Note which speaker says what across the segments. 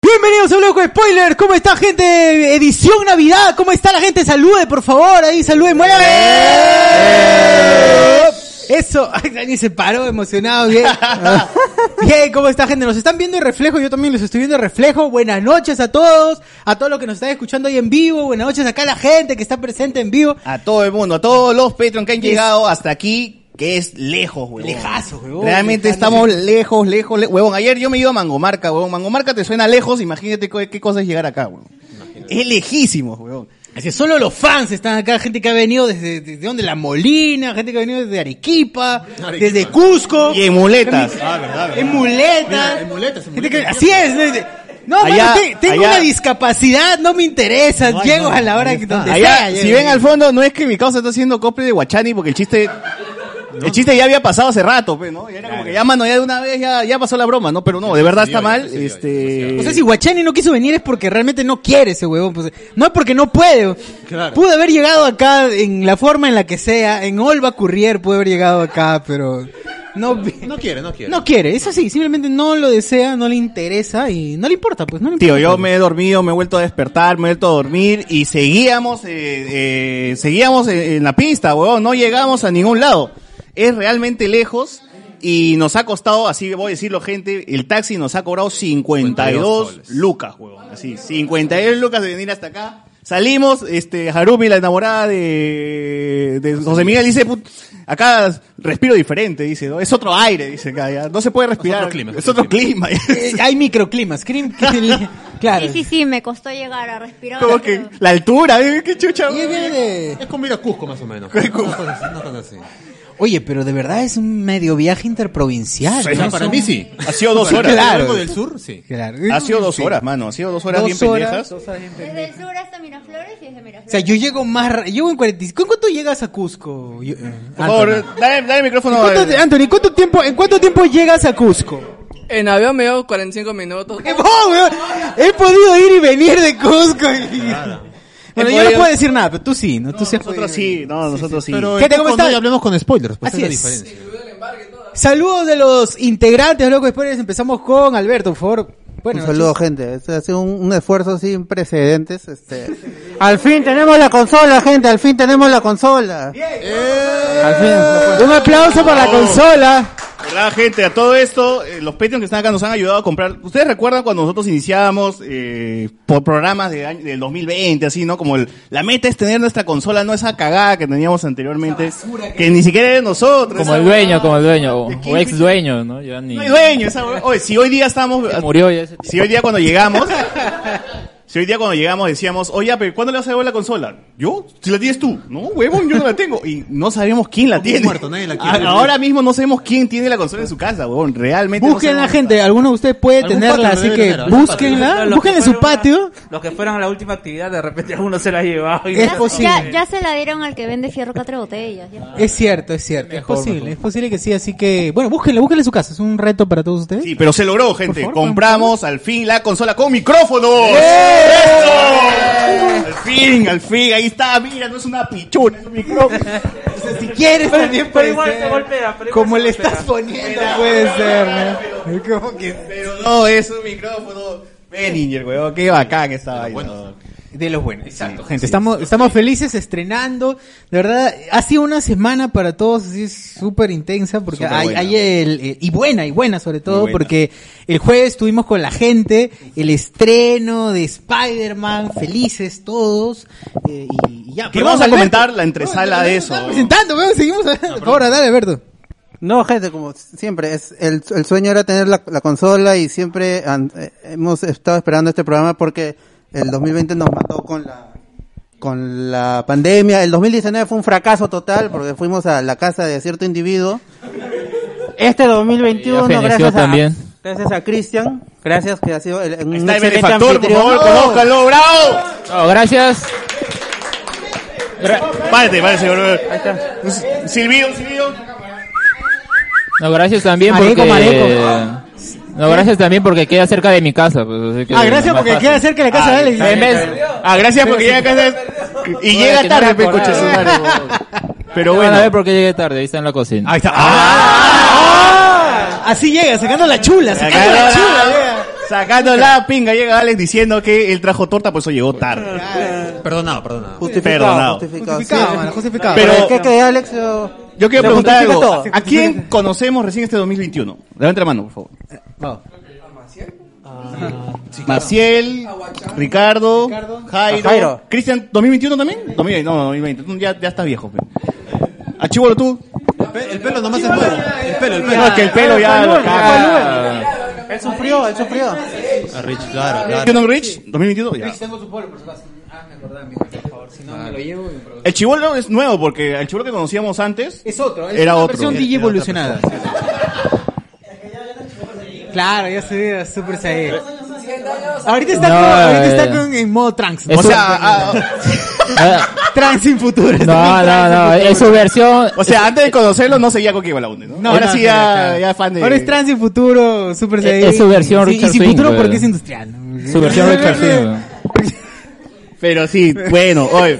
Speaker 1: Bienvenidos a un loco spoiler. ¿Cómo está gente? Edición Navidad. ¿Cómo está la gente? Salude, por favor. Ahí salude. Muévame. Eso. Ay, Dani se paró emocionado. Bien. bien, ¿cómo está gente? Nos están viendo de reflejo. Yo también los estoy viendo de reflejo. Buenas noches a todos. A todos los que nos están escuchando hoy en vivo. Buenas noches acá a la gente que está presente en vivo.
Speaker 2: A todo el mundo, a todos los Patreon que han llegado hasta aquí, que es lejos, huevón.
Speaker 1: Lejazo, huevón.
Speaker 2: Realmente
Speaker 1: Lejano.
Speaker 2: estamos lejos, lejos, le- huevón. Ayer yo me he ido a Mangomarca, huevón. Mangomarca te suena lejos, imagínate co- qué cosa es llegar acá, huevón. Es lejísimo, huevón.
Speaker 1: Así es, solo los fans están acá, gente que ha venido desde, desde donde la Molina, gente que ha venido desde Arequipa, desde Cusco.
Speaker 2: Y en muletas.
Speaker 3: Ah, verdad,
Speaker 1: En
Speaker 3: verdad.
Speaker 1: muletas.
Speaker 3: Mira, en muletas, en
Speaker 1: Gente que-
Speaker 3: muletas.
Speaker 1: así es. desde- No,
Speaker 2: Allá-
Speaker 1: mano, te- tengo
Speaker 2: allá-
Speaker 1: una discapacidad, no me interesa.
Speaker 3: No, ay,
Speaker 1: llego
Speaker 3: no,
Speaker 1: a la hora
Speaker 3: ahí
Speaker 1: que
Speaker 3: está.
Speaker 1: donde sea.
Speaker 2: Allá, si
Speaker 1: llego.
Speaker 2: ven al fondo, no es que mi causa está haciendo copia de Guachani, porque el chiste... El chiste ya había pasado hace rato, pues, ¿no? Ya era como que ya, mano, ya de una vez ya, ya pasó la broma, ¿no? Pero no, de verdad está mal, este...
Speaker 1: O sea, si Guachani no quiso venir es porque realmente no quiere ese huevón. pues, no es porque no puede.
Speaker 3: Claro.
Speaker 1: Pudo haber llegado acá en la forma en la que sea. En Olva Currier pudo haber llegado acá, pero no vi-
Speaker 3: No quiere, no quiere.
Speaker 1: No quiere, eso sí, simplemente no lo desea, no le interesa y no le importa, pues no le importa.
Speaker 2: Tío, yo me he dormido, me he vuelto a despertar, me he vuelto a dormir y seguíamos, eh, eh, seguíamos en, en la pista, weón, no llegamos a ningún lado. Es realmente lejos y nos ha costado, así voy a decirlo gente, el taxi nos ha cobrado 52,
Speaker 3: 52 soles.
Speaker 2: lucas, weón, así, 52 lucas de venir hasta acá. Salimos, este, Harumi, la enamorada de, de José Miguel, dice, "Put, acá respiro diferente, dice, ¿no? Es otro aire, dice acá, ya, no se puede respirar.
Speaker 3: clima, es
Speaker 2: es
Speaker 3: otro
Speaker 2: otro clima.
Speaker 1: Eh, hay microclimas, crim- crim- claro.
Speaker 4: Sí, sí, sí, me costó llegar a respirar.
Speaker 2: Como que
Speaker 4: pero-
Speaker 2: la altura, ¿eh? qué chucha.
Speaker 1: Y viene-
Speaker 3: Es como ir a Cusco, más o menos. Una cosa así, una cosa así.
Speaker 1: Oye, pero de verdad es un medio viaje interprovincial.
Speaker 3: O sea,
Speaker 1: ¿no?
Speaker 3: para
Speaker 1: Son-
Speaker 3: mí sí.
Speaker 2: Ha sido dos
Speaker 3: Para
Speaker 2: horas.
Speaker 3: claro.
Speaker 1: Claro.
Speaker 3: del sur, sí.
Speaker 1: Claro.
Speaker 2: Ha sido dos horas, mano. Ha sido dos horas
Speaker 1: Dos
Speaker 2: bien
Speaker 1: horas,
Speaker 2: pendejas.
Speaker 1: dos horas bien pendejas.
Speaker 4: Desde el sur hasta Miraflores y desde
Speaker 1: O
Speaker 4: Miraflores.
Speaker 1: sea, yo llego más. ra- Llego en 45. ¿En cuánto llegas a Cusco? Yo- eh,
Speaker 2: Por
Speaker 1: Anthony?
Speaker 2: favor, dale, dale el micrófono. a-
Speaker 1: ¿Cuánto te- Anthony, ¿cuánto tiempo, ¿en cuánto tiempo llegas a Cusco?
Speaker 5: En avión me dio 45 minutos.
Speaker 1: ¡Qué bo- weón! He podido ir y venir de Cusco. y- Bueno,
Speaker 2: He
Speaker 1: yo no
Speaker 2: podido-
Speaker 1: puedo decir nada, pero tú sí, ¿no? Tú sí has
Speaker 2: Nosotros
Speaker 1: podido
Speaker 2: sí, no, nosotros sí.
Speaker 3: Pero
Speaker 1: Gente,
Speaker 3: en
Speaker 1: ¿cómo
Speaker 3: Cusco no
Speaker 1: están?
Speaker 3: hablemos con spoilers, pues
Speaker 1: Así
Speaker 3: esa es
Speaker 1: es.
Speaker 3: la diferencia.
Speaker 1: Saludos de los integrantes de Loco Spoilers. Empezamos con Alberto, por favor. Bueno,
Speaker 6: un saludo, gente. Este ha sido un, un esfuerzo sin precedentes. Este, al fin tenemos la consola, gente. Al fin tenemos la consola. Al fin.
Speaker 1: Un aplauso para la consola.
Speaker 2: ¿Verdad, Oh. gente? A todo esto, eh, los Patreon que están acá nos han ayudado a comprar. ¿Ustedes recuerdan cuando nosotros iniciábamos eh, por programas de año- del 2020, así, ¿no? Como el- la meta es tener nuestra consola, no esa cagada que teníamos anteriormente, que... ni siquiera era de nosotros.
Speaker 7: Como
Speaker 2: esa-
Speaker 7: el dueño, como el dueño, o,
Speaker 2: ¿De quién,
Speaker 7: o ex dueño, ¿no? Ya ni...
Speaker 2: No hay dueño. Esa... Oye, si hoy día estamos...
Speaker 7: Murió ya ese tipo.
Speaker 2: Si hoy día cuando llegamos, si hoy día cuando llegamos decíamos, oye, pero ¿cuándo le vas a llevar la consola? ¿Yo? Si la tienes tú. No, huevón, yo no la tengo. Y no sabemos quién la
Speaker 3: Como un
Speaker 2: tiene.
Speaker 3: muerto, nadie la quiere.
Speaker 2: A- Ah, Ahora mismo no sabemos quién tiene la consola en su casa, huevón. Realmente. no
Speaker 1: Busquen la
Speaker 2: sabemos.
Speaker 1: gente. Alguno de ustedes puede
Speaker 3: Algún
Speaker 1: tenerla,
Speaker 3: patio
Speaker 1: así
Speaker 3: debe
Speaker 1: que
Speaker 3: tener, algún
Speaker 1: búsquenla.
Speaker 8: Los
Speaker 1: Búsquenla en
Speaker 8: que
Speaker 1: su
Speaker 8: fueron a-
Speaker 1: patio.
Speaker 8: los que fueron a la última actividad, de repente alguno se la ha llevado. y-
Speaker 1: Es
Speaker 4: Ya-
Speaker 1: posible.
Speaker 4: Ya, ya se la dieron al que vende fierro cuatro botellas. ya.
Speaker 1: Es cierto, es cierto. es posible, es posible que sí. Así que, bueno, búsquenla, búsquenla en su casa. Es un reto para todos ustedes.
Speaker 2: Sí, pero se logró, gente.
Speaker 1: favor, ¡Eh!
Speaker 2: Compramos al fin la consola con micrófono. ¡Eso! Al fin, al fin, ahí está, mira, no es una pichona, es un
Speaker 1: O
Speaker 2: micrófono.
Speaker 1: sea, si quieres también
Speaker 8: pero
Speaker 1: puede
Speaker 8: igual
Speaker 1: ser.
Speaker 8: se golpea, pero igual
Speaker 1: Como
Speaker 8: se
Speaker 1: le
Speaker 8: golpea.
Speaker 1: estás poniendo puede ser, ¿no? Es como que...
Speaker 2: Pero no, es un micrófono. Benninger, huevón, qué bacán esta vaina.
Speaker 1: De los buenos, exacto, gente. estamos, estamos felices estrenando. De verdad, ha sido una semana para todos, así es súper intensa, porque
Speaker 2: Súper
Speaker 1: hay,
Speaker 2: buena.
Speaker 1: hay el, eh, y buena, y buena sobre todo,
Speaker 2: buena.
Speaker 1: porque el jueves estuvimos con la gente, el estreno de Spider-Man, felices todos, eh, y, y ya.
Speaker 2: Que
Speaker 1: Perdón,
Speaker 2: vamos a
Speaker 1: Alberto.
Speaker 2: comentar la entresala de eso.
Speaker 1: Están presentando, weón, seguimos hablando. Por favor, dale, Alberto.
Speaker 6: No, gente, como siempre, es el, el sueño era tener la, la consola y siempre han- eh, hemos estado esperando este programa porque el 2020 nos mató con la con la pandemia. El 2019 fue un fracaso total porque fuimos a la casa de cierto individuo. Este 2021,
Speaker 7: Y ya feneció
Speaker 6: gracias a,
Speaker 7: también.
Speaker 6: gracias a Cristian, gracias que ha sido el, un
Speaker 2: Está el
Speaker 6: excelente
Speaker 2: benefactor, por
Speaker 6: anfitrión.
Speaker 2: favor, conózcalo, bravo.
Speaker 7: No, gracias. Gra-
Speaker 2: Párate, párate, señor. Silvio, Silvio.
Speaker 7: no, gracias también
Speaker 1: Mareco,
Speaker 7: porque...
Speaker 1: mareco.
Speaker 7: No, gracias también porque queda cerca de mi casa. Pues, así que
Speaker 1: Ah, gracias
Speaker 7: más
Speaker 1: porque
Speaker 7: fácil.
Speaker 1: queda cerca de la casa de Alex.
Speaker 7: En vez-
Speaker 2: Ah, gracias porque llega acá. Y
Speaker 7: Joder,
Speaker 2: llega
Speaker 7: que no
Speaker 2: tarde,
Speaker 7: me
Speaker 2: pe,
Speaker 7: acordaba.
Speaker 2: coche su madre. Pero
Speaker 7: Pero bueno, a ver
Speaker 2: bueno.
Speaker 7: por qué llegué tarde, ahí está en la cocina.
Speaker 2: Ahí está.
Speaker 1: Ah. Así llega, sacando la chula, sacando la
Speaker 2: Sacando la-
Speaker 1: chula, llega.
Speaker 2: Sacando la pinga llega Alex diciendo que él trajo torta, por eso llegó tarde.
Speaker 3: Perdonado, perdonado.
Speaker 6: Justificado,
Speaker 2: Perdonado.
Speaker 6: justificado.
Speaker 1: Justificado,
Speaker 6: sí.
Speaker 1: mano, justificado.
Speaker 2: Pero-
Speaker 6: Pero, ¿qué cree Alex? Yo,
Speaker 2: Yo quiero
Speaker 6: Le
Speaker 2: preguntar
Speaker 6: justifica
Speaker 2: algo.
Speaker 6: todo.
Speaker 2: ¿A quién conocemos recién este 2021? Levanta la mano, por favor.
Speaker 6: Eh,
Speaker 2: Ah,
Speaker 1: Vamos.
Speaker 2: Maciel, Ricardo, Jairo.
Speaker 6: A Ah, Jairo.
Speaker 2: Cristian, ¿2021 también? 2020, no, 2020. Tú ya, ya estás viejo. pe. A Chibolo, tú.
Speaker 3: El, pe- el pelo nomás es nuevo. El pelo, el pelo.
Speaker 2: No, es que el pelo ya lo caga. Ah,
Speaker 6: él sufrió, él sufrió.
Speaker 3: A Rich, claro, claro.
Speaker 2: ¿2021 Rich? ¿2022? Ya.
Speaker 1: Tengo su polo, por supuesto. Ah, me acordaba, mi por favor. Si no, me lo llevo y me
Speaker 2: El Chibolo es nuevo porque el Chibolo que conocíamos antes
Speaker 1: Es otro, es
Speaker 2: Era
Speaker 1: una
Speaker 2: otro.
Speaker 1: versión
Speaker 2: Era-
Speaker 1: DJ evolucionada. Claro, ya se ve Super
Speaker 2: Eh.
Speaker 1: Saiyan. Ahorita está,
Speaker 7: No,
Speaker 1: con- ahorita
Speaker 7: eh.
Speaker 1: está con- en modo trans.
Speaker 7: Es
Speaker 1: O
Speaker 2: O
Speaker 7: un-
Speaker 1: sea, ah.
Speaker 2: sea, a-
Speaker 7: Ah,
Speaker 1: trans sin futuro. está
Speaker 7: No,
Speaker 1: bien
Speaker 7: no,
Speaker 1: trans sin
Speaker 7: no.
Speaker 1: futuro.
Speaker 7: Es su versión.
Speaker 2: o sea, antes de conocerlo no seguía con que iba la UNE, ¿no? Ahora
Speaker 1: no,
Speaker 2: sí
Speaker 1: no,
Speaker 2: ya,
Speaker 1: no.
Speaker 2: ya fan de... Eh,
Speaker 1: Ahora es trans sin futuro, Super Saiyan.
Speaker 7: es su versión
Speaker 1: Sí,
Speaker 7: Richard
Speaker 1: Y sin
Speaker 7: Swing,
Speaker 1: futuro
Speaker 7: güey.
Speaker 1: porque es industrial.
Speaker 7: Su versión Richard Swing.
Speaker 2: Pero sí, bueno, hoy.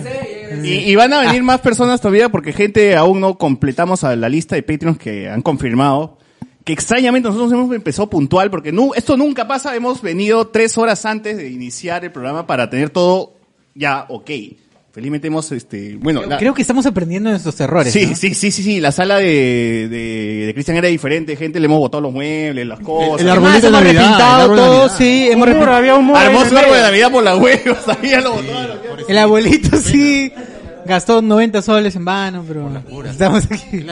Speaker 2: Y, y van a
Speaker 1: Ah.
Speaker 2: venir más personas todavía porque gente aún no completamos a la lista de Patreons que han confirmado. Que extrañamente nosotros hemos empezado puntual porque nu- esto nunca pasa. Hemos venido tres horas antes de iniciar el programa para tener todo ya ok. Felizmente hemos, este, bueno, la-
Speaker 1: Creo que estamos aprendiendo de nuestros errores.
Speaker 2: sí,
Speaker 1: ¿no?
Speaker 2: sí, sí, sí, sí, la sala de, de, de Cristian era diferente, gente, le hemos botado los muebles, las cosas.
Speaker 3: el
Speaker 1: Además,
Speaker 3: arbolito de
Speaker 1: hemos
Speaker 3: Navidad, el
Speaker 1: repintado
Speaker 3: árbol de
Speaker 1: todo,
Speaker 3: Navidad.
Speaker 1: sí. Hemos
Speaker 8: Humor,
Speaker 1: repintado.
Speaker 8: había humor.
Speaker 2: Armó su árbol de Navidad por la huevos, sabía, lo botaron.
Speaker 1: El abuelito sí gastó 90 soles en vano, pero estamos aquí.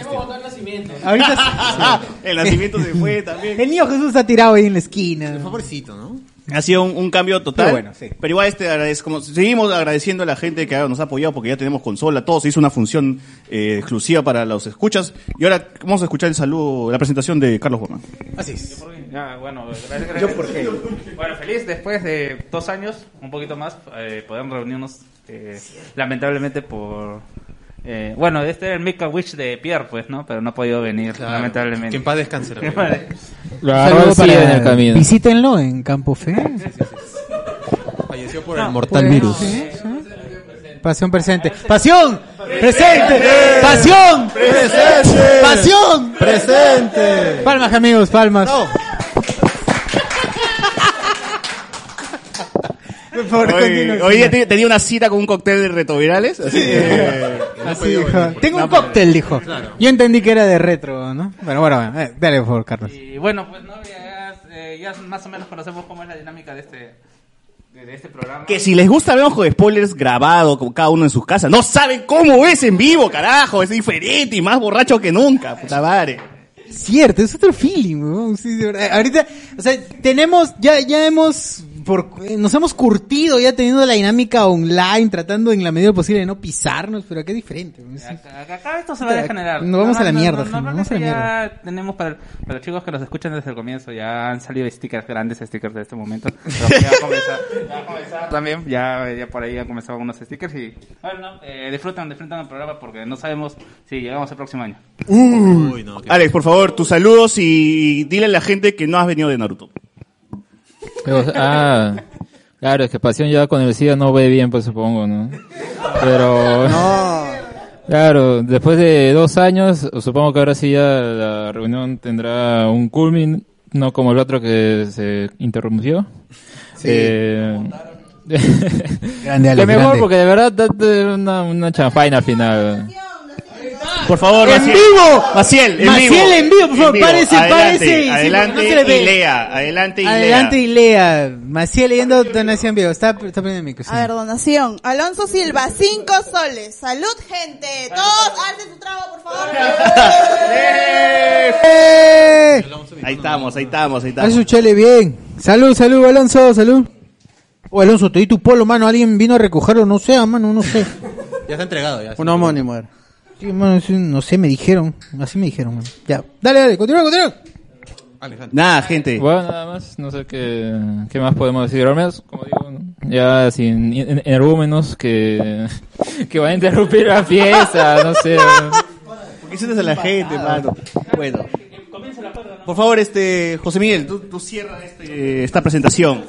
Speaker 1: Ahorita sí.
Speaker 2: El nacimiento se fue también.
Speaker 1: El niño Jesús está tirado ahí en la esquina.
Speaker 3: Pobrecito, ¿no?
Speaker 2: Ha sido un, un cambio total.
Speaker 1: Pero
Speaker 2: Pero
Speaker 1: bueno, sí.
Speaker 2: igual este agradez- como, seguimos agradeciendo a la gente que nos ha apoyado porque ya tenemos consola, todo se hizo una función eh, exclusiva para los escuchas. Y ahora vamos a escuchar el saludo, la presentación de Carlos Guzmán.
Speaker 1: Así es.
Speaker 8: Ah, bueno, gracias, gracias. Bueno, feliz después de dos años, un poquito más, eh, podemos reunirnos, eh, lamentablemente por... eh, bueno, este era el Make a Wish de Pierre, pues, ¿no? Pero no ha podido venir,
Speaker 3: Que en
Speaker 8: lamentablemente.
Speaker 3: paz descanse. la verdad.
Speaker 7: Lo agarró
Speaker 1: Saludos
Speaker 7: para en el camino.
Speaker 1: Visítenlo en Campo Fe.
Speaker 3: Falleció por el mortal virus.
Speaker 1: Ah. Sí, sí. Pasión presente. ¡Pasión! ¡Presente! ¡Pasión!
Speaker 3: ¡Presente!
Speaker 1: ¡Pasión!
Speaker 3: ¡Presente!
Speaker 1: Palmas, amigos, palmas. Por favor,
Speaker 2: Hoy,
Speaker 1: continúen.
Speaker 2: hoy día te- tenía una cita con un cóctel de retovirales, así que... eh,
Speaker 1: Así dijo. Tengo un cóctel, dijo. Yo entendí que era de retro, ¿no? Bueno, bueno, bueno. Eh, dale, por favor, Carlos.
Speaker 8: Y bueno, pues, ¿no? Ya, eh, ya más o menos conocemos cómo es la dinámica de este, de, de este programa.
Speaker 2: Que si les gusta, vemos con spoilers grabado con cada uno en sus casas. No saben cómo es en vivo, carajo. Es diferente y más borracho que nunca, puta madre.
Speaker 1: Cierto, es otro feeling, weón. Sí, de verdad. Ahorita, o sea, tenemos, ya, ya hemos, por, eh, nos hemos curtido ya teniendo la dinámica online, tratando en la medida posible de no pisarnos, pero qué diferente. weón. Sí.
Speaker 8: Acá, acá- acá esto se va a degenerar.
Speaker 1: Nos vamos a la mierda, Jimmy,
Speaker 8: normalmente
Speaker 1: vamos a la
Speaker 8: ya tenemos para, para los chicos que nos escuchan desde el comienzo, ya han salido stickers, grandes stickers de este momento. Pero ya va a comenzar, ya va a comenzar también, ya, ya por ahí han comenzado algunos stickers y bueno, no, eh, disfrutan, disfrutan el programa porque no sabemos si llegamos el próximo año.
Speaker 3: Uy, no. qué-
Speaker 2: Mm. Alex, por favor, tus saludos y dile a la gente que no has venido de Naruto.
Speaker 7: Pero, ah, claro, es que pasión ya con el SIDA no ve bien, pues supongo, ¿no? Pero, claro, después de dos años, supongo que ahora sí ya la reunión tendrá un culmin, no como el otro que se interrumpió. Eh,
Speaker 1: Grande,
Speaker 7: lo mejor porque de verdad date una, una chanfaina al final.
Speaker 2: Por favor,
Speaker 1: ¡En
Speaker 2: Maciel.
Speaker 1: vivo!
Speaker 2: Maciel, en
Speaker 1: Maciel,
Speaker 2: vivo.
Speaker 1: en vivo, por favor, párese,
Speaker 2: Adelante,
Speaker 1: párese, sí,
Speaker 2: Adelante
Speaker 1: porque no se le ve.
Speaker 2: y lea, adelante y
Speaker 1: Adelante
Speaker 2: lea.
Speaker 1: y lea. Maciel leyendo Donación Vivo. Está, está poniendo el micro. sí.
Speaker 9: A ver, donación. Alonso Silva, 5 soles. Salud, gente. Todos, alcen su trago, por favor.
Speaker 8: Ah,
Speaker 1: ¡Eh!
Speaker 2: Ahí estamos, ahí estamos, ahí
Speaker 1: Haz su
Speaker 2: estamos.
Speaker 1: chele bien. Salud, salud, Alonso, salud. O Alonso, te di tu polo, mano. Alguien vino a recogerlo, no sé, ah, mano, no sé.
Speaker 3: Ya está entregado, ya.
Speaker 6: Un homónimo era.
Speaker 1: Sí, mano, sí, no sé, me dijeron. Así me dijeron, mano. Ya. Dale, dale, continúa, continúa.
Speaker 3: Alejandro.
Speaker 2: Nada, gente.
Speaker 7: Bueno, nada más, no sé qué, qué más podemos decir, al menos, como digo, ¿no? ya sin en- energúmenos que, que van a interrumpir la fiesta, no sé.
Speaker 2: ¿Por qué sientes a la gente, mano? Bueno. Por favor, este, José Miguel, tú, tú cierra este, esta presentación.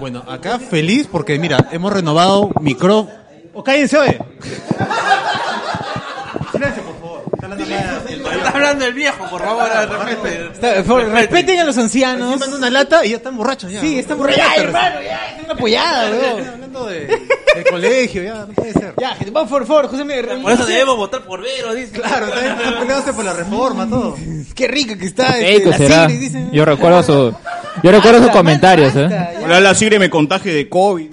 Speaker 3: Bueno, acá feliz porque, mira, hemos renovado micro...
Speaker 2: Oh, O cállense, oye.
Speaker 3: Silencio, por favor.
Speaker 10: hablando del viejo, por favor, al respete.
Speaker 1: Está- por- respeten a los ancianos.
Speaker 3: Manda una lata y ya están borrachos ya.
Speaker 1: Sí, están borrachos. Ah. Ya, hermano, ya, es una pollada, weón.
Speaker 3: Hablando de, de colegio, ya, no puede ser.
Speaker 1: Ya, gente, vamos, por favor, José me
Speaker 10: Por eso debemos votar por Vero, dice.
Speaker 3: Claro, está bien, están peleándose por la reforma, todo.
Speaker 1: Qué rica que está. este,
Speaker 7: Eco
Speaker 1: la
Speaker 7: será.
Speaker 1: Sigrid, dicen.
Speaker 7: Yo recuerdo su, yo recuerdo sus
Speaker 1: Basta,
Speaker 7: comentarios,
Speaker 1: basta,
Speaker 7: ¿eh?
Speaker 1: ya.
Speaker 2: Hola, la sigre me contagie de COVID.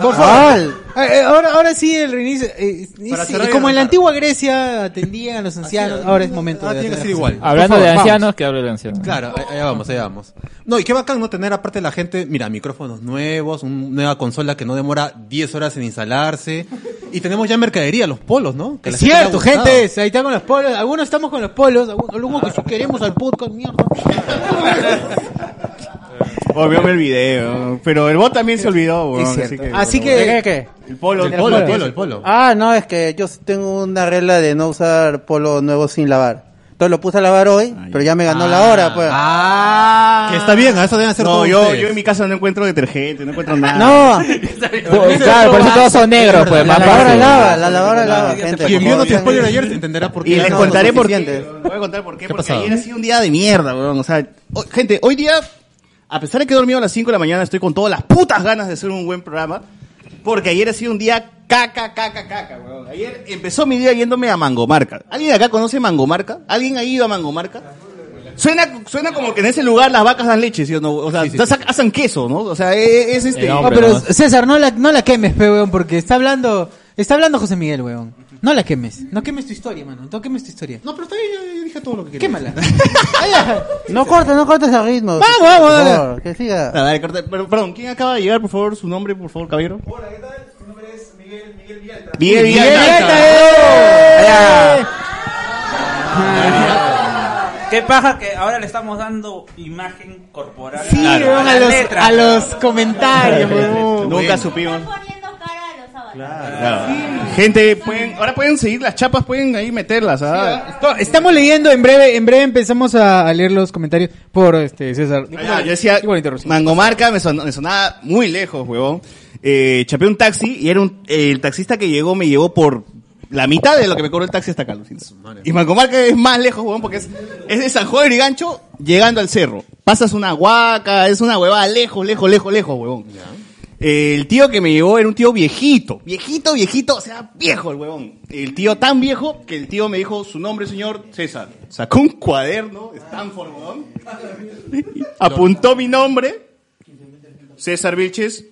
Speaker 1: Por favor. Eh, eh, Ahora, ahora sí el reinicio. eh, y
Speaker 3: Para
Speaker 1: sí,
Speaker 3: cerrar y
Speaker 1: como en la
Speaker 3: arrancar.
Speaker 1: antigua Grecia atendían a los ancianos, ahora es momento
Speaker 3: Ah,
Speaker 1: de
Speaker 3: tiene que
Speaker 1: atender
Speaker 3: ser
Speaker 1: a los
Speaker 3: igual.
Speaker 7: Hablando
Speaker 3: Por favor,
Speaker 7: de ancianos,
Speaker 3: vamos.
Speaker 7: que hablo de ancianos.
Speaker 3: Claro, a- allá vamos, allá vamos. No, y qué bacán no tener aparte la gente, mira, micrófonos nuevos, una nueva consola que no demora 10 horas en instalarse. Y tenemos ya mercadería, los polos, ¿no? Que
Speaker 1: Es
Speaker 3: la le ha
Speaker 1: cierto,
Speaker 3: gustado.
Speaker 1: gente, ahí están con los polos. Algunos estamos con los polos, algunos, algunos que sí queremos al podcast, mierda.
Speaker 2: Obvio Oh, el video. Pero el bot también se olvidó, weón.
Speaker 1: Es cierto.
Speaker 2: así
Speaker 1: Así
Speaker 2: que,
Speaker 1: que-
Speaker 6: ¿De qué, qué?
Speaker 2: el polo,
Speaker 3: El polo, el polo, el polo.
Speaker 6: Ah, no, es que yo sí tengo una regla de no usar polo nuevo sin lavar. Entonces lo puse a lavar hoy, pero ya me ganó la hora, pues.
Speaker 3: Ah. Que está bien, a eso deben hacer
Speaker 2: Ah. No,
Speaker 3: todos
Speaker 2: yo,
Speaker 3: ustedes.
Speaker 2: yo en mi casa no encuentro detergente, no encuentro nada.
Speaker 6: No,
Speaker 7: Pues, claro, por eso todos son negros, pues,
Speaker 6: la
Speaker 7: más
Speaker 6: lavadora
Speaker 7: fácil.
Speaker 6: lava, la lavadora lava, gente.
Speaker 3: Quien vio
Speaker 6: no
Speaker 3: Noti Spoiler ayer entenderá por qué.
Speaker 2: Y les
Speaker 3: No,
Speaker 2: contaré
Speaker 6: no,
Speaker 2: por qué.
Speaker 6: suficiente.
Speaker 2: Voy a contar por qué.
Speaker 3: ¿Qué ha
Speaker 2: porque
Speaker 3: pasado?
Speaker 2: ayer ha sido un día de mierda, weón. O sea, hoy- gente, hoy día, a pesar de que he dormido a las 5 de la mañana, estoy con todas las putas ganas de hacer un buen programa. Porque ayer ha sido un día caca, caca, caca, weón. Ayer empezó mi día yéndome a Mangomarca. ¿Alguien acá conoce Mangomarca? ¿Alguien ha ido a Mangomarca? Suena, suena como que en ese lugar las vacas dan leche, ¿sí o no? O sea, sa- hacen queso, ¿no? O sea, es, es este...
Speaker 7: Eh,
Speaker 1: No,
Speaker 7: hombre,
Speaker 1: pero
Speaker 7: nomás.
Speaker 1: César, no la, no la quemes, pe, weón, porque está hablando, está hablando José Miguel, weón. No la quemes, no quemes tu historia, mano, no quemes tu historia.
Speaker 3: No, pero está bien, yo- yo dije todo lo que quería.
Speaker 1: Quémala. Ay, ay.
Speaker 6: No cortes, no cortes el ritmo.
Speaker 1: Vamos, vamos,
Speaker 6: Por
Speaker 1: dale.
Speaker 6: favor, Que siga.
Speaker 2: Ah, dale, corta. Pero, perdón, ¿quién acaba de llegar, por favor? Su nombre, por favor, caballero. Hola, ¿qué tal? Mi nombre es Miguel,
Speaker 1: Miguel
Speaker 2: Miguel Villalta. Miguel
Speaker 1: Villalta,
Speaker 2: Villalta.
Speaker 1: eh.
Speaker 10: Qué paja que ahora le estamos dando imagen corporal
Speaker 1: Sí,
Speaker 2: Claro.
Speaker 1: weón, a
Speaker 10: la
Speaker 1: los,
Speaker 10: letra.
Speaker 1: a los comentarios, weón.
Speaker 2: Nunca
Speaker 3: Bueno.
Speaker 2: supimos.
Speaker 4: poniendo cara a los sábados.
Speaker 2: Claro. Gente, pueden, ahora pueden seguir las chapas, pueden ahí meterlas. ¿ah?
Speaker 1: Esto- Estamos leyendo en breve, en breve empezamos a, a leer los comentarios por este César.
Speaker 2: Ah, ya, yo decía,
Speaker 1: Qué buena interrupción.
Speaker 2: Mangomarca me, son- me sonaba muy lejos, huevón. Eh, chapé un taxi y era un, eh, el taxista que llegó me llevó por la mitad de lo que me cobró el taxi hasta acá. alucina. Y Mangomarca es más lejos, huevón, porque es, es de San Juan de Brigancho llegando al cerro. Pasas una huaca, es una huevada lejos, lejos, lejos, lejos, huevón. Eh, El tío que me llevó era un tío viejito, viejito, viejito, o sea, viejo el huevón. El tío tan viejo que el tío me dijo su nombre, señor César. Sacó un cuaderno, Stanford, huevón apuntó mi nombre, César Vilches,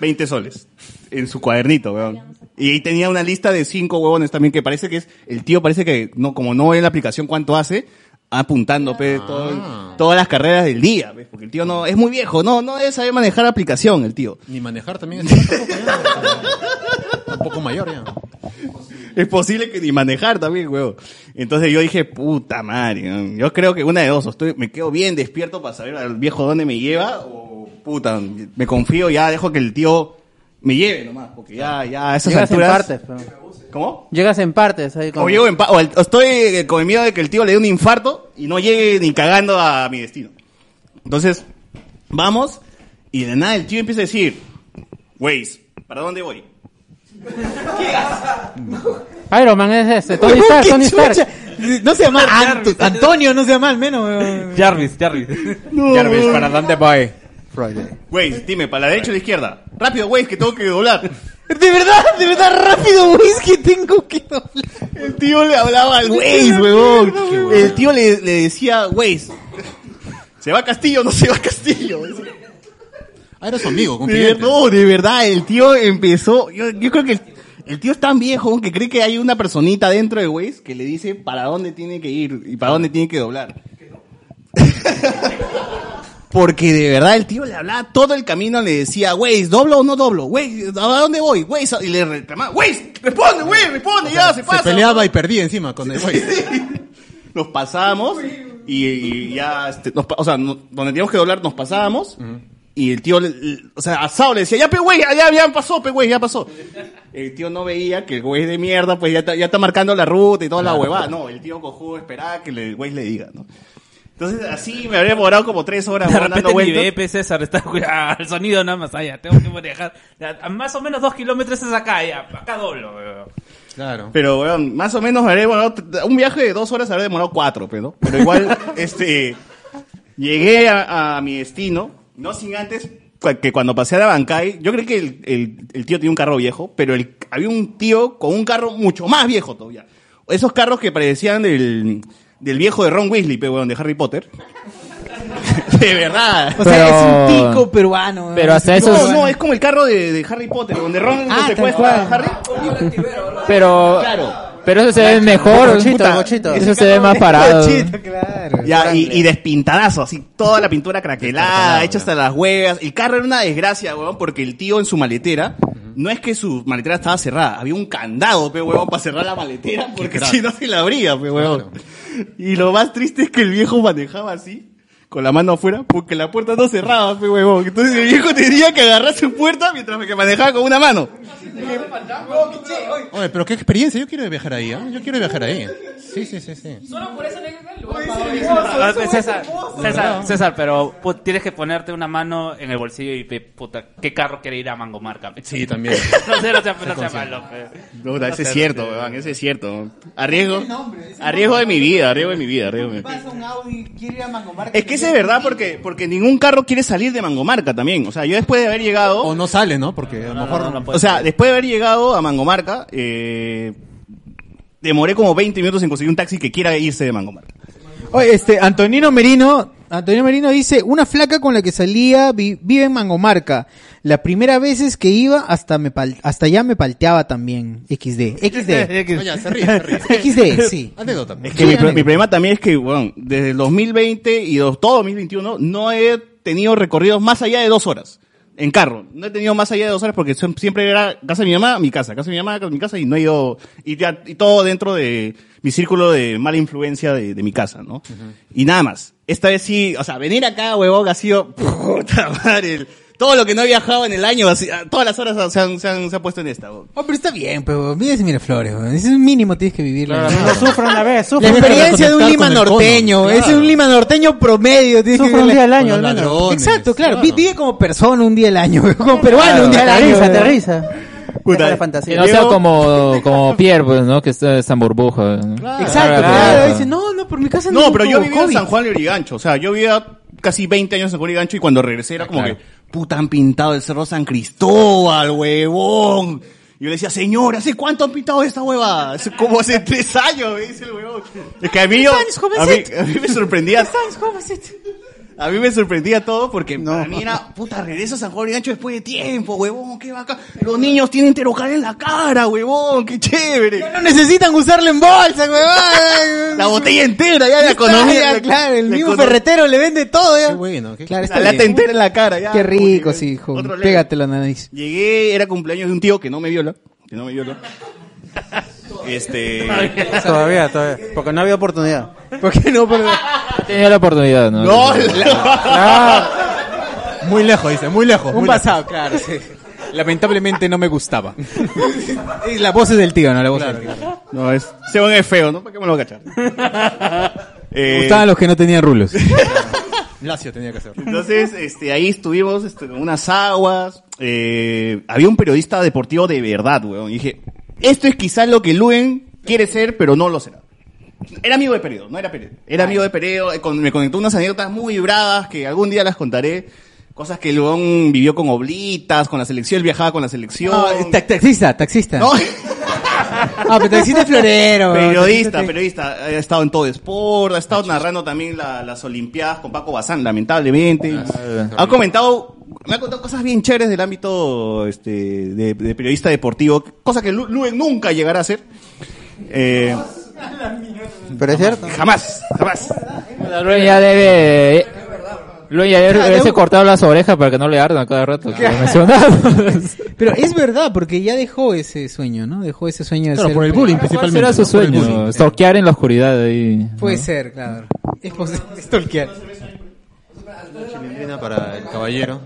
Speaker 2: 20 soles, en su cuadernito, weón. Y ahí tenía una lista de cinco huevones también, que parece que es, el tío parece que, no, como no ve en la aplicación cuánto hace, apuntando, pe, todo- todas las carreras del día, pe, porque el tío no, es muy viejo, no, no debe saber manejar la aplicación, el tío.
Speaker 3: Ni manejar también es tampoco, ya. Un poco mayor ya.
Speaker 2: Es posible que ni manejar también, weón. Entonces yo dije, puta madre, weón. yo creo que una de dos, o estoy, me quedo bien despierto para saber al viejo dónde me lleva, o puta, me confío, ya dejo que el tío me lleve nomás, porque ya, ya a esas
Speaker 6: Llegas en
Speaker 2: alturas...
Speaker 6: partes. pero-
Speaker 2: ¿Cómo?
Speaker 6: Llegas en partes. Ahí con-
Speaker 2: O, llego en pa- o el- o estoy eh, con el miedo de que el tío le dé un infarto y no llegue ni cagando a mi destino. Entonces, vamos, y de nada el tío empieza a decir, Waze, ¿para dónde voy?
Speaker 6: Iron Man es este, Tony Stark,
Speaker 1: ¡Qué
Speaker 6: Tony Stark.
Speaker 1: chucha! No se llama Anto- Antonio, no se llama al menos. weón.
Speaker 10: Jarvis, Jarvis.
Speaker 7: Jarvis, ¿para dónde voy?
Speaker 2: Waze, dime, ¿para la derecha o la izquierda? Rápido, Waze, que tengo que doblar.
Speaker 1: De verdad, de verdad, rápido, güey, es que tengo que doblar.
Speaker 2: El tío le hablaba al Waze, huevón. El tío le, le decía, Waze, ¿se va a Castillo o no se va a Castillo?
Speaker 3: Ah, era su amigo,
Speaker 2: De ver-
Speaker 3: confidente.
Speaker 2: no, de verdad, el tío empezó. Yo, yo creo que el, el tío es tan viejo que cree que hay una personita dentro de Waze que le dice para dónde tiene que ir y para dónde tiene que doblar. Porque de verdad el tío le hablaba todo el camino, le decía, Waze, ¿doblo o no doblo? Waze, ¿a dónde voy? Waze, y le reclamaba, Waze, responde, Waze, responde, ya, se pasa.
Speaker 3: Se peleaba y perdía encima con el güey.
Speaker 2: nos pasábamos y, y ya, este, nos pa- o sea, no- donde teníamos que doblar nos pasábamos y el tío, le- le- o sea, asado le decía, ya, pe, güey, ya, ya, ya pasó, pe, güey, ya pasó. El tío no veía que el güey de mierda, pues ya está, ya está marcando la ruta y toda la huevada. No, el tío cojudo esperaba que le- el güey le diga, ¿no? Entonces, así me habría demorado como tres horas
Speaker 10: De
Speaker 2: weón, dando
Speaker 10: repente mi
Speaker 2: vueltas.
Speaker 10: BP César está cuidado, el sonido nada más allá, tengo que manejar. A- a más o menos dos kilómetros es acá, ya, acá doblo. weón.
Speaker 3: Claro.
Speaker 2: Pero, weón, más o menos me habré demorado, un viaje de dos horas habré demorado cuatro, pero, pero igual, este, llegué a, a mi destino, no sin antes, cua- que cuando pasé a la Bancay, yo creí que el, el- el tío tenía un carro viejo, pero el- había un tío con un carro mucho más viejo todavía. Esos carros que parecían del, del viejo de Ron Weasley, pero, weón, de Harry Potter. de verdad.
Speaker 1: O sea, es un tico peruano.
Speaker 2: Pero
Speaker 1: ¿no?
Speaker 2: hasta
Speaker 1: Es un tico
Speaker 2: eso. No,
Speaker 1: peruano.
Speaker 2: no, es como el carro de, de Harry Potter, donde Ron
Speaker 1: Ah,
Speaker 2: lo secuestra a Harry.
Speaker 7: Pero, pero eso se ve mejor. Puta, Eso se ve más parado.
Speaker 2: Bochito, Ya, y, y despintadazo, así, toda la pintura craquelada, hecha hasta las huevas. El carro era una desgracia, weón, porque el tío en su maletera, no es que su maletera estaba cerrada, había un candado, pe, weón, para cerrar la maletera, porque
Speaker 3: crack.
Speaker 2: si no se la abría, pe, weón. Y lo más triste es que el viejo manejaba así, con la mano afuera, porque la puerta no cerraba, pe, weón. Entonces el viejo tenía que agarrar su puerta mientras que manejaba con una mano.
Speaker 3: Oye, pero qué experiencia. Yo quiero viajar ahí, ¿ah? Yo quiero viajar ahí. Sí, sí, sí, sí.
Speaker 5: Solo por esa anécdota el
Speaker 10: Ah,
Speaker 5: lugar
Speaker 10: pues, César, César, César, pero pu- tienes que ponerte una mano en el bolsillo y pe- puta, ¿qué carro quiere ir a Mangomar? cabrón?
Speaker 3: Sí, también.
Speaker 10: no sé, no sea, no sea
Speaker 3: consciente.
Speaker 10: malo. pe.
Speaker 2: Puta,
Speaker 10: No
Speaker 2: ese
Speaker 10: sé,
Speaker 2: es cierto,
Speaker 10: no sé.
Speaker 2: weón, ese es cierto. Arriesgo, arriesgo de mi vida, arriesgo de mi vida, arriesgo de mi vida.
Speaker 1: Pasa un Audi, quiere ir a Mangomar.
Speaker 2: Es que ese es verdad porque, porque ningún carro quiere salir de Mangomarca también. O sea, yo después de haber llegado...
Speaker 3: O no sale, ¿no? Porque a lo mejor...
Speaker 2: o sea, después de haber llegado a Mangomarca, eh, demoré como 20 minutos en conseguir un taxi que quiera irse de Mangomarca.
Speaker 1: Oye, este, Antonino Merino, Antonino Merino dice, una flaca con la que salía vi- vive en Mangomarca. La primera vez es que iba hasta me pal- hasta ya me palteaba también. XD. XD.
Speaker 3: Oye, se ríe, se ríe.
Speaker 1: XD, sí.
Speaker 3: Anécdota.
Speaker 2: Es que mi, pro- mi problema también es que, bueno, desde el 2020 y dos- todo 2021 no he tenido recorridos más allá de dos horas en carro. No he tenido más allá de dos horas porque son- siempre era casa de mi mamá, mi casa, casa de mi mamá, casa de mi casa y no he ido, y, ya- y todo dentro de mi círculo de mala influencia de, de mi casa, ¿no? Y nada más. Esta vez sí, o sea, venir acá, huevón, ha sido, puta madre, el- todo lo que no he viajado en el año, así, a- todas las horas se han, se han- se han puesto en esta, huevón.
Speaker 1: Oh, pero está bien, pero mira si mira flores, es un mínimo tienes que vivir.
Speaker 6: No sufra una vez,
Speaker 1: La
Speaker 6: sufra una vez.
Speaker 1: experiencia de un
Speaker 3: Reconectar
Speaker 1: Lima
Speaker 3: con el cono,
Speaker 1: norteño, es
Speaker 3: claro.
Speaker 1: un Lima norteño promedio, tienes que
Speaker 6: Sufra un
Speaker 1: vivirla-
Speaker 6: día al año,
Speaker 3: Con
Speaker 6: al
Speaker 3: los
Speaker 6: menos.
Speaker 3: ladrones.
Speaker 1: Exacto, claro, vi-
Speaker 3: Claro.
Speaker 1: vive como persona un día al año, como peruano un día al año.
Speaker 6: Aterriza,
Speaker 1: weón.
Speaker 6: aterriza.
Speaker 2: Puta,
Speaker 6: Deja la
Speaker 7: Que
Speaker 6: fantasía.
Speaker 7: no sea
Speaker 2: Leo-
Speaker 7: como, como Pierre, pues, ¿no? Que está, está en burbuja. ¿no?
Speaker 1: Exacto,
Speaker 7: Claro,
Speaker 1: claro,
Speaker 7: claro.
Speaker 1: dice, no, no, por mi casa
Speaker 2: No,
Speaker 1: hubo
Speaker 2: pero yo vivía en
Speaker 1: COVID".
Speaker 2: San Juan de Origancho. O sea, yo vivía casi 20 años en San Juan de Origancho y cuando regresé era como que, puta, han pintado el Cerro San Cristóbal, huevón. Y yo le decía, señor, ¿hace cuánto han pintado esta hueva? Hace como hace tres años, me dice el huevón. Es que a mí, yo-
Speaker 1: años,
Speaker 2: a mí,
Speaker 1: jovencito.
Speaker 2: a mí me sorprendía,
Speaker 1: ¿Sabes cómo es esto?
Speaker 2: a mí me sorprendía todo porque
Speaker 6: No.
Speaker 2: para mí era, puta, regreso a San Juan de Origancho después de tiempo, huevón, qué bacán. Los niños tienen terocal en la cara, huevón, qué chévere.
Speaker 1: No necesitan usarla en bolsa, huevón.
Speaker 2: La botella entera, ya la economía.
Speaker 1: Ya, claro, el
Speaker 2: la
Speaker 1: mismo
Speaker 2: economía-
Speaker 1: ferretero le vende todo, ya.
Speaker 3: Qué bueno, qué-
Speaker 1: Claro, está
Speaker 2: La lata
Speaker 1: bien.
Speaker 2: entera en la cara, ya.
Speaker 1: Qué rico,
Speaker 2: Porque-
Speaker 1: sí, hijo.
Speaker 2: Otro level.
Speaker 1: Pégate la nariz.
Speaker 2: Llegué, era cumpleaños de un tío que no me viola. Que no me viola. Este.
Speaker 6: Todavía, todavía. Porque no había oportunidad.
Speaker 1: ¿Por qué no? Por-
Speaker 7: Tenía la oportunidad, ¿no?
Speaker 2: ¡No! la-
Speaker 3: Muy lejos, dice, muy lejos.
Speaker 1: Un
Speaker 3: muy
Speaker 1: pasado, claro, sí. Lamentablemente no me gustaba. Y la voz es del tío, ¿no? La voz es del tío.
Speaker 2: No, es. Se van es feo, ¿no? ¿Para qué me lo voy a cachar?
Speaker 1: Me
Speaker 2: Eh,
Speaker 1: Gustaban los que no tenían rulos.
Speaker 3: lejos. Lacio tenía que hacer.
Speaker 2: Entonces, este, ahí estuvimos este, con unas aguas. eh, había un periodista deportivo de verdad, weón. Y dije, esto es quizás lo que Luen quiere ser, pero no lo será. Era amigo de Peredo, no era Peredo. Era amigo de Peredo, eh, con- me conectó unas anécdotas muy bravas que algún día las contaré. Cosas que León vivió con oblitas, con la selección, él viajaba con la selección.
Speaker 1: No, ta- taxista, taxista.
Speaker 2: No,
Speaker 1: Ah, pero taxista es florero. weón.
Speaker 2: periodista,
Speaker 1: Taxista-
Speaker 2: periodista. Ha estado en todo Sport, ha estado narrando también la- las Olimpiadas con Paco Bazán, lamentablemente.
Speaker 3: Ah,
Speaker 2: Ha comentado, me ha contado cosas bien chéveres del ámbito este, de, de periodista deportivo, cosa que Lu- Luen nunca llegará a ser. Eh,
Speaker 6: Pero es cierto.
Speaker 2: jamás, jamás.
Speaker 7: Bueno, Luen ya debe. Luen ya debe
Speaker 1: Claro,
Speaker 7: haberse
Speaker 1: debo-
Speaker 7: cortado las orejas para que no le ardan cada rato. Que lo mencionamos.
Speaker 1: Pero es verdad, porque ya dejó ese sueño, ¿no? Dejó ese sueño de
Speaker 3: Claro,
Speaker 1: ser Ah,
Speaker 3: por el
Speaker 1: periodista.
Speaker 3: bullying
Speaker 7: ¿Cuál
Speaker 3: principalmente.
Speaker 7: será su
Speaker 3: ¿no? Por el
Speaker 7: sueño?
Speaker 3: bullying.
Speaker 7: Stalkear en la oscuridad ahí.
Speaker 1: Puede
Speaker 7: ¿no?
Speaker 1: ser, claro. Es posible. Stalkear.
Speaker 3: Chilindrina para el caballero.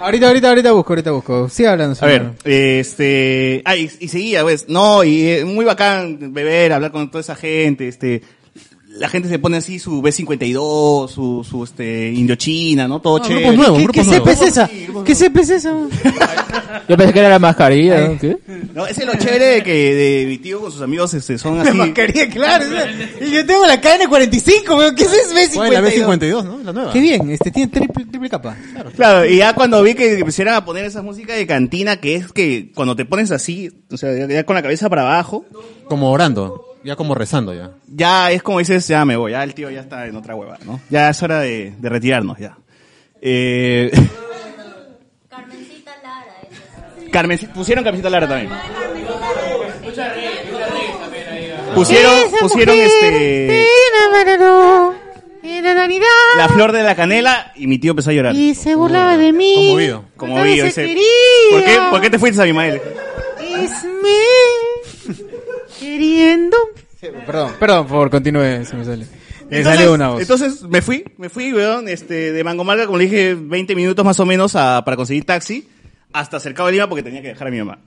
Speaker 1: Ahorita, ahorita, ahorita busco, ahorita busco. Sigue hablando.
Speaker 2: A
Speaker 1: señor.
Speaker 2: ver,
Speaker 3: eh,
Speaker 2: este, ah, y, y seguía, pues, no, y eh, muy bacán beber, hablar con toda esa gente, este, la gente se pone así su B52, su, su este, Indochina, ¿no? Todo
Speaker 1: Ah,
Speaker 2: chévere.
Speaker 1: grupos nuevos, ¿Qué- grupos qué nuevos. cepa es esa? ¿Qué cepa es esa?
Speaker 7: Yo pensé que era la mascarilla, ¿no? ¿Qué?
Speaker 2: No, ese es lo chévere de que de mi tío con sus amigos este,
Speaker 3: Ah,
Speaker 2: son así.
Speaker 1: La mascarilla, claro. es- Y yo tengo la KN45, weón. ¿Qué es eso? B52?
Speaker 2: Bueno, la B52, ¿no? La nueva.
Speaker 1: Qué bien, este tiene triple, triple capa.
Speaker 2: Claro, y ya cuando vi que pusieran a poner esa música de cantina, que es que cuando te pones así, o sea, ya- ya con la cabeza para abajo,
Speaker 3: Como orando, ya como rezando ya.
Speaker 2: ya es como dices, ya me voy, ya el tío ya está en otra hueva, ¿no? Ya es hora de, de retirarnos, ya. Eh... Carmen, pusieron Carmencita Lara también. Pusieron, pusieron este,
Speaker 11: En la Navidad.
Speaker 2: la flor de la canela y mi tío empezó a llorar.
Speaker 11: Y se burlaba de mí.
Speaker 2: Conmovido. Conmovido.
Speaker 11: Entonces,
Speaker 2: dice,
Speaker 11: querida.
Speaker 2: ¿por qué, ¿Por qué te fuiste a mi madre?
Speaker 11: Es me. Queriendo.
Speaker 1: Perdón, perdón, por favor, continúe, se me sale. Me
Speaker 2: Entonces,
Speaker 1: salió una voz.
Speaker 2: entonces me fui, me fui, weón, este, de Mangomarca, como le dije, 20 minutos más o menos a- para conseguir taxi, hasta Cercado de Lima porque tenía que dejar a mi mamá.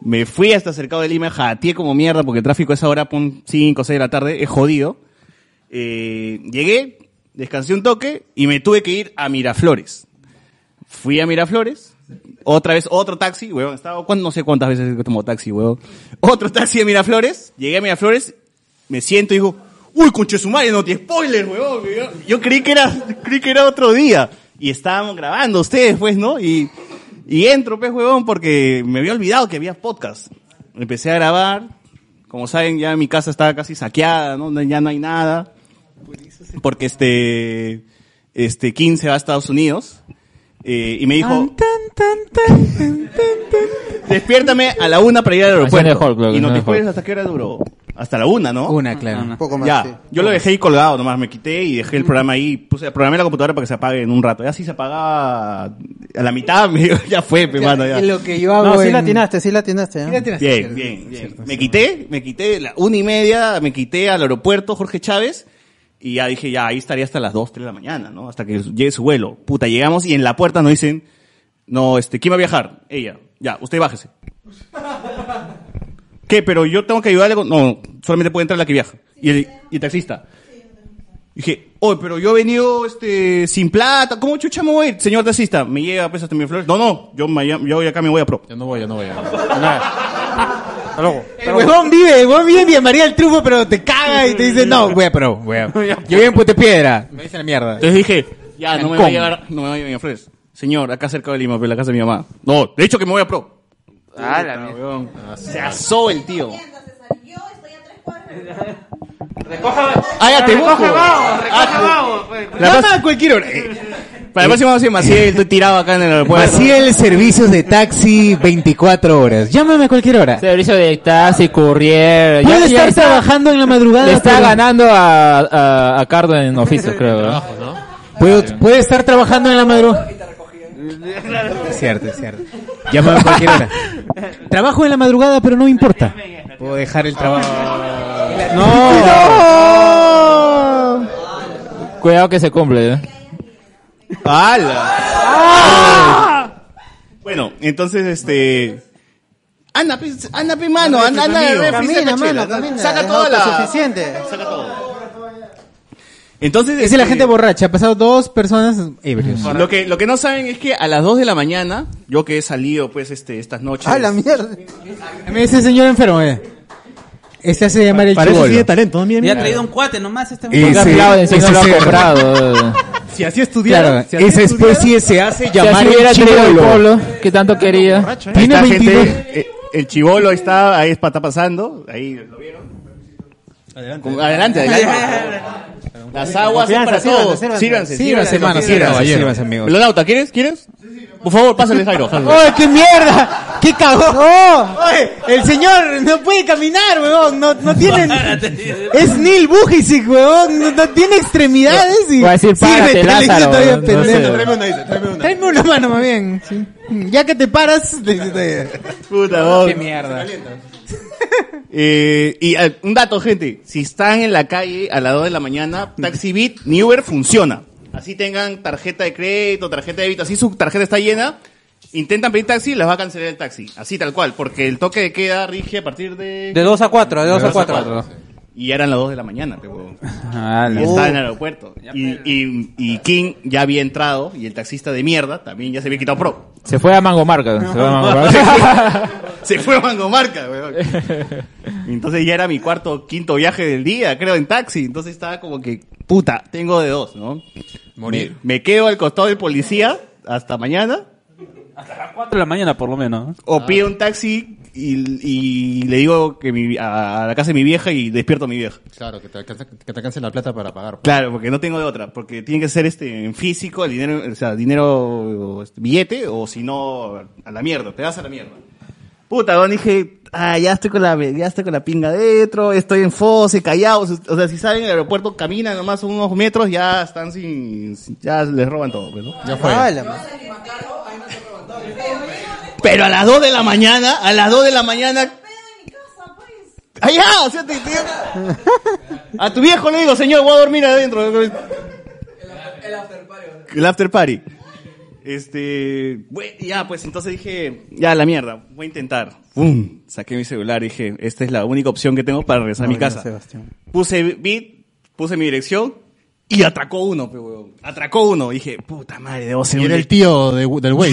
Speaker 2: Me fui hasta Cercado de Lima, jateé como mierda porque el tráfico a esa hora, pum, 5 o 6 de la tarde, es jodido. Eh, llegué, descansé un toque y me tuve que ir a Miraflores. Fui a Miraflores, otra vez otro taxi, weón, estaba, cuán- no sé cuántas veces que tomo taxi, weón. Otro taxi de Miraflores, llegué a Miraflores, me siento y digo, uy, conche su madre, no te spoiler, weón. weón". Yo creí que era, creí que era otro día. Y estábamos grabando ustedes, pues, ¿no? Y, y entro, pues, huevón, porque me había olvidado que había podcast. Empecé a grabar. Como saben, ya mi casa estaba casi saqueada, ¿no? No- Ya no hay nada. Porque este, este, 15 va a Estados Unidos. Eh, y me dijo, despiértame a la una para ir al aeropuerto.
Speaker 7: Hacían el Hulk, lo que
Speaker 2: y nos
Speaker 7: hacían el
Speaker 2: después
Speaker 7: Hulk.
Speaker 2: hasta qué hora duró. Hasta la una, ¿no? Una,
Speaker 1: claro. Un
Speaker 6: poco más,
Speaker 2: Ya.
Speaker 6: sí.
Speaker 2: Yo lo dejé ahí colgado nomás, me quité y dejé el programa ahí. Puse, programé la computadora para que se apague en un rato. Ya si se apagaba a la mitad, me digo, ya fue, mi mano, ya.
Speaker 1: y lo que yo hago
Speaker 6: No, sí
Speaker 1: en-
Speaker 6: la atinaste, sí la atinaste. ¿eh?
Speaker 2: Bien, bien, bien. Me quité, me quité la una y media, me quité al aeropuerto Jorge Chávez y ya dije, ya ahí estaría hasta las dos, tres de la mañana, ¿no? Hasta que llegue su vuelo. Puta, llegamos y en la puerta nos dicen, no, este, ¿quién va a viajar? Ella. Ya, usted bájese. ¿Qué? Pero yo tengo que ayudarle con... No, solamente puede entrar la que viaja. Y el, y el taxista. Dije, oye, pero yo he venido este, sin plata. ¿Cómo chucha me voy? Señor taxista, me lleva pesos hasta mi flor. No, no, yo, me- yo acá me voy a pro. Yo no voy, yo no voy. Eh,
Speaker 1: El huevón vive, el huevón vive en Villa María del Trufo, pero te caga y te dice, no, wea, pero, wea. Yo vivo en Putepiedra. Me dice la mierda.
Speaker 2: pues. Entonces dije, ya, no me
Speaker 1: ¿Cómo?
Speaker 2: va a llegar, no me va a llegar Flores. Señor, acá cerca de Lima, pero la casa de mi mamá. No, de hecho que me voy a pro.
Speaker 10: Ah, la mierda.
Speaker 2: Weón. Se asó el tío. Ah, ya te busco.
Speaker 10: Recoge vago, recoge
Speaker 2: Ah,
Speaker 10: vago.
Speaker 2: La Llama a cualquier hora. Para la próxima vamos a ir Maciel, estoy tirado acá en el
Speaker 1: Pues
Speaker 2: aeropuerto.
Speaker 1: Maciel Servicios de Taxi 24 horas. Llámame a cualquier hora.
Speaker 7: Servicio de taxi, courier.
Speaker 1: Puedo
Speaker 7: Ya- ya
Speaker 1: estar
Speaker 7: está-
Speaker 1: trabajando en la madrugada.
Speaker 7: Le está
Speaker 1: pero-
Speaker 7: ganando a, a, a Cardo en oficio, creo. ¿no?
Speaker 1: Puedo, puedo estar trabajando en la madrugada. Es cierto, es cierto. Llámame a cualquier hora. Trabajo en la madrugada, pero no me importa. Puedo dejar el trabajo.
Speaker 7: ¡No! Cuidado que se cumple, ¿eh?
Speaker 2: ¡Ah! Bueno, entonces este. Anda, pe, anda, pe, mano, anda, anda,
Speaker 6: Amigo.
Speaker 2: anda, refri,
Speaker 6: Camina,
Speaker 2: saca chela,
Speaker 6: mano,
Speaker 2: anda. pues,
Speaker 6: camina.
Speaker 2: Saca
Speaker 6: Es
Speaker 2: toda la.
Speaker 6: autosuficiente.
Speaker 2: Saca todo. Entonces,
Speaker 1: Esa es
Speaker 2: este,
Speaker 1: la gente borracha. Ha pasado dos personas ebrios.
Speaker 2: Lo que, lo que no saben es que a las 2 de la mañana, yo que he salido pues este, estas noches.
Speaker 6: Ah, la mierda.
Speaker 1: Ese señor enfermo, eh. Este hace llamar el
Speaker 3: Para eso
Speaker 1: chibolo.
Speaker 3: sí de talento, ¿no? Mira,
Speaker 12: Me ha
Speaker 3: mira.
Speaker 12: traído un cuate nomás este
Speaker 1: Y se-
Speaker 7: aplauden si
Speaker 1: y
Speaker 7: no
Speaker 1: se
Speaker 7: lo ha
Speaker 1: cierra.
Speaker 7: comprado.
Speaker 3: Si así estudiara,
Speaker 1: Claro,
Speaker 3: si así
Speaker 1: esa
Speaker 3: estudiara-
Speaker 1: especie se hace
Speaker 7: Si así
Speaker 1: llamar el
Speaker 7: hubiera tenido el
Speaker 1: chibolo.
Speaker 7: polo que tanto quería.
Speaker 1: Tiene
Speaker 2: Esta
Speaker 1: 22.
Speaker 2: gente, eh, el chivolo ahí está, ahí está pasando, ahí lo vieron. Adelante, adelante. Las aguas son para
Speaker 1: Sírvanse,
Speaker 2: todos.
Speaker 1: sírvanse.
Speaker 2: Sírvanse,
Speaker 1: Sírvanse, hermano, sírvanse, sírvanse, amigo.
Speaker 2: Melonauta, ¿quieres? ¿Quieres? Por favor, pásale, Jairo. Jairo.
Speaker 1: ¡Oh, qué mierda! ¡Qué cagón! Oye, el señor no puede caminar, weón. No, no tiene... es Neil Bujicic, weón. No, no tiene extremidades y...
Speaker 7: Va a decir,
Speaker 1: Sírvete,
Speaker 7: párate,
Speaker 1: le dice
Speaker 7: Lázaro.
Speaker 1: todavía,
Speaker 7: No
Speaker 1: pendejo.
Speaker 7: sé.
Speaker 3: Tráeme una, dice, tráeme una.
Speaker 1: Tráeme una mano, más bien. Sí. Ya que te paras, le dice todavía.
Speaker 2: Puta, vos.
Speaker 1: Qué mierda.
Speaker 2: Eh, y eh, un dato, gente. Si están en la calle a las 2 de la mañana, TaxiBit ni Uber funciona. Así tengan tarjeta de crédito, tarjeta de débito, así su tarjeta está llena, intentan pedir taxi, les va a cancelar el taxi. Así tal cual, porque el toque de queda rige a partir de...
Speaker 12: De 2 a 4, de 2 a 4.
Speaker 2: Y ya eran las 2 de la mañana, pe, huevón.
Speaker 7: Ah,
Speaker 2: Y
Speaker 7: la-
Speaker 2: estaba en el aeropuerto. Y, y- y King ya había entrado y el taxista de mierda también ya se había quitado pro.
Speaker 7: Se fue a Mango Marca. Se fue a
Speaker 10: Ah.
Speaker 7: Mango
Speaker 2: se,
Speaker 7: Marca.
Speaker 2: fue, se fue a Mangomarca, weón. Entonces ya era mi cuarto, quinto viaje del día, creo, en taxi. Entonces estaba como que, puta, tengo de dos, ¿no?
Speaker 3: Morir.
Speaker 2: Me, me quedo al costado del policía hasta mañana.
Speaker 10: Cuatro de la mañana, por lo menos.
Speaker 2: O pido
Speaker 7: Ah.
Speaker 2: un taxi y, y le digo que mi- a, a la casa de mi vieja y despierto a mi vieja.
Speaker 3: Claro, que te, alcanza- que te alcance la plata para pagar.
Speaker 2: Claro, porque no tengo de otra, porque tiene que ser este en físico, el dinero, o sea, dinero este, billete o si no a la mierda, te vas a la mierda. Puta, don, dije, ah, ya estoy con la ya estoy con la pinga adentro, estoy en Fose, callado, o sea, si salen del aeropuerto caminan nomás unos metros ya están sin, sin- ya les roban todo, pues, ¿no?
Speaker 3: Ya fue.
Speaker 6: Ah, la ma-
Speaker 2: Pero a las 2 de la mañana, a las 2 de la mañana Allá, o sea, te- te- a tu viejo le digo, señor, voy a dormir adentro. El after party. Este, bue- ya, pues entonces dije, ya la mierda, voy a intentar. ¡Pum! Saqué mi celular y dije, esta es la única opción que tengo para regresar a mi
Speaker 6: Gabriel
Speaker 2: casa.
Speaker 6: Sebastián.
Speaker 2: Puse beat, puse mi dirección y atracó uno, pe, huevón. Atracó uno. Dije, puta madre, debo ser
Speaker 3: Y
Speaker 2: un
Speaker 3: era el
Speaker 2: le-
Speaker 3: tío de- del güey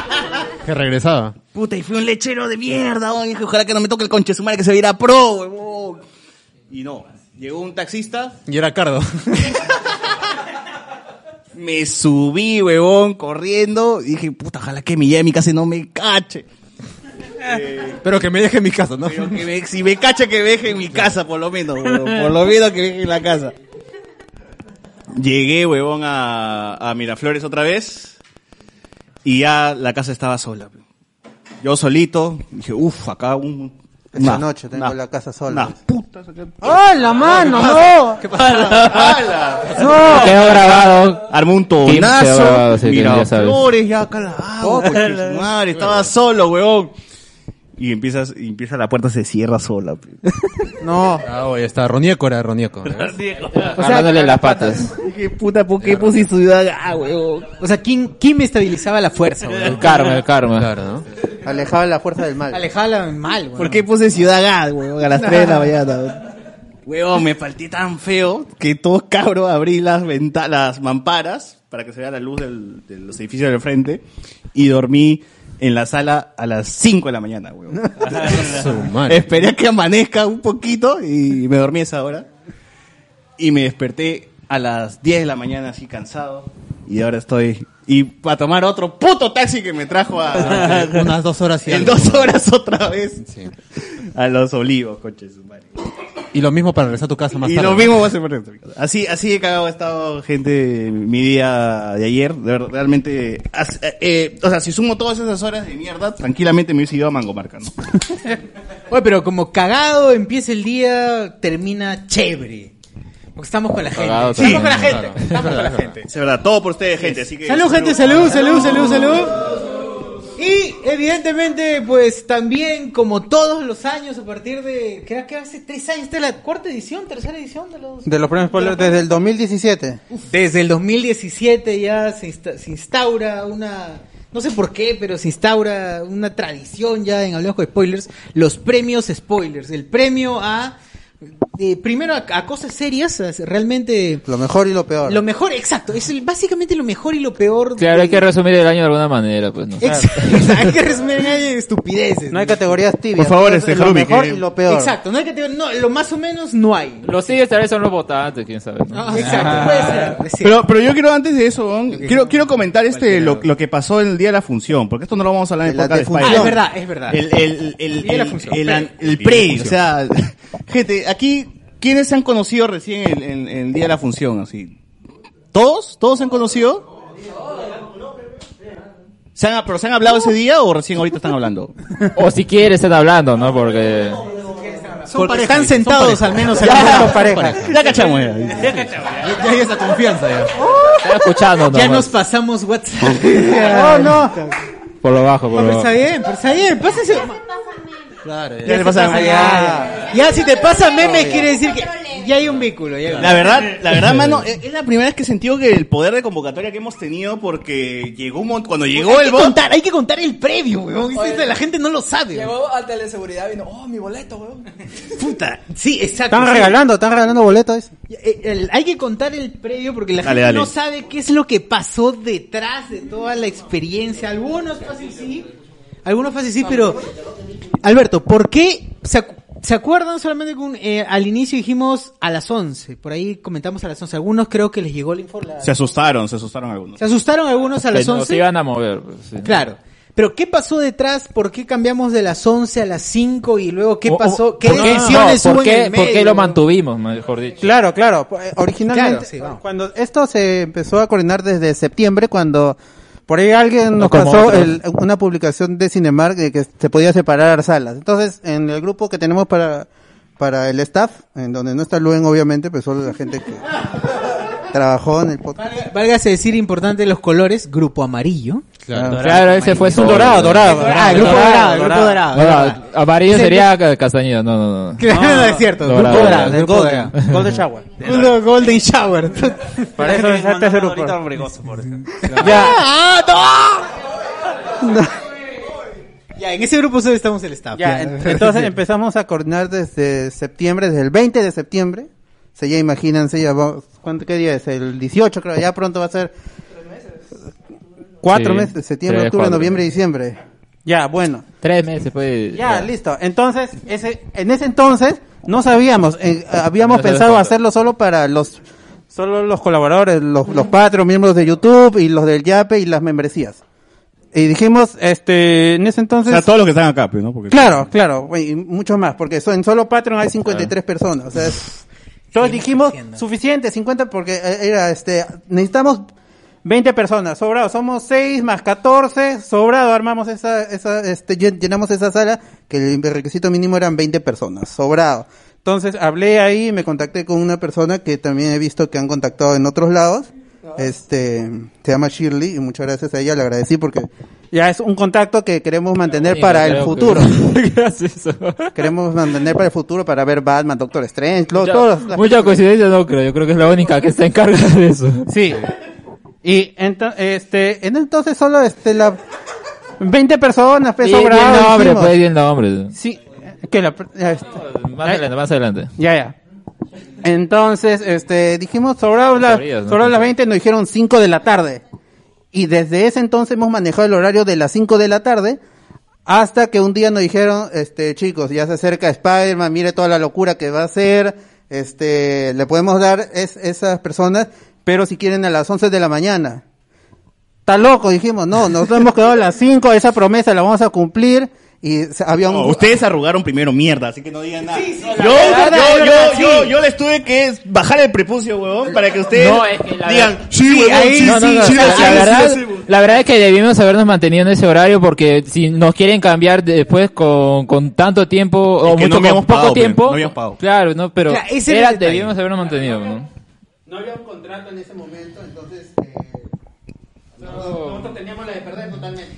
Speaker 3: que regresaba.
Speaker 2: Puta, y fui un lechero de mierda, huevón. Dije, ojalá que no me toque el conche de su madre que se va a ir a pro, huevón. Y no, llegó un taxista,
Speaker 3: Y era Cardo.
Speaker 2: Me subí, huevón, corriendo. Y dije, puta, ojalá que mi mi casa no me cache.
Speaker 3: Pero que me deje en mi casa, ¿no?
Speaker 2: Pero que me- si me cacha, que me deje en mi casa, por lo menos, huevón. Por lo menos que me deje en la casa. Llegué, huevón, a, a Miraflores otra vez. Y ya la casa estaba sola. Yo solito. Dije, uff, acá un...
Speaker 6: Esta
Speaker 2: una-
Speaker 6: noche tengo
Speaker 2: una-
Speaker 6: la casa
Speaker 2: una
Speaker 6: sola.
Speaker 2: puta.
Speaker 11: ¡Ah, la mano! ¡No! ¡No!
Speaker 7: Quedó grabado.
Speaker 2: Armó un
Speaker 7: quedó grabado,
Speaker 2: tonazo.
Speaker 7: sí, que
Speaker 2: mira,
Speaker 7: ya sabes.
Speaker 2: flores, ya acá la hago, coche su madre, estaba solo, huevón. Y empiezas, y empieza la puerta, se cierra sola. pe.
Speaker 6: No.
Speaker 3: Ah, oye, está Ronieco, era Ronieco. ¿verdad?
Speaker 7: Agarrándole las patas.
Speaker 2: Dije, puta, ¿por qué puse ciudad? Ah, huevón.
Speaker 1: O sea, Kim, Kim estabilizaba la fuerza,
Speaker 7: El
Speaker 1: weón.
Speaker 7: karma, el karma.
Speaker 3: Claro, ¿no?
Speaker 6: Alejaba la fuerza del mal.
Speaker 1: Alejala mal, weón.
Speaker 2: ¿Por qué puse ciudad gas, huevón? A las 3 de la mañana. Huevón, me falté tan feo que todos cabros abrí las ventanas, las mamparas para que se vea la luz del- de los edificios del frente y dormí en la sala a las 5 de la mañana, huevón.
Speaker 3: Su madre.
Speaker 2: Esperé a que amanezca un poquito y me dormí a esa hora. Y me desperté a las 10 de la mañana así cansado. Y ahora estoy... Y para tomar otro puto taxi que me trajo a...
Speaker 3: Unas dos horas y
Speaker 2: en
Speaker 3: algo.
Speaker 2: dos horas otra vez.
Speaker 3: Sí.
Speaker 2: A los olivos, coche de su madre.
Speaker 3: Y lo mismo para regresar a tu casa más
Speaker 2: Y
Speaker 3: tarde.
Speaker 2: lo mismo va a ser para regresar a mi casa. Así, así de cagado ha estado, gente, mi día de ayer. De verdad, realmente... as- eh, eh, o sea, si sumo todas esas horas de mierda, tranquilamente me hubiese ido a Mangomarca, ¿no?
Speaker 1: Oye, pero como cagado empieza el día, termina chévere. Porque estamos con la gente.
Speaker 7: Cagado
Speaker 1: estamos con
Speaker 7: también.
Speaker 1: la gente.
Speaker 3: Claro.
Speaker 1: Estamos con la gente.
Speaker 2: Es verdad, todo por ustedes, gente. Así que,
Speaker 1: Salud, gente, salud, salud, salud, salud. Y evidentemente, pues también, como todos los años, a partir de. Creo que hace tres años, esta es la cuarta edición, tercera edición de los.
Speaker 6: De los premios Puebla desde el 2017.
Speaker 1: Desde el 2017 ya se, insta- se instaura una, no sé por qué, pero se instaura una tradición ya en Hablemos con Spoilers, los premios spoilers, el premio a, eh, primero a, a cosas serias, a- realmente
Speaker 6: Lo mejor y lo peor.
Speaker 1: lo mejor, exacto, es el- básicamente lo mejor y lo peor.
Speaker 7: Claro, hay
Speaker 1: de-
Speaker 7: que resumir el año de alguna manera, pues, ¿no?
Speaker 1: Ex- Exacto, hay que resumir en estupideces.
Speaker 6: No hay categorías tibias.
Speaker 2: Por favor,
Speaker 6: Es
Speaker 2: este,
Speaker 6: lo
Speaker 2: Harumi,
Speaker 6: mejor
Speaker 2: que-
Speaker 6: y lo peor.
Speaker 1: Exacto, no hay que tener, no, lo más o menos no hay.
Speaker 7: Los sigues tal vez son los votantes, quién sabe. ¿no?
Speaker 1: Ah, Exacto, puede ser, puede ser.
Speaker 2: Pero, pero yo quiero antes de eso, ¿no? quiero, quiero comentar este lo, lo que pasó el día de la función, porque esto no lo vamos a hablar en
Speaker 6: La
Speaker 2: el podcast de
Speaker 1: Ah,
Speaker 2: Spider-Man.
Speaker 1: es verdad, es verdad.
Speaker 2: El, el, el,
Speaker 1: día de la
Speaker 2: el-
Speaker 1: función.
Speaker 2: el-
Speaker 1: Pre.
Speaker 2: el pre, o sea, gente, aquí, ¿quiénes se han conocido recién en en- en el, día de la función? así ¿Todos? ¿Todos se han conocido? ¿Se han, ¿Pero se han hablado ese día o recién ahorita están hablando?
Speaker 7: O si quieres, están hablando, ¿no? Porque...
Speaker 1: Son pareja, están sentados al menos en la
Speaker 6: Son pareja.
Speaker 2: Ya cachamos. ya.
Speaker 3: Ya hay esa confianza ya.
Speaker 7: Están escuchando, ¿no?
Speaker 1: Ya nos pasamos WhatsApp.
Speaker 6: Oh, no.
Speaker 7: Por lo bajo,
Speaker 1: No,
Speaker 7: por lo
Speaker 1: pero está
Speaker 7: bajo.
Speaker 1: bien, pero está bien, pásense.
Speaker 4: Pásame.
Speaker 3: Claro, ya.
Speaker 2: Ya le pasan.
Speaker 1: Ya, ya, ya. Ya, si te pasa meme, quiere decir que ya hay un vínculo. ya hay un
Speaker 2: La
Speaker 1: vínculo.
Speaker 2: verdad, la verdad, mano, es es la primera vez que he sentido que el poder de convocatoria que hemos tenido porque llegó un montón, cuando llegó
Speaker 1: hay
Speaker 2: el
Speaker 1: que
Speaker 2: bot-
Speaker 1: contar, hay que contar el previo, weón.
Speaker 5: Oye.
Speaker 1: Esa- La gente no lo sabe. weón.
Speaker 5: Llegó al teleseguridad y vino, oh, mi boleto, weón.
Speaker 1: Puta. Sí, exacto.
Speaker 6: Están
Speaker 1: sí.
Speaker 6: regalando, están regalando boletos.
Speaker 1: Eh, el- hay que contar el previo porque la
Speaker 6: Dale,
Speaker 1: gente
Speaker 6: dale.
Speaker 1: no sabe qué es lo que pasó detrás de toda la experiencia. Algunos fácil sí, algunos fácil sí, pero Alberto, ¿por qué se, acu- se acuerdan solamente que un- eh, al inicio dijimos a las 11? Por ahí comentamos a las 11. Algunos creo que les llegó el informe.
Speaker 2: Se asustaron, se asustaron algunos.
Speaker 1: Se asustaron algunos a las
Speaker 7: No se
Speaker 1: 11.
Speaker 7: iban a mover. pues, sí.
Speaker 1: Claro. Pero ¿qué pasó detrás? ¿Por qué cambiamos de las 11 a las 5 y luego qué
Speaker 7: O- o-
Speaker 1: pasó? ¿Qué
Speaker 7: ¿por qué?
Speaker 1: decisiones
Speaker 7: No,
Speaker 1: hubo
Speaker 7: ¿por
Speaker 1: en
Speaker 7: qué,
Speaker 1: el
Speaker 7: por qué
Speaker 1: medio?
Speaker 7: lo mantuvimos, mejor dicho?
Speaker 6: Claro, claro. Eh, Originalmente,
Speaker 7: Claro, sí, vamos.
Speaker 6: cuando esto se empezó a coordinar desde septiembre, cuando por ahí alguien nos
Speaker 7: como
Speaker 6: pasó
Speaker 7: otros.
Speaker 6: el- una publicación de Cinemark de que se podía separar salas. Entonces, en el grupo que tenemos para, para el staff, en donde no está Luen, obviamente, pero solo la gente que trabajó en el podcast.
Speaker 1: Válgase decir importante los colores, grupo amarillo.
Speaker 7: Claro, Claro, ese fue su
Speaker 1: Dorado, dorado. Ah, grupo dorado, grupo dorado.
Speaker 7: Dorado. Amarillo
Speaker 1: Ese-
Speaker 7: sería ca- castañeda, no, no, no.
Speaker 1: Claro, es cierto.
Speaker 7: Dorado.
Speaker 1: Grupo dorado,
Speaker 7: Del
Speaker 1: grupo
Speaker 7: Golden.
Speaker 1: dorado.
Speaker 7: Golden
Speaker 1: Shower. Golden, Shower.
Speaker 10: Para eso es este grupo.
Speaker 1: ¡Ah, Ya, en ese grupo solo estamos el staff.
Speaker 6: Ya, en- entonces empezamos a coordinar desde septiembre, desde el 20 de septiembre. O sea, ya imagínense, ya vamos- ¿cuánto, ¿qué día es? El 18 creo, ya pronto va a ser... Cuatro
Speaker 7: Sí,
Speaker 6: meses, septiembre,
Speaker 7: tres,
Speaker 6: octubre,
Speaker 7: cuatro.
Speaker 6: noviembre, diciembre. Ya, bueno.
Speaker 7: Tres meses, pues.
Speaker 6: Ya, listo. Entonces, ese, en ese entonces no sabíamos, eh, habíamos
Speaker 7: No sabes
Speaker 6: pensado
Speaker 7: cuánto.
Speaker 6: hacerlo solo para los solo los colaboradores, los, los patros, miembros de YouTube y los del Yape y las membresías. Y dijimos, este, en ese
Speaker 2: O
Speaker 6: entonces...
Speaker 2: sea, todos los que están acá, pues, ¿no? Porque-
Speaker 6: Claro, claro, güey, y muchos más, porque so- en solo Patreon hay 53 personas. O sea, es- todos dijimos suficiente, 50, porque eh, era este, necesitamos 20 personas, sobrado, somos 6 más 14, sobrado, armamos esa, esa este, llen- llenamos esa sala, que el requisito mínimo eran 20 personas, sobrado. Entonces hablé ahí, me contacté con una persona que también he visto que han contactado en otros lados.
Speaker 2: Ah.
Speaker 6: Este, se llama Shirley y muchas gracias a ella, le agradecí porque ya es un contacto que queremos mantener
Speaker 7: bonito,
Speaker 6: para el
Speaker 7: creo que-
Speaker 6: futuro. Queremos mantener para el futuro, para ver Batman, Doctor Strange, lo-
Speaker 7: Mucha-
Speaker 6: todos.
Speaker 7: Mucha coincidencia no creo, yo creo que es la única que se encarga de eso.
Speaker 6: Sí. Y ento- este, en entonces solo este la 20 personas, peso
Speaker 7: di
Speaker 6: bravo.
Speaker 7: el nombre,
Speaker 6: dijimos.
Speaker 7: pues, di el nombre.
Speaker 6: Sí, que la este, ya está.
Speaker 7: Más adelante, más adelante.
Speaker 6: Ya, ya. Entonces, este, dijimos, sobrado las,
Speaker 7: Teorías, ¿no?
Speaker 6: sobrado las 20, nos dijeron 5 de la tarde. Y desde ese entonces hemos manejado el horario de las 5 de la tarde hasta que un día nos dijeron, este, chicos, ya se acerca Spider-Man, mire toda la locura que va a hacer, este, le podemos dar es- esas personas, pero si quieren a las 11 de la mañana. Está loco, dijimos, no, nos hemos quedado a las 5, esa promesa la vamos a cumplir. Y se- había un...
Speaker 2: No, ustedes arrugaron primero mierda, así que no digan nada. yo,
Speaker 6: verdad,
Speaker 2: yo,
Speaker 6: la
Speaker 2: yo,
Speaker 6: verdad,
Speaker 2: yo,
Speaker 6: sí.
Speaker 2: yo les tuve que bajar el prepucio, huevón, para que ustedes
Speaker 7: No, es que la
Speaker 2: digan,
Speaker 7: verdad-
Speaker 2: sí, huevón,
Speaker 7: ahí
Speaker 2: sí,
Speaker 7: no, no,
Speaker 2: sí,
Speaker 7: no,
Speaker 2: sí,
Speaker 7: la-
Speaker 2: sí,
Speaker 7: la
Speaker 2: sí,
Speaker 7: verdad-
Speaker 2: sí, sí".
Speaker 7: La verdad es que debimos habernos mantenido en ese horario porque si nos quieren cambiar después con, con tanto tiempo o
Speaker 2: que
Speaker 7: mucho,
Speaker 2: no
Speaker 7: con
Speaker 2: habíamos
Speaker 7: poco
Speaker 2: pagado, pues,
Speaker 7: tiempo.
Speaker 2: no habíamos pagado.
Speaker 7: Claro, no, pero
Speaker 6: Claro, ese era
Speaker 7: era-
Speaker 6: el detalle.
Speaker 7: debimos habernos mantenido, ¿no?
Speaker 6: No había un contrato en ese momento, entonces eh, nosotros teníamos la de perder totalmente.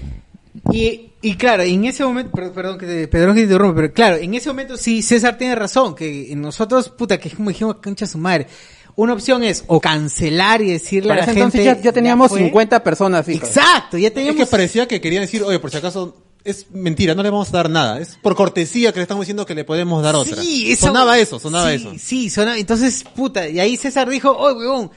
Speaker 1: Y, y claro, en ese momento, per- perdón que te, perdón que te interrumpa, pero claro, en ese momento sí, César tiene razón, que nosotros, puta, que es como dijimos, cancha su madre. Una opción es o cancelar y decirle
Speaker 6: Para
Speaker 1: a
Speaker 6: ese
Speaker 1: la gente.
Speaker 6: entonces ya, ya teníamos
Speaker 1: fue".
Speaker 6: 50 personas fijas.
Speaker 1: Exacto, ya teníamos.
Speaker 3: Es que parecía que querían decir, oye, por si acaso es mentira, no le vamos a dar nada. Es por cortesía que le estamos diciendo que le podemos dar otra.
Speaker 1: Sí, esa-
Speaker 3: sonaba eso, sonaba
Speaker 1: sí,
Speaker 3: eso.
Speaker 1: Sí, sonaba. Entonces, puta, y ahí César dijo, oye, weón,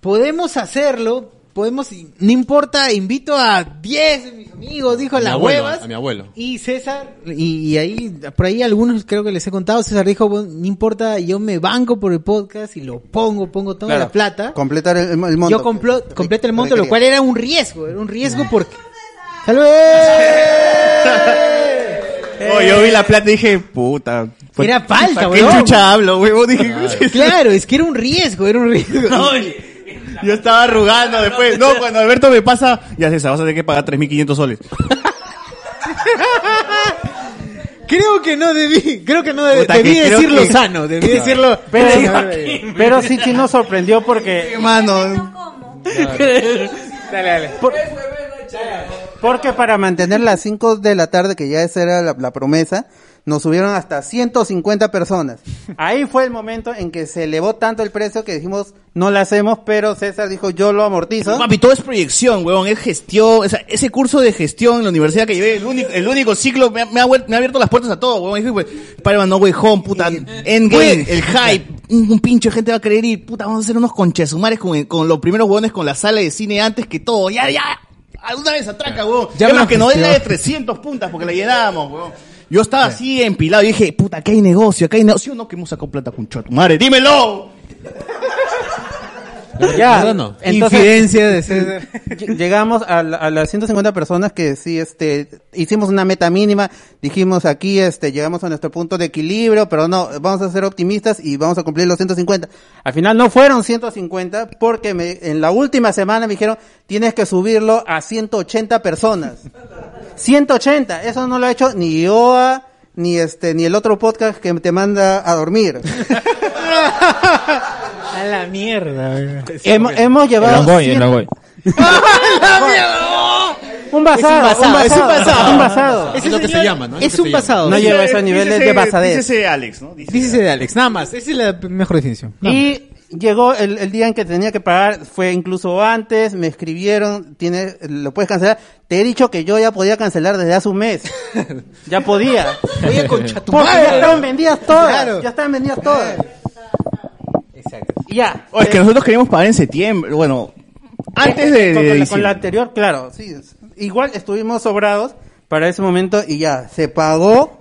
Speaker 1: podemos hacerlo, podemos, no importa, invito a 10 de mis amigos, dijo
Speaker 3: A mi
Speaker 1: las
Speaker 3: abuelo,
Speaker 1: huevas.
Speaker 3: a mi abuelo.
Speaker 1: Y César, y, y ahí, por ahí algunos creo que les he contado, César dijo, "Bueno, no importa, yo me banco por el podcast y lo pongo, pongo toda
Speaker 6: Claro.
Speaker 1: la plata.
Speaker 6: Completar el, el monto.
Speaker 1: yo complo- completo el monto,
Speaker 6: que
Speaker 1: lo
Speaker 6: quería.
Speaker 1: cual era un riesgo, era un riesgo porque... ¡Salud!
Speaker 2: No, yo vi la plata y dije, puta. pues,
Speaker 1: Era falta,
Speaker 2: ¿para
Speaker 1: huevón.
Speaker 2: ¿Qué chucha hablo, huevón? Dije,
Speaker 1: Claro, es que era un riesgo, era un riesgo.
Speaker 2: yo estaba arrugando después. No, cuando Alberto me pasa, ya se vas a tener que pagar 3.500 soles.
Speaker 1: Creo que no debí, creo que no debí,
Speaker 2: Puta,
Speaker 1: debí
Speaker 2: que creo
Speaker 1: decirlo
Speaker 2: que-
Speaker 1: sano, debí
Speaker 2: Claro.
Speaker 1: decirlo.
Speaker 6: Pero, pero sí, sí nos sorprendió porque. Mano.
Speaker 1: dale, dale.
Speaker 6: Porque para mantener las 5 de la tarde, que ya esa era la, la promesa, nos subieron hasta 150 personas. Ahí fue el momento en que se elevó tanto el precio que dijimos, no la hacemos, pero César dijo, yo lo amortizo.
Speaker 2: Papi, todo es proyección, huevón, es gestión. O sea, ese curso de gestión en la universidad que llevé, el único, el único ciclo, me, ha- me ha, vuel- me ha abierto las puertas a todo, huevón. Dije, pues, Spider-Man No Way Home, puta, Endgame, el hype, un, un pincho de gente va a querer ir, puta, vamos a hacer unos conchesumares con, con los primeros huevones con la sala de cine antes que todo, ya, ya, alguna vez atraca, huevón.
Speaker 12: Ya
Speaker 2: Ya
Speaker 12: me lo
Speaker 2: que no den la de
Speaker 12: gestión.
Speaker 2: 300 puntas porque la llenábamos, huevón. Yo estaba así empilado y dije, puta, acá hay negocio, acá hay negocio, no que hemos sacado plata con chato, madre, dímelo.
Speaker 6: Ya,
Speaker 2: No, no.
Speaker 6: entonces-
Speaker 1: Infidencia de César.
Speaker 6: Ll- Llegamos a, la- a las 150 personas que sí, este, hicimos una meta mínima, dijimos aquí, este, llegamos a nuestro punto de equilibrio, pero no, vamos a ser optimistas y vamos a cumplir los 150. Al final no fueron 150 porque me- en la última semana me dijeron, tienes que subirlo a 180 personas. 180, eso no lo ha hecho ni Yoa, ni este, ni el otro podcast que te manda a dormir.
Speaker 1: A la mierda.
Speaker 6: Hemos- hemos llevado
Speaker 7: En Longoy,
Speaker 6: cien-
Speaker 7: en Longoy.
Speaker 6: Un basado,
Speaker 1: Ah, Es un basado,
Speaker 6: un basado,
Speaker 1: es un
Speaker 6: un
Speaker 1: basado.
Speaker 6: basado.
Speaker 1: Es lo que se llama, ¿no? Es lo que se llama.
Speaker 6: No lleva esos niveles de basadez.
Speaker 2: Dícese Alex, ¿no?
Speaker 1: Dícese de Alex, nada más. Esa es la mejor definición. Nada más.
Speaker 6: Y llegó el, el día en que tenía que pagar, fue incluso antes, me escribieron, tiene, lo puedes cancelar. Te he dicho que yo ya podía cancelar desde hace un mes. ya podía.
Speaker 1: Oye, concha tu
Speaker 6: Porque
Speaker 1: madre.
Speaker 6: ya estaban vendidas todas.
Speaker 1: Claro.
Speaker 6: Ya estaban vendidas todas. Y ya. Eh.
Speaker 2: Oh, es que nosotros queríamos pagar en septiembre, bueno, antes
Speaker 6: Con-
Speaker 2: de, de
Speaker 6: con, la, con
Speaker 2: diciembre.
Speaker 6: la anterior, claro. Sí, es- igual estuvimos sobrados para ese momento y ya, se pagó.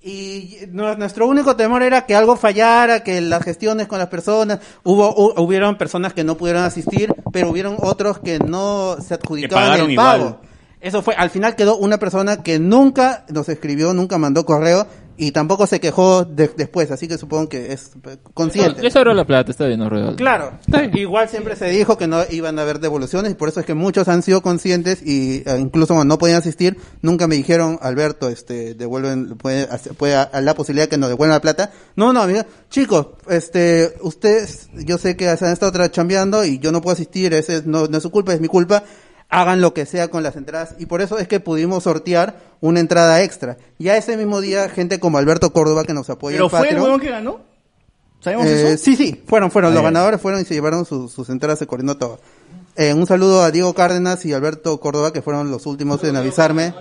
Speaker 6: Y nu- nuestro único temor era que algo fallara, que las gestiones con las personas, hubo hu- hubieron personas que no pudieron asistir, pero hubieron otros que no se adjudicaban
Speaker 2: pagaron
Speaker 6: el pago.
Speaker 2: igual.
Speaker 6: Eso fue, al final quedó una persona que nunca nos escribió, nunca mandó correo y tampoco se quejó de- después, así que supongo que es eh, consciente.
Speaker 7: Yo sobró la plata, está bien, no regalo.
Speaker 6: Claro, igual siempre se dijo que no iban a haber devoluciones y por eso es que muchos han sido conscientes y eh, incluso cuando no podían asistir, nunca me dijeron, Alberto, este, devuelven, puede, hacer- puede a- la posibilidad que nos devuelvan la plata. No, no, amigo, chicos, este, ustedes, yo sé que se han estado tra- chambeando y yo no puedo asistir, ese es- no, no es su culpa, es mi culpa. Hagan lo que sea con las entradas y por eso es que pudimos sortear una entrada extra. Ya ese mismo día, gente como Alberto Córdoba que nos apoya
Speaker 2: Pero
Speaker 6: en
Speaker 2: fue el
Speaker 6: Patreon,
Speaker 2: huevón que ganó. ¿Sabemos
Speaker 6: eh,
Speaker 2: eso?
Speaker 6: Sí, sí, fueron, fueron.
Speaker 2: Ah,
Speaker 6: los
Speaker 2: ya.
Speaker 6: ganadores fueron y se llevaron sus, sus entradas, se coordinó todo. Eh, un saludo a Diego Cárdenas y Alberto Córdoba, que fueron los últimos en avisarme.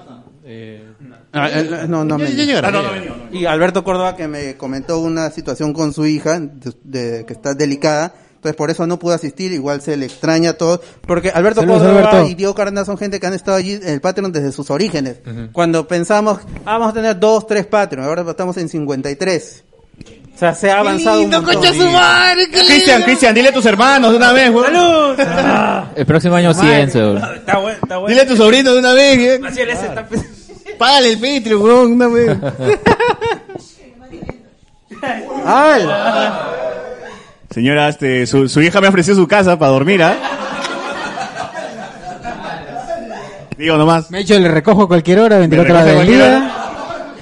Speaker 6: Ah, eh, no, no
Speaker 2: Ya-
Speaker 6: me-
Speaker 2: ya llegará,
Speaker 6: Ah, no,
Speaker 2: ya
Speaker 6: no
Speaker 2: llegará.
Speaker 6: me- Y Alberto Córdoba que me comentó una situación con su hija de, de- que está delicada. Entonces por eso no pudo asistir, igual se le extraña a todos. Porque Alberto
Speaker 1: Saludos,
Speaker 6: Córdoba
Speaker 1: Alberto.
Speaker 6: y Diego Cárdenas son gente que han estado allí en el Patreon desde sus orígenes. Cuando pensamos, ah, vamos a tener dos, tres Patreon, ahora estamos en 53. O sea, se ha avanzado un montón.
Speaker 2: Cristian, Cristian, dile a tus hermanos de una vez, huevón.
Speaker 7: El próximo año 100, seguro.
Speaker 10: Está bueno, está bueno.
Speaker 2: Dile a tu sobrino de una vez, eh.
Speaker 10: Así él es, está-
Speaker 2: Págale el Patreon, huevón, una vez.
Speaker 13: ah.
Speaker 6: ¡Al!
Speaker 2: Señora, este, su, su hija me ofreció su casa para dormir, ¿ah? Digo nomás.
Speaker 1: Me he hecho, le recojo a cualquier hora, 24 horas
Speaker 2: recoge
Speaker 1: del
Speaker 2: cualquier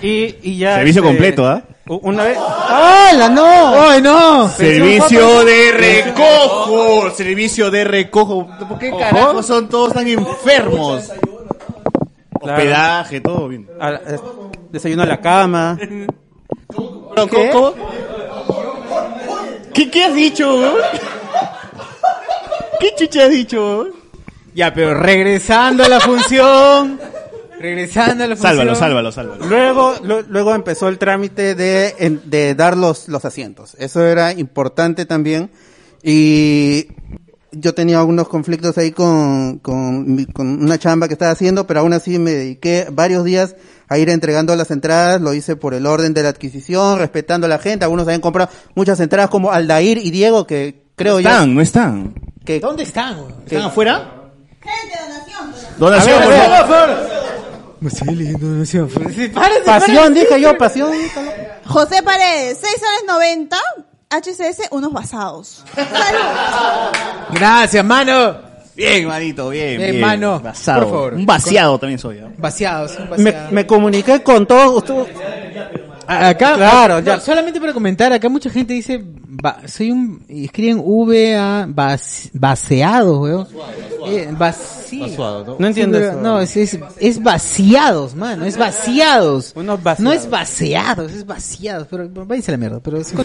Speaker 1: día.
Speaker 6: Y, y ya.
Speaker 2: Servicio
Speaker 6: este,
Speaker 2: completo, ¿ah?
Speaker 6: u- Una vez.
Speaker 1: ¡Hala, no! ¡Ay, no!
Speaker 2: Servicio de recojo. Servicio de recojo. ¿Por qué carajos son todos tan enfermos?
Speaker 6: Claro.
Speaker 2: Hospedaje, todo bien.
Speaker 6: A la- es- desayuno a la cama.
Speaker 2: ¿Qué? ¿Qué, qué has dicho, huevón? ¿Qué chucha has dicho, huevón?
Speaker 1: Ya, pero regresando a la función. Regresando a la función.
Speaker 2: Sálvalo, sálvalo, sálvalo.
Speaker 6: Luego, lo- luego empezó el trámite de, en- de dar los, los asientos. Eso era importante también. Y yo tenía algunos conflictos ahí con, con, mi- con una chamba que estaba haciendo, pero aún así me dediqué varios días a ir entregando las entradas. Lo hice por el orden de la adquisición, respetando a la gente. Algunos habían comprado muchas entradas como Aldair y Diego, que creo yo
Speaker 2: Están, no están.
Speaker 6: que
Speaker 1: ¿Dónde están? güey?
Speaker 6: ¿Están
Speaker 2: afuera?
Speaker 6: A
Speaker 2: Donación,
Speaker 6: ver,
Speaker 2: por
Speaker 6: a ver.
Speaker 2: favor.
Speaker 1: Me estoy leyendo una noción. Sí, párate,
Speaker 6: Pasión,
Speaker 1: párate.
Speaker 6: dije yo, pasión. calor.
Speaker 9: José Paredes, 6 horas 90, HCS, unos basados.
Speaker 1: Gracias, mano.
Speaker 2: Bien, manito, bien.
Speaker 1: Eh,
Speaker 2: bien.
Speaker 1: mano,
Speaker 2: Basado.
Speaker 1: por favor.
Speaker 2: Un vaciado también soy. ¿ah?
Speaker 1: Vaciados, un
Speaker 6: Me,
Speaker 1: vaciado.
Speaker 6: me comuniqué con todos ustedes.
Speaker 1: A- Acá,
Speaker 6: Claro,
Speaker 1: no,
Speaker 6: ya.
Speaker 1: solamente para comentar, acá mucha gente dice, va- soy un, y escriben V a vaceados, weón. Eh, vaci- vacía.
Speaker 3: Vaciado, ¿no?
Speaker 1: Sí,
Speaker 6: entiendo
Speaker 1: pero-
Speaker 6: eso.
Speaker 1: No, es, es, es vaciados, mano. Es vaciados. No es vaciados, es vaciados. Pero pero váyanse a la mierda. Pero es-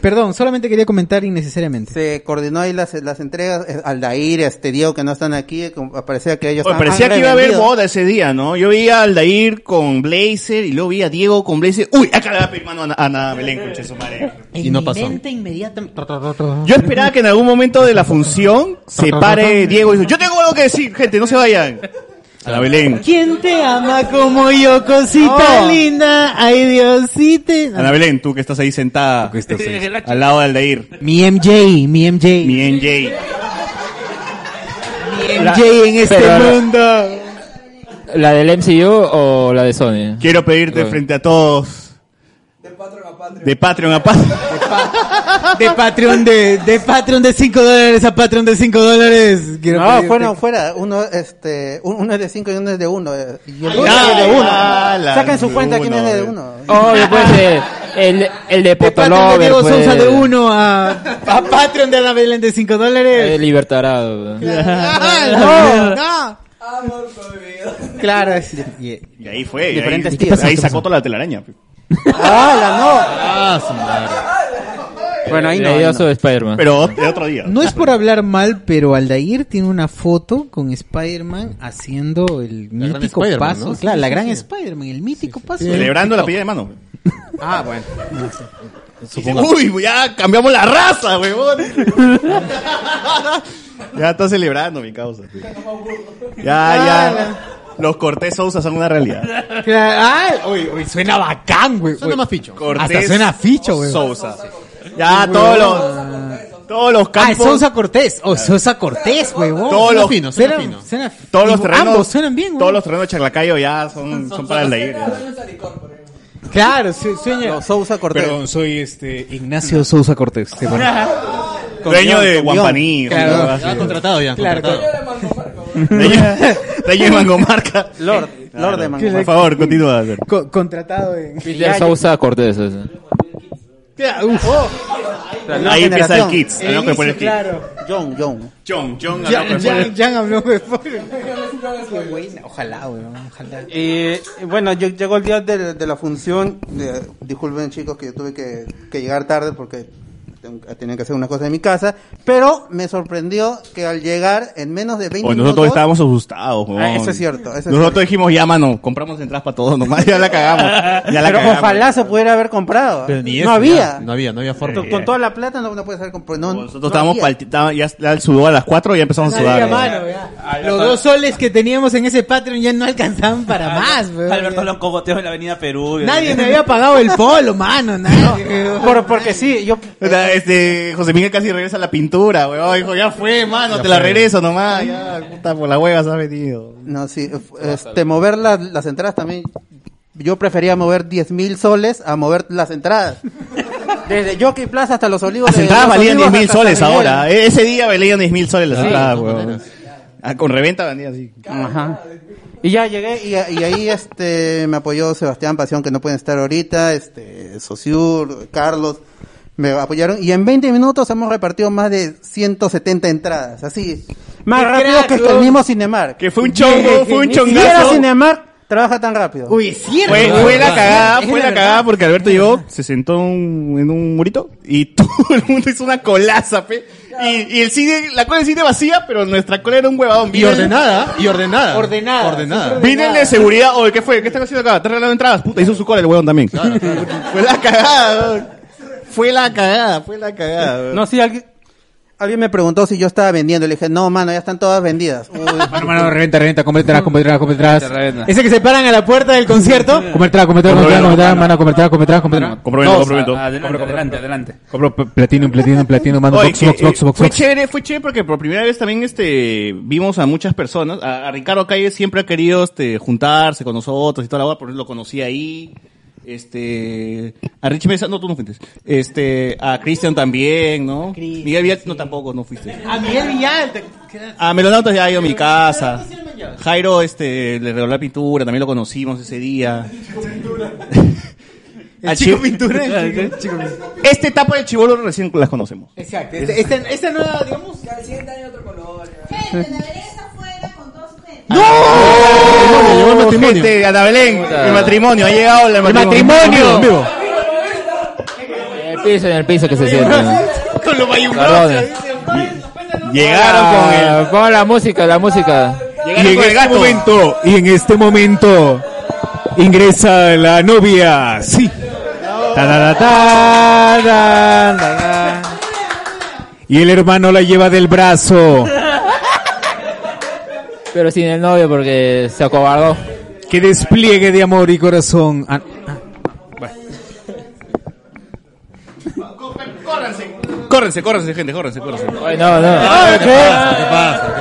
Speaker 1: Perdón, solamente quería comentar innecesariamente.
Speaker 6: Se coordinó ahí las, las entregas. eh, Aldair, este Diego, que no están aquí. como- Parecía que ellos
Speaker 2: Oye,
Speaker 6: estaban-
Speaker 2: parecía
Speaker 6: han
Speaker 2: que iba a haber
Speaker 6: revendido.
Speaker 2: boda ese día, ¿no? Yo vi a Aldair con Blazer y luego vi a Diego con Blazer. ¡Uy! Acá le va a pedir mano a Ana- Ana Belén, conche su madre.
Speaker 1: En mi mente inmediatamente.
Speaker 2: Yo esperaba que en algún momento de la función se pare Diego y dice, yo tengo algo que decir, gente, no se vayan. Ana Belén.
Speaker 1: ¿Quién te ama como yo, cosita
Speaker 2: Oh.
Speaker 1: linda? Ay, Diosito.
Speaker 2: Ana Belén, tú que estás ahí sentada al lado de Aldair.
Speaker 1: Mi MJ, mi MJ.
Speaker 2: Mi MJ.
Speaker 1: MJ en este mundo.
Speaker 7: ¿La del MCU o la de Sony?
Speaker 2: Quiero pedirte
Speaker 7: Bueno.
Speaker 2: frente a todos. De Patreon a Patreon.
Speaker 1: De Patreon de, de Patreon de 5 dólares a Patreon de 5 dólares. Quiero
Speaker 6: No,
Speaker 1: pedirte-
Speaker 6: fuera, fuera. Uno, este, un- uno es de 5 y uno es de 1. Y el otro
Speaker 1: Ah,
Speaker 6: es de 1.
Speaker 1: ah, la
Speaker 6: Sacan su
Speaker 1: de
Speaker 6: cuenta quién
Speaker 1: uno,
Speaker 6: es de
Speaker 1: eh.
Speaker 6: 1.
Speaker 7: Obvio, pues, eh, el, el de
Speaker 1: Patreon de
Speaker 7: Potolover.
Speaker 1: Diego
Speaker 7: pues,
Speaker 1: Sousa de 1 a, a Patreon de Ana Belén de 5 dólares.
Speaker 7: El libertarado.
Speaker 1: Ah, Claro, es-
Speaker 2: Y ahí fue. y
Speaker 1: Diferentes
Speaker 2: ahí,
Speaker 1: tíos.
Speaker 2: ahí sacó toda la telaraña.
Speaker 1: ¡Hala,
Speaker 7: Bueno, ahí
Speaker 1: no, ahí no.
Speaker 7: Spider-Man.
Speaker 2: Pero de otro día.
Speaker 1: no! No es por hablar mal, pero Aldair tiene una foto con Spider-Man haciendo el mítico
Speaker 2: Spider-Man,
Speaker 1: paso.
Speaker 2: ¿no?
Speaker 1: Claro,
Speaker 2: Sí,
Speaker 1: la
Speaker 2: sí,
Speaker 1: gran
Speaker 2: sí.
Speaker 1: Spider-Man, el mítico paso.
Speaker 2: Celebrando la pilla de mano.
Speaker 1: Ah, bueno.
Speaker 2: Uy, ya cambiamos la raza, huevón. ya está celebrando mi causa. tío. Ya, ya. Los Cortés Sousa son una realidad.
Speaker 1: Claro, uy, uy, suena bacán, güey. Suena más ficho. Hasta
Speaker 2: Cortés
Speaker 1: suena ficho, güey.
Speaker 2: Sousa. Ya, todos los, todos los
Speaker 1: Ah,
Speaker 2: campos.
Speaker 1: Sousa Cortés. O Sousa Cortés, huevón.
Speaker 2: Todos los,
Speaker 1: Suena- suena-
Speaker 2: todos los
Speaker 1: digo,
Speaker 2: terrenos,
Speaker 1: Ambos suenan bien, güey.
Speaker 2: todos los terrenos de Chaclacayo ya son, son para el de ir.
Speaker 1: Claro, su- sueña.
Speaker 6: Sousa Cortés.
Speaker 1: Perdón, soy este Ignacio Sousa Cortés. te pongo.
Speaker 2: Dueño de
Speaker 1: Con guión.
Speaker 2: Guampaní.
Speaker 1: Claro.
Speaker 2: ¿no? Así.
Speaker 1: Ah, contratado ya, Claro, contratado.
Speaker 2: Dueño de Mangomarca.
Speaker 6: Lord, Lord de Mangomarca.
Speaker 2: Por favor, continúa. Albert.
Speaker 1: Co- contratado en.
Speaker 7: Peter Sousa Cortés. eso.
Speaker 1: Claro, uf.
Speaker 6: Oh.
Speaker 2: Ahí empieza el Kids.
Speaker 1: El
Speaker 2: Ahí lo que pone el
Speaker 1: inicio,
Speaker 2: Kids.
Speaker 1: claro.
Speaker 6: John, John.
Speaker 2: John, John.
Speaker 1: Jan-
Speaker 2: Alonso
Speaker 1: Jan-
Speaker 2: Fuentes.
Speaker 1: Jan habló de Qué buena, Ojalá, weón. Ojalá.
Speaker 6: Eh, bueno, yo- llegó el día de, de la función. de- disculpen chicos que yo tuve que, que llegar tarde porque ten- tenía que hacer una cosa en mi casa. Pero me sorprendió que al llegar en menos de 20
Speaker 2: Oye,
Speaker 6: minutos...
Speaker 2: nosotros estábamos asustados. weón.
Speaker 6: Ah, eso es cierto, eso es
Speaker 2: nosotros dijimos, ya, mano, compramos entradas para todos nomás. Ya la cagamos. Ya la
Speaker 6: pero
Speaker 2: cagamos.
Speaker 6: ojalá se pudiera haber comprado.
Speaker 3: Pero ni
Speaker 6: no
Speaker 3: eso,
Speaker 6: había.
Speaker 3: ya, No había, no había forma.
Speaker 6: Con, con toda la plata no, no puede ser comprado. No,
Speaker 2: Nosotros estábamos palti- estaba- ya, ya sudó a las 4 y ya empezamos a
Speaker 1: Nadie,
Speaker 2: sudar.
Speaker 1: mano, Los dos soles que teníamos en ese Patreon ya no alcanzaban para más, weón.
Speaker 10: Alberto lo cogoteó en la avenida Perú.
Speaker 1: Nadie me había pagado el polo, mano. Nadie.
Speaker 6: Por, porque sí, yo...
Speaker 2: O sea, este, José Miguel casi regresa a la pintura, weón. Dijo, ya fue, mano,
Speaker 6: Ya
Speaker 2: te la
Speaker 6: fue.
Speaker 2: regreso nomás. Ya, puta, por la hueva se ha metido.
Speaker 6: No, sí, este, mover las, las entradas también. Yo prefería mover 10 mil soles a mover las entradas. Desde Jockey Plaza hasta los olivos.
Speaker 2: Las
Speaker 6: de-
Speaker 2: entradas
Speaker 6: Los
Speaker 2: valían 10
Speaker 6: Olivos
Speaker 2: mil
Speaker 6: hasta
Speaker 2: soles
Speaker 6: San Miguel.
Speaker 2: ahora. E- Ese día valían 10 mil soles las
Speaker 6: Sí,
Speaker 2: entradas,
Speaker 6: de todas
Speaker 2: weón. Ah, con reventa vendían así.
Speaker 6: Ajá. Y ya llegué y, y ahí este me apoyó Sebastián Pasión, que no pueden estar ahorita, este Sociur, Carlos, me apoyaron. Y en 20 minutos hemos repartido más de 170 entradas, así. Más
Speaker 1: ¡Qué
Speaker 6: rápido
Speaker 1: crack,
Speaker 6: que, que el
Speaker 1: weón!
Speaker 6: mismo Cinemark.
Speaker 2: Que fue un chongo, fue un
Speaker 6: Ni
Speaker 2: chongazo.
Speaker 6: siquiera Cinemark trabaja tan rápido.
Speaker 1: Uy, es cierto.
Speaker 2: Fue,
Speaker 1: weón.
Speaker 2: fue la cagada,
Speaker 1: Es
Speaker 2: fue la
Speaker 1: verdad.
Speaker 2: cagada porque Alberto llegó, se sentó un- en un murito y todo el mundo hizo una colaza, pe. Y, y el cine, la cola del cine vacía, pero nuestra cola era un huevadón.
Speaker 3: Y ordenada, y ordenada.
Speaker 1: Ordenada.
Speaker 3: Ordenada.
Speaker 2: Vine el de seguridad, oye, ¿qué fue? ¿Qué están haciendo acá? ¿Están regalando entradas? Puta, hizo su cola el huevón también. fue la cagada, weón. Fue la cagada, fue la cagada, weón.
Speaker 6: No, sí, alguien, alguien me preguntó si yo estaba vendiendo. Le dije, no, mano, ya están todas vendidas. Uy.
Speaker 1: Mano, mano, reventa, reventa, come detrás, come detrás, come detrás.
Speaker 6: Reventa, reventa.
Speaker 1: Ese que se paran a la puerta del concierto. Come detrás, come detrás, come detrás, come detrás, mano, come detrás, come detrás, come detrás.
Speaker 2: Compro vendo, compro vendo.
Speaker 10: Adelante, adelante, adelante.
Speaker 1: Compro p- platino, platino, platino, mano,
Speaker 2: Oye,
Speaker 1: box,
Speaker 2: que,
Speaker 1: box,
Speaker 2: eh,
Speaker 1: box, box,
Speaker 2: fue
Speaker 1: box.
Speaker 2: chévere, fue chévere porque por primera vez también este vimos a muchas personas. A, a Ricardo Calle siempre ha querido este juntarse con nosotros y toda la hora, por eso lo conocí ahí. Este a Richie Mesa, no tú no fuiste. Este a Cristian también, ¿no? Miguel Villar no tampoco no fuiste.
Speaker 1: A Miguel Villalta.
Speaker 2: A Melonautas ya ha ido a mi casa. Jairo este le regaló la pintura, también lo conocimos ese día. Al
Speaker 1: chico
Speaker 2: chi-
Speaker 1: pintura, el chico- el Ah, chico pintura. este
Speaker 2: Esta etapa de chivolo recién las conocemos.
Speaker 1: Exacto. Este- Esta, esta nueva, digamos.
Speaker 5: Al siguiente año otro color.
Speaker 9: Gente, debería estar
Speaker 2: llegó el matrimonio. Gente, Ana Belén, el matrimonio, ha llegado el matrimonio.
Speaker 7: matrimonio! En el piso, en el piso que se siente.
Speaker 2: Con los
Speaker 7: Cabrones.
Speaker 2: Llegaron
Speaker 7: con la música, la música.
Speaker 2: Y en este momento,
Speaker 12: y en este momento, ingresa la novia. Sí. Y el hermano la lleva del
Speaker 6: Oh.
Speaker 12: brazo.
Speaker 7: Pero sin el novio porque se acobardó.
Speaker 12: Que despliegue de amor y corazón. Ah, ah.
Speaker 2: Córrense, córrense, gente, córrense, córrense.
Speaker 7: Ay, no, no.
Speaker 2: Ay, ¿Qué pasa? ¿Qué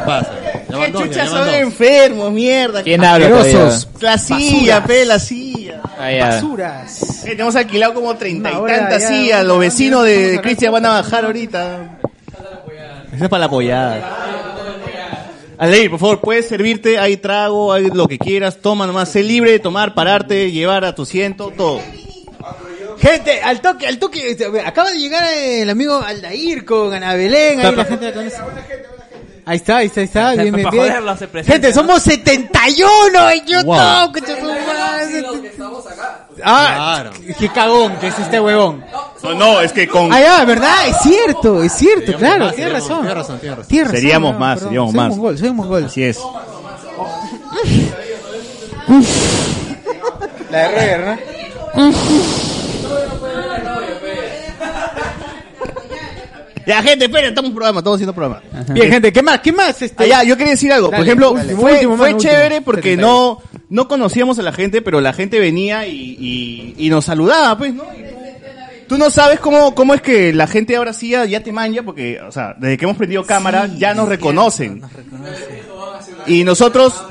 Speaker 2: pasa? ¿Qué
Speaker 1: Qué
Speaker 2: pasa?
Speaker 1: chucha
Speaker 2: son
Speaker 1: enfermos, mierda.
Speaker 7: ¿Quién habla todavía?
Speaker 2: La silla, pe, la silla.
Speaker 7: Ah, ya.
Speaker 2: Basuras. Eh, Tenemos alquilado como treinta y
Speaker 1: hora
Speaker 2: tantas
Speaker 1: ya,
Speaker 2: sillas.
Speaker 1: una
Speaker 2: Los
Speaker 1: hora,
Speaker 2: vecinos
Speaker 1: ya,
Speaker 2: de
Speaker 1: estamos
Speaker 2: Cristian van a bajar ahorita. Eso es para la pollada. Aleir, por favor, puedes servirte, hay trago, hay lo que quieras, toma nomás, sé libre de tomar, pararte, llevar a tu asiento, todo.
Speaker 1: Gente, al toque, al toque. este, Acaba de llegar eh, el amigo Aldair con Ana Belén. Ahí la gente la conoce. Ahí está, ahí está, ahí está. Bien, bien,
Speaker 10: para
Speaker 1: bien.
Speaker 10: joderlo hace presencia.
Speaker 1: Gente, somos 71 en YouTube.
Speaker 10: Wow.
Speaker 1: concha su madre. Ah, qué- qué cagón que es este huevón.
Speaker 2: No, no, es que con...
Speaker 1: Ah, ya, ¿verdad? Es cierto, es cierto, claro,
Speaker 2: más,
Speaker 1: tienes
Speaker 2: seríamos-
Speaker 1: razón.
Speaker 2: tienes razón, tienes razón.
Speaker 1: Tienes razón,
Speaker 2: Seríamos
Speaker 1: no,
Speaker 2: más,
Speaker 1: perdón,
Speaker 2: seríamos
Speaker 1: soy
Speaker 2: más.
Speaker 1: mongol, soy mongol.
Speaker 2: Así es.
Speaker 1: La de Roger, ¿no?
Speaker 2: Ya, gente, esperen, estamos en programa, estamos haciendo programa.
Speaker 1: Bien, gente, ¿qué más? ¿Qué más? Este?
Speaker 2: Ah, ya, yo quería decir algo.
Speaker 1: Dale,
Speaker 2: Por ejemplo,
Speaker 1: dale.
Speaker 2: fue,
Speaker 1: Último,
Speaker 2: fue
Speaker 1: mano, último.
Speaker 2: chévere porque
Speaker 1: 71.
Speaker 2: no, no conocíamos a la gente, pero la gente venía y, y, y nos saludaba, pues, ¿no? Y tú- Tú no sabes cómo, cómo es que la gente ahora sí ya, ya te manja, porque, o sea, desde que hemos prendido cámara, ya nos reconocen. Y nosotros,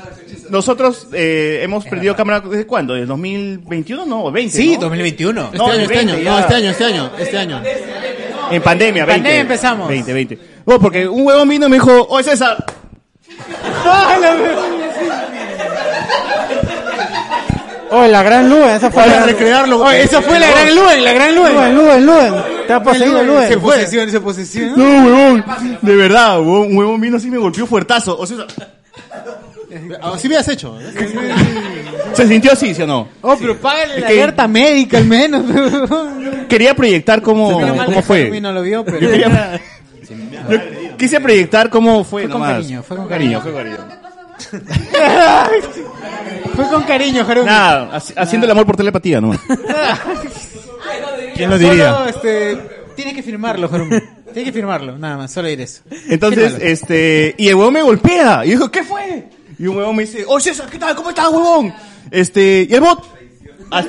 Speaker 2: nosotros eh, hemos prendido cámara desde cuándo? ¿Desde 2021? No, 20.
Speaker 1: Sí,
Speaker 2: ¿no?
Speaker 1: 2021.
Speaker 2: No,
Speaker 3: Este año, este
Speaker 2: 20,
Speaker 3: año,
Speaker 2: ya.
Speaker 3: no, este año, este año, este año.
Speaker 2: En pandemia,
Speaker 3: En
Speaker 2: 20.
Speaker 3: pandemia empezamos.
Speaker 2: 20, 20. No, Oh, porque un huevón vino y me dijo, oye César.
Speaker 11: Oh, la gran Luen, esa fue
Speaker 1: Para
Speaker 11: la Oh,
Speaker 1: recrearlo. Oye, esa fue la gran Luen, la gran Luen.
Speaker 11: Luen, Luen, Luen. Te ha poseído Luen. Pues,
Speaker 1: Se posesión, se posesión.
Speaker 2: No, huevón. De verdad, huevón, un huevón vino así y me golpeó fuertazo. O sea,
Speaker 3: Así me has hecho.
Speaker 2: se sintió así, ¿sí o no?
Speaker 1: Oh, pero págale la
Speaker 2: que-
Speaker 1: alerta médica al menos.
Speaker 2: Quería proyectar cómo,
Speaker 1: Menos mal
Speaker 2: cómo
Speaker 1: que Jaime
Speaker 2: fue.
Speaker 1: No lo vio, pero...
Speaker 2: Yo quería- yo quise proyectar cómo fue,
Speaker 1: Fue con
Speaker 2: nomás.
Speaker 1: cariño, fue con cariño.
Speaker 2: Fue con cariño.
Speaker 1: Fue con cariño, Jerome.
Speaker 2: Nada, haci- haciendo el amor por telepatía nomás. ¿Quién lo diría?
Speaker 1: Solo, este, tienes que firmarlo, Jerome. Tienes que firmarlo, nada más, solo ir eso.
Speaker 2: Entonces,
Speaker 1: Fírmalo.
Speaker 2: este, y el huevón me golpea. Y dijo, ¿qué fue? Y un huevón me dice, oye César, ¿qué tal? ¿Cómo estás, huevón? Este, y el bot. Ah,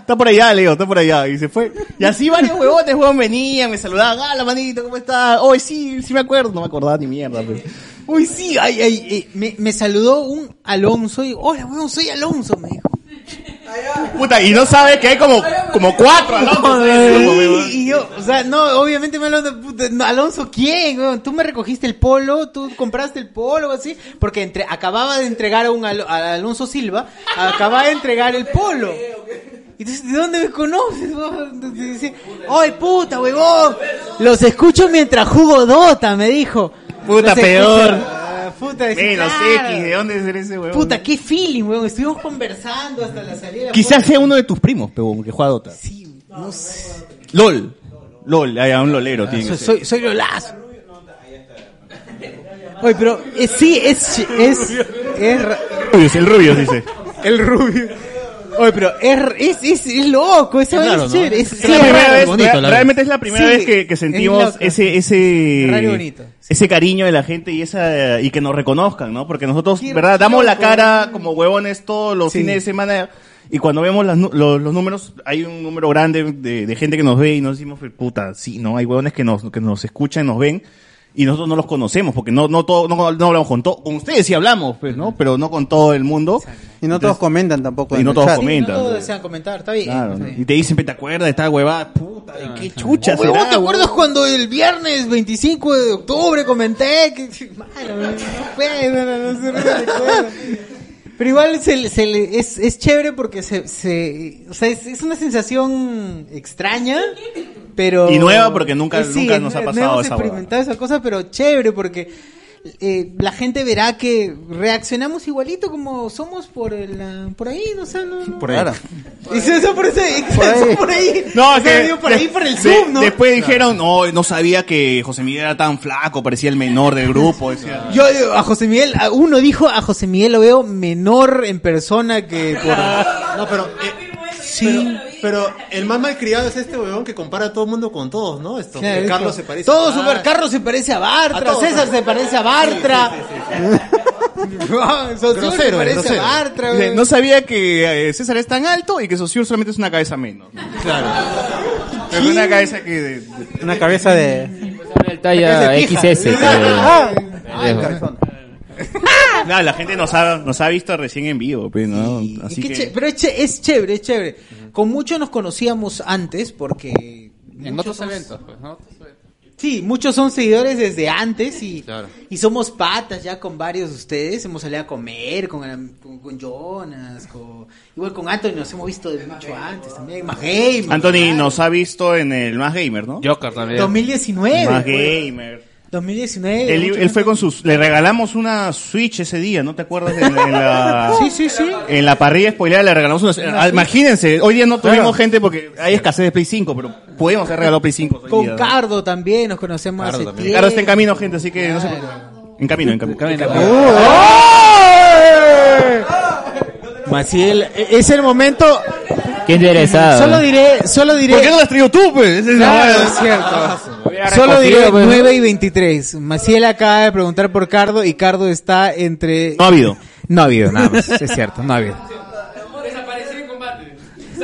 Speaker 2: Está por allá, Leo, está por allá. Y se fue. Y así varios huevotes, huevón, venían, me saludaban. Ah, la manito, ¿cómo estás? Hoy sí, sí me acuerdo. No me acordaba ni mierda. pero-
Speaker 1: pues. Uy, sí, ay, ay, eh, me, me saludó un Alonso y, hola, weón, soy Alonso, me dijo.
Speaker 2: Puta, y no sabes que hay como, como cuatro Alonso, ¿sabes? Como, huevón.
Speaker 1: Y yo, o sea, no, obviamente me hablan de puta, no, Alonso, ¿quién? weón? Tú me recogiste el polo, tú compraste el polo, así, porque entre, acababa de entregar a un Alo- a Alonso Silva, acababa de entregar el polo. Y Entonces, ¿de dónde me conoces? weón? Entonces dice, ¡ay, oh, puta, huevón! Los escucho mientras jugo Dota, me dijo.
Speaker 2: Puta,
Speaker 1: Los escucho.
Speaker 2: peor.
Speaker 1: Ah, puta, dice,
Speaker 2: Menos
Speaker 1: claro.
Speaker 2: X, ¿de dónde es ese huevón?
Speaker 1: Puta, qué feeling, weón. Estuvimos conversando hasta la salida.
Speaker 2: Quizás sea uno de tus primos, huevón, que juega a Dota.
Speaker 1: No sé.
Speaker 2: LOL. LOL, hay un lolero, tiene que
Speaker 1: Soy,
Speaker 2: ser.
Speaker 1: soy, soy Lolazo. Oye, pero eh, sí, es, es, es ra-
Speaker 2: Rubius, el Rubius dice.
Speaker 1: el rubio. Oye, pero es, es, es, es loco, esa
Speaker 3: Es
Speaker 1: vaina
Speaker 3: raro,
Speaker 1: es
Speaker 3: ¿no?
Speaker 1: chévere, es-
Speaker 3: Es
Speaker 1: sí,
Speaker 2: Es la
Speaker 1: es
Speaker 2: primera
Speaker 1: raro.
Speaker 2: vez,
Speaker 3: bonito,
Speaker 2: rea-
Speaker 3: la
Speaker 2: realmente es la primera
Speaker 1: Sí,
Speaker 2: vez que, que
Speaker 1: es
Speaker 2: sentimos
Speaker 1: loco.
Speaker 2: ese ese
Speaker 1: Raro y bonito.
Speaker 2: ese cariño de la gente y esa y que nos reconozcan, ¿no? Porque nosotros,
Speaker 1: Qué
Speaker 2: verdad, damos la
Speaker 1: loco.
Speaker 2: cara como huevones todos los
Speaker 1: Sí.
Speaker 2: fines de semana y cuando vemos las nu- los, los números hay un número grande de, de gente que nos ve y nos decimos, puta, sí, no, hay huevones que nos que nos escuchan, nos ven y nosotros no los conocemos porque no no todo, no, no hablamos con todo, con ustedes sí hablamos, pues, ¿no? Pero no con todo el mundo.
Speaker 6: Y no todos comentan tampoco.
Speaker 2: Y
Speaker 6: en
Speaker 2: no
Speaker 6: el
Speaker 2: todos
Speaker 6: chat.
Speaker 1: Sí, no
Speaker 2: comentan.
Speaker 1: todos desean comentar, está bien.
Speaker 2: Claro,
Speaker 1: está
Speaker 2: ¿no?
Speaker 1: bien.
Speaker 2: Y te dicen, "Pe, ¿te acuerdas de esta huevada? Puta, ¿de qué chucha
Speaker 1: Oh, huevón,
Speaker 2: será,
Speaker 1: ¿Te
Speaker 2: huevón?"
Speaker 1: acuerdas cuando el viernes 25 de octubre comenté que... Mano, no puede, no, no, no se recuerda. Pero igual se, se le- es, es chévere porque se, se- o sea, es, es una sensación extraña, pero...
Speaker 2: Y nueva porque nunca-
Speaker 1: Eh,
Speaker 2: nunca nos ha
Speaker 1: nue-
Speaker 2: pasado
Speaker 1: no hemos
Speaker 2: esa
Speaker 1: experimentado esa cosa, pero chévere porque eh, la gente verá que reaccionamos igualito como somos por el, ah, por ahí, no sé, no, no.
Speaker 2: Por ahí.
Speaker 1: Y se hizo por ese- y se hizo por ahí.
Speaker 2: No,
Speaker 1: O sea,
Speaker 2: que-
Speaker 1: digo, por ahí
Speaker 2: de-
Speaker 1: por el
Speaker 2: de-
Speaker 1: Zoom, ¿no?
Speaker 2: Después dijeron, no, no sabía que José Miguel era tan flaco, parecía el menor del grupo. decía.
Speaker 1: Yo digo, a José Miguel, a- uno dijo, a José Miguel lo veo menor en persona que por...
Speaker 3: No, pero. eh, sí. Pero, pero el más malcriado es este weón que compara a todo el mundo con todos, ¿no? Esto.
Speaker 1: Claro,
Speaker 3: que
Speaker 1: dijo,
Speaker 3: Carlos se parece.
Speaker 1: Todo
Speaker 3: a-
Speaker 1: supercarro se parece a
Speaker 3: A
Speaker 1: Bartra,
Speaker 3: todos,
Speaker 1: César
Speaker 3: ¿no?
Speaker 1: se parece a Bartra. No, Saussure
Speaker 2: Grosero,
Speaker 1: se parece
Speaker 2: grosero.
Speaker 1: a Bartra.
Speaker 2: Dice,
Speaker 1: güey.
Speaker 2: No sabía que eh, César es tan alto y que Saussure solamente es una cabeza menos. Claro. Pero una cabeza que... de- pues, de-
Speaker 6: Una cabeza de.
Speaker 7: El talla
Speaker 2: Parece pija.
Speaker 7: XS.
Speaker 6: este,
Speaker 7: que-
Speaker 2: Ah,
Speaker 7: Pendejo.
Speaker 2: Claro, la gente nos ha, nos ha visto recién en vivo, pues, ¿no?
Speaker 1: Y
Speaker 2: Así
Speaker 1: qué
Speaker 2: que...
Speaker 1: ché- pero es, ché- es chévere, es chévere. Con muchos nos conocíamos antes porque...
Speaker 8: En otros
Speaker 1: muchos somos-
Speaker 8: eventos, pues, ¿no?
Speaker 1: Sí, muchos son seguidores desde antes y, y somos patas ya con varios de ustedes. Hemos salido a comer con, el- con, con Jonas, con, igual con Anthony, nos hemos visto de mucho antes también. Más gamer.
Speaker 2: Anthony nos ha visto en el Más Gamer, ¿no?
Speaker 10: Joker también.
Speaker 1: 2019.
Speaker 2: Más
Speaker 1: pues.
Speaker 2: Gamer.
Speaker 1: 2019.
Speaker 2: Él,
Speaker 1: mucho
Speaker 2: él fue con sus... Le regalamos una Switch ese día, ¿no te acuerdas? En, en la...
Speaker 1: Sí, sí, sí.
Speaker 2: En la parrilla spoiler le regalamos unas. ah, Imagínense, hoy día no tuvimos
Speaker 1: Claro.
Speaker 2: gente porque hay escasez de Play 5, pero podemos haber regalado Play 5. hoy
Speaker 1: Con
Speaker 2: día, ¿no?
Speaker 1: Cardo también nos conocemos
Speaker 2: Cardo
Speaker 1: hace
Speaker 2: también.
Speaker 1: tiempo.
Speaker 2: Cardo está en camino, gente, así que no se preocupen. En camino, en camino. Oh,
Speaker 1: ¡Oh!
Speaker 11: Maciel, e- es el momento.
Speaker 7: Qué interesado.
Speaker 11: Solo diré, solo diré.
Speaker 1: ¿Por qué no
Speaker 2: las traigo tú, pues?
Speaker 1: Claro, es
Speaker 2: Ah,
Speaker 1: cierto. Solo diré
Speaker 7: pues.
Speaker 1: 9 y 23. Maciel acaba de preguntar por Cardo y Cardo está entre...
Speaker 2: No ha habido.
Speaker 1: No ha habido, nada más. Es cierto, no ha habido.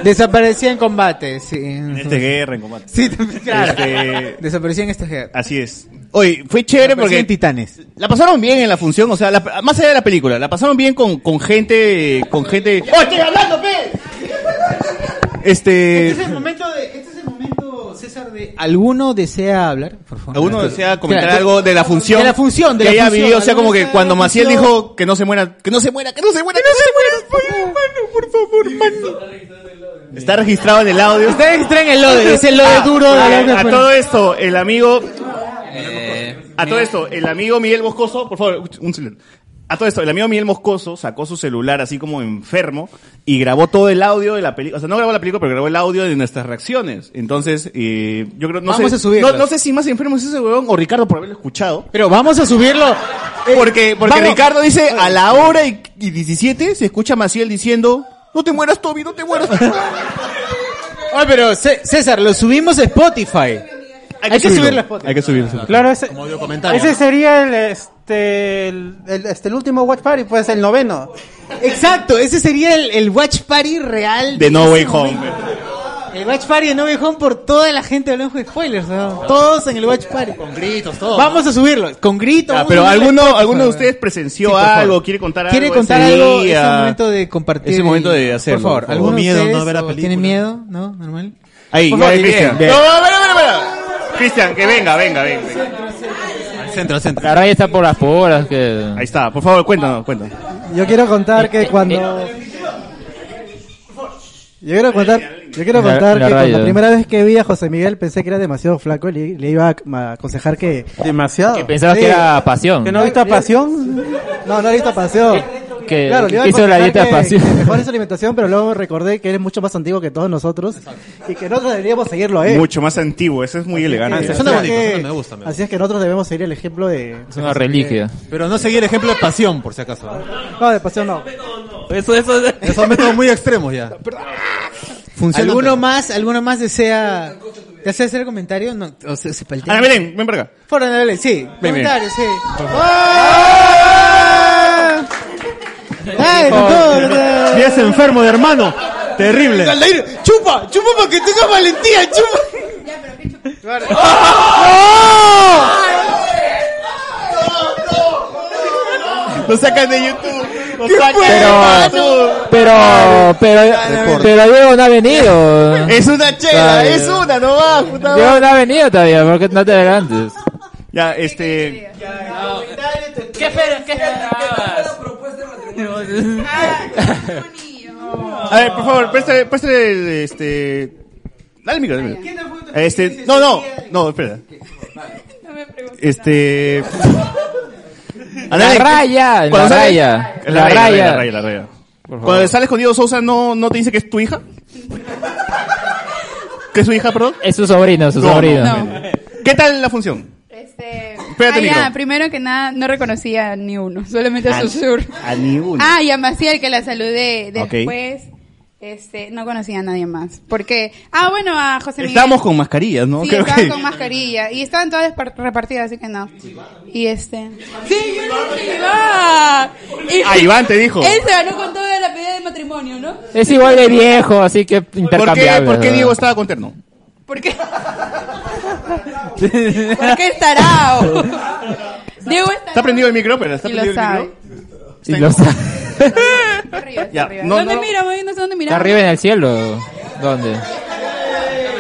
Speaker 1: Desaparecía en combate, sí. En
Speaker 2: este guerra, en combate.
Speaker 1: Sí, también, claro.
Speaker 2: Este-
Speaker 1: Desaparecía en esta guerra.
Speaker 2: Así es. Oye, fue chévere
Speaker 1: Desaparecía
Speaker 2: porque
Speaker 1: en Titanes.
Speaker 2: la pasaron bien en la función, o sea, la- más allá de la película, la pasaron bien con, con gente, con gente. ¡Oh, estoy hablando, pe! Este,
Speaker 1: Este es el momento de... Este es el momento, César, de... ¿Alguno desea hablar? Por favor.
Speaker 2: ¿Alguno desea comentar
Speaker 1: Claro,
Speaker 2: algo de la función?
Speaker 1: de la función, de
Speaker 2: que
Speaker 1: la
Speaker 2: haya
Speaker 1: función.
Speaker 2: vivido, o sea, como que
Speaker 1: ¿Alguna
Speaker 2: cuando Maciel
Speaker 1: función?
Speaker 2: dijo que no se muera, que no se muera, que no se muera, que no se muera, hermano, por favor, hermano. Está registrado en el audio.
Speaker 1: Ustedes extraen el lode, es el lode duro de
Speaker 2: Ah, a,
Speaker 1: la- pues.
Speaker 2: a todo esto, el amigo a todo esto, el amigo Miguel Moscoso, por favor, un silencio. A todo esto, el amigo Miguel Moscoso sacó su celular así como enfermo y grabó todo el audio de la película. O sea, no grabó la película, pero grabó el audio de nuestras reacciones. Entonces, eh, yo creo, no
Speaker 11: Vamos
Speaker 2: sé,
Speaker 11: a subirlo.
Speaker 2: no, no sé si más enfermo es ese huevón o Ricardo por haberlo escuchado. Eh,
Speaker 11: Pero vamos a subirlo.
Speaker 2: Porque, porque
Speaker 11: vamos.
Speaker 2: Ricardo dice, a la hora y, y 17 se escucha a Maciel diciendo, no te mueras, Toby, no te mueras.
Speaker 1: Ay, pero Cé- César, lo subimos a Spotify. Hay que subirlo a Spotify.
Speaker 2: Hay que subirlo.
Speaker 11: Claro, ese,
Speaker 3: comentario.
Speaker 11: ese sería el, este, el,
Speaker 6: El, este, el último Watch Party, pues el noveno.
Speaker 1: Exacto, ese sería el, el Watch Party real.
Speaker 2: De No
Speaker 1: ese
Speaker 2: Way
Speaker 1: momento.
Speaker 2: Home.
Speaker 1: El Watch Party de No Way Home por toda la gente de Blanco de Spoilers. ¿no? Todos en el Watch Party. Con
Speaker 3: gritos, todo.
Speaker 1: Vamos a subirlo, con gritos.
Speaker 2: Ah,
Speaker 1: vamos
Speaker 2: pero
Speaker 1: a subirlo a
Speaker 2: alguno,
Speaker 1: Spotify.
Speaker 2: alguno de ustedes presenció
Speaker 1: Sí, por favor.
Speaker 2: algo, quiere contar algo.
Speaker 1: ¿Quiere contar
Speaker 2: ese
Speaker 1: algo? Es
Speaker 2: día?
Speaker 1: el momento de compartir.
Speaker 2: Es el momento de hacerlo,
Speaker 1: Por favor,
Speaker 2: por favor.
Speaker 1: ¿alguno de
Speaker 2: Miedo,
Speaker 1: ustedes
Speaker 2: no ver la
Speaker 1: o
Speaker 2: película.
Speaker 1: ¿Tiene miedo? ¿No? ¿Normal?
Speaker 2: Ahí,
Speaker 1: Por
Speaker 2: ya,
Speaker 1: favor,
Speaker 2: ahí,
Speaker 1: bien,
Speaker 2: Cristian.
Speaker 1: bien.
Speaker 2: No, no, espera, espera, espera. Cristian, que venga, venga, venga.
Speaker 3: Centro, centro.
Speaker 7: La raya está por las poras. Que...
Speaker 2: Ahí está, por favor, cuéntanos, cuéntanos.
Speaker 11: Yo quiero contar que cuando. Yo quiero contar, yo quiero
Speaker 7: La-
Speaker 11: contar
Speaker 7: la
Speaker 11: que
Speaker 7: raya.
Speaker 11: cuando la primera vez que vi a José Miguel pensé que era demasiado flaco y le, le iba a ac- a aconsejar que. Demasiado.
Speaker 7: Que pensabas que era pasión.
Speaker 11: Que no ahorita pasión. No, no ahorita pasión.
Speaker 7: Que
Speaker 11: le iba a
Speaker 7: hizo la
Speaker 11: aconsejar
Speaker 7: dieta
Speaker 11: que-
Speaker 7: pasión.
Speaker 11: que mejore su alimentación, pero luego recordé que él es mucho más antiguo que todos nosotros y que nosotros deberíamos seguirlo a él.
Speaker 2: Eh, Mucho más antiguo, eso es muy elegante.
Speaker 11: Eh. Así es
Speaker 3: Suena
Speaker 11: que-
Speaker 3: bonito, suena- me gusta, me gusta.
Speaker 11: Así es que nosotros debemos seguir el ejemplo de.
Speaker 7: Es una reliquia.
Speaker 3: Eh, Pero no seguí el ejemplo de pasión, por si acaso.
Speaker 11: No, de pasión no.
Speaker 10: Eso, eso,
Speaker 3: Ya Son métodos muy extremos ya. Funciona.
Speaker 1: ¿Alguno más, ¿Alguno más desea, desea hacer comentario? No, o sea, se paltea.
Speaker 2: Ana Belén, ven para acá.
Speaker 1: Por Ana Belén, sí.
Speaker 2: Ven, ven.
Speaker 1: comentario, sí. ¡Ah! ¡Ay, doctor!
Speaker 12: Ya es enfermo de hermano. Terrible.
Speaker 1: Aldair, ¡Chupa! ¡Chupa para que tengas valentía! ¡Chupa!
Speaker 2: Lo sacan de YouTube. Lo sacan de
Speaker 7: Pero,
Speaker 2: YouTube.
Speaker 7: pero, pero, pero Diego no ha venido.
Speaker 2: Es una chela,
Speaker 7: Ay,
Speaker 2: es una, no va, puta
Speaker 7: Diego
Speaker 2: madre.
Speaker 7: no ha venido todavía, ¿por qué no te adelantes?
Speaker 2: Ya, este.
Speaker 10: ¿Qué esperas? ¿Qué esperabas?
Speaker 2: A ver, por favor, préstale, préstale, este. Dale el micro, dale el micro. Este, no, no, no, espera. Este. Andrés,
Speaker 7: raya,
Speaker 2: cuando
Speaker 7: la
Speaker 2: sale-
Speaker 7: raya, la raya.
Speaker 2: la raya, la raya.
Speaker 7: favor.
Speaker 2: Cuando sale escondido Sousa, ¿no, ¿no te dice que es tu hija? ¿Que es su hija, perdón?
Speaker 7: Es su sobrino, su sobrino.
Speaker 2: ¿Qué tal la función?
Speaker 14: Ah,
Speaker 2: Espérate,
Speaker 14: ya,
Speaker 2: micro.
Speaker 14: primero que nada, no reconocía a ni uno, solamente a
Speaker 2: Ah,
Speaker 14: Susur.
Speaker 2: A ni uno.
Speaker 14: Ah, y a Maciel, que la saludé
Speaker 2: Ok.
Speaker 14: después. Este, no conocía a nadie más. Porque, ah, bueno, a José Miguel.
Speaker 2: Estábamos con mascarillas, ¿no?
Speaker 14: Sí, estaban con mascarilla. Y estaban todas despar- repartidas, así que no. Y este. Sí, yo le dije, Iván. Y-
Speaker 2: Ah, Iván te dijo.
Speaker 14: Él se ganó con toda la pedida de matrimonio, ¿no?
Speaker 7: Es igual de viejo, así que
Speaker 2: ¿Por qué,
Speaker 7: intercambiable.
Speaker 2: ¿Por qué
Speaker 7: ¿verdad?
Speaker 2: Diego estaba con terno?
Speaker 14: ¿Por qué estará? Diego está.
Speaker 2: Está prendido el micro, pero está
Speaker 14: Y
Speaker 2: prendido el
Speaker 14: lo
Speaker 2: micro.
Speaker 7: Y lo sa-
Speaker 2: Ya, no,
Speaker 14: ¿Dónde
Speaker 2: no.
Speaker 14: mira, mami? No sé dónde
Speaker 7: Está
Speaker 14: mira.
Speaker 7: arriba en el cielo. ¿Dónde?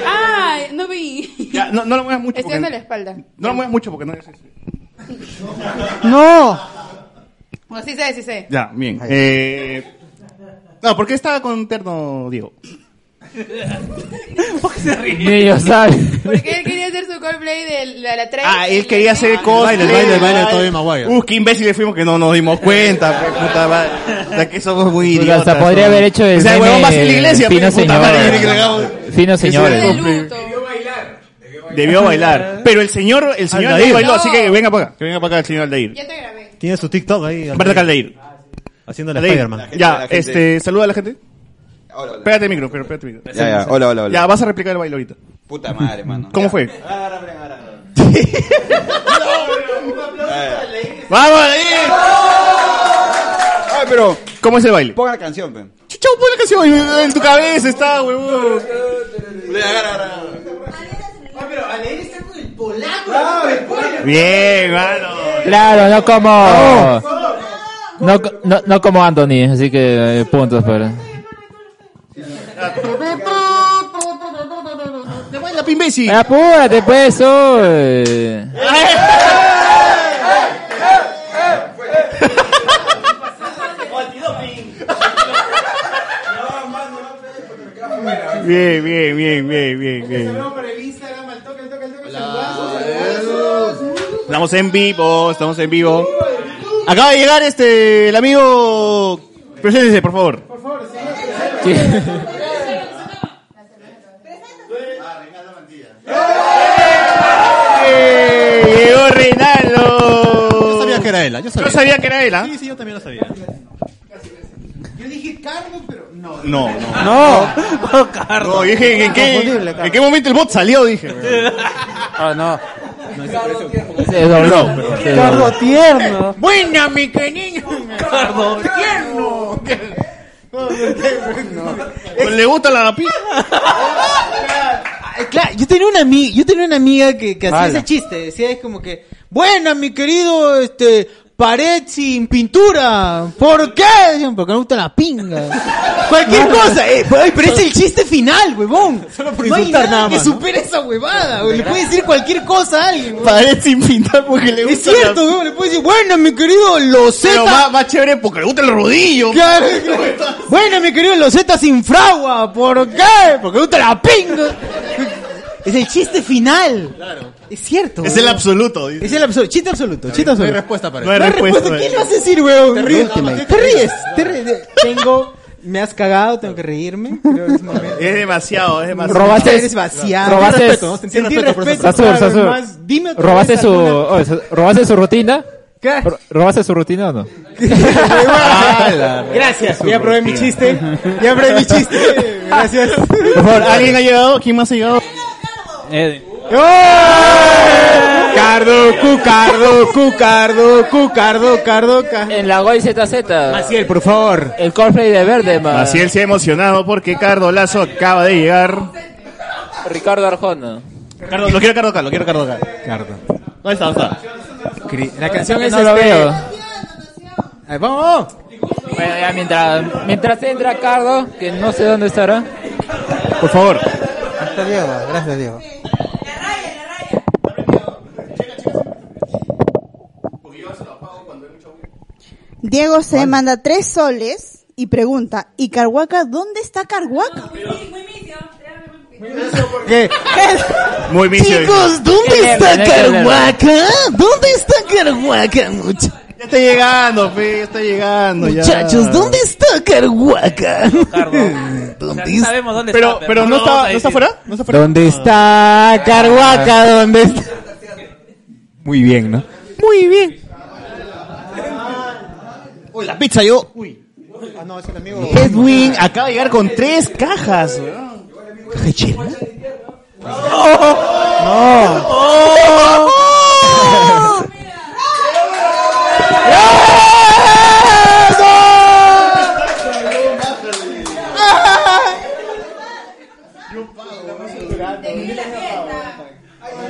Speaker 14: Ah, no vi.
Speaker 2: Ya, no, no lo muevas mucho.
Speaker 14: Estoy dando
Speaker 2: porque-
Speaker 14: la espalda.
Speaker 2: No lo muevas mucho porque no
Speaker 6: ¡No!
Speaker 14: Bueno, sí sé, sí sé.
Speaker 2: Ya, bien. Eh, no, ¿por qué estaba con terno, Diego?
Speaker 7: Ni yo sabe.
Speaker 14: Porque él quería hacer su cosplay de la, la tres.
Speaker 2: Ah, él quería hacer cosplay.
Speaker 3: baile, el baile, el baile de Tobey Maguire.
Speaker 2: Uh, qué imbéciles fuimos que no nos dimos cuenta. pues, puta madre. O sea, que somos muy
Speaker 7: Puta,
Speaker 2: idiotas.
Speaker 7: hasta podría
Speaker 2: ¿no?
Speaker 7: haber hecho el
Speaker 2: O sea, el huevón va a ser la
Speaker 7: meme
Speaker 2: iglesia,
Speaker 7: Fino
Speaker 2: pues, puta
Speaker 7: señor.
Speaker 2: madre, quiere que le hagamos-
Speaker 7: Fino
Speaker 2: Ese
Speaker 7: señor.
Speaker 2: era el cosplay. Debió bailar. Pero el señor, el señor
Speaker 3: Aldair.
Speaker 2: Aldair bailó,
Speaker 3: No.
Speaker 2: así que venga para acá. Que venga para acá el señor Aldair.
Speaker 3: Tiene su TikTok ahí.
Speaker 2: Vete acá, Aldair.
Speaker 3: Haciendo la
Speaker 2: Aldair,
Speaker 3: Spider-Man.
Speaker 2: Ya, este, saluda a la gente. Espérate el micro, pero espérate el micro.
Speaker 5: Ya, ya, hola, hola, hola.
Speaker 2: Ya, Ah, vas a replicar el baile ahorita.
Speaker 5: Puta madre, mano.
Speaker 2: ¿Cómo
Speaker 5: Ya.
Speaker 2: fue?
Speaker 5: Ay,
Speaker 2: ¡Vamos, Aldair!
Speaker 15: Ah,
Speaker 5: pero.
Speaker 2: ¿Cómo es el baile?
Speaker 5: Ponga la canción, pe.
Speaker 2: Chuchau, pon la canción en tu cabeza, está, huevón. Bien, mano. Oh.
Speaker 7: Claro, no como. No, co- no, no como Anthony, así que eh, puntos para.
Speaker 2: ¡Te baila, pimbécil!
Speaker 7: ¡Apúrate, pues! oy.
Speaker 2: Eh, eh, Bien, bien, bien, bien, bien, bien. ¡Eh! Estamos en vivo, estamos en vivo. Acaba de llegar este, el amigo. Preséntese, por favor. Por favor, Eh, Llegó Reinaldo. Yo sabía que era él. Yo sabía, que era él. ¿ah?
Speaker 3: Sí, sí, yo también lo sabía.
Speaker 1: Yo dije Carlos, pero no.
Speaker 2: No, no. No, no, Carlos. No, dije, ¿en qué, ¿en qué momento el bot salió? Dije. Ah, no.
Speaker 7: Se dobló. Se dobló.
Speaker 2: tierno. Buena, mi querido. Cardo tierno. Pues ¿Le gusta la pizza?
Speaker 1: Claro, yo tenía una amiga, yo tenía una amiga que, que hacía
Speaker 2: Ala.
Speaker 1: ese chiste, decía es como que, bueno, mi querido, este, pared sin pintura, ¿por qué? Decían, porque no gusta la pinga. Cualquier cosa, eh, ay, pero es el chiste final, huevón. Solo
Speaker 3: por
Speaker 1: no hay
Speaker 3: insultar
Speaker 1: nada
Speaker 3: nada
Speaker 1: que
Speaker 3: más, ¿no?
Speaker 1: supere esa huevada, huevón. le puede decir cualquier cosa a alguien. huevón.
Speaker 2: Pared sin pintar porque le
Speaker 1: Es
Speaker 2: gusta.
Speaker 1: cierto, huevón, le puede decir, bueno, mi querido, los
Speaker 2: Pero más, más chévere porque le gusta el rodillo.
Speaker 1: Claro, claro. Bueno, mi querido Loseta sin fragua. ¿Por qué? Porque gusta la pinga. Es el chiste final. Es cierto.
Speaker 2: Es el
Speaker 1: weón.
Speaker 2: absoluto. dice.
Speaker 1: Es el absoluto. Chiste absoluto. Chiste absoluto.
Speaker 3: respuesta para
Speaker 1: No hay
Speaker 3: eso.
Speaker 1: respuesta.
Speaker 3: No hay
Speaker 1: ¿Qué le
Speaker 3: respuesta.
Speaker 1: vas a decir, weón?
Speaker 3: Te
Speaker 1: Te
Speaker 3: ríes,
Speaker 1: ríes.
Speaker 3: nada más.
Speaker 1: Te ríes. Te ríes. Tengo. Me has cagado, tengo que reírme. Creo que es momento.
Speaker 2: Es demasiado, es demasiado.
Speaker 1: Robaste- Eres vaciado.
Speaker 7: Robaste.
Speaker 1: Respeto, ¿no? Sentí respeto por esa
Speaker 7: Sasur,
Speaker 1: persona.
Speaker 7: Sasur.
Speaker 1: Además, dime otra
Speaker 7: Robaste
Speaker 1: vez
Speaker 7: su.
Speaker 1: alguna-
Speaker 7: oye, Sasur, ¿Robaste su rutina?
Speaker 1: ¿Qué?
Speaker 7: Ro- ¿Robaste su rutina o no?
Speaker 1: Ah,
Speaker 2: Ah,
Speaker 1: Gracias. Ya probé mi chiste. Ya probé mi chiste. Gracias.
Speaker 2: Por favor, ¿alguien ha llegado? ¿Quién más ha llegado?
Speaker 1: ¡Oh!
Speaker 12: Cardo, Cucardo, Cucardo, Cucardo, Cardo,
Speaker 7: En la Goy ZZ.
Speaker 12: Maciel, por favor.
Speaker 7: El cosplay de verde, man.
Speaker 2: Así él se ha emocionado porque Cardo Lazo acaba de llegar.
Speaker 7: Ricardo Arjona.
Speaker 2: Cardo, lo quiero Cardo acá, lo quiero Cardo acá.
Speaker 1: Cardo.
Speaker 2: ¿Dónde está? ¿Dónde está?
Speaker 1: La canción es
Speaker 7: No lo
Speaker 1: este-
Speaker 7: veo.
Speaker 1: Ahí vamos.
Speaker 7: Bueno, ya mientras, mientras entra Cardo, que no sé dónde estará.
Speaker 2: Por favor.
Speaker 6: Gracias, Diego. Gracias, Diego.
Speaker 9: Diego se manda tres soles y pregunta, ¿y Carhuaca? ¿Dónde está Carhuaca?
Speaker 1: ¿Qué?
Speaker 2: Muy vicio.
Speaker 1: Chicos, ¿dónde
Speaker 2: Bien,
Speaker 13: este
Speaker 1: está
Speaker 2: bien, bien, bien.
Speaker 1: Carhuaca? ¿Dónde está Carhuaca, muchachos?
Speaker 2: Ya está llegando, fe, ya está llegando. ya.
Speaker 16: Muchachos, ¿dónde está Carhuaca?
Speaker 10: sabemos dónde
Speaker 2: pero,
Speaker 10: está,
Speaker 2: Pero,
Speaker 10: pero
Speaker 2: no,
Speaker 10: no lo vamos
Speaker 2: está,
Speaker 10: a decir.
Speaker 2: ¿no está fuera? ¿No está fuera?
Speaker 12: ¿Dónde está Carhuaca? ¿Dónde está? Muy bien, ¿no?
Speaker 1: Muy bien.
Speaker 2: Uy, la pizza yo.
Speaker 3: Uy. Ah, no, es el amigo.
Speaker 2: Edwin acaba de llegar con tres cajas, weón. ¿Caja de chela?
Speaker 16: No.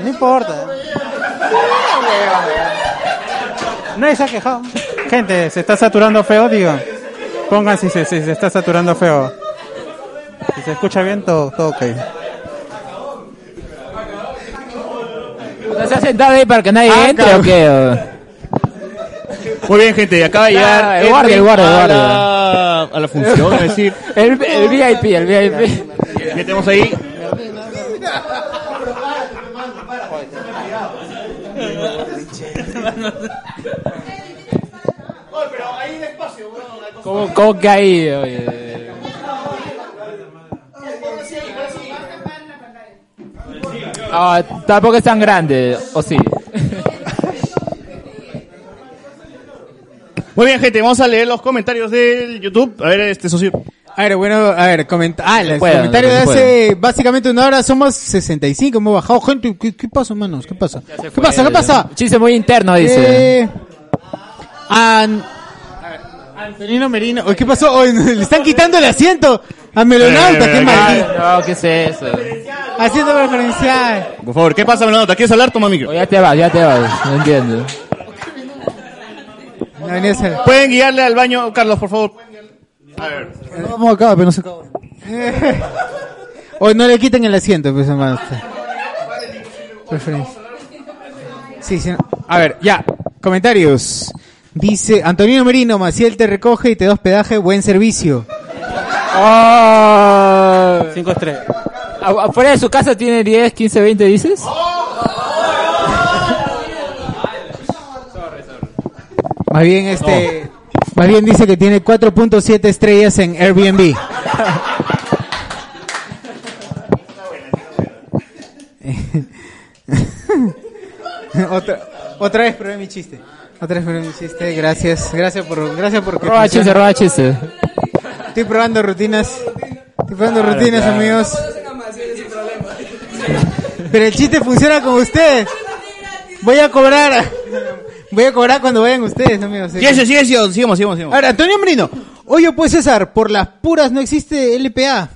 Speaker 6: No importa. Nadie se ha quejado. Gente, se está saturando feo, digo. Pónganse si se, si se está saturando feo. Si se escucha bien, todo, todo ok.
Speaker 7: ¿Se ha sentado ahí para que nadie entre o qué?
Speaker 2: Muy bien, gente, acaba de llegar.
Speaker 7: Ah, el guardia, el guardia, el
Speaker 2: a
Speaker 7: guardia.
Speaker 2: la- A la función, es decir.
Speaker 7: El, el VIP, el VIP.
Speaker 2: ¿Qué tenemos ahí?
Speaker 7: ¿Cómo, cómo que eh? ahí? Oye? Ah, tampoco es tan grande, ¿o sí?
Speaker 2: Muy bien, gente, vamos a leer los comentarios del YouTube. A ver, este socio.
Speaker 1: A ver, bueno, a ver, comenta ah, los
Speaker 2: puedan,
Speaker 1: comentarios
Speaker 2: lo
Speaker 1: de
Speaker 2: que se
Speaker 1: hace básicamente una hora somos 65, hemos bajado gente. ¿Qué, qué pasa, manos? ¿Qué pasa? ¿Qué
Speaker 7: fue
Speaker 1: pasa? ¿Qué
Speaker 7: el-
Speaker 1: pasa?
Speaker 7: Chiste muy interno, dice.
Speaker 1: Eh, An- Antonino Merino, Oye, ¿qué pasó? Oye, le están quitando el asiento a
Speaker 7: Eh,
Speaker 1: Melonauta, qué mal.
Speaker 7: No, ¿qué es eso?
Speaker 1: Haciendo preferencial.
Speaker 2: Por favor, ¿qué pasa, Melonauta? ¿Quieres hablar? Toma micro.
Speaker 7: ya te vas, ya te vas. No entiendo.
Speaker 2: Pueden guiarle al baño, Carlos, por favor.
Speaker 1: Vamos acá, pero no se acabó. Hoy no le quiten el asiento, pues hermano. Preferencia. Sí, sí. no. A ver, ya. Comentarios. Dice Antonino Merino, Maciel te recoge y te da hospedaje, buen servicio. Ah.
Speaker 7: Cinco estrellas. Afuera Ah, de su casa tiene 10, 15, 20, dices.
Speaker 1: Más bien este, más bien dice que tiene 4.7 estrellas en Airbnb. otra, otra vez probé mi chiste. Otra vez probé mi chiste. Gracias, gracias por, gracias por que
Speaker 7: Roba
Speaker 1: funcione.
Speaker 7: chiste, roba chiste.
Speaker 1: Estoy probando rutinas. Estoy probando
Speaker 7: Claro,
Speaker 1: rutinas,
Speaker 7: claro.
Speaker 1: amigos. Pero el chiste funciona con ustedes. Voy a cobrar. Voy a cobrar cuando vayan ustedes, amigos.
Speaker 2: Silencio, silencio, sigamos, sigamos, sigamos.
Speaker 1: Ahora, Antonio Merino. Oye, pues César, por las puras no existe LPA.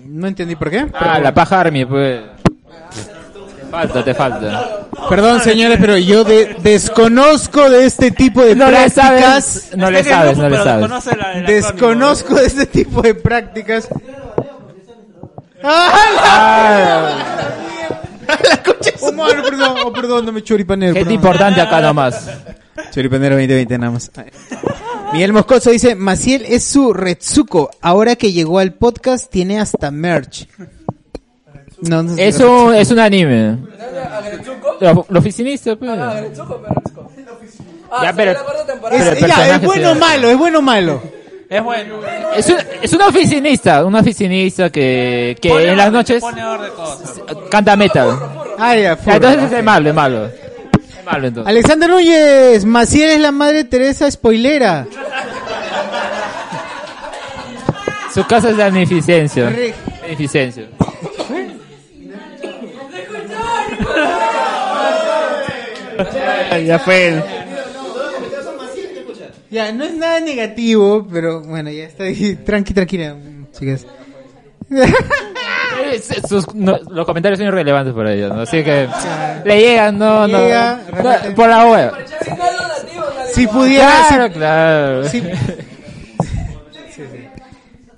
Speaker 1: No entendí por qué.
Speaker 7: Ah, la paja Army, pues. Te falta, te falta.
Speaker 1: Perdón, señores, pero yo de- desconozco de este tipo de
Speaker 7: No le sabes,
Speaker 1: prácticas.
Speaker 7: no le Está en el sabes, no grupo, le pero sabes. desconoce
Speaker 1: Desconozco de este tipo de prácticas. Humor, perdón, oh, perdón, no me choripanero.
Speaker 7: Gente
Speaker 1: perdón.
Speaker 7: importante acá nomás.
Speaker 1: Choripanero 2020 nada más. Miguel Moscoso dice, Maciel es su Retsuko. Ahora que llegó al podcast tiene hasta merch. No, no
Speaker 7: Es
Speaker 1: no,
Speaker 7: un, es un anime.
Speaker 17: Ah,
Speaker 7: Lo- Los oficinistas, pues.
Speaker 17: Ah,
Speaker 18: Ah,
Speaker 7: Ya, pero-
Speaker 1: Es,
Speaker 7: pero el
Speaker 1: ya, es
Speaker 7: personaje
Speaker 1: bueno o
Speaker 7: sí.
Speaker 1: malo, es bueno o malo.
Speaker 10: Es bueno.
Speaker 7: Es un, es un oficinista, un oficinista que, que en las noches canta metal.
Speaker 1: Ah, ya, furro.
Speaker 7: Ya, Entonces es malo, es malo. Es malo entonces.
Speaker 1: Alexander Núñez, Maciel es la madre Teresa spoilera.
Speaker 7: Su casa es de beneficencia.
Speaker 1: Rick.
Speaker 7: Beneficencia.
Speaker 2: Ya fue.
Speaker 1: Ya, no es nada negativo, pero bueno, ya está ahí. Tranqui, tranquila, chicas.
Speaker 7: Eh, sus- no, los comentarios son irrelevantes para ellos, ¿no? así que le llegan, no, no,
Speaker 1: Llega,
Speaker 7: no, por la web.
Speaker 1: Si pudiera-
Speaker 7: claro, claro.
Speaker 1: si-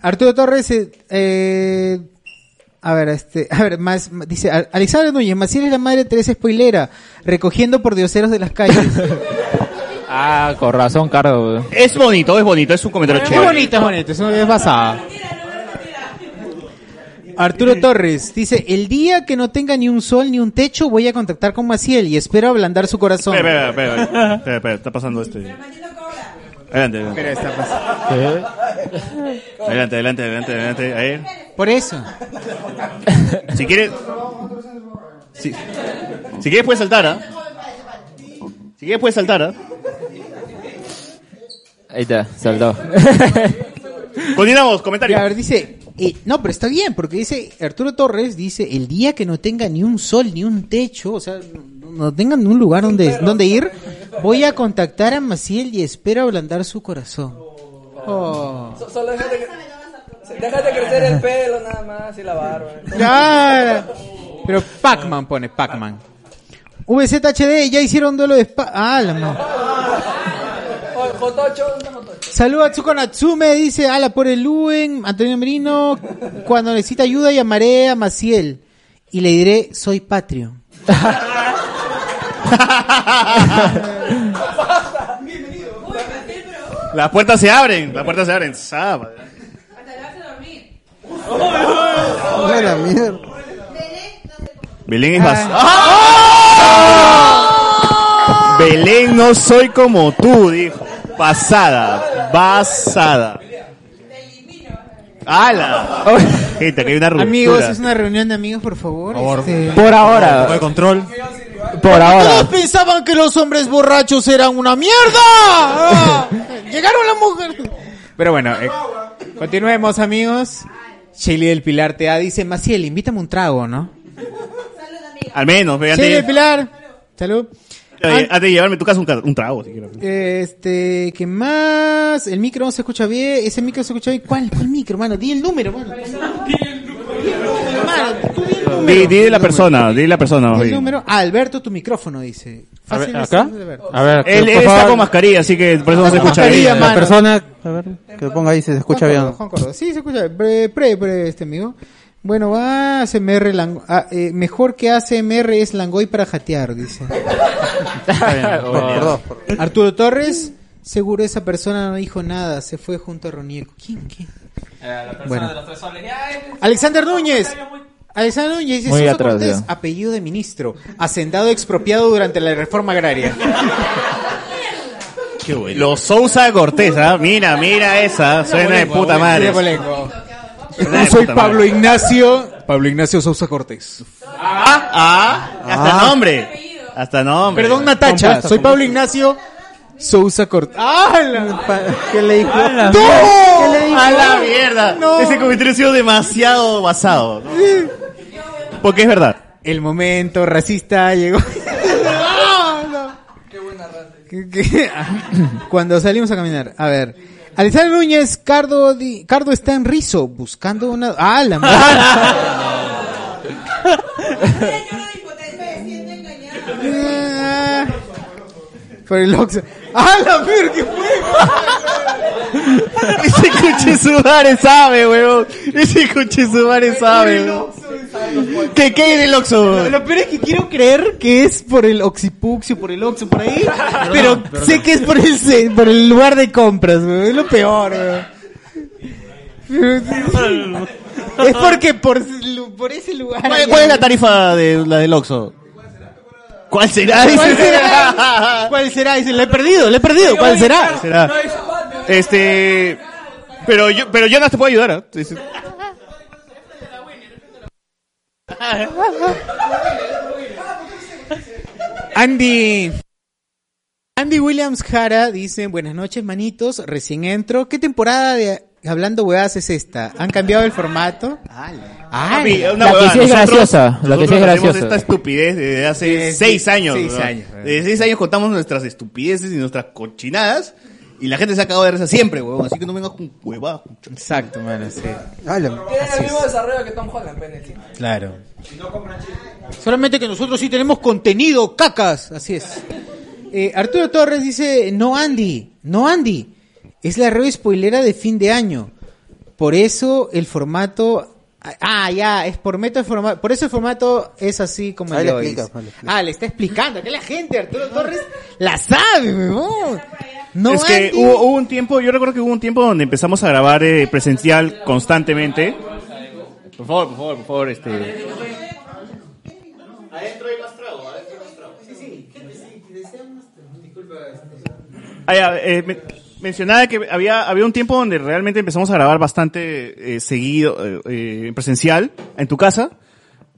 Speaker 1: Arturo Torres, eh, eh, a ver, este, a ver, más, dice, "Al- Alexander Núñez, Maciel es la madre Teresa spoilera, recogiendo por dioseros de las calles.
Speaker 7: Ah, con razón, Cardo.
Speaker 2: Es bonito, es bonito, es un comentario
Speaker 1: es bonito, es bonito, es, una- es basada. Arturo Torres dice, el día que no tenga ni un sol ni un techo voy a contactar con Maciel y espero ablandar su corazón.
Speaker 2: Espera, espera, espera, espera, espera, espera, está pasando este. Adelante, adelante.
Speaker 1: Pero está
Speaker 2: Adelante, adelante, adelante, adelante. Ahí.
Speaker 1: Por eso.
Speaker 2: Si quieres. Si, si quieres puedes saltar, ¿ah? Si quieres puedes saltar, ¿ah?
Speaker 7: Ahí está, saldó.
Speaker 2: Continuamos, comentario.
Speaker 1: a ver, dice, eh, no, pero está bien, porque dice, Arturo Torres dice, el día que no tenga ni un sol ni un techo, o sea, no- no tengan un lugar donde, donde ir, voy a contactar a Maciel y espero ablandar su corazón. Oh.
Speaker 17: So- Solo déjate, cre- déjate crecer el pelo nada más y la barba.
Speaker 1: Ya. Pero Pac-Man pone, Pac-Man. VZHD, ya hicieron duelo de spa. Ah, la madre.
Speaker 17: O- Jotocho, un jotocho.
Speaker 1: Saluda a Tsuko Natsume, dice ala por el Luen, Antonio Merino. Cuando necesita ayuda llamaré a Maciel y le diré soy patrio.
Speaker 2: Las puertas se abren, las puertas se abren. Sábado.
Speaker 6: la mierda.
Speaker 2: Belén es más. ¡Ah! Belén, no soy como tú, dijo. Pasada, basada. ¡Hala! Gente, que hay una ruptura.
Speaker 1: Amigos, es una reunión de amigos, por favor. este.
Speaker 2: de control.
Speaker 1: Por ahora. Todos pensaban que los hombres borrachos eran una mierda. ¡Ah! Llegaron las mujeres. Pero bueno, eh, continuemos, amigos. Shelly del Pilar te dice, Maciel, invítame un trago, ¿no?
Speaker 2: Al menos, ve, antes,
Speaker 1: Shelly del Pilar, salud.
Speaker 2: oye, antes de llevarme a tu casa un, tra- un trago, si quieres.
Speaker 1: Este, ¿qué más? El micro no se escucha bien, ese micro se escucha bien. ¿Cuál, cuál micro, hermano? Di el número, mano.
Speaker 2: Di, di de la persona, di de la persona. más
Speaker 1: El
Speaker 2: bien.
Speaker 1: número. Ah, Alberto, tu micrófono, dice. Fácil
Speaker 2: ver,
Speaker 1: de
Speaker 2: ¿acá?
Speaker 1: saber, Alberto.
Speaker 7: A ver,
Speaker 2: Él, él
Speaker 7: por
Speaker 2: está
Speaker 7: favor.
Speaker 2: con mascarilla, así que por eso no se escucha
Speaker 6: Mascarilla,
Speaker 2: bien.
Speaker 6: mano. La persona- A ver, que lo ponga ahí si se escucha
Speaker 1: Juan
Speaker 6: bien.
Speaker 1: Córdoba, Juan Córdoba. Sí, se escucha bien. Pre, pre, pre, este amigo. Bueno, va, CMR, Lang- ah, eh, mejor que ACMR es Langoy para jatear, dice.
Speaker 6: Bueno, por dos, por
Speaker 1: Arturo Torres, seguro esa persona no dijo nada, se fue junto a Roniel. ¿Quién, quién? Bueno. eh. Alexander Núñez. Alexander Núñez dice,
Speaker 7: Muy
Speaker 1: "Suso
Speaker 7: atrás,
Speaker 1: Cortés,
Speaker 7: ya.
Speaker 1: apellido de ministro, hacendado expropiado durante la reforma agraria.
Speaker 2: Qué bueno. Los Sousa Cortés, ¿ah? Mira, mira esa. Suena de puta madre. Suena de
Speaker 12: Soy
Speaker 2: puta madre.
Speaker 12: Pablo Ignacio. Pablo Ignacio Sousa Cortés.
Speaker 2: Ah, ah, hasta
Speaker 12: Ah.
Speaker 2: nombre. Hasta nombre.
Speaker 1: Perdón, Natacha,
Speaker 12: Compuesto,
Speaker 1: soy
Speaker 12: compuesto.
Speaker 1: Pablo Ignacio Sousa Cortés. ¡Ah! la- ¿Qué le dijo?
Speaker 2: ¡No!
Speaker 1: ¡No! ¿Qué le dijo?
Speaker 2: ¡A la mierda!
Speaker 1: No.
Speaker 2: Ese comentario ha sido demasiado basado. ¿no? Porque es verdad.
Speaker 1: El momento racista llegó. ¿Qué- qué? Cuando salimos a caminar. A ver. Alexander Núñez, Cardo, di- Cardo está en rizo, buscando una... ¡Ah, la madre!
Speaker 9: Eh,
Speaker 1: Por el Oxxo. ¡Ah, la mierda, qué fue!
Speaker 2: Ese coche su madre sabe, weón. Ese coche su madre sabe, weón. ¿Qué, qué en el Oxxo?
Speaker 1: Lo peor es que quiero creer que es por el Oxipuxio, por el Oxxo, por ahí. pero sé que es por el, ce- por el lugar de compras, weón. Es lo peor, weón. Es porque por, por ese lugar.
Speaker 2: ¿Cuál, cuál es la tarifa de la del Oxxo? ¿Cuál será?
Speaker 1: ¿Cuál será? ¿Cuál será? Dice, le he perdido, le he perdido. ¿Cuál será?
Speaker 2: será? Este. Pero yo, pero Jonas te puede ayudar, ¿ah? Sí, sí.
Speaker 1: Andy. Andy Williams Jara dice, buenas noches, manitos, recién entro. ¿Qué temporada de Hablando Huevadas es esta? ¿Han cambiado el formato? Ah,
Speaker 2: Papi, una
Speaker 7: La que
Speaker 2: huevada.
Speaker 7: sí es
Speaker 2: Nosotros-
Speaker 7: graciosa, la que sí es
Speaker 2: nosotros hacemos
Speaker 7: graciosa.
Speaker 2: esta estupidez desde hace
Speaker 1: Desde
Speaker 2: seis años.
Speaker 1: seis
Speaker 2: ¿no?
Speaker 1: años. eh.
Speaker 2: Desde seis años contamos nuestras estupideces y nuestras cochinadas. Y la gente se ha cagado de risa siempre, huevón. Así que no vengas con huevadas.
Speaker 1: Exacto, mano, sí.
Speaker 17: Tienen el mismo desarrollo que Tom Holland, pues, pene. sí.
Speaker 1: Claro. Solamente que nosotros sí tenemos contenido, cacas. Así es. Eh, Arturo Torres dice, no Andy, no Andy. Es la red spoilera de fin de año. Por eso el formato... Ah, ya, es por meta el formato. Por eso el formato es así como
Speaker 6: Ahí
Speaker 1: el
Speaker 6: le
Speaker 1: de hoy.
Speaker 6: explica, ahí le
Speaker 1: Ah, le está explicando. Que la gente, Arturo Torres, la sabe, huevón. No
Speaker 2: es que
Speaker 1: Andy.
Speaker 2: hubo, hubo un tiempo, yo recuerdo que hubo un tiempo donde empezamos a grabar eh, presencial constantemente. Por favor, por favor, por favor, este.
Speaker 19: Adentro hay más trago, adentro hay más trago. Sí, sí, sí, deseamos. Disculpa.
Speaker 2: Ah, ya, eh, men- mencionaba que había, había un tiempo donde realmente empezamos a grabar bastante eh, seguido, eh, eh, presencial, en tu casa.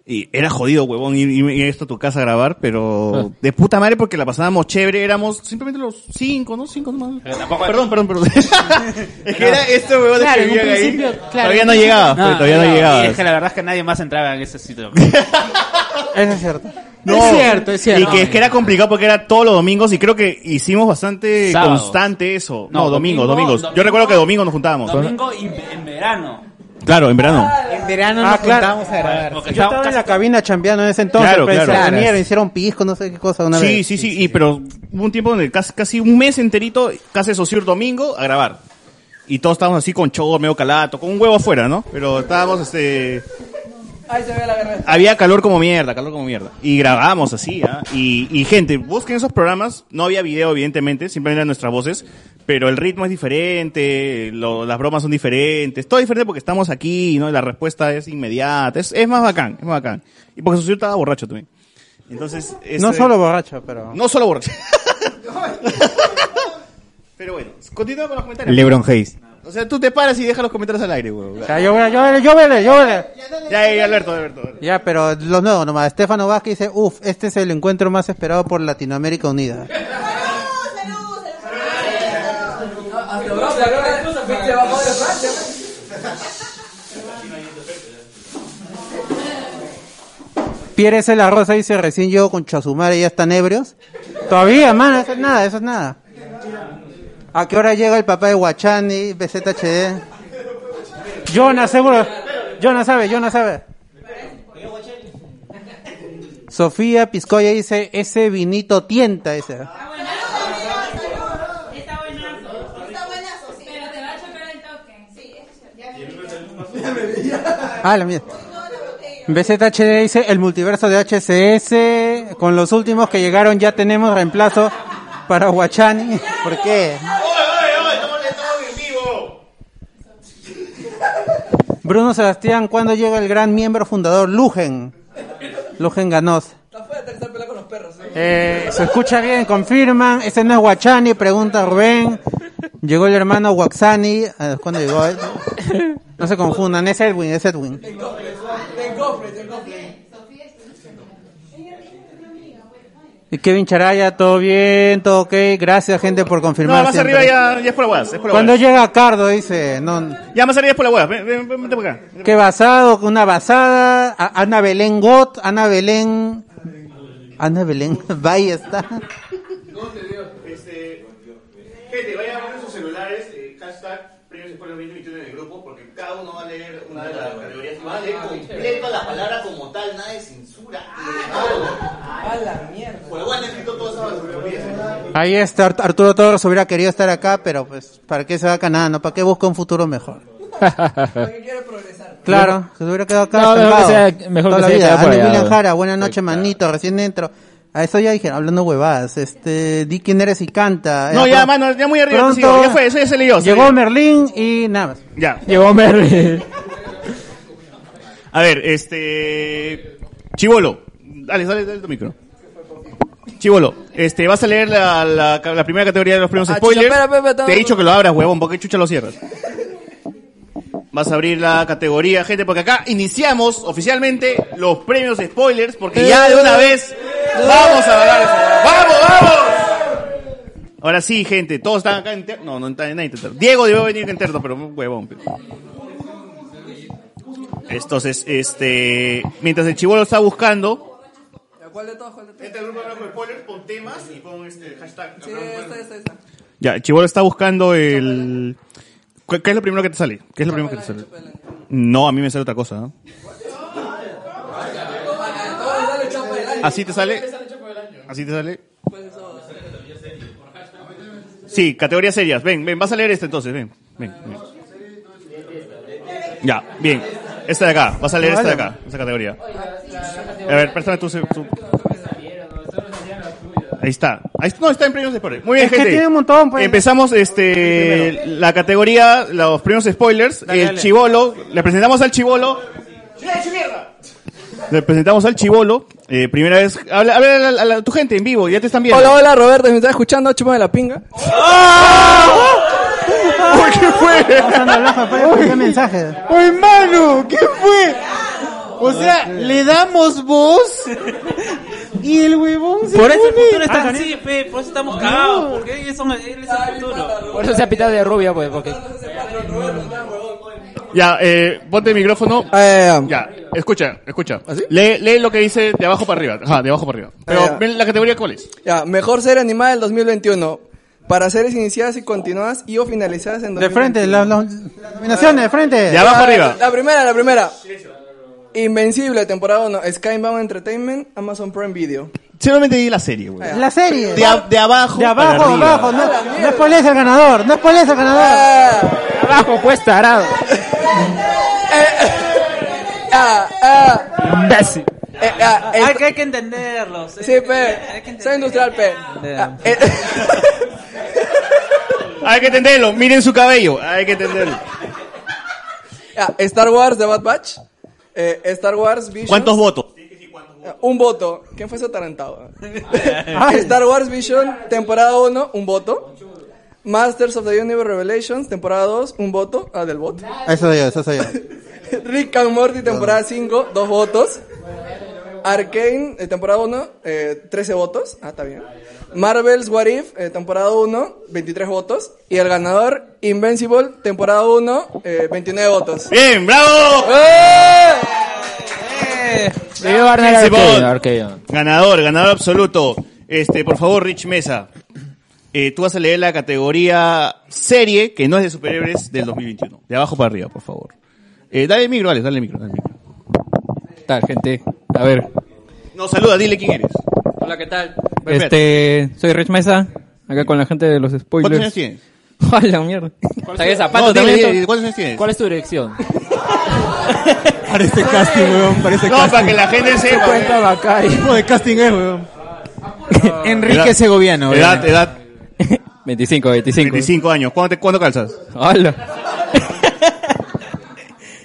Speaker 2: Y era jodido, huevón, ir, ir- ir esto a tu casa a grabar, pero de puta madre porque la pasábamos chévere, éramos simplemente los cinco, ¿no? Cinco nomás. Perdón, perdón, perdón. es que era este huevón de
Speaker 10: Claro,
Speaker 2: que
Speaker 10: en un
Speaker 2: vivían ahí.
Speaker 10: principio, claro.
Speaker 2: Todavía no llegaba, pues, todavía no, llegaba.
Speaker 10: Y es que la verdad es que nadie más entraba en ese sitio.
Speaker 6: Eso es cierto.
Speaker 2: No. Y que es que era complicado porque era todos los domingos y creo que hicimos bastante
Speaker 10: Sábado.
Speaker 2: constante eso. No,
Speaker 10: No, domingo,
Speaker 2: domingos, domingos. Yo
Speaker 10: domingo.
Speaker 2: recuerdo que domingo nos juntábamos.
Speaker 10: Domingo y en verano.
Speaker 2: Claro, en verano.
Speaker 1: En verano
Speaker 10: Ah,
Speaker 1: nos
Speaker 10: claro.
Speaker 1: juntábamos a grabar.
Speaker 10: Porque
Speaker 6: Yo estaba en la cabina chambeando en ese entonces,
Speaker 2: Claro,
Speaker 6: pero
Speaker 2: claro.
Speaker 6: se reunieron,
Speaker 2: Claro.
Speaker 6: hicieron pisco, no sé qué cosa una
Speaker 2: Sí,
Speaker 6: vez.
Speaker 2: sí, sí, y pero hubo un tiempo donde casi, casi un mes enterito, casi eso sí, el domingo a grabar. Y todos estábamos así con chogor, medio calato, con un huevo afuera, ¿no? Pero estábamos, este...
Speaker 17: Ahí se ve la guerra.
Speaker 2: Había calor como mierda, calor como mierda. Y grabábamos así, ¿ah? Y, y gente, busquen esos programas. No había video, evidentemente, simplemente eran nuestras voces. Pero el ritmo es diferente, lo- las bromas son diferentes, todo diferente porque estamos aquí, ¿no? Y la respuesta es inmediata, es, es más bacán, es más bacán. Y porque Sucio estaba borracho también. Entonces, este-
Speaker 6: No
Speaker 2: ese-
Speaker 6: solo borracho, pero...
Speaker 2: No solo borracho. Pero bueno, continúa con los comentarios.
Speaker 12: LeBron Hayes.
Speaker 2: O sea, tú te paras y dejas los comentarios al aire, güey.
Speaker 6: O sea, yo veré, yo veré, yo veré, yo veré.
Speaker 2: Ya, ya, Alberto, Alberto. Alberto.
Speaker 6: Ya, pero los nuevos nomás. Estefano Vázquez dice, uff, este es el encuentro más esperado por Latinoamérica Unida.
Speaker 17: Hasta Europa, ahora fuiste abajo de Francia.
Speaker 6: Pierre C. La Rosa dice, recién llego con Chasumare y ya están ebrios. Todavía, mano, eso es nada, eso es nada. ¿A qué hora llega el papá de Guachani, BZHD? Jonas, seguro. Jonas sabe, Jonas sabe. Sofía Piscoya dice, ese vinito tienta, ese. Ah, la mía. BZHD dice el multiverso de HCS. Con los últimos que llegaron ya tenemos reemplazo para Guachani. ¿Por qué? Bruno Sebastián, ¿cuándo llega el gran miembro fundador Lugen? Lugen Ganós. Eh, se escucha bien, confirman. Ese no es Guachani, pregunta Rubén. Llegó el hermano Waxani. eh, ¿Cuándo llegó? No se confundan, es Edwin, es Edwin.
Speaker 17: Ten cofre, ten cofre.
Speaker 6: Y Kevin Charaya, todo bien, todo ok. Gracias, gente, por
Speaker 2: No,
Speaker 6: confirmar.
Speaker 2: más
Speaker 6: siempre.
Speaker 2: arriba ya, ya es por la huevas, es por la
Speaker 6: Cuando
Speaker 2: huevas.
Speaker 6: llega Cardo, dice, no,
Speaker 2: Ya más arriba es por la huevas, ven, ven, ven, vente por acá.
Speaker 6: qué basado, una basada. A- Ana Belén Got, Ana Belén. Ana Belén, ahí está.
Speaker 2: No te digo, este. Gente, vayan a poner sus celulares, eh, hashtag premios spoiler 2021 en el grupo, porque cada uno va a leer una de
Speaker 6: Ah,
Speaker 2: las categorías y va a leer
Speaker 19: Completa la palabra como tal, nada de censura.
Speaker 6: Ah,
Speaker 19: A la mierda. Huevón, he escrito todas esas barbaridades.
Speaker 6: Ahí está, Art- Arturo Torres hubiera querido estar acá, pero pues, ¿para qué se va a Canadá? ¿No? ¿Para qué busca un futuro mejor? Claro, se hubiera quedado acá.
Speaker 7: No, mejor que
Speaker 6: estancado
Speaker 7: sea- mejor
Speaker 6: toda
Speaker 7: que
Speaker 6: la
Speaker 7: sea
Speaker 6: vida.
Speaker 7: quedado por
Speaker 6: Ale
Speaker 7: allá,
Speaker 6: William
Speaker 7: ¿no?
Speaker 6: Jara, buenas noches, manito, recién dentro. A eso ya dijeron, hablando huevadas. Este, di quién eres y canta.
Speaker 2: No,
Speaker 6: Eh,
Speaker 2: ya,
Speaker 6: pro-
Speaker 2: mano, ya muy arriba,
Speaker 6: pronto-
Speaker 2: sigo, ya fue, eso ya se leyó. se
Speaker 6: Llegó
Speaker 2: leyó.
Speaker 6: Merlín y nada más.
Speaker 2: Ya.
Speaker 7: Llegó Merlin.
Speaker 2: A ver, este. Chivolo, dale, dale, dale tu micro. Chivolo, este, vas a leer la, la, la primera categoría de los premios
Speaker 17: Ah, chucha,
Speaker 2: spoilers.
Speaker 17: espera, espera, espera.
Speaker 2: Te he dicho que lo abras, huevón, porque chucha lo cierras. Vas a abrir la categoría, gente, porque acá iniciamos oficialmente los premios spoilers, porque ya de una vez vamos a hablar. ¡Vamos, vamos! Ahora sí, gente, todos están acá en ter- No, no está nadie en terno. Diego debió venir en terno, pero huevón. pe. Entonces, este, mientras el chivolo está buscando,
Speaker 17: ¿Cuál de todos? ¿Cuál de todos?
Speaker 2: Este grupo de spoilers con temas y pon este hashtag.
Speaker 17: Sí, esta, esta, esta.
Speaker 2: ya, el chivolo está buscando el ¿Qué qué es lo primero que te sale? ¿Qué es lo primero que te sale? No, a mí me sale otra cosa. ¿no? Así te sale. Así te sale. Sí, categorías serias. Ven, ven, vas a leer este entonces, ven. ven, ven. Ya, bien. Esta de acá, vas a leer esta de acá, esta categoría. A ver, préstame tu... tu- Ahí está. Ahí está. No, está en premios de spoilers. Muy bien,
Speaker 6: Es que
Speaker 2: gente.
Speaker 6: tiene un montón, pues.
Speaker 2: Empezamos este la categoría, los premios spoilers.
Speaker 6: Dale,
Speaker 2: el
Speaker 6: dale.
Speaker 2: chivolo. Le presentamos al chivolo.
Speaker 19: mierda!
Speaker 2: Le presentamos al Chivolo. Eh, primera vez. Habla, habla a, la- a la- tu gente en vivo, ya te están viendo.
Speaker 17: Hola, hola, Roberto, ¿me estás escuchando? Chúpame la pinga.
Speaker 6: ¡Ah!
Speaker 2: ¿Por qué fue?
Speaker 11: ¿Qué mensaje?
Speaker 1: ¡Oye, mano! ¿Qué fue? O sea, le damos voz y el huevón se
Speaker 10: Por eso el
Speaker 1: pone-
Speaker 10: futuro está
Speaker 1: Ah,
Speaker 10: así, pe, por eso estamos cagados. Porque eso, él es el futuro.
Speaker 18: Por eso se ha pitado de rubia, pues, porque...
Speaker 2: Ya, eh, ponte el micrófono.
Speaker 17: Ah,
Speaker 2: ya, escucha, escucha. Lee, lee lo que dice de abajo para arriba. Ajá, de abajo para arriba. Pero,
Speaker 17: Ah, ya.
Speaker 2: ¿ven la categoría cuál es?
Speaker 17: Ya, mejor ser animada del 2021. Para series iniciadas y continuadas y o finalizadas en 2021.
Speaker 6: De frente, las la, las nominaciones, de frente.
Speaker 17: La- La primera, la primera. Invencible, temporada 1. Skybound Entertainment, Amazon Prime Video.
Speaker 2: Solamente di la serie, güey.
Speaker 11: La serie.
Speaker 2: De, a- de abajo.
Speaker 11: De abajo,
Speaker 2: para arriba.
Speaker 11: abajo. No, no spoilees el ganador. No spoilees el ganador. Abajo, pues, tarado.
Speaker 17: Ah, ah.
Speaker 18: Imbécil.
Speaker 17: Eh, ah, el-
Speaker 10: Hay que, hay que entenderlos.
Speaker 17: Sí, pe. Soy industrial, pe. Ah, eh,
Speaker 2: Hay que entenderlo. Miren su cabello. Hay que entenderlo.
Speaker 17: ah, Star Wars The Bad Batch. Eh, Star Wars Visions.
Speaker 2: ¿Cuántos votos?
Speaker 17: Ah, Un voto. ¿Quién fue ese atarantado? Ah, Star Wars Vision, temporada 1, un voto. Masters of the Universe Revelations, temporada 2, un voto. Ah, del voto.
Speaker 6: Eso soy yo, eso soy yo.
Speaker 17: Rick and Morty, temporada 5, dos votos. Arkane, eh, temporada 1, eh, 13 votos. Ah, está bien. Marvel's What If, eh, temporada 1, 23 votos. Y el ganador, Invincible, temporada 1, eh, 29 votos. ¡Eh!
Speaker 2: ¡Bien! ¡Bravo!
Speaker 18: Debió ganar
Speaker 2: Invincible.
Speaker 18: Arcade, Arcade.
Speaker 2: Ganador, ganador absoluto. Este, por favor, Rich Mesa. eh, tú vas a leer la categoría serie, que no es de superhéroes, del 2021. De abajo para arriba, por favor. Eh, dale el micro, Alex, dale el micro. Dale el micro.
Speaker 18: Tal, gente. A ver.
Speaker 2: No, saluda, dile quién eres.
Speaker 18: Hola, ¿qué tal?
Speaker 20: Este, soy Rich Mesa, acá con la gente de los spoilers.
Speaker 2: ¿Cuántos años tienes?
Speaker 20: A la mierda.
Speaker 18: Tragué zapatos
Speaker 2: No, dile,
Speaker 18: también,
Speaker 2: dile,
Speaker 18: esto.
Speaker 2: dile, ¿Cuántos años tienes?
Speaker 18: ¿Cuál es tu dirección?
Speaker 2: Parece casting, weón, parece No, para que la gente sepa.
Speaker 18: Cuenta Bacari.
Speaker 1: tipo de casting es, weón? Enrique
Speaker 20: Edad-
Speaker 1: Segoviano.
Speaker 20: edad-
Speaker 1: obviamente.
Speaker 2: edad.
Speaker 20: 25, 25.
Speaker 2: 25 años. ¿Cuándo, te- cuándo calzas?
Speaker 20: Hola.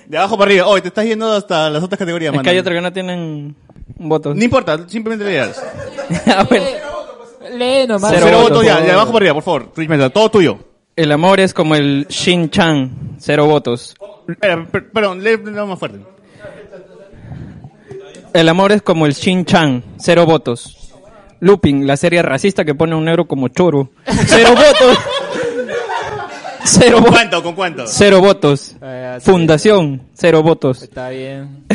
Speaker 2: De abajo para arriba. Hoy te estás yendo hasta las otras categorías,
Speaker 20: Es
Speaker 2: mano.
Speaker 20: que hay otros que no tienen votos.
Speaker 2: No importa, simplemente leas.
Speaker 18: Lee nomás.
Speaker 2: Cero, votos, ya, de abajo para arriba, por favor. Rich Mesa, todo tuyo.
Speaker 20: El amor es como el Shin Chan, cero votos.
Speaker 2: Espera, per- perdón, lee lee más fuerte.
Speaker 20: El amor es como el Shin Chan, cero votos. Looping, la serie racista que pone a un negro como choro. Cero votos. Cero
Speaker 2: ¿Con
Speaker 20: votos.
Speaker 2: cuánto? ¿Con cuánto?
Speaker 20: Cero votos.
Speaker 18: Ah, sí.
Speaker 20: Fundación, cero votos.
Speaker 18: Está bien.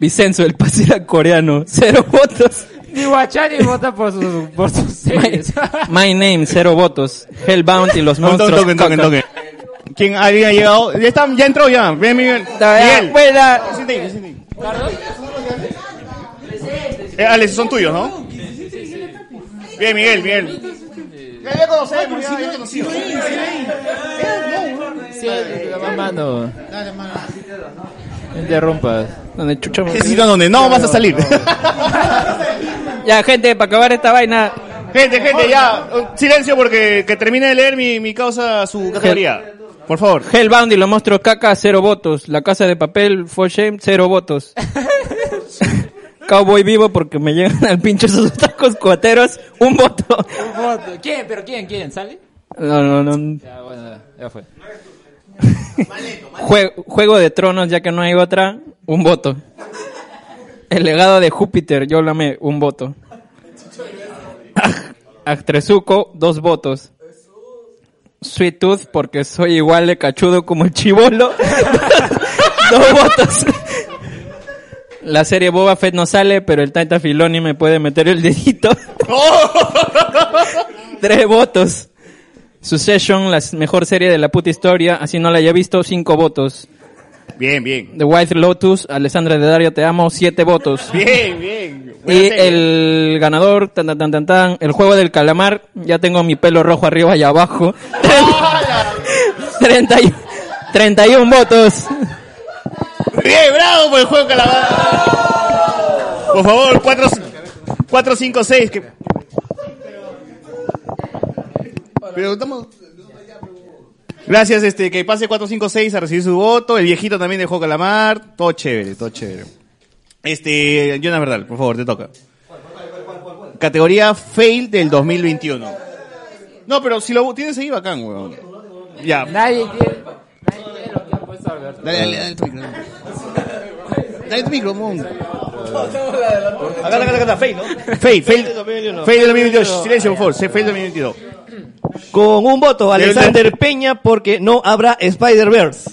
Speaker 20: Vicenzo, el pasera coreano, cero votos.
Speaker 18: Ni Guachani vota por sus, por sus series.
Speaker 20: My Name, cero votos. Hellbound y los
Speaker 2: No,
Speaker 20: monstruos.
Speaker 2: toquen, toquen,
Speaker 20: caca.
Speaker 2: toquen. ¿Quién alguien ha llegado? Ya, está, ya entró, ya. Ven, Miguel. Miguel.
Speaker 20: pues,
Speaker 2: Eh, Alex, son tuyos, ¿no? Bien, Miguel, Miguel. Ya, ya conocemos, ya, ya conocido.
Speaker 18: Mano. No Interrumpas.
Speaker 20: Donde chucha me-
Speaker 2: Necesito donde no vas a salir.
Speaker 20: Ya, gente, para acabar esta vaina.
Speaker 2: Gente, gente, ya. uh, Silencio porque que termine de leer mi, mi causa, su categoría. Por favor.
Speaker 20: Hellbound y los monstruos caca, cero votos. La casa de papel, For Shame, cero votos. Cowboy vivo porque me llegan al pincho esos tacos cuateros, un voto.
Speaker 18: ¿Quién? ¿Pero quién? ¿Quién? ¿Sale?
Speaker 20: No, no, no.
Speaker 18: Ya, bueno, ya fue.
Speaker 20: Jue- Juego de Tronos, ya que no hay otra, un voto. El legado de Júpiter, yo la amé, un voto. Actresuco, dos votos. Sweet Tooth, porque soy igual de cachudo como el chivolo, dos votos. La serie Boba Fett no sale, pero el Taita Filoni me puede meter el dedito. Tres votos. Succession, la mejor serie de la puta historia, así no la haya visto, cinco votos.
Speaker 2: Bien, bien.
Speaker 20: The White Lotus, Alessandra de Dario, te amo, siete votos.
Speaker 2: Bien, bien. Buena
Speaker 20: Y
Speaker 2: serie.
Speaker 20: el ganador, tan tan tan tan tan, el juego del calamar, ya tengo mi pelo rojo arriba y abajo. Treinta y 31 votos.
Speaker 2: Bien, bravo por el juego Calabar. Por favor, 4, 4 5, 6. Que... Pero estamos... Gracias, este, que pase 456 a recibir su voto. El viejito también dejó calamar. Todo chévere, todo chévere. Este, Jonas Verdal, por favor, te toca. Categoría fail del 2021. No, pero si lo tienes ahí, bacán, weón. Ya.
Speaker 7: Nadie quiere. Dale,
Speaker 2: dale, dale tu micro. Dale tu micro, mon.
Speaker 21: Acá, acá, acá, acá,
Speaker 2: fail,
Speaker 21: ¿no?
Speaker 2: Fail, fail. Fail del 2022. Silencio, por favor. Se- Fail del 2022.
Speaker 13: Con un voto,
Speaker 2: Del-
Speaker 13: Alexander Peña, porque no habrá Spider-Verse.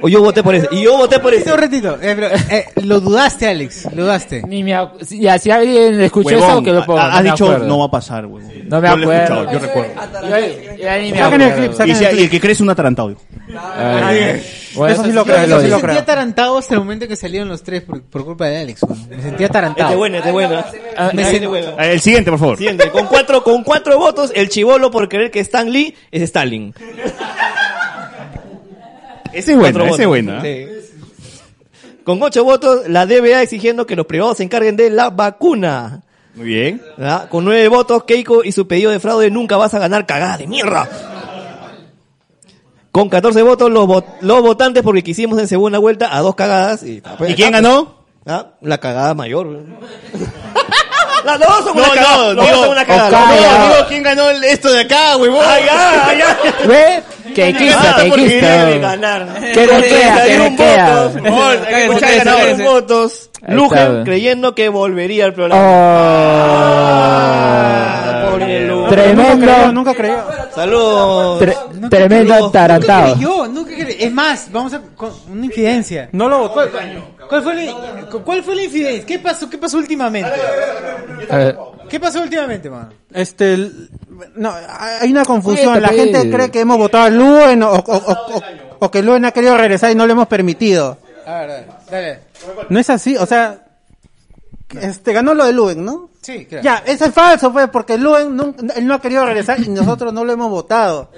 Speaker 13: O yo voté por ese. Y yo voté por ese.
Speaker 1: Un ratito, eh, pero, eh, lo dudaste, Alex, lo dudaste.
Speaker 7: Ni me ac- si- ya, si alguien escuchó
Speaker 2: Huevón,
Speaker 7: eso, que lo ponga.
Speaker 2: ha- has
Speaker 7: me
Speaker 2: dicho,
Speaker 7: acuerdo.
Speaker 2: "No va a pasar, huevón".
Speaker 7: No me
Speaker 2: Yo lo he
Speaker 7: acuerdo.
Speaker 2: escuchado, yo recuerdo.
Speaker 7: Yo- ya ni me
Speaker 2: Sacan el
Speaker 7: acuerdo.
Speaker 2: clip, sacan Y si- el clip. y el que crees un atarantado, hijo.
Speaker 7: Ay,
Speaker 1: Ay, yo-
Speaker 7: bueno, eso
Speaker 1: yo- Yo
Speaker 7: lo
Speaker 1: me
Speaker 7: digo.
Speaker 1: sentía atarantado hasta el momento que salieron los tres por, por culpa de Alex. güey. Me sentía atarantado.
Speaker 13: Este bueno, este bueno.
Speaker 1: Ah, Me
Speaker 13: Este
Speaker 1: sentí-
Speaker 13: bueno.
Speaker 2: Ah, El siguiente, por favor.
Speaker 13: Siguiente. Con cuatro, con cuatro votos, el chivolo por creer que Stan Lee es Stalin.
Speaker 2: Ese es bueno,
Speaker 13: Cuatro
Speaker 2: ese es
Speaker 13: votos.
Speaker 2: bueno. ¿eh?
Speaker 13: Sí. Con ocho votos, la DBA exigiendo que los privados se encarguen de la vacuna.
Speaker 2: Muy bien.
Speaker 13: ¿Verdad? Con nueve votos, Keiko y su pedido de fraude nunca vas a ganar cagada de mierda. Con 14 votos, los, vo- los votantes, porque quisimos en segunda vuelta a dos cagadas. ¿Y,
Speaker 2: ¿Y quién ganó?
Speaker 13: Ah, La cagada mayor. Las dos son una
Speaker 2: No, no,
Speaker 13: cagada. Las dos
Speaker 2: digo,
Speaker 13: son una cagada.
Speaker 2: Ocampo.
Speaker 13: Las dos.
Speaker 2: No, digo, ¿quién ganó el- esto de acá, huevón?
Speaker 13: Ay, ay, ay, ay.
Speaker 7: Ve, que quita, que
Speaker 13: porque
Speaker 7: quita.
Speaker 13: debe ganar.
Speaker 7: Que
Speaker 13: Con
Speaker 7: le queda, que le
Speaker 13: 31
Speaker 7: queda.
Speaker 13: votos, por favor, hay que
Speaker 7: Cállese,
Speaker 13: escuchar
Speaker 7: cállese,
Speaker 13: ganadores
Speaker 7: cállese.
Speaker 13: votos.
Speaker 7: Ahí Oh.
Speaker 13: Lujan
Speaker 7: está.
Speaker 13: creyendo que volvería al programa. Ah, pobre Lujan.
Speaker 7: Tremendo.
Speaker 11: Nunca creyó.
Speaker 13: Saludos.
Speaker 7: Tre- Tremendo
Speaker 1: Nunca
Speaker 7: atarantado.
Speaker 1: creyó, nunca creyó. Es más, vamos a con una infidencia.
Speaker 11: No lo votó.
Speaker 1: ¿Cuál fue la, cu- cuál fue la infidencia? ¿Qué pasó? ¿Qué pasó últimamente? ¿Qué pasó últimamente, mano?
Speaker 6: Este, el- no, hay una confusión.
Speaker 1: Cuéntate.
Speaker 6: La gente cree que hemos votado a Luen o, o- o- o- o que Luen ha querido regresar y no le hemos permitido.
Speaker 1: A ver, dale.
Speaker 6: No es así, o sea, este ganó lo de Luen, ¿no?
Speaker 1: Sí, claro.
Speaker 6: Ya, eso es falso, pues, porque Luen nun- él no ha querido regresar y nosotros no lo hemos votado.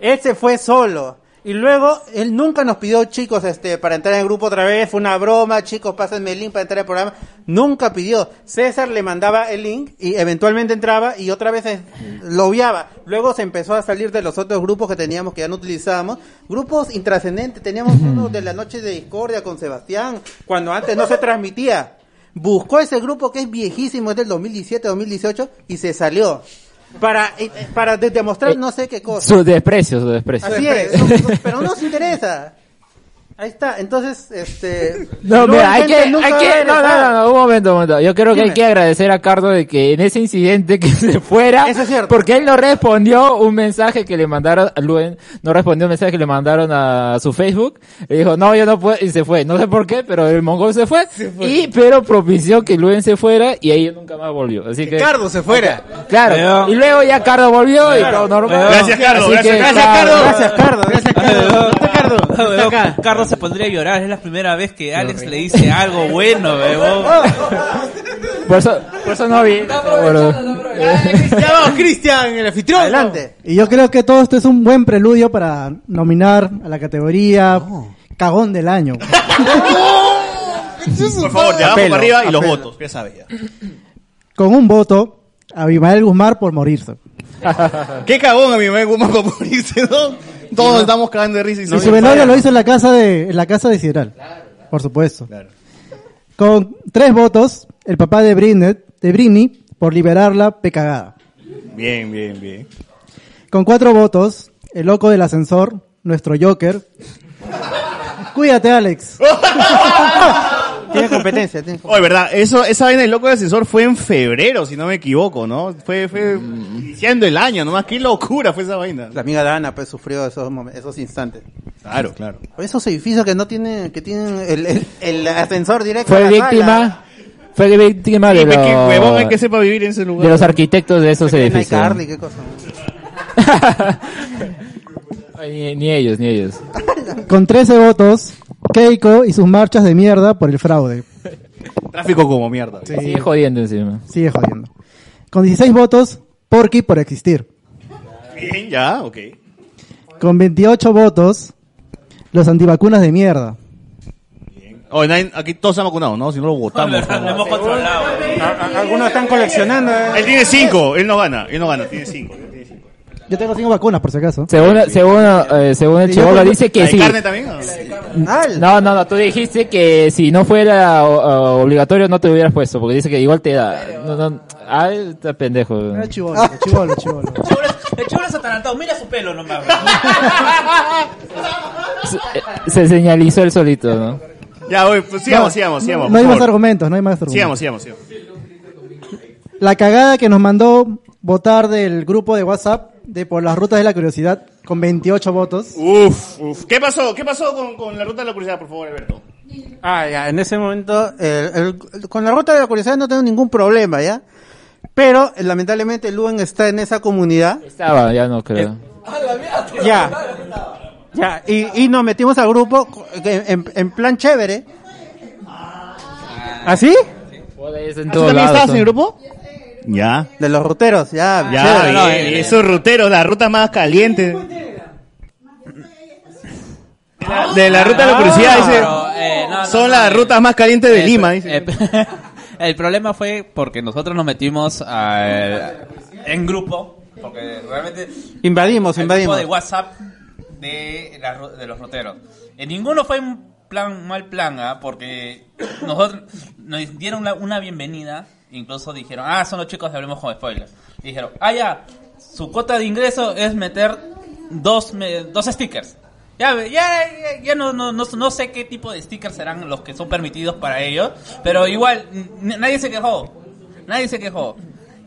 Speaker 6: Él se fue solo. Y luego, él nunca nos pidió, chicos, este, para entrar en el grupo otra vez, fue una broma, chicos, pásenme el link para entrar al programa. Nunca pidió. César le mandaba el link y eventualmente entraba y otra vez es- lo obviaba. Luego se empezó a salir de los otros grupos que teníamos, que ya no utilizábamos. Grupos intrascendentes, teníamos uno de la noche de discordia con Sebastián, cuando antes no se transmitía. Buscó ese grupo que es viejísimo, es del 2017-2018, y se salió. Para, eh, para de- demostrar no sé qué cosa.
Speaker 7: Su desprecio, su desprecio.
Speaker 6: Así es, no- no- pero no nos interesa. Ahí está, entonces, este...
Speaker 7: No,
Speaker 6: Luen
Speaker 7: mira, hay que,
Speaker 6: gente
Speaker 7: hay
Speaker 6: nunca va a
Speaker 7: que, no,
Speaker 6: regresar.
Speaker 7: no, no, no, un momento, un momento. Yo creo que hay
Speaker 6: Dime.
Speaker 7: que agradecer a Cardo de que en ese incidente que se fuera, porque él no respondió un mensaje que le mandaron a Luen, no respondió un mensaje que le mandaron a su Facebook, le dijo, no, yo no puedo, y se fue. No sé por qué, pero el mongol se fue, y, pero propició que Luen se fuera, y ahí nunca más volvió. Así que...
Speaker 1: Cardo se fuera.
Speaker 7: Claro, y luego ya Cardo volvió y todo normal.
Speaker 13: Gracias, Cardo,
Speaker 7: Así
Speaker 13: gracias,
Speaker 7: que,
Speaker 13: gracias,
Speaker 7: claro.
Speaker 13: Cardo.
Speaker 10: Carlos se pondría a llorar. Es la primera vez que Alex le dice algo bueno, weón.
Speaker 7: Oh. Por eso, por eso no vi.
Speaker 1: Ya vamos, Cristian, el anfitrión. Adelante.
Speaker 11: Y yo creo que todo esto es un buen preludio para nominar a la categoría Cagón del Año.
Speaker 2: Por favor, de abajo
Speaker 11: Apelo,
Speaker 2: para arriba y los
Speaker 11: apelo.
Speaker 2: votos. Ya sabes. ya.
Speaker 11: Con un voto, Abimael Guzmán por morirse.
Speaker 2: Qué cagón, amigo, ¿eh? Guzmán por morirse, ¿no? Todos estamos cagando de risa. Y
Speaker 11: y su velorio lo hizo en la casa de, en la casa de Sideral. Por supuesto. Con tres votos, el papá de Britney, de Britney por liberarla pecagada.
Speaker 2: Bien, bien, bien.
Speaker 11: Con cuatro votos, el loco del ascensor, nuestro Joker. Cuídate, Alex.
Speaker 6: Tiene competencia, tiene
Speaker 2: Oye, verdad, eso, esa vaina del loco del ascensor fue en febrero, si no me equivoco, ¿no? Fue, fue iniciando el año, nomás, qué locura fue esa vaina.
Speaker 6: La amiga Dana pues sufrió esos momen- esos instantes. Pues
Speaker 2: Claro, claro.
Speaker 6: Esos edificios que no tienen, que tienen el, el- el ascensor directo. a la
Speaker 7: fue víctima
Speaker 6: sala.
Speaker 7: fue víctima de
Speaker 6: Y ve
Speaker 7: los,
Speaker 6: que huevón hay que
Speaker 2: sepa vivir en ese lugar.
Speaker 7: de los arquitectos de esos
Speaker 6: Tiene
Speaker 7: edificios
Speaker 6: iCarly, qué cosa.
Speaker 7: Ay, ni, ni ellos ni ellos
Speaker 11: Con 13 votos, Keiko y sus marchas de mierda por el fraude.
Speaker 2: Tráfico como mierda.
Speaker 7: sigue jodiendo encima
Speaker 11: Sigue jodiendo. Con 16 votos, Porky por existir.
Speaker 2: Bien, ya, ok.
Speaker 11: Con 28 votos, los antivacunas de mierda.
Speaker 2: Oye, nadie- aquí todos se han vacunado, ¿no? Si no lo votamos. ¿no?
Speaker 6: Algunos están coleccionando. eh.
Speaker 2: Él tiene cinco, él no gana, él no gana, tiene cinco.
Speaker 11: Yo tengo cinco vacunas, por si acaso.
Speaker 7: Según, según, eh, según el
Speaker 11: Y yo
Speaker 7: chivolo
Speaker 11: por-
Speaker 7: dice que
Speaker 11: ¿La de
Speaker 7: sí.
Speaker 11: carne también,
Speaker 7: No, no, no, tú dijiste que si no fuera o- o obligatorio no te hubieras puesto, porque dice que igual te da. No, no, ay, está pendejo.
Speaker 11: Era chivolo, chivolo, chivolo.
Speaker 10: El chulo es atarantado, mira su pelo nomás.
Speaker 7: Se señalizó él solito, ¿no?
Speaker 2: Ya, voy, pues sigamos,
Speaker 11: No,
Speaker 2: sigamos, sigamos.
Speaker 11: No
Speaker 2: por
Speaker 11: hay más
Speaker 2: favor.
Speaker 11: argumentos, no hay más argumentos.
Speaker 2: Sigamos, sigamos, sigamos.
Speaker 11: La cagada que nos mandó votar del grupo de WhatsApp de por las rutas de la curiosidad con 28 votos.
Speaker 2: Uf, uf. ¿Qué pasó? ¿Qué pasó con, con la ruta de la curiosidad, por favor, Alberto?
Speaker 6: Ah, ya, en ese momento, el- el- con la ruta de la curiosidad no tengo ningún problema, ¿ya? Pero, eh, lamentablemente, Luen está en esa comunidad. Eh,
Speaker 7: Estaba, ya no creo.
Speaker 6: Ya, ya, y, y nos metimos al grupo co- en, en plan chévere. ¿Ah, ¿Así?
Speaker 7: ¿Tú
Speaker 2: todos también lados, estabas son. en el grupo? Ya.
Speaker 6: De los ruteros, ya.
Speaker 2: Ya,
Speaker 6: chévere.
Speaker 2: bien, bien. esos ruteros, la ruta más caliente. De la, de la ruta de la curiosidad, dice. son las rutas más calientes de Lima, dice.
Speaker 10: El problema fue porque nosotros nos metimos al- en grupo, porque realmente...
Speaker 6: Invadimos,
Speaker 10: el
Speaker 6: invadimos.
Speaker 10: grupo de WhatsApp de, la ro- de los roteros. Eh, ninguno fue un plan, mal plan, ¿ah? porque nosotros nos dieron la- una bienvenida, incluso dijeron, ah, son los chicos de Hablemos con Spoilers. Y dijeron, ah, ya, su cuota de ingreso es meter dos, me- dos stickers. Ya, ve- ya, ya, ya no, no, no, no sé qué tipo de stickers serán los que son permitidos para ellos, pero igual, n- nadie se quejó, nadie se quejó.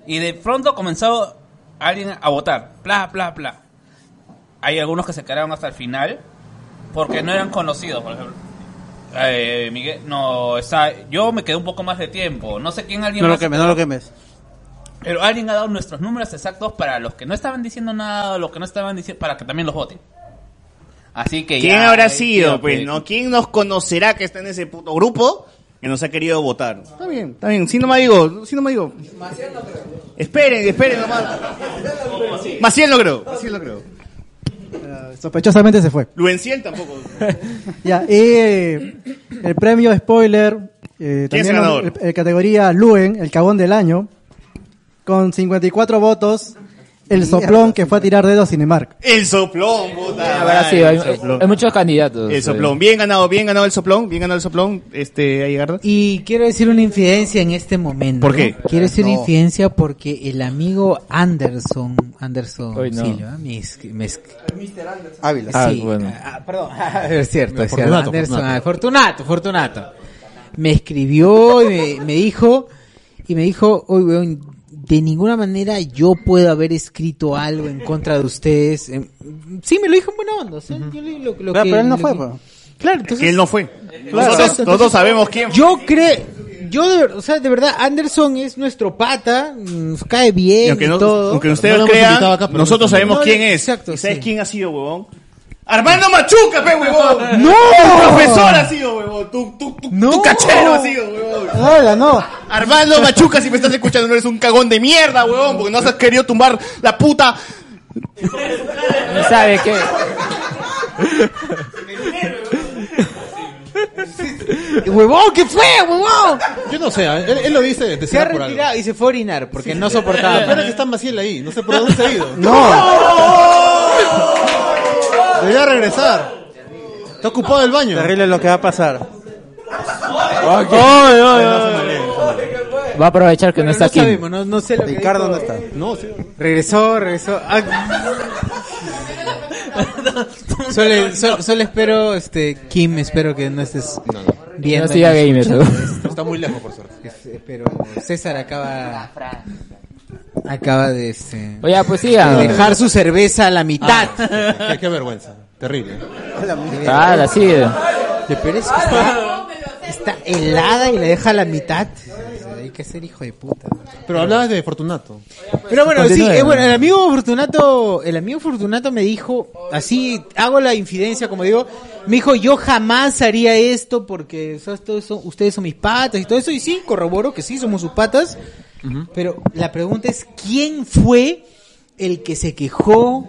Speaker 10: Y de pronto comenzó alguien a votar, bla, bla, bla. Hay algunos que se quedaron hasta el final porque no eran conocidos, por ejemplo. Eh, Miguel, no, está, yo me quedé un poco más de tiempo. No sé quién alguien
Speaker 6: No lo
Speaker 10: más-
Speaker 6: quemes, no lo quemes.
Speaker 10: pero alguien ha dado nuestros números exactos para los que no estaban diciendo nada, los que no estaban diciendo, para que también los voten. Así que
Speaker 2: ¿Quién
Speaker 10: ya,
Speaker 2: habrá
Speaker 10: eh,
Speaker 2: sido?
Speaker 10: creo
Speaker 2: Pues,
Speaker 10: que-
Speaker 2: ¿no? ¿Quién nos conocerá que está en ese puto grupo que nos ha querido votar? Está bien, está bien. Si no me digo, si no me digo.
Speaker 1: Eh,
Speaker 2: Esperen, esperen nomás. Maciel no creo. Maciel no creo.
Speaker 11: Sospechosamente se fue.
Speaker 2: Luenciel tampoco.
Speaker 11: Ya, y eh, el premio spoiler, eh,
Speaker 2: ¿Quién es
Speaker 11: también
Speaker 2: ganador?
Speaker 11: el- el categoría Luen, el cagón del año, con 54 votos, el soplón que fue a tirar dedos a Cinemark.
Speaker 2: El soplón, puta.
Speaker 7: Habrá
Speaker 2: madre,
Speaker 7: sido,
Speaker 2: el
Speaker 7: hay,
Speaker 2: soplón.
Speaker 7: hay muchos candidatos.
Speaker 2: El soplón, bien ganado, bien ganado el soplón, bien ganado el soplón, este, Ayegarda.
Speaker 1: Y quiero decir una infidencia en este momento.
Speaker 2: ¿Por qué?
Speaker 1: Quiero decir
Speaker 2: No.
Speaker 1: una infidencia porque el amigo Anderson, Anderson
Speaker 6: Hoy no.
Speaker 1: Silva, me esc- me esc-
Speaker 6: Ávila.
Speaker 1: Sí, ah, perdón, es cierto, es cierto.
Speaker 6: Fortunato,
Speaker 1: Anderson,
Speaker 6: Fortunato.
Speaker 1: ah, Fortunato, Fortunato. Me escribió y me, me dijo, y me dijo, "Oye, weón, de ninguna manera yo puedo haber escrito algo en contra de ustedes. Em, Sí, me lo dijo en buena onda. o sea, yo le- lo- lo
Speaker 6: Pero-
Speaker 1: que-
Speaker 6: pero él no
Speaker 1: lo
Speaker 6: fue,
Speaker 1: que-
Speaker 6: pues.
Speaker 1: Claro, entonces...
Speaker 2: Que él no fue.
Speaker 1: Claro.
Speaker 2: Nosotros,
Speaker 1: Exacto,
Speaker 2: nosotros
Speaker 1: entonces-
Speaker 2: sabemos quién.
Speaker 1: Yo creo, yo de, ver- o sea, de verdad, Anderson es nuestro pata, nos cae bien
Speaker 2: Y aunque,
Speaker 1: y
Speaker 2: no-
Speaker 1: todo.
Speaker 2: aunque ustedes crean, nosotros sabemos quién es. ¿Y sabes quién ha sido, huevón? Armando Machuca, pe, huevón.
Speaker 13: ¡No!
Speaker 2: Tu profesor ha sido, huevón. Tu, tu, tu, tu cachero ha sido, huevón.
Speaker 11: Hola, no.
Speaker 2: Armando Machuca, si me estás escuchando, no eres un cagón de mierda, huevón, porque no has querido tumbar la puta.
Speaker 7: ¿Y sabe qué?
Speaker 1: ¡Huevón, qué fue, huevón!
Speaker 3: Yo no sé, ¿eh? él, él lo dice de
Speaker 1: Se ha
Speaker 3: ser por algo.
Speaker 1: retirado y se fue a orinar porque no
Speaker 3: Lo peor es
Speaker 1: soportaba.
Speaker 3: que está Maciel ahí, no sé por dónde se ha ido.
Speaker 6: Debería regresar. Está ocupado el baño. Terrible lo que va a pasar.
Speaker 7: Ay, ay, Va a aprovechar que no está aquí.
Speaker 1: sabemos, no, no sé lo Ricardo no está. Regresó, regresó. Ah. solo, solo- solo espero, este, Kim, espero que no estés viendo.
Speaker 7: No siga
Speaker 1: ni
Speaker 7: gamer,
Speaker 1: escuchando
Speaker 7: ¿no?
Speaker 1: esto.
Speaker 3: Está muy lejos, por suerte.
Speaker 1: eh, Pero César acaba. Acaba de este.
Speaker 3: Oye, pues sí,
Speaker 1: de
Speaker 3: ah.
Speaker 1: dejar su cerveza a la mitad.
Speaker 3: qué, qué vergüenza, terrible.
Speaker 1: Ah, la
Speaker 7: sigue.
Speaker 1: Lo peor es que está, está helada y la deja a la mitad. O sea, Hay que ser hijo de puta.
Speaker 3: Pero hablabas de Fortunato.
Speaker 1: Pero bueno,
Speaker 3: Continúe,
Speaker 1: sí, eh,
Speaker 3: ¿no?
Speaker 1: bueno, el amigo Fortunato, el amigo Fortunato me dijo, así hago la infidencia, como digo, me dijo, yo jamás haría esto porque sos- todos son- ustedes son mis patas y todo eso, y sí, corroboro que sí, somos sus patas, pero la pregunta es, ¿quién fue el que se quejó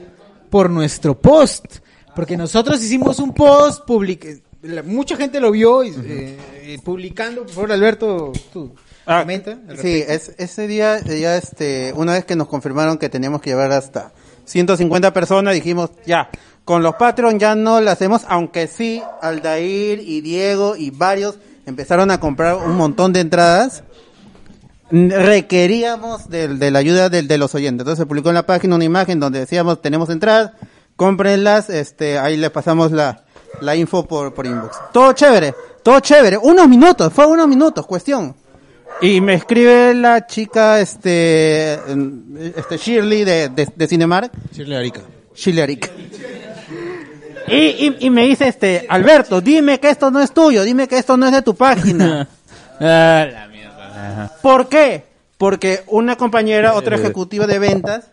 Speaker 1: por nuestro post? Porque nosotros hicimos un post, public- la- mucha gente lo vio, y, eh, eh, publicando, por favor, Alberto, tú. comenta al
Speaker 6: Sí,
Speaker 1: respecto.
Speaker 6: es, ese día eh, ya este, una vez que nos confirmaron que teníamos que llevar hasta 150 personas, dijimos, ya, con los Patreon ya no lo hacemos, aunque sí, Aldair y Diego y varios empezaron a comprar un montón de entradas. Mm, Requeríamos del- de, la ayuda del- de, los oyentes. Entonces se publicó en la página una imagen donde decíamos, tenemos entradas, cómprenlas, este, ahí les pasamos la, la info por, por inbox. Todo chévere, todo chévere. Unos minutos, fue unos minutos, cuestión. Y me escribe la chica, este, eh, este Shirley de, de, de Cinemark.
Speaker 3: Shirley Arica.
Speaker 6: Shirley Arica. Y, y, y me dice, este, Alberto, dime que esto no es tuyo, dime que esto no es de tu página. ¿Por qué? Porque una compañera, otra
Speaker 3: Eh.
Speaker 6: ejecutiva de ventas,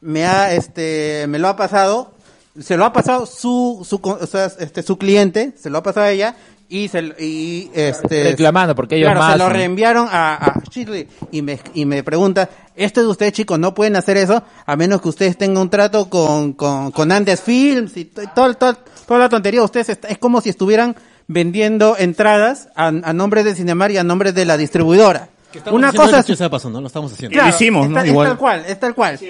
Speaker 6: me ha, este, me lo ha pasado, se lo ha pasado su, su, co- o sea, este, su cliente, se lo ha pasado a ella, y se, lo- y, este.
Speaker 18: Reclamando, porque ellos
Speaker 6: claro,
Speaker 18: más,
Speaker 6: se lo
Speaker 18: ¿no?
Speaker 6: reenviaron a, a Shirley, y me, y me pregunta, esto es de ustedes chicos, no pueden hacer eso, a menos que ustedes tengan un trato con, con, con Andes Films y to- todo, todo- toda la tontería, ustedes est- es como si estuvieran vendiendo entradas a, a nombre de Cinemar y a nombre de la distribuidora. Una cosa es
Speaker 3: que se pasó, ¿no? Lo estamos haciendo.
Speaker 6: Claro, es tal- Es tal cual, es tal cual.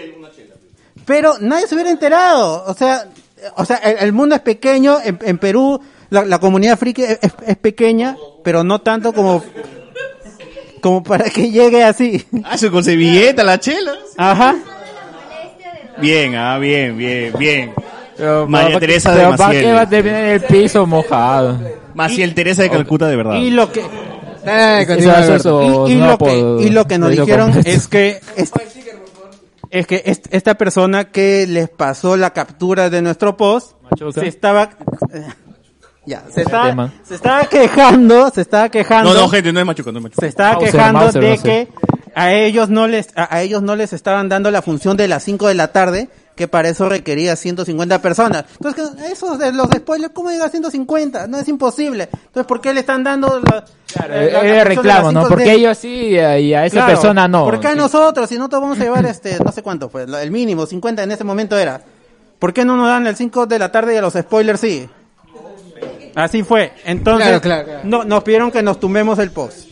Speaker 6: Pero nadie se hubiera enterado. O sea, o sea el, el mundo es pequeño. En, en Perú, la, la comunidad friki es, es- es pequeña, pero no tanto como, como para que llegue así.
Speaker 2: Ah, se con servilleta, la chela.
Speaker 6: Ajá.
Speaker 2: Bien, ah, bien, bien, bien.
Speaker 18: Pero,
Speaker 2: María
Speaker 18: ¿para qué-
Speaker 2: Teresa de
Speaker 18: pero ¿Para
Speaker 2: Maciel.
Speaker 18: qué va a terminar en el piso mojado?
Speaker 2: Maciel Teresa de Calcuta, de verdad.
Speaker 6: Y lo que.
Speaker 18: continúa, Alberto.
Speaker 6: Eh, Y- y,
Speaker 18: no
Speaker 6: lo que,
Speaker 18: puedo-
Speaker 6: y lo que nos
Speaker 18: no lo
Speaker 6: dijeron
Speaker 18: comparto.
Speaker 6: es que. Es, es que est- esta persona que les pasó la captura de nuestro post se estaba. Ya, se estaba,
Speaker 2: tema.
Speaker 6: se estaba quejando, se estaba quejando.
Speaker 2: No, no, gente, no es machuca, no es machuca.
Speaker 6: se estaba
Speaker 2: Mauser,
Speaker 6: quejando
Speaker 2: Ah, Mauser,
Speaker 6: de
Speaker 2: no sé.
Speaker 6: que a ellos no les a, a ellos no les estaban dando la función de las 5 de la tarde que para eso requería 150 personas. Entonces, ¿qué- eso de los spoilers, ¿cómo llega a 150? No es imposible. Entonces, ¿por qué le están dando la, la- la
Speaker 18: Eh, eh,
Speaker 6: función
Speaker 18: reclamo,
Speaker 6: de las
Speaker 18: ¿no?
Speaker 6: 5
Speaker 18: Porque
Speaker 6: de-
Speaker 18: ellos sí eh, y a esa
Speaker 6: Claro,
Speaker 18: persona no.
Speaker 6: ¿Por qué a nosotros? Si nosotros vamos a llevar este, no sé cuánto, pues lo- el mínimo, 50 en ese momento era. ¿Por qué no nos dan el 5 de la tarde y a los spoilers sí? Así fue. Entonces,
Speaker 1: Claro, claro, claro.
Speaker 6: No, nos pidieron que nos tumbemos el post.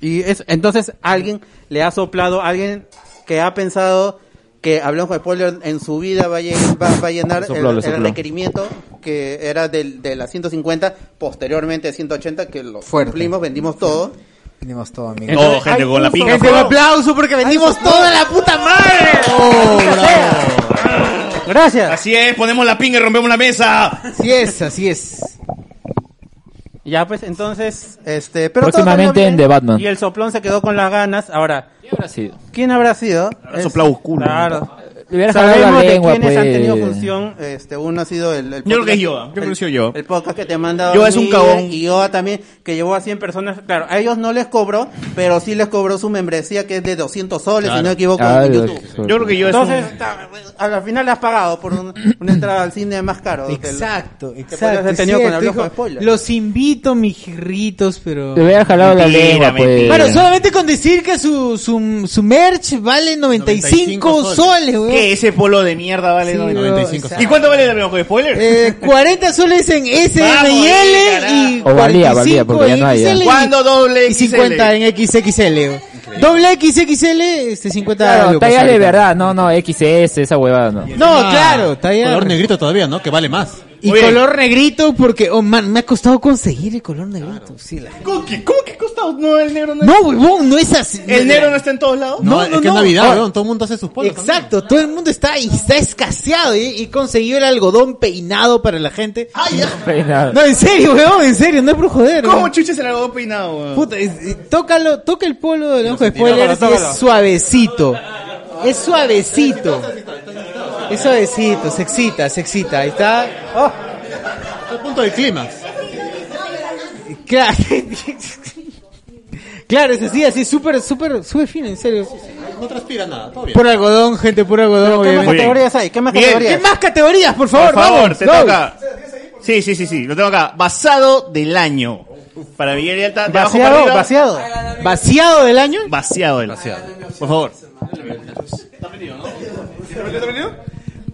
Speaker 6: Y es, entonces alguien le ha soplado, alguien que ha pensado que hablamos con spoiler en su vida va a, llen- va- va a llenar
Speaker 18: Le sopló,
Speaker 6: el,
Speaker 18: le
Speaker 6: el
Speaker 18: sopló.
Speaker 6: requerimiento que era del, de las 150, posteriormente 180, que lo
Speaker 1: Fuerte.
Speaker 6: cumplimos, vendimos todo.
Speaker 1: Vendimos todo, amigo.
Speaker 6: Entonces, hay un
Speaker 1: Gente, un
Speaker 6: soplado.
Speaker 1: aplauso porque vendimos toda la puta madre.
Speaker 6: Gracias.
Speaker 2: Así es, ponemos la pinga y rompemos la mesa.
Speaker 6: Así es, así es. Ya pues entonces, este, pero todo
Speaker 18: Próximamente
Speaker 6: salió bien,
Speaker 18: en The Batman.
Speaker 6: Y el soplón se quedó con las ganas. Ahora, ¿quién habrá
Speaker 18: sido?
Speaker 6: ¿Quién habrá sido? Es-
Speaker 2: soplado culo.
Speaker 6: Claro.
Speaker 18: Le hubiera jalado
Speaker 6: Sabemos
Speaker 18: la
Speaker 6: de
Speaker 18: lengua,
Speaker 6: quiénes han
Speaker 18: pues.
Speaker 6: tenido función. Este, uno ha sido el, el
Speaker 2: Yo creo que es
Speaker 6: podcast-
Speaker 2: Yoda. Yo creo que
Speaker 6: el-
Speaker 2: ha sido Yoda.
Speaker 6: El podcast que te manda
Speaker 2: Yoda es un
Speaker 6: Miguel
Speaker 2: cagón.
Speaker 6: Y Yoda también, que llevó a 100 personas. Claro, a ellos no les cobró, pero sí les cobró su membresía que es de 200 soles, si no me equivoco, en
Speaker 18: Ay,
Speaker 6: YouTube.
Speaker 18: qué
Speaker 2: Yo creo que yo es
Speaker 6: Entonces,
Speaker 2: un-
Speaker 6: ta- a la final le has pagado por un- una entrada al cine más caro.
Speaker 1: Exacto,
Speaker 6: Que podrías
Speaker 1: Exacto,
Speaker 6: haber tenido
Speaker 1: es
Speaker 6: con
Speaker 1: cierto,
Speaker 6: el ojo de
Speaker 1: hijo.
Speaker 6: spoiler.
Speaker 1: Los invito, mis girritos, pero.
Speaker 18: Le hubiera jalado la Mentira, lengua, pues. mentira.
Speaker 1: Bueno, solamente con decir que su, su, su merch vale 95, soles, weón.
Speaker 2: ¿Qué? Ese polo de mierda vale
Speaker 1: Sí,
Speaker 2: 95
Speaker 1: weón,
Speaker 2: ¿Y cuánto vale el avión con spoiler?
Speaker 1: Eh, 40 soles en
Speaker 2: Vamos, eh,
Speaker 1: SML y
Speaker 18: O valía, valía,
Speaker 1: 45
Speaker 18: porque ya no hay, ya.
Speaker 1: en XL y-
Speaker 2: ¿Cuándo doble
Speaker 1: y 50 en XXL. weón. Doble XXL, este 50
Speaker 18: Claro,
Speaker 1: lucas
Speaker 18: tallas de
Speaker 1: ahorita.
Speaker 18: verdad, no, no, XS, esa huevada, no.
Speaker 1: No, claro, talla.
Speaker 3: Color negrito todavía, ¿no? Que vale más.
Speaker 1: Y color negrito porque, oh man, me ha costado conseguir el color negrito. Sí, la-
Speaker 2: ¿Cómo que, cómo que costado? No, el negro no
Speaker 1: No, huevón, no es así.
Speaker 2: ¿El negro no está en todos lados?
Speaker 1: No,
Speaker 3: es
Speaker 1: no,
Speaker 3: que
Speaker 1: no. Ah.
Speaker 3: es Navidad,
Speaker 1: Ahora-
Speaker 3: weón. Todo el mundo hace sus polos.
Speaker 1: Exacto, todo el mundo está y está escaseado y, y consiguió el algodón peinado para la gente. No, en serio, weón, en serio, no es por joder.
Speaker 2: ¿Cómo
Speaker 1: weón.
Speaker 2: chuches el algodón peinado, weón?
Speaker 1: Puta, es- es- tócalo, toca el polo del ojo de
Speaker 2: sentirá.
Speaker 1: spoilers y
Speaker 2: Tócalo,
Speaker 1: es
Speaker 2: tócalo.
Speaker 1: suavecito. Es suavecito. Es suavecito, se excita, se excita. Ahí está. Oh.
Speaker 3: Al punto del clima.
Speaker 1: Claro. Claro, es así, así, súper, súper, súper fino, en serio.
Speaker 3: No transpira nada, todo bien.
Speaker 1: Por algodón, gente, por algodón,
Speaker 6: ¿Qué más
Speaker 1: obviamente.
Speaker 6: categorías hay? ¿Qué más
Speaker 2: Bien.
Speaker 6: categorías?
Speaker 1: ¿Qué más categorías, por favor?
Speaker 2: Por favor,
Speaker 1: vamos,
Speaker 2: te
Speaker 1: go.
Speaker 2: toca. Sí, sí, sí, sí, lo tengo acá. Basado del año. Para Miguel y Alta, de abajo para
Speaker 1: Vaciado,
Speaker 2: arriba.
Speaker 1: vaciado. ¿Vaciado del año?
Speaker 2: Vaciado del año. Por favor.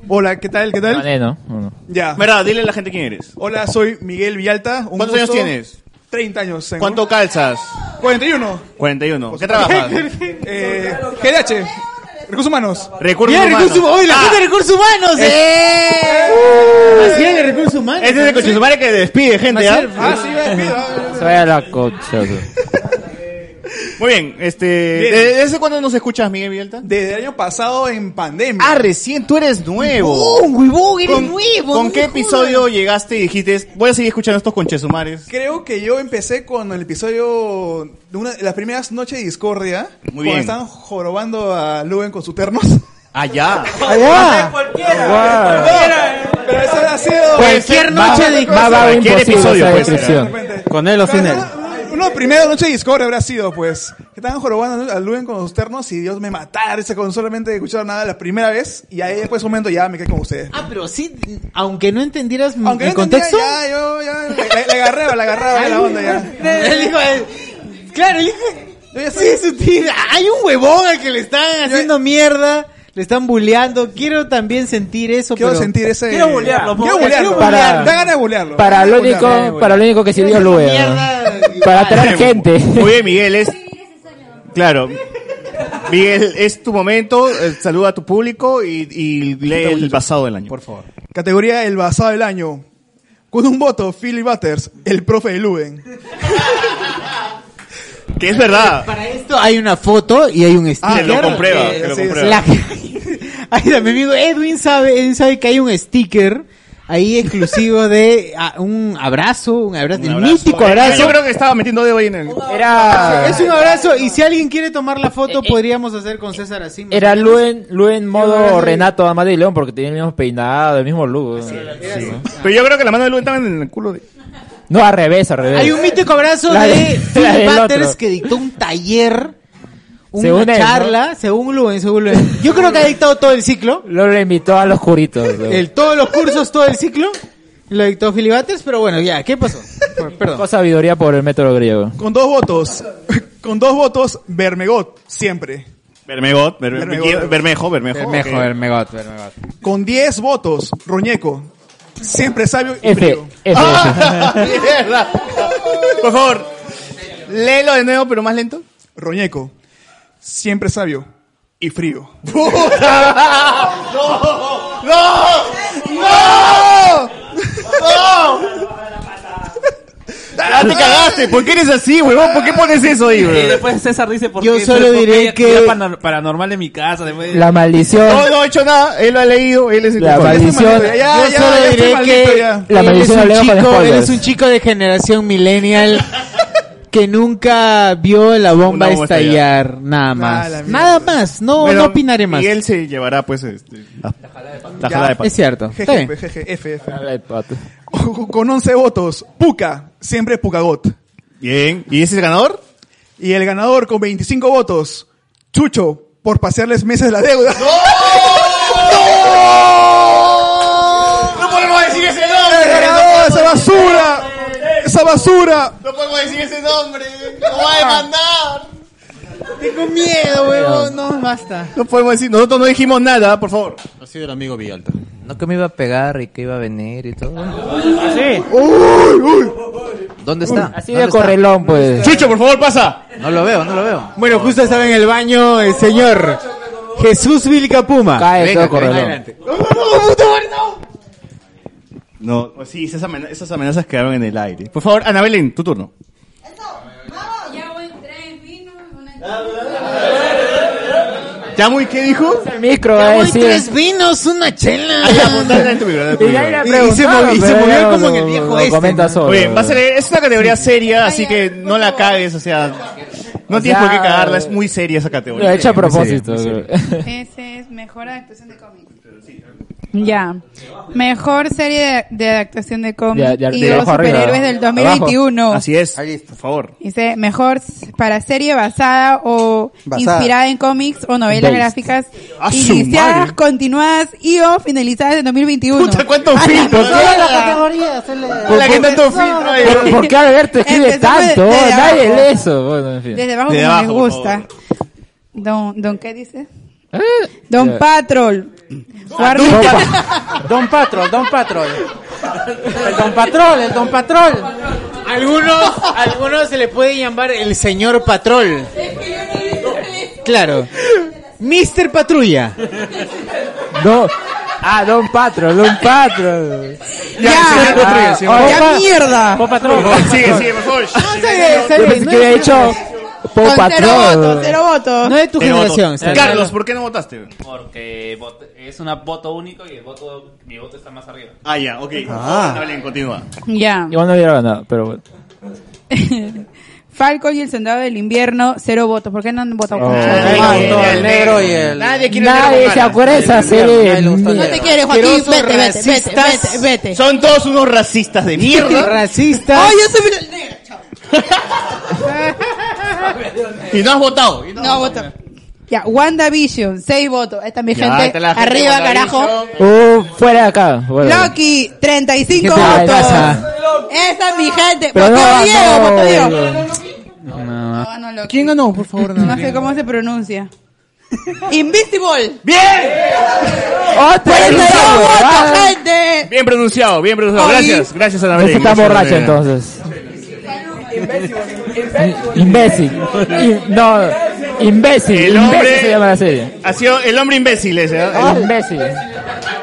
Speaker 14: Hola, ¿qué tal? ¿Qué tal?
Speaker 18: Vale, no, no.
Speaker 14: Ya.
Speaker 2: Verdad, dile a la gente quién eres.
Speaker 14: Hola, soy Miguel Villalta. Un
Speaker 2: ¿Cuántos años
Speaker 14: gusto.
Speaker 2: tienes?
Speaker 14: 30 años. tengo.
Speaker 2: ¿Cuánto calzas?
Speaker 14: 41.
Speaker 2: 41. ¿Qué trabajas?
Speaker 14: eh, GDH.
Speaker 12: Recursos humanos.
Speaker 2: Recursos
Speaker 12: Bien,
Speaker 2: humanos.
Speaker 12: recursos-
Speaker 1: ¡Oye, la gente de recursos humanos! ¡Eh! Maciel de recursos humanos.
Speaker 2: Ese es el cochizumare que despide, gente, ¿ah?
Speaker 1: Maciel, Ah, sí,
Speaker 7: Se vaya a la concha. tú.
Speaker 2: Muy bien, este.
Speaker 12: Bien.
Speaker 2: ¿de- ¿Desde cuándo nos escuchas, Miguel Vielta?
Speaker 12: Desde el año pasado en pandemia.
Speaker 2: Ah, recién tú eres nuevo.
Speaker 12: Huevón, huevón, eres
Speaker 2: ¿Con-
Speaker 12: nuevo,
Speaker 2: ¿Con
Speaker 12: no
Speaker 2: qué
Speaker 12: me
Speaker 2: episodio llegaste y dijiste, voy a seguir escuchando estos conchesumares?
Speaker 12: Creo que yo empecé con el episodio de una, las primeras noches de discordia.
Speaker 2: Muy
Speaker 12: Cuando
Speaker 2: bien.
Speaker 12: estaban jorobando a Luben con sus ternos.
Speaker 1: Ah,
Speaker 2: Allá.
Speaker 12: Pero eso ha sido
Speaker 1: Cualquier noche de
Speaker 12: discordia.
Speaker 1: Cualquier episodio, pues,
Speaker 6: Con él o sin él.
Speaker 12: Uno de los primeros noches de Discord habrá sido, pues. Que estaban jorobando a Luen con los ternos y Dios me matara ese con solamente escuchar nada la primera vez. Y ahí después un momento ya me quedé con ustedes.
Speaker 1: Ah, pero sí, aunque no entendieras
Speaker 12: Aunque
Speaker 1: el
Speaker 12: no entendía,
Speaker 1: contexto.
Speaker 12: Ya, yo ya le, le agarraba, le agarraba la onda ya.
Speaker 1: Él dijo, eh, claro, él dijo, sí, es su tío. Hay un huevón al que le están haciendo mierda, le están bulleando. Quiero también sentir eso,
Speaker 12: Quiero
Speaker 1: pero-
Speaker 12: sentir ese.
Speaker 1: Quiero bulearlo,
Speaker 12: Quiero
Speaker 1: po.
Speaker 12: bulearlo.
Speaker 1: Para-
Speaker 12: Da ganas de bulearlo.
Speaker 7: Para lo
Speaker 12: Bulearlo.
Speaker 7: único, para lo único que sirvió luego. Para traer gente.
Speaker 2: Muy bien, Miguel, es. Claro. Miguel, es tu momento. eh, Saluda a tu público y, y lee el pasado del año. Por
Speaker 12: favor. Categoría El Basado del Año. Con un voto, Philly Butters, el profe de Luen.
Speaker 2: Que es verdad.
Speaker 1: Para esto hay una foto y hay un sticker.
Speaker 2: Ah, lo comprueba,
Speaker 1: Eh,
Speaker 2: que lo
Speaker 1: sí,
Speaker 2: comprueba.
Speaker 1: la- Ay, mi amigo Edwin sabe, Edwin sabe que hay un sticker ahí exclusivo de ah, un abrazo, un abrazo, el mítico abrazo.
Speaker 2: Yo creo que estaba metiendo dedo ahí en el.
Speaker 1: Era... Es un abrazo y si alguien quiere tomar la foto podríamos hacer con César así.
Speaker 7: Eh, Era
Speaker 1: Luen
Speaker 7: Luen, Luen modo Renato Amado y León porque tenía el mismo peinado, el mismo look. Sí.
Speaker 2: Pero yo creo que la mano de Luen estaba en el culo de.
Speaker 7: No, al revés, al revés.
Speaker 1: Hay un mítico abrazo
Speaker 7: La
Speaker 1: de
Speaker 7: de- la
Speaker 1: Phil
Speaker 7: del
Speaker 1: Butters
Speaker 7: otro.
Speaker 1: que dictó un taller, una
Speaker 7: Según él, ¿no?
Speaker 1: charla, según Luen, según Luen. Yo creo que ha dictado todo el ciclo.
Speaker 7: Lo le invitó a los curitos. ¿no?
Speaker 1: El, todos los cursos, todo el ciclo, lo dictó Phil Butters, pero bueno, ya, ¿qué pasó? Por- Perdón.
Speaker 7: Con sabiduría por el método griego.
Speaker 12: Con dos votos. Con dos votos, Bermegot, siempre.
Speaker 2: Bermegot, eh. Berme-
Speaker 12: Bermegot.
Speaker 2: Bermejo, Bermejo.
Speaker 12: Bermejo,
Speaker 2: ok.
Speaker 12: Bermegot, Con diez votos, Roñeco. Siempre sabio y
Speaker 2: F,
Speaker 12: frío.
Speaker 2: F, Ah, mierda. Por favor, léelo de nuevo, pero más lento.
Speaker 12: Roñeco. Siempre sabio y frío.
Speaker 19: ¡No! ¡No! ¡No!
Speaker 2: ¡Ah, te cagaste! ¿Por qué eres así, huevón? ¿Por qué pones eso ahí,
Speaker 10: Y
Speaker 2: huevón?
Speaker 10: después César dice por
Speaker 2: Yo
Speaker 10: qué-
Speaker 2: solo
Speaker 10: por qué
Speaker 2: diré
Speaker 10: hay
Speaker 2: que-
Speaker 10: actividad panor- paranormal en mi casa. después-
Speaker 7: La maldición.
Speaker 2: No, no he hecho nada. Él lo ha leído. Él es el
Speaker 7: La
Speaker 2: culpable.
Speaker 7: maldición.
Speaker 2: Ya, ya,
Speaker 1: Yo
Speaker 2: ya,
Speaker 1: solo
Speaker 2: ya estoy
Speaker 1: diré
Speaker 2: maldito,
Speaker 1: que
Speaker 2: ya.
Speaker 7: La
Speaker 1: eres, un
Speaker 7: maldición la leo con
Speaker 1: chico,
Speaker 7: spoilers.
Speaker 1: eres un chico de generación millennial que nunca vio la bomba
Speaker 2: Una bomba
Speaker 1: estallar, nada
Speaker 2: Ah,
Speaker 1: más.
Speaker 2: la mierda.
Speaker 1: nada más, no,
Speaker 2: Bueno,
Speaker 1: no opinaré más.
Speaker 2: Y él se llevará, pues, este, la
Speaker 12: Ya.
Speaker 2: jalada de patas.
Speaker 1: Es cierto. Está
Speaker 12: Jeje,
Speaker 1: bien.
Speaker 12: jeje, F, F.
Speaker 7: pato.
Speaker 12: Con 11 votos, Puca, siempre Pucagot.
Speaker 2: Bien. ¿Y ese es el ganador?
Speaker 12: Y el ganador con 25 votos, Chucho, por pasearles meses la deuda.
Speaker 19: ¡No podemos decir ese
Speaker 1: Eh,
Speaker 12: ¡El
Speaker 19: nombre!
Speaker 12: ganador, ¡Esa basura! ¡Esa basura!
Speaker 19: ¡No podemos decir ese nombre! ¡No va a demandar!
Speaker 1: Tengo miedo, huevón, no, basta.
Speaker 2: No podemos decir, nosotros no dijimos nada, por favor.
Speaker 19: Ha sido el amigo Villalta.
Speaker 5: No que me iba a pegar y que iba a venir y todo.
Speaker 7: Sí.
Speaker 5: ¿Dónde está?
Speaker 7: Así
Speaker 5: ¿Dónde
Speaker 7: de
Speaker 5: está?
Speaker 7: correlón, pues.
Speaker 2: Chucho, por favor, pasa.
Speaker 5: No lo veo, no lo veo.
Speaker 1: Bueno, justo estaba en el baño el señor Jesús Vilcapuma.
Speaker 7: Cae
Speaker 2: Venga, todo corredor.
Speaker 1: Adelante.
Speaker 2: No, Oh, sí, esas amena- esas amenazas quedaron en el aire. Por favor, Ana Belén, tu turno. Ya muy, ¿qué dijo?
Speaker 7: El micro,
Speaker 1: Ya
Speaker 7: va a
Speaker 1: voy
Speaker 7: decir.
Speaker 1: tres vinos, una chela.
Speaker 2: Y- y se movi- y se movió como en el viejo este, ¿no? Muy bien, vas a leer- es una categoría seria, así que no la cagues, o sea, no tienes por qué
Speaker 7: sea,
Speaker 2: cagarla, es muy seria esa categoría.
Speaker 7: Lo he hecho a
Speaker 2: Muy seria,
Speaker 7: propósito.
Speaker 2: muy seria.
Speaker 14: Ese es mejor adaptación de cómic. Ya. Mejor serie de, de adaptación de cómic
Speaker 2: Ya, ya,
Speaker 14: y
Speaker 2: de
Speaker 14: los
Speaker 2: abajo arriba.
Speaker 14: superhéroes del
Speaker 2: Abajo.
Speaker 14: 2021.
Speaker 2: Así es, por favor.
Speaker 14: Dice, mejor s- para serie basada o
Speaker 2: Basada.
Speaker 14: inspirada en cómics o novelas
Speaker 2: Based.
Speaker 14: gráficas
Speaker 2: ¡A su
Speaker 14: iniciadas,
Speaker 2: madre!
Speaker 14: continuadas y o finalizadas en 2021. Puta, eh?
Speaker 2: ¿cuántos
Speaker 11: filtros?
Speaker 14: La que
Speaker 11: tanto
Speaker 7: ¿Por, por qué Alberto escribe
Speaker 14: Empezamos de-
Speaker 7: tanto?
Speaker 14: desde
Speaker 7: Nadie
Speaker 14: abajo.
Speaker 7: lee eso. Bueno, en fin.
Speaker 14: Desde abajo como les gusta. Don, don, ¿qué dice? Don
Speaker 7: Ya.
Speaker 14: Patrol. Guardi-
Speaker 7: Don
Speaker 13: Don Patrol, Don Patrol. El Don Patrol, el Don Patrol.
Speaker 1: Algunos, algunos se le puede llamar el señor patrol. Claro. Mister Patrulla.
Speaker 18: No. Ah, Don Patro, Don Patro.
Speaker 1: Ya,
Speaker 18: Ah,
Speaker 2: oh,
Speaker 1: ah,
Speaker 18: Don Pat-
Speaker 1: mierda.
Speaker 18: Don Patrón.
Speaker 2: Sigue, sigue, por favor.
Speaker 18: Yo pensé que había hecho Pau
Speaker 2: Con
Speaker 18: Patrón.
Speaker 2: cero votos, cero votos.
Speaker 1: No es tu
Speaker 2: Cero
Speaker 1: generación.
Speaker 2: votos. Carlos, ¿por qué no votaste?
Speaker 10: Porque vot- es una voto único y el voto, mi voto está más arriba.
Speaker 2: Ah, ya, ok.
Speaker 10: Ah.
Speaker 2: Está bien, continúa.
Speaker 14: Ya.
Speaker 18: Igual no hubiera ganado, pero bueno.
Speaker 14: Falcon y el Sendado del Invierno, cero votos. ¿Por qué no han votado?
Speaker 18: Oh.
Speaker 14: Nadie
Speaker 18: Nadie
Speaker 14: quiere
Speaker 18: quiere
Speaker 14: el
Speaker 18: el
Speaker 14: negro
Speaker 18: y el-
Speaker 14: Nadie
Speaker 18: Nadie se acuerda de esa serie.
Speaker 14: No te quiere, Joaquín.
Speaker 18: Asqueroso,
Speaker 14: Vete, vete, vete,
Speaker 18: racistas.
Speaker 14: vete, vete.
Speaker 2: Son todos unos racistas de mierda.
Speaker 1: racistas.
Speaker 14: ¡Ay, yo soy el
Speaker 2: Y no has votado.
Speaker 14: negro! No, voto. Ya, WandaVision, seis votos. Ahí está mi
Speaker 18: Ya,
Speaker 14: gente.
Speaker 18: está la gente
Speaker 14: Arriba,
Speaker 18: de
Speaker 14: carajo.
Speaker 18: Uh, fuera de acá. Bueno.
Speaker 14: Loki, 35
Speaker 18: Gente de la
Speaker 14: votos.
Speaker 18: casa.
Speaker 14: Esa es mi gente.
Speaker 18: Pero
Speaker 14: Votó
Speaker 18: no,
Speaker 14: Diego,
Speaker 18: no.
Speaker 14: votó Diego.
Speaker 18: No.
Speaker 14: ¿Quién
Speaker 1: ganó, por favor?
Speaker 14: No sé cómo se pronuncia. Invisible.
Speaker 2: ¡Bien!
Speaker 18: ¡Otra
Speaker 14: votos, gente!
Speaker 2: Bien pronunciado, bien pronunciado.
Speaker 18: Ay.
Speaker 2: Gracias, gracias Ana
Speaker 18: Ese
Speaker 2: Belén.
Speaker 18: está
Speaker 2: Gracias, Ana
Speaker 18: borracho
Speaker 2: Belén.
Speaker 18: entonces.
Speaker 2: Imbécil.
Speaker 18: No, imbécil.
Speaker 2: El
Speaker 18: Imbécil
Speaker 2: hombre
Speaker 18: se llama la serie.
Speaker 2: Ha sido el hombre imbécil ese. ¿eh?
Speaker 18: Ah,
Speaker 2: El-
Speaker 18: imbécil.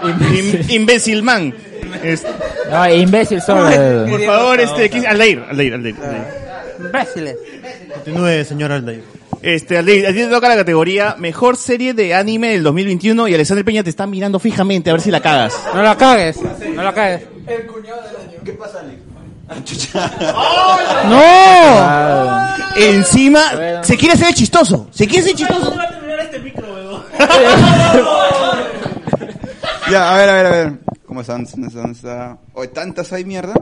Speaker 2: Im- imbécil man. Es-
Speaker 18: No, imbécil solo.
Speaker 2: Por favor, este, ¿quién- Aldair, Aldair, Aldair. Aldair.
Speaker 6: Imbéciles.
Speaker 2: Continúe, señor Aldair. Este, Aldair, a ti te toca la categoría Mejor serie de anime del 2021 y Alexander Peña te está mirando fijamente a ver si la cagas.
Speaker 5: No la cagues, no la cagues.
Speaker 2: ¡No! Encima, se quiere hacer el chistoso. Se quiere hacer el chistoso. este
Speaker 15: Ya, a ver, a ver, a ver. ¿Cómo están? ¿Dónde están? ¿Dónde está? Hoy tantas hay mierda.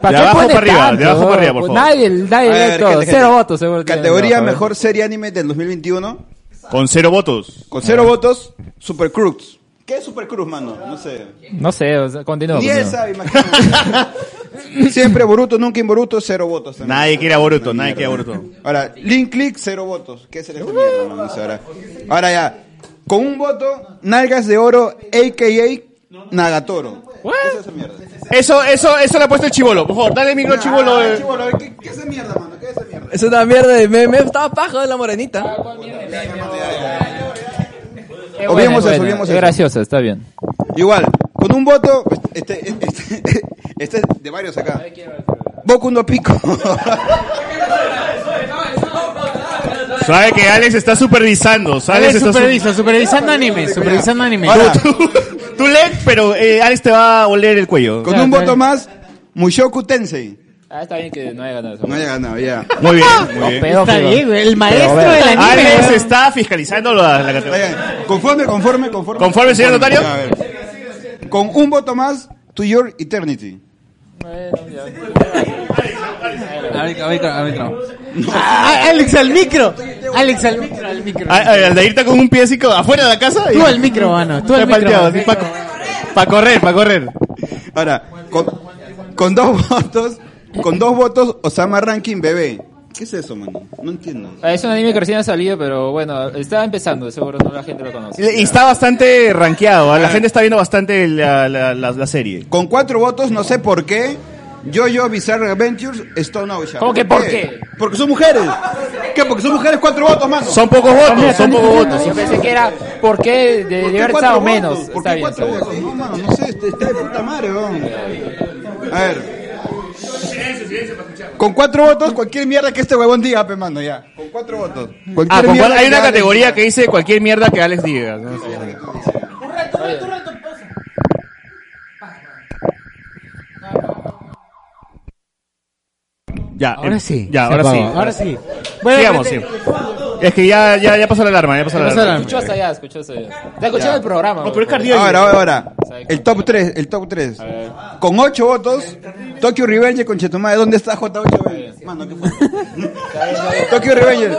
Speaker 18: ¿Para qué pone tanto? Nadie, nadie
Speaker 15: A
Speaker 18: ve
Speaker 15: ver,
Speaker 18: todo.
Speaker 15: gente, gente.
Speaker 18: Cero votos, seguro. tiene.
Speaker 15: Categoría
Speaker 18: No, a ver.
Speaker 15: mejor serie anime del 2021.
Speaker 2: Con cero votos.
Speaker 15: Con cero votos, Super Crux. ¿Qué es Super Crux, mano? No sé.
Speaker 18: No pues sé, Eh, o sea, continúa.
Speaker 15: Ni
Speaker 18: continúa.
Speaker 15: él sabe, imagínate. Siempre Boruto, nunca en Boruto, cero votos. también.
Speaker 2: Nadie quiere a Boruto, nadie quiere a Boruto.
Speaker 15: Ahora, Link Click, cero votos. ¿Qué será esta mierda, mano? No sé, ahora. Ahora ya, con un voto, Nalgas de Oro, a.k.a. Nagatoro. ¿Qué es esa mierda?
Speaker 2: Eso, eso, eso le ha puesto el chivolo. Por favor, dale el micro al chivolo. eh.
Speaker 15: Es una mierda de meme. Estaba paja de la morenita.
Speaker 18: Es buena,
Speaker 15: Obviemos eso,
Speaker 18: es buena.
Speaker 15: obviemos
Speaker 18: Es
Speaker 15: eso.
Speaker 18: graciosa, está bien.
Speaker 15: Igual, con un voto, este, este, este, este es de varios acá. Boku no pico.
Speaker 2: Sabe que Alex está supervisando. Alex
Speaker 1: Alex
Speaker 2: está su-
Speaker 1: supervisa, supervisando anime, supervisando anime.
Speaker 2: Ahora, tú, tú lee, pero eh, Alex te va a oler el cuello.
Speaker 15: Con un voto más, Mushoku Tensei.
Speaker 18: Ah, está bien que no haya ganado eso.
Speaker 15: No haya ganado, ya.
Speaker 2: Muy bien, muy bien.
Speaker 1: Ah, Está bien, güey, el maestro del anime.
Speaker 2: Alex
Speaker 1: güey.
Speaker 2: está fiscalizando la, la categoría.
Speaker 15: Conforme, conforme, conforme.
Speaker 2: Conforme, señor notario.
Speaker 15: Ya, a ver. Con un voto más, To Your Eternity.
Speaker 1: Ah, Alex al micro. Alex al micro, eh, al micro.
Speaker 2: Ah, ah, Aldair está con un pie así como afuera de la casa.
Speaker 1: Tú al micro, mano, tú al micro.
Speaker 2: Para correr, para correr.
Speaker 15: Ahora, con, con dos votos, con dos votos, Osama Ranking Bebé. ¿Qué es eso, mano? No entiendo.
Speaker 18: Ah, Es un anime que recién ha salido, pero bueno, está empezando, seguro no la gente lo conoce.
Speaker 2: Y está bastante rankeado. ¿ah? La gente está viendo bastante la, la- la- la serie.
Speaker 15: Con cuatro votos, no sé por qué. Yo, yo, Bizarre Adventures, Stone Ocean.
Speaker 18: ¿Cómo que por qué?
Speaker 15: Porque son mujeres. ¿Qué? Porque son mujeres, cuatro votos, mano.
Speaker 2: Son pocos votos, son pocos votos.
Speaker 18: Yo pensé que era, ¿por qué de
Speaker 15: ¿Por qué
Speaker 18: diversa
Speaker 15: cuatro
Speaker 18: o menos?
Speaker 15: votos? ¿Por
Speaker 18: Está
Speaker 15: qué
Speaker 18: bien,
Speaker 15: cuatro
Speaker 18: está
Speaker 15: votos?
Speaker 18: bien.
Speaker 15: No, mano, no sé, este- está de puta madre, weón. A ver. Con cuatro votos, cualquier mierda que este huevón diga, pe, mano, ya. Con cuatro votos. Cualquier
Speaker 2: Ah, con cual-
Speaker 15: mierda
Speaker 2: hay una
Speaker 15: que
Speaker 2: categoría
Speaker 15: Alex
Speaker 2: que dice cualquier mierda que Alex diga. ¿no? Ya,
Speaker 1: Ahora
Speaker 2: eh,
Speaker 1: sí,
Speaker 2: Ya,
Speaker 1: se
Speaker 2: ahora sí.
Speaker 1: apagó, ahora sí. Bueno,
Speaker 2: Sigamos,
Speaker 1: gente-
Speaker 2: sí. Es que ya, ya, ya pasó la alarma, ya pasó la alarma.
Speaker 18: Escuchó hasta allá, escuchó hasta allá. Te escuchado el programa. No, pero
Speaker 15: diga. Ahora, ahora, ahora. El top 3, el top 3. Con ocho votos, Tokyo Revenge con Chetumade. ¿Dónde está J8? Mano, ¿qué fue? Tokyo Revenge.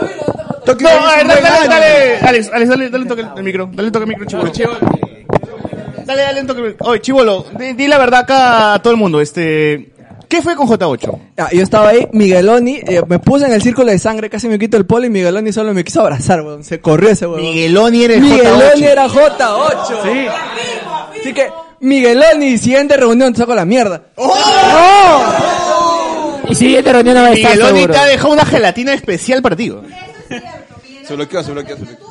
Speaker 15: Tokyo
Speaker 2: No, a ver,
Speaker 15: Revenge.
Speaker 2: dale, dale, dale, Alex, Alex, dale, dale un toque al micro, dale un toque al micro, chivolo. Dale, dale un toque. Oye, chivolo, di, di la verdad acá a todo el mundo, este, ¿qué fue con J8?
Speaker 17: Ah, yo estaba ahí, Migueloni, eh, me puse en el círculo de sangre, casi me quito el polo y Migueloni solo me quiso abrazar, weón. Se corrió ese weón.
Speaker 2: Migueloni era el
Speaker 17: Migueloni
Speaker 2: J8.
Speaker 17: era J8. Así que, Migueloni, siguiente reunión te saco la mierda.
Speaker 2: ¡Oh!
Speaker 18: Y siguiente reunión no va a estar
Speaker 2: Migueloni
Speaker 18: seguro.
Speaker 2: te ha dejado una gelatina especial para ti.
Speaker 15: Se bloqueó, se bloqueó, se bloqueó.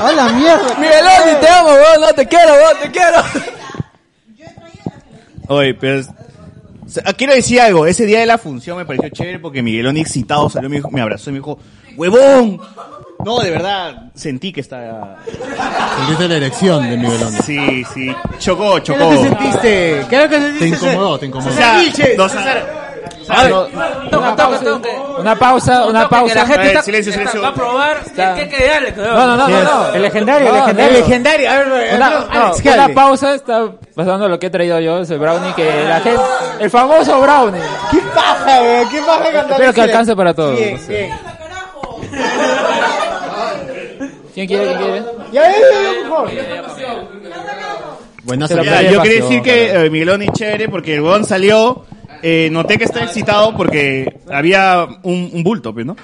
Speaker 11: ¡A la mierda!
Speaker 20: Miguelón, te amo, weón, no te quiero, weón, te quiero.
Speaker 2: Oye, pero. s- ah, Quiero decir algo, ese día de la función me pareció chévere porque Miguelón excitado salió, me, dijo- me abrazó y me dijo, ¡huevón! No, de verdad, sentí que estaba...
Speaker 3: Sentiste la erección de Miguelón.
Speaker 2: Sí, sí, chocó,
Speaker 3: ¿Qué es
Speaker 2: chocó.
Speaker 3: lo que sentiste?
Speaker 1: ¿Qué es lo que
Speaker 3: Te
Speaker 1: sentiste?
Speaker 3: incomodó, te incomodó.
Speaker 2: O sea, no, o sea,
Speaker 18: A ver,
Speaker 10: Toca, toca, toca.
Speaker 18: Una pausa, una
Speaker 10: Toca,
Speaker 18: pausa.
Speaker 10: que la gente
Speaker 18: A ver,
Speaker 10: está-
Speaker 18: silencio,
Speaker 10: está-
Speaker 18: silencio.
Speaker 10: Va a probar. ¿Qué que darle, creo.
Speaker 18: No, no, no, no, no.
Speaker 10: El
Speaker 18: legendario,
Speaker 1: el legendario.
Speaker 18: A
Speaker 13: eh,
Speaker 18: ver, una,
Speaker 1: Alex,
Speaker 18: no,
Speaker 1: ¿qué
Speaker 18: una
Speaker 1: hable?
Speaker 18: pausa está pasando lo que he traído yo, ese brownie que la gente, el famoso brownie.
Speaker 1: ¿Qué paja, güey? ¿Qué paja cantar?
Speaker 18: Espero que alcance para todos.
Speaker 1: Bien,
Speaker 18: no sé.
Speaker 1: bien.
Speaker 18: ¿Quién quiere? ¿Quién quiere?
Speaker 1: Ya ves, ya ves, por favor.
Speaker 2: Buenas
Speaker 18: Se lo
Speaker 2: ya,
Speaker 18: pedí
Speaker 2: yo
Speaker 18: de
Speaker 2: quería decir
Speaker 18: pasión,
Speaker 2: que eh, Miguelón y chévere porque el huevón salió, eh, noté que estaba excitado porque había un, un bulto, pues, ¿no?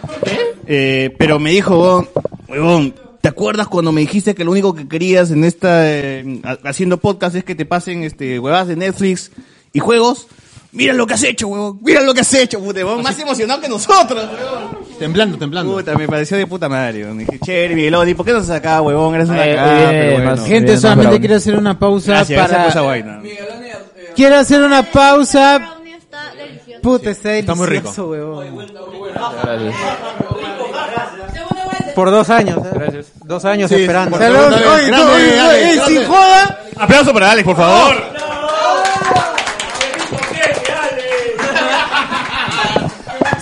Speaker 2: Eh, pero me dijo, huevón, huevón, ¿te acuerdas cuando me dijiste que lo único que querías en esta, eh, ha- haciendo podcast es que te pasen este, huevadas de Netflix y juegos? Mira lo que has hecho, huevón, mira lo que has hecho, puta,
Speaker 12: Ah,
Speaker 2: huevón, más emocionado que nosotros, huevón.
Speaker 3: Temblando, temblando.
Speaker 2: Puta, me pareció de puta madre, huevón. Dije, chévere, Miguelón, ¿y por qué no estás acá, huevón? Eres una
Speaker 18: Eh,
Speaker 2: acá,
Speaker 18: bien,
Speaker 2: Ah, pero bueno.
Speaker 18: más-
Speaker 1: ah, Gente,
Speaker 18: Bien,
Speaker 1: solamente
Speaker 18: bravo.
Speaker 1: quiero hacer una pausa
Speaker 2: Gracias,
Speaker 1: para...
Speaker 2: gracias por esa vaina.
Speaker 1: Quiero hacer una pausa. Puta, está delicioso.
Speaker 3: Está muy rico.
Speaker 1: huevón.
Speaker 11: Por dos años.
Speaker 6: ¿eh?
Speaker 11: Gracias. Dos años
Speaker 1: Sí,
Speaker 11: esperando.
Speaker 1: por Salud, segunda vez. oye, Grande, todo, Alex, oye, grande. sin joda.
Speaker 2: Aplauso para Alex, por favor.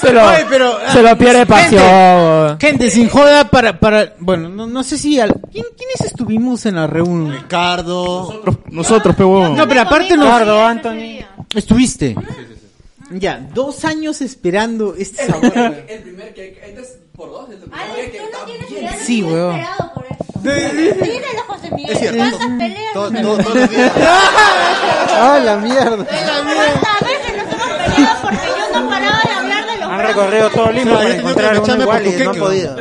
Speaker 18: Se lo,
Speaker 1: Oye, pero, ah,
Speaker 18: se
Speaker 13: ah,
Speaker 18: lo pierde
Speaker 1: gente,
Speaker 18: pasión.
Speaker 1: Gente, sin joda para, para, bueno, no, no sé si, al- ¿quién- ¿quiénes estuvimos en la reunión? Ricardo. Nosotros,
Speaker 2: huevón.
Speaker 1: No, pero aparte nos...
Speaker 11: Ricardo, Anthony.
Speaker 1: Estuviste. Ya, dos años esperando este sabor. güey.
Speaker 17: El primer cake, este es por dos. El primer cake está bien.
Speaker 1: Sí, weón.
Speaker 9: Es cierto. ¿Cuántas peleas?
Speaker 11: ¡Ah, la mierda!
Speaker 9: ¿Cuántas veces nos hemos peleado porque yo no paraba de hablar de los
Speaker 11: Han recorrido todo Lima
Speaker 1: No,
Speaker 11: para
Speaker 1: yo tengo que
Speaker 11: encontrar uno
Speaker 1: agacharme
Speaker 11: igual y
Speaker 1: por tu
Speaker 11: no han
Speaker 1: queque,
Speaker 11: podido.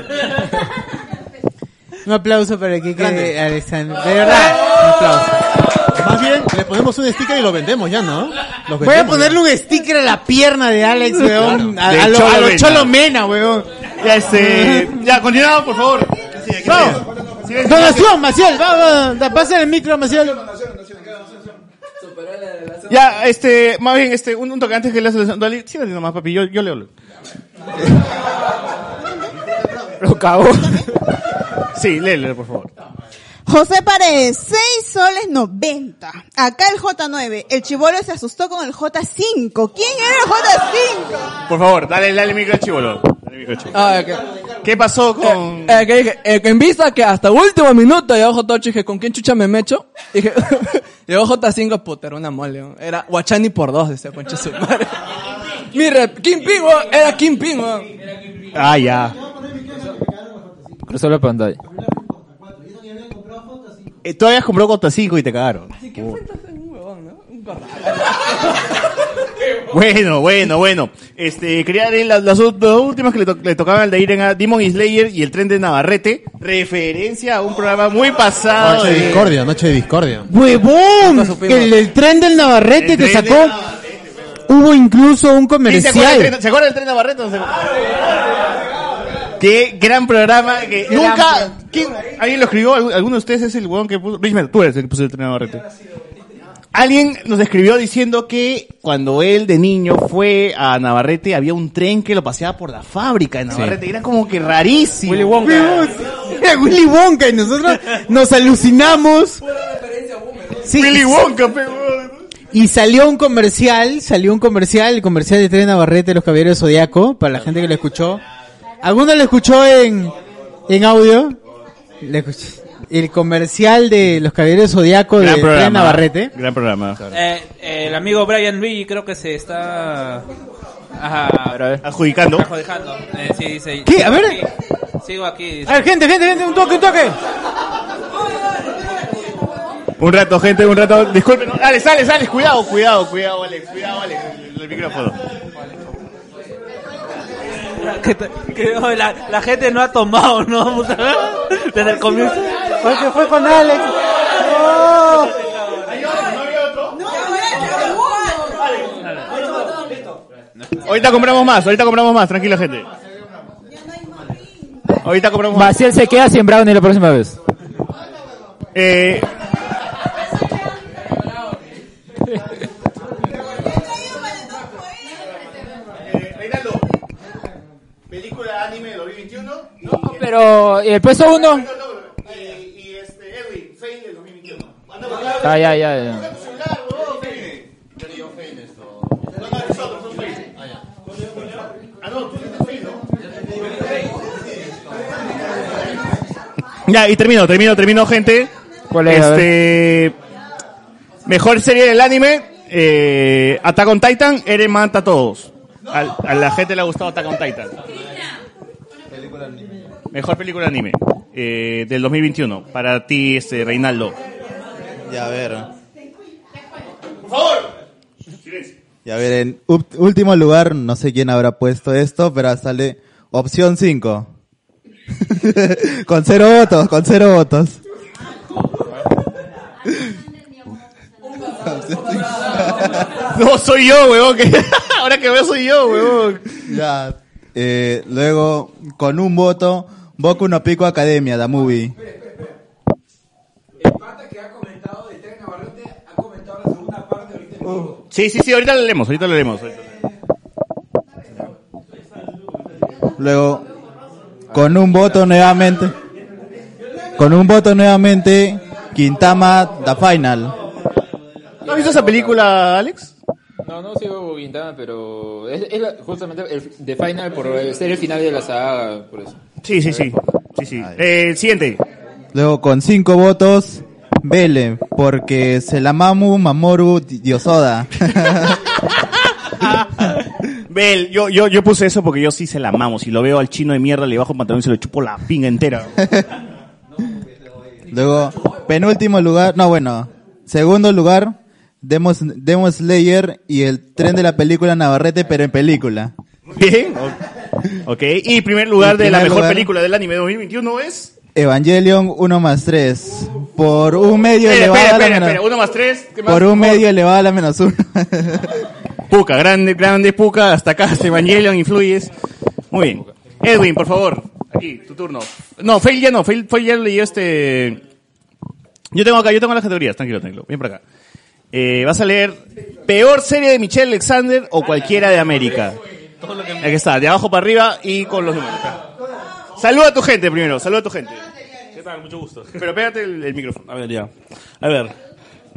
Speaker 1: Un aplauso para que quede
Speaker 3: Grande.
Speaker 1: Alexander. De verdad, un aplauso.
Speaker 3: Más bien, le ponemos un sticker y lo vendemos ya, ¿no? Los
Speaker 1: Voy a
Speaker 3: vendemos
Speaker 1: ponerle un sticker a la pierna de Alex, weón.
Speaker 2: Claro.
Speaker 1: A, a
Speaker 2: De
Speaker 1: lo, a
Speaker 2: Cholo
Speaker 1: lo
Speaker 2: Mena.
Speaker 1: Cholo Mena, weón.
Speaker 2: Ya, este, ya, continuamos, por favor.
Speaker 1: Vamos. Donación, Maciel, vamos.
Speaker 2: Ah,
Speaker 1: da- Pasa el micro, Maciel.
Speaker 2: Ya, este, más bien, este, un, un toque antes que le haces el Sí, dale nomás, papi, yo, yo leo. Lo cago. Sí, léelo, por favor.
Speaker 9: José Paredes, 6 soles 90. Acá el J9. El chivolo se asustó con el J5. ¿Quién era el J5?
Speaker 2: Por favor, dale, dale el micro al chivolo. Dale el micro al chivolo.
Speaker 20: Ah, ok.
Speaker 2: ¿Qué pasó con...?
Speaker 20: Eh, que dije, eh, que en vista que hasta último minuto llegó J8, dije, ¿con quién chucha me mecho? Dije, llegó J5, puta, era una mole, weón. era Guachani por dos, ese concha su madre. Mi rep, Kingpin, weón, era Kingpin, weón.
Speaker 2: Ah, ya.
Speaker 18: Cruzó la pantalla.
Speaker 2: Eh, tú habías comprado Cota 5 y te cagaron. Bueno, bueno, bueno. Este, quería leer las, las dos- dos últimas que le, to- le tocaban al de Iren a Demon Slayer y el tren de Navarrete. Referencia a un programa muy pasado.
Speaker 3: Noche de
Speaker 2: de-
Speaker 3: discordia, noche de discordia.
Speaker 1: Huevón.
Speaker 2: supimos.
Speaker 1: El, del tren del Navarrete
Speaker 2: El
Speaker 1: que
Speaker 2: tren del
Speaker 1: sacó. Hubo incluso un
Speaker 2: Sí, ¿Se acuerda del
Speaker 1: comercial.
Speaker 2: tren- se acuerda del tren Navarrete? ¿No se acuerda? Qué gran programa que nunca... ¿quién- ¿Alguien lo escribió? ¿Algu- ¿Alguno de ustedes es el huevón que puso? Richmond, tú eres el que puso el tren Navarrete. Alguien nos escribió diciendo que cuando él de niño fue a Navarrete había un tren que lo paseaba por la fábrica de Navarrete. Era como que rarísimo. Willy
Speaker 1: Huevón, Era Willy Wonka y nosotros nos alucinamos. Sí,
Speaker 2: Willy
Speaker 1: y-
Speaker 2: Wonka, pe, huevón.
Speaker 1: Y salió un comercial, salió un comercial, el comercial de Tren Navarrete de los Caballeros del Zodiaco, para la gente que lo escuchó. ¿Alguno lo escuchó en, en audio? Le escuché. El comercial de los Caballeros del Zodiaco de
Speaker 2: Gran
Speaker 1: Tren
Speaker 2: programa.
Speaker 1: Navarrete.
Speaker 2: Gran programa.
Speaker 10: Eh, eh, el amigo Brian Luigi creo que se está ajá,
Speaker 2: Adjudicando.
Speaker 10: Adjudicando. Eh, sí, dice,
Speaker 1: ¿Qué? A
Speaker 10: sigo
Speaker 1: ver.
Speaker 10: aquí, sigo aquí. dice.
Speaker 1: A ver, gente, gente, gente, un toque, un toque.
Speaker 2: Un rato, gente, un rato. Disculpen. no. Alex, Alex, Alex, cuidado, cuidado, cuidado, Alex, cuidado, Alex. El, el micrófono.
Speaker 10: Que te- que, oye, la, la gente no ha tomado, ¿no? Puta, Desde el comienzo.
Speaker 11: Fue que fue con Alex. ¡Oh!
Speaker 2: Ahorita compramos más, ahorita compramos más, tranquila, gente. Ahorita compramos más.
Speaker 18: Maciel se queda sin brownie la próxima vez.
Speaker 2: Eh,
Speaker 19: ¿Película anime de 2021?
Speaker 18: Pero, ¿y el peso uno?
Speaker 19: Y este, Edwin, Fane del 2021.
Speaker 18: Ah, ya, ya, ya.
Speaker 2: Ya, y termino, termino, termino, gente.
Speaker 18: ¿Cuál
Speaker 13: es? A
Speaker 2: Este. Mejor serie del anime: eh, Attack on Titan, Eren mata a todos. Al- a la gente le ha gustado Attack on Titan. Mejor película de anime eh, del 2021. Para ti, este, Reinaldo.
Speaker 4: Ya, a ver.
Speaker 19: Por favor.
Speaker 4: Y a ver, en ú- último lugar, no sé quién habrá puesto esto, pero sale opción 5. con cero votos, con cero votos.
Speaker 2: No, soy yo, weón. que- Ahora que veo, soy yo, weón.
Speaker 4: Ya. Eh, luego, con un voto, Boku no Pico Academia, la movie.
Speaker 2: Sí, sí, sí, ahorita lo leemos, ahorita lo leemos.
Speaker 4: Luego, con un voto nuevamente, con un voto nuevamente, Quintama, The Final.
Speaker 2: ¿No has visto esa película, Alex?
Speaker 18: No, no sigo Quintana, pero es, es la- justamente el The Final por el- ser el final de la saga, por eso.
Speaker 2: Sí, sí, sí. Sí, sí. Eh, siguiente.
Speaker 4: Luego, con cinco votos, Vele, porque Selamamu Mamoru Diosoda.
Speaker 2: Bel, yo, yo, yo puse eso porque yo sí se la amamos. Si lo veo al chino de mierda, le bajo el pantalón y se lo chupo la pinga entera.
Speaker 4: Luego, penúltimo lugar, no bueno, segundo lugar, Demos Slayer y el tren de la película Navarrete, pero en película.
Speaker 2: Bien. Ok, y primer lugar
Speaker 4: En
Speaker 2: de la
Speaker 4: primer
Speaker 2: mejor
Speaker 4: lugar.
Speaker 2: película del anime 2021 es.
Speaker 4: Evangelion 1 más 3. Por un medio
Speaker 2: Espera, Eh,
Speaker 4: elevado
Speaker 2: espera,
Speaker 4: a la
Speaker 2: espera,
Speaker 4: menos-
Speaker 2: espera, uno más tres. ¿Qué más?
Speaker 4: Por un medio elevado a la menos 1.
Speaker 2: Puca, grande, grande Puca. Hasta acá, Evangelion, influyes. Muy bien. Edwin, por favor, aquí, tu turno. No, Fail ya no, Fail, Fail ya leyó este. Yo tengo acá, yo tengo las categorías, tranquilo, tranquilo. Bien para acá. Eh, vas a leer peor serie de Michelle Alexander o cualquiera de América. Aquí está, de abajo para arriba y con los números. Saluda a tu gente primero, saluda a tu gente.
Speaker 22: ¿Qué tal? Mucho gusto.
Speaker 2: Pero pégate el, el micrófono.
Speaker 22: A ver, ya. A ver.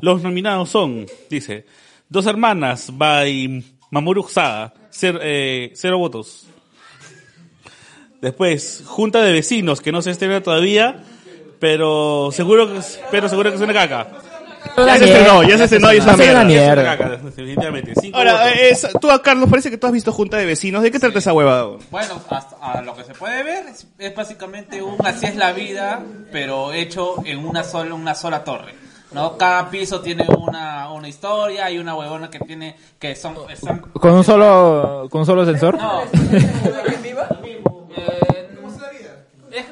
Speaker 22: Los nominados son, dice, Dos Hermanas by Mamoru Sada, cer- eh, cero votos. Después, Junta de Vecinos, que no se estrena todavía, pero seguro que, es- pero seguro que es una caca.
Speaker 2: Ya se estrenó, ya se estrenó y es una mierda.
Speaker 22: Es una caca, definitivamente. Cinco
Speaker 2: Ahora,
Speaker 22: votos.
Speaker 2: eh, es- tú, a Carlos, parece que tú has visto Junta de Vecinos. ¿De qué trata esa huevada?
Speaker 10: Bueno, hasta a lo que se puede ver es, es básicamente un así es la vida, pero hecho en una sola, una sola torre. ¿no? Cada piso tiene una, una historia y una huevona que tiene que son... son-
Speaker 7: ¿Con un solo, con un solo sensor?
Speaker 10: es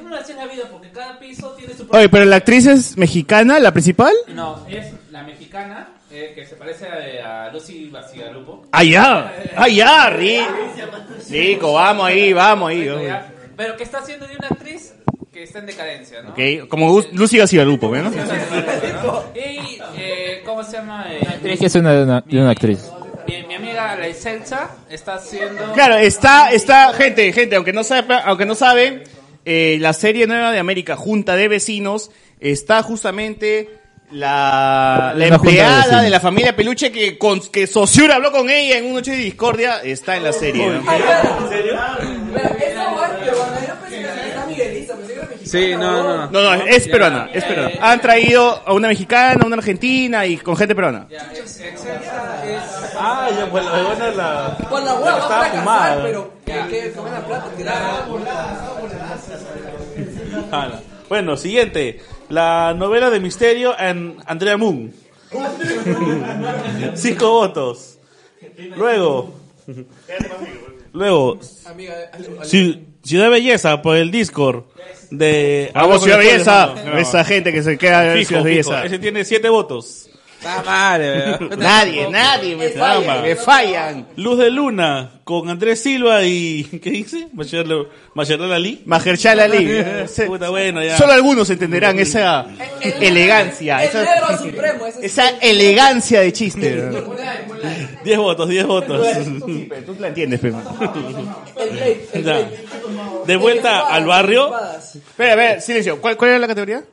Speaker 10: una así es la vida porque cada piso tiene su propio...
Speaker 2: Oye, pero la actriz es mexicana, la principal.
Speaker 10: No, es la mexicana eh, que se parece a, a Lucy Bacigalupo.
Speaker 2: Allá, allá, ri. Rico, vamos ahí, vamos ahí. vamos.
Speaker 10: Pero que está haciendo de una actriz que está en decadencia, ¿no?
Speaker 2: Ok, como Gus- Lucy Gacigalupo, ¿no?
Speaker 10: Y, eh, ¿cómo se llama? Eh,
Speaker 7: Actriz que es una, una- de una actriz.
Speaker 10: mi, mi amiga La Excelsa está haciendo...
Speaker 2: Claro, está, está, gente, gente, aunque no sepa, aunque no sabe, eh, la serie nueva de América, Junta de Vecinos, está justamente la, la
Speaker 7: Una junta de
Speaker 2: empleada
Speaker 7: vecinos.
Speaker 2: de la familia Peluche que, con, que Sociura habló con ella en una noche de discordia, está en la serie. ¿no?
Speaker 10: Sí, no, no. Eh,
Speaker 2: No, no, es peruana, es peruana. Han traído a una mexicana, a una argentina y con gente peruana.
Speaker 22: Ah, ya, pues la huevona la.
Speaker 17: Por Pues la
Speaker 22: la que
Speaker 17: hueva
Speaker 22: estaba
Speaker 17: para
Speaker 22: fumada.
Speaker 17: casar, pero que, que, que buena plata, tirada.
Speaker 22: Ah, no. Bueno, siguiente. La novela de misterio en Andrea Moon. Cinco votos. Luego. Luego. Ci- Ciudad Belleza por el Discord. De
Speaker 2: Vamos, Ah, Ciudad Belleza.
Speaker 22: No.
Speaker 2: Esa gente que se queda en
Speaker 22: Fijo,
Speaker 2: Ciudad
Speaker 22: fijo.
Speaker 2: Belleza.
Speaker 22: Ese tiene siete votos. Está mal.
Speaker 8: Ah, Nadie, nadie, me fallan, me fallan.
Speaker 22: Luz de Luna con Andrés Silva y. ¿Qué dice? Macherlo- Macherlal Ali.
Speaker 2: Majerchal Ali.
Speaker 22: Puta, bueno, ya.
Speaker 2: Solo algunos entenderán esa elegancia.
Speaker 17: El
Speaker 2: Esa,
Speaker 17: negro supremo, ese
Speaker 2: esa elegancia de chiste.
Speaker 22: 10 votos, 10 votos.
Speaker 2: Tú la entiendes, Pema.
Speaker 22: Ya. De vuelta al barrio.
Speaker 2: Espera, a ver, silencio. ¿Cuál, cuál era la categoría?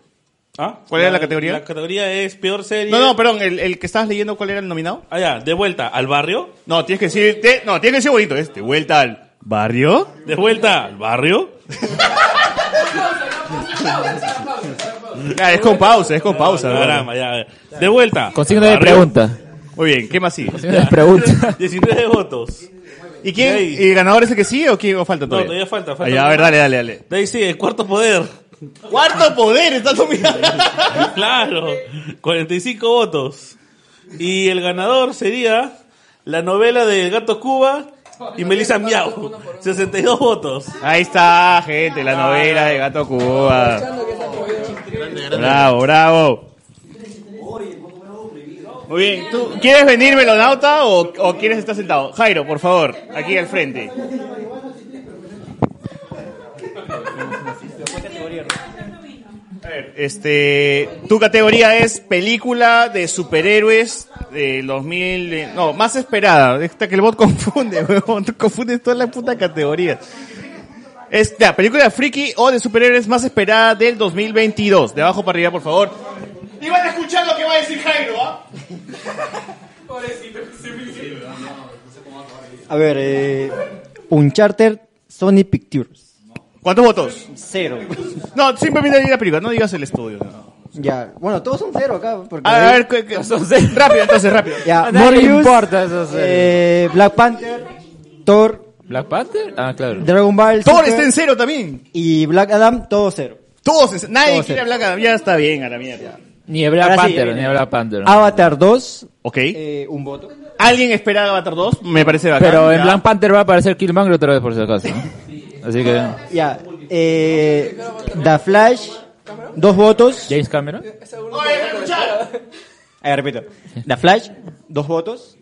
Speaker 22: ¿Ah?
Speaker 2: ¿Cuál era la categoría?
Speaker 22: La categoría es peor serie.
Speaker 2: No, no, perdón, el, el que estabas leyendo, ¿cuál era el nominado?
Speaker 22: Ah, ya, de vuelta al barrio.
Speaker 2: No, tienes que decir, de- no, tienes que decir bonito, es de vuelta al barrio.
Speaker 22: De vuelta al barrio.
Speaker 2: es con pausa, es con pausa.
Speaker 22: Programa, Ah, ya. De vuelta.
Speaker 7: Con signo de
Speaker 22: Barrio.
Speaker 7: pregunta.
Speaker 2: Muy bien, ¿qué más sigue?
Speaker 7: signo de pregunta.
Speaker 22: 19 votos.
Speaker 2: ¿Y quién?
Speaker 22: De ahí-
Speaker 2: ¿Y el ganador es el que sigue o, quién, o falta
Speaker 22: No,
Speaker 2: todavía?
Speaker 22: todavía falta, falta
Speaker 2: Ah, ya, a ver,
Speaker 22: uno.
Speaker 2: dale, dale, dale.
Speaker 22: De ahí sigue, cuarto poder.
Speaker 2: ¡Cuarto poder! Está nominado.
Speaker 22: Claro, 45 votos. Y el ganador sería la novela de Gato Cuba y Melissa Miau. 62 votos.
Speaker 2: Ahí está, gente, la novela de Gato Cuba. Bravo, bravo. Muy bien, ¿tú quieres venir melonauta o, o quieres estar sentado? Jairo, por favor, aquí al frente. A ver, Este, tu categoría es película de superhéroes de 2000, eh, no, más esperada. Esta que el bot confunde, weón, tú confundes toda la puta categoría. Es la película friki o de superhéroes más esperada del 2022. De abajo para arriba, por favor. Y van a escuchar lo que va a decir Jairo, ¿ah?
Speaker 16: A ver, eh, Uncharted Sony Pictures.
Speaker 2: ¿Cuántos votos?
Speaker 16: Cero.
Speaker 2: No, simplemente di la película, no digas el estudio. no.
Speaker 16: Ya, bueno, todos son cero acá. Porque
Speaker 2: A ver, a ver, cu- cu- rápido, entonces, rápido.
Speaker 16: Ya,
Speaker 2: A nadie le
Speaker 16: Ah, Morbius,
Speaker 2: importa esos ceros.
Speaker 16: eh, Black Panther, Thor,
Speaker 7: ¿Black Panther? Ah, claro.
Speaker 16: Dragon Ball.
Speaker 2: Thor
Speaker 16: Super
Speaker 2: está en cero también.
Speaker 16: Y Black Adam, todo cero.
Speaker 2: Todos, es- nadie
Speaker 16: Todos
Speaker 2: quiere
Speaker 16: cero.
Speaker 2: hablar, cada- ya está bien, a la mierda.
Speaker 7: Ni Black
Speaker 16: Ahora sí,
Speaker 7: Panther,
Speaker 16: viene.
Speaker 7: ni Black Panther.
Speaker 16: Avatar 2.
Speaker 2: Ah, eh, Ok.
Speaker 16: Eh, un voto.
Speaker 2: ¿Alguien espera Avatar 2? Me parece bacán.
Speaker 7: Pero en
Speaker 2: ya.
Speaker 7: Black Panther va a aparecer Killmonger otra vez por si acaso. ¿no? Así que...
Speaker 16: Ya, eh, The Flash, dos votos.
Speaker 7: James Cameron.
Speaker 16: Ahí repito. The Flash, dos votos.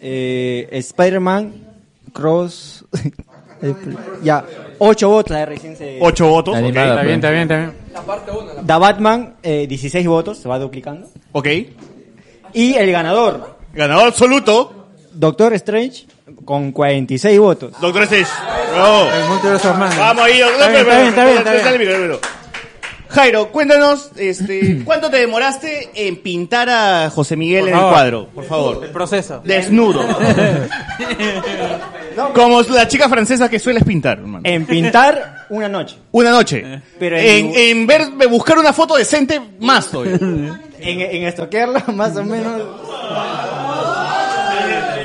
Speaker 16: Eh, Spider-Man, Cross. eh, ya, ocho votos. La recién se...
Speaker 2: Ocho votos,
Speaker 16: Animada,
Speaker 2: ok.
Speaker 16: pues. eh, The Batman, eh, 16 votos, se va duplicando.
Speaker 2: Ok.
Speaker 16: Y el ganador.
Speaker 2: Ganador absoluto.
Speaker 16: Doctor Strange, con 46 votos.
Speaker 2: Doctor Strange. Bravo. Vamos ahí, doctor.
Speaker 16: Está bien, está bien, está bien,
Speaker 2: Dale,
Speaker 16: está
Speaker 2: dale, dale, dale. Jairo, cuéntanos, este, ¿cuánto te demoraste en pintar a José Miguel
Speaker 16: Por
Speaker 2: en el
Speaker 16: favor.
Speaker 2: cuadro? Por favor.
Speaker 16: El proceso.
Speaker 2: Desnudo. Como la chica francesa que sueles pintar, hermano.
Speaker 16: En pintar Eh. una noche.
Speaker 2: Una noche.
Speaker 16: Pero
Speaker 2: en,
Speaker 16: en-
Speaker 2: en ver, en buscar una foto decente, más todavía.
Speaker 16: En, en estoquearla, más o menos.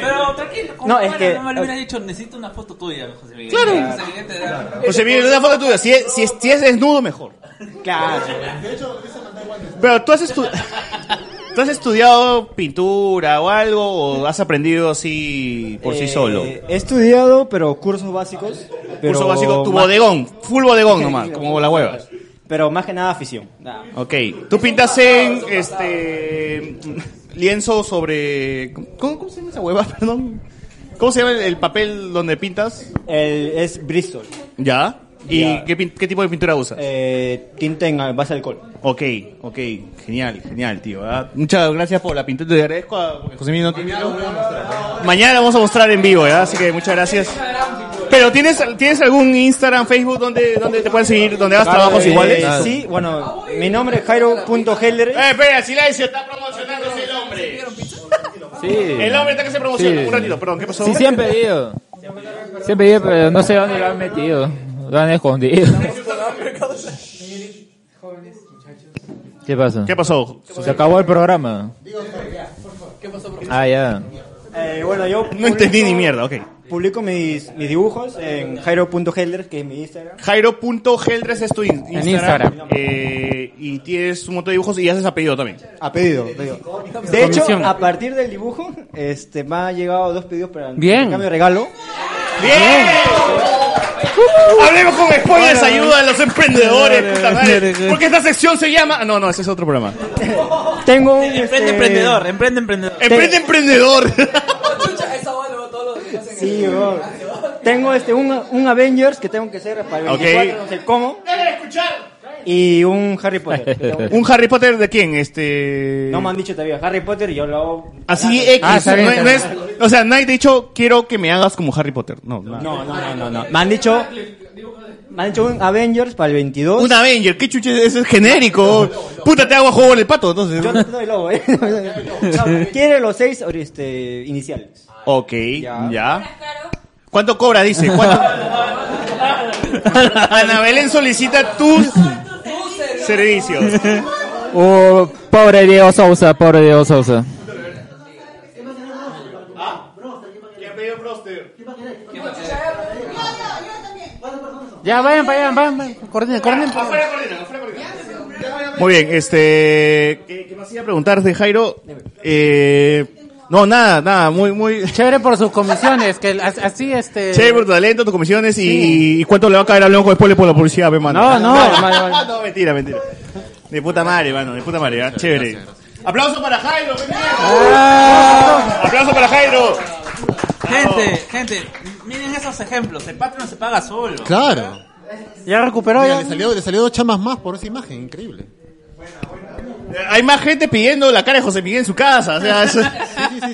Speaker 10: Pero tranquilo, como
Speaker 16: No, es
Speaker 10: fuera,
Speaker 16: que-
Speaker 10: no me lo hubiera dicho, necesito una foto tuya, José Miguel.
Speaker 16: Claro.
Speaker 10: José Miguel te da-
Speaker 2: José Miguel, una foto tuya. Si es, si es, si es desnudo, mejor.
Speaker 16: Claro.
Speaker 2: Pero tú has, estu- tú has estudiado pintura o algo, o has aprendido así por sí
Speaker 16: Eh,
Speaker 2: solo.
Speaker 16: He estudiado, pero cursos básicos. pero
Speaker 2: Curso básico, tu
Speaker 16: más-
Speaker 2: bodegón, full bodegón nomás, como las huevas.
Speaker 16: Pero más que nada afición.
Speaker 2: Ok, tú pintas en este lienzo sobre. ¿Cómo, cómo se llama esa hueva? Perdón. ¿Cómo se llama el, el papel donde pintas?
Speaker 16: es Bristol.
Speaker 2: ¿Ya? ¿Y
Speaker 16: Ya.
Speaker 2: Qué, pin- qué tipo de pintura usas?
Speaker 16: Eh, tinta en base de alcohol.
Speaker 2: Ok, ok, genial, genial, tío. ¿ah? Muchas gracias por la pintura. Te agradezco a porque José Miguel. no tiene- Mañana la vamos a mostrar en vivo, ¿ya? así que muchas gracias. Pero ¿tienes, ¿tienes algún Instagram, Facebook donde, donde te pueden seguir, donde hagas
Speaker 16: Claro,
Speaker 2: trabajos
Speaker 16: eh,
Speaker 2: iguales?
Speaker 16: Sí, bueno, mi nombre es Jairo.Heller.
Speaker 2: Eh, espera, silencio, está promocionándose el hombre. Eh, El hombre está que se promociona.
Speaker 7: Sí.
Speaker 2: Un ratito, perdón, ¿qué pasó?
Speaker 7: Sí, siempre he ido. Siempre he ido, pero no sé dónde lo han metido. Lo han escondido. ¿Qué pasó?
Speaker 2: ¿Qué pasó?
Speaker 7: Se acabó el programa. Ah, ya.
Speaker 16: Eh, bueno, yo
Speaker 2: No entendí ni mierda, ok.
Speaker 16: Publico mis, mis dibujos en Jairo.Heller, que es mi Instagram.
Speaker 2: Jairo.heldres es tu in- Instagram.
Speaker 16: Instagram.
Speaker 2: Eh, y tienes un montón de dibujos y haces apellido también.
Speaker 16: A pedido, a pedido. De hecho, a partir del dibujo, este, me ha llegado dos pedidos para el
Speaker 2: Bien.
Speaker 16: cambio de regalo.
Speaker 2: ¡Bien! Uh-huh. Hablemos con spoilers, ayuda a los emprendedores, puta madre. Porque esta sección se llama. Ah, No, no, ese es otro programa.
Speaker 16: Tengo un. este,
Speaker 10: Emprende emprendedor, emprende emprendedor.
Speaker 2: Eh, Emprende emprendedor.
Speaker 16: Sí, bro. Tengo este, un, un Avengers que tengo que hacer para el
Speaker 2: Ok.
Speaker 16: 24, no sé cómo.
Speaker 2: escuchar!
Speaker 16: Y un Harry Potter. que tengo que-
Speaker 2: ¿Un Harry Potter de quién? Este.
Speaker 16: No me han dicho todavía. Harry Potter yo lo hago.
Speaker 2: Así X.
Speaker 16: Ah, está bien,
Speaker 2: no-
Speaker 16: está
Speaker 2: no
Speaker 16: bien.
Speaker 2: es- o sea, nadie te ha dicho, quiero que me hagas como Harry Potter. No, no.
Speaker 16: No, no, no, no, no. Me han dicho. Me han dicho un Avengers para el 22.
Speaker 2: Un Avenger, qué chuche, es? ese es genérico. Puta, te hago juego en el pato, entonces.
Speaker 16: Yo no soy lobo, ¿eh? No, Quiere los seis ori- este, iniciales.
Speaker 2: Ok, ya. ¿Cuánto cobra? Dice. ¿Cuánto? Ana Belén solicita tus servicios.
Speaker 7: Oh, pobre Diego Sousa, pobre Diego Sousa.
Speaker 5: Ya, vayan, vayan, vayan. vayan. Coordinen, coordinen.
Speaker 2: Muy bien, este. ¿Qué, qué más iba a preguntarte, Jairo? Eh, no, nada, nada, muy, muy.
Speaker 5: Chévere por sus comisiones, que as- así este...
Speaker 2: Che, por tu talento, tus comisiones y, y cuánto le va a caer a Blanco después por la publicidad, pe, mano.
Speaker 5: No, no,
Speaker 2: no, mentira, mentira. De puta madre, mano, de puta madre, ¿ah? chévere. Ah, Aplauso para Jairo. Aplauso para Jairo.
Speaker 10: Gente, gente, miren esos ejemplos. El Patreon se paga solo.
Speaker 3: Claro.
Speaker 5: Ya recuperó,
Speaker 3: ya. Le salió, le salió dos chamas más por esa imagen, increíble.
Speaker 2: Hay más gente pidiendo la cara de José Miguel en su casa, o sea, eso-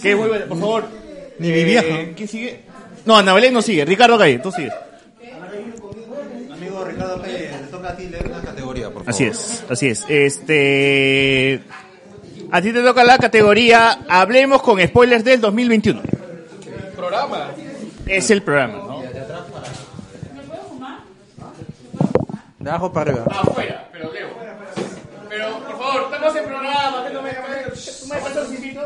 Speaker 2: que es muy bueno, por favor.
Speaker 3: Ni mi
Speaker 2: Eh,
Speaker 3: viejo.
Speaker 2: ¿Quién sigue? No, Ana Belén no sigue, Ricardo Calle, tú sigues.
Speaker 19: Amigo Ricardo Pérez, le toca a ti leer una categoría, por favor.
Speaker 2: Así es, así es. Este. A ti te toca la categoría Hablemos con spoilers del 2021.
Speaker 8: Programa.
Speaker 2: Es el programa, ¿no?
Speaker 6: De abajo para arriba.
Speaker 8: Afuera, pero leo. Pero, por favor, estamos en programa. que no me- que no me- ¿Tú me pasas un poquito?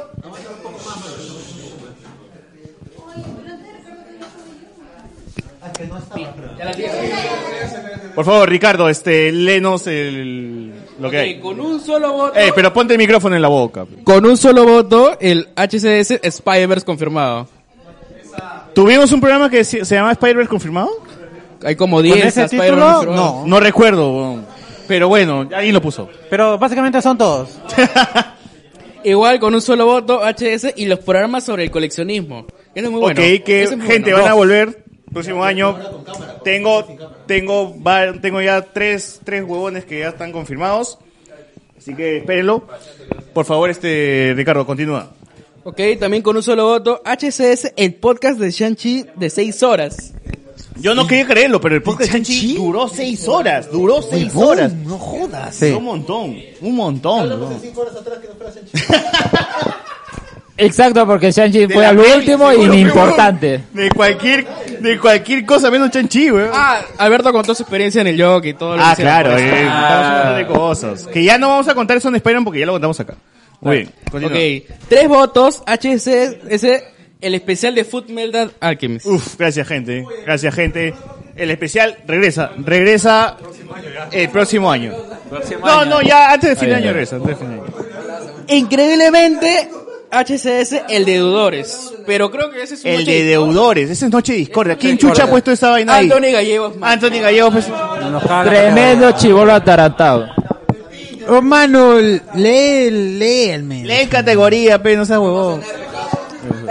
Speaker 2: Por favor, Ricardo, este, lenos el, lo que hay.
Speaker 20: Con un solo voto.
Speaker 2: Ey, Eh, pero ponte el micrófono en la boca.
Speaker 20: Con un solo voto, el HCS Spider-Verse confirmado.
Speaker 2: ¿Tuvimos un programa que se se llama Spider-Verse confirmado?
Speaker 20: Hay como 10 Spider-Verse confirmados.
Speaker 2: No. No recuerdo, weón. pero bueno, ahí lo puso.
Speaker 5: Pero básicamente son todos.
Speaker 20: Igual con un solo voto, HS y los programas sobre el coleccionismo. Eso es muy bueno.
Speaker 2: ok, que
Speaker 20: Eso es muy
Speaker 2: gente,
Speaker 20: bueno.
Speaker 2: van a volver próximo año. Tengo, tengo, va- tengo ya tres, tres huevones que ya están confirmados. Así que espérenlo. Por favor, este, Ricardo, continúa.
Speaker 20: Ok, también con un solo voto, HCS, el podcast de Shang-Chi de 6 horas.
Speaker 2: Yo no quería creerlo, pero el podcast de Shang-Chi duró seis horas. Duró seis horas. No jodas.
Speaker 6: Sí.
Speaker 2: Un montón. Un montón. weón.
Speaker 7: Exacto, porque Shang-Chi
Speaker 2: De
Speaker 7: fue
Speaker 2: la
Speaker 7: al
Speaker 2: peli,
Speaker 7: último
Speaker 2: seguro,
Speaker 7: y
Speaker 2: weón.
Speaker 7: importante.
Speaker 2: De cualquier, de cualquier cosa menos Chanchi, weón.
Speaker 20: Ah, Alberto contó su experiencia en el yoga y todo lo
Speaker 2: Ah,
Speaker 20: que hicieron Pues,
Speaker 2: claro,
Speaker 20: por eso.
Speaker 2: eh, contamos un montón de cosas. Que ya no vamos a contar eso en Spider-Man porque ya lo contamos acá. Muy bien. continúa.
Speaker 20: Ok, tres votos, HCS, el especial de Food Meltdown Alchemist.
Speaker 2: Uf, gracias gente, gracias gente. El especial regresa, regresa el próximo año. no, no, ya antes de fin de
Speaker 20: Ahí,
Speaker 2: año
Speaker 20: ahí.
Speaker 2: regresa. antes de fin de año.
Speaker 20: Increíblemente, HCS, el de deudores. Pero creo que ese es un
Speaker 2: El
Speaker 20: noche
Speaker 2: de
Speaker 20: discurso.
Speaker 2: deudores, esa es Noche de Discordia. ¿Quién chucha ha puesto esa vaina ahí?
Speaker 20: Anthony Gallegos. man.
Speaker 2: Anthony Gallegos. pues-
Speaker 7: Tremendo chivolo atarantado.
Speaker 13: Oh, mano, lee, lee el men.
Speaker 2: Lee categoría, pe, no seas huevón.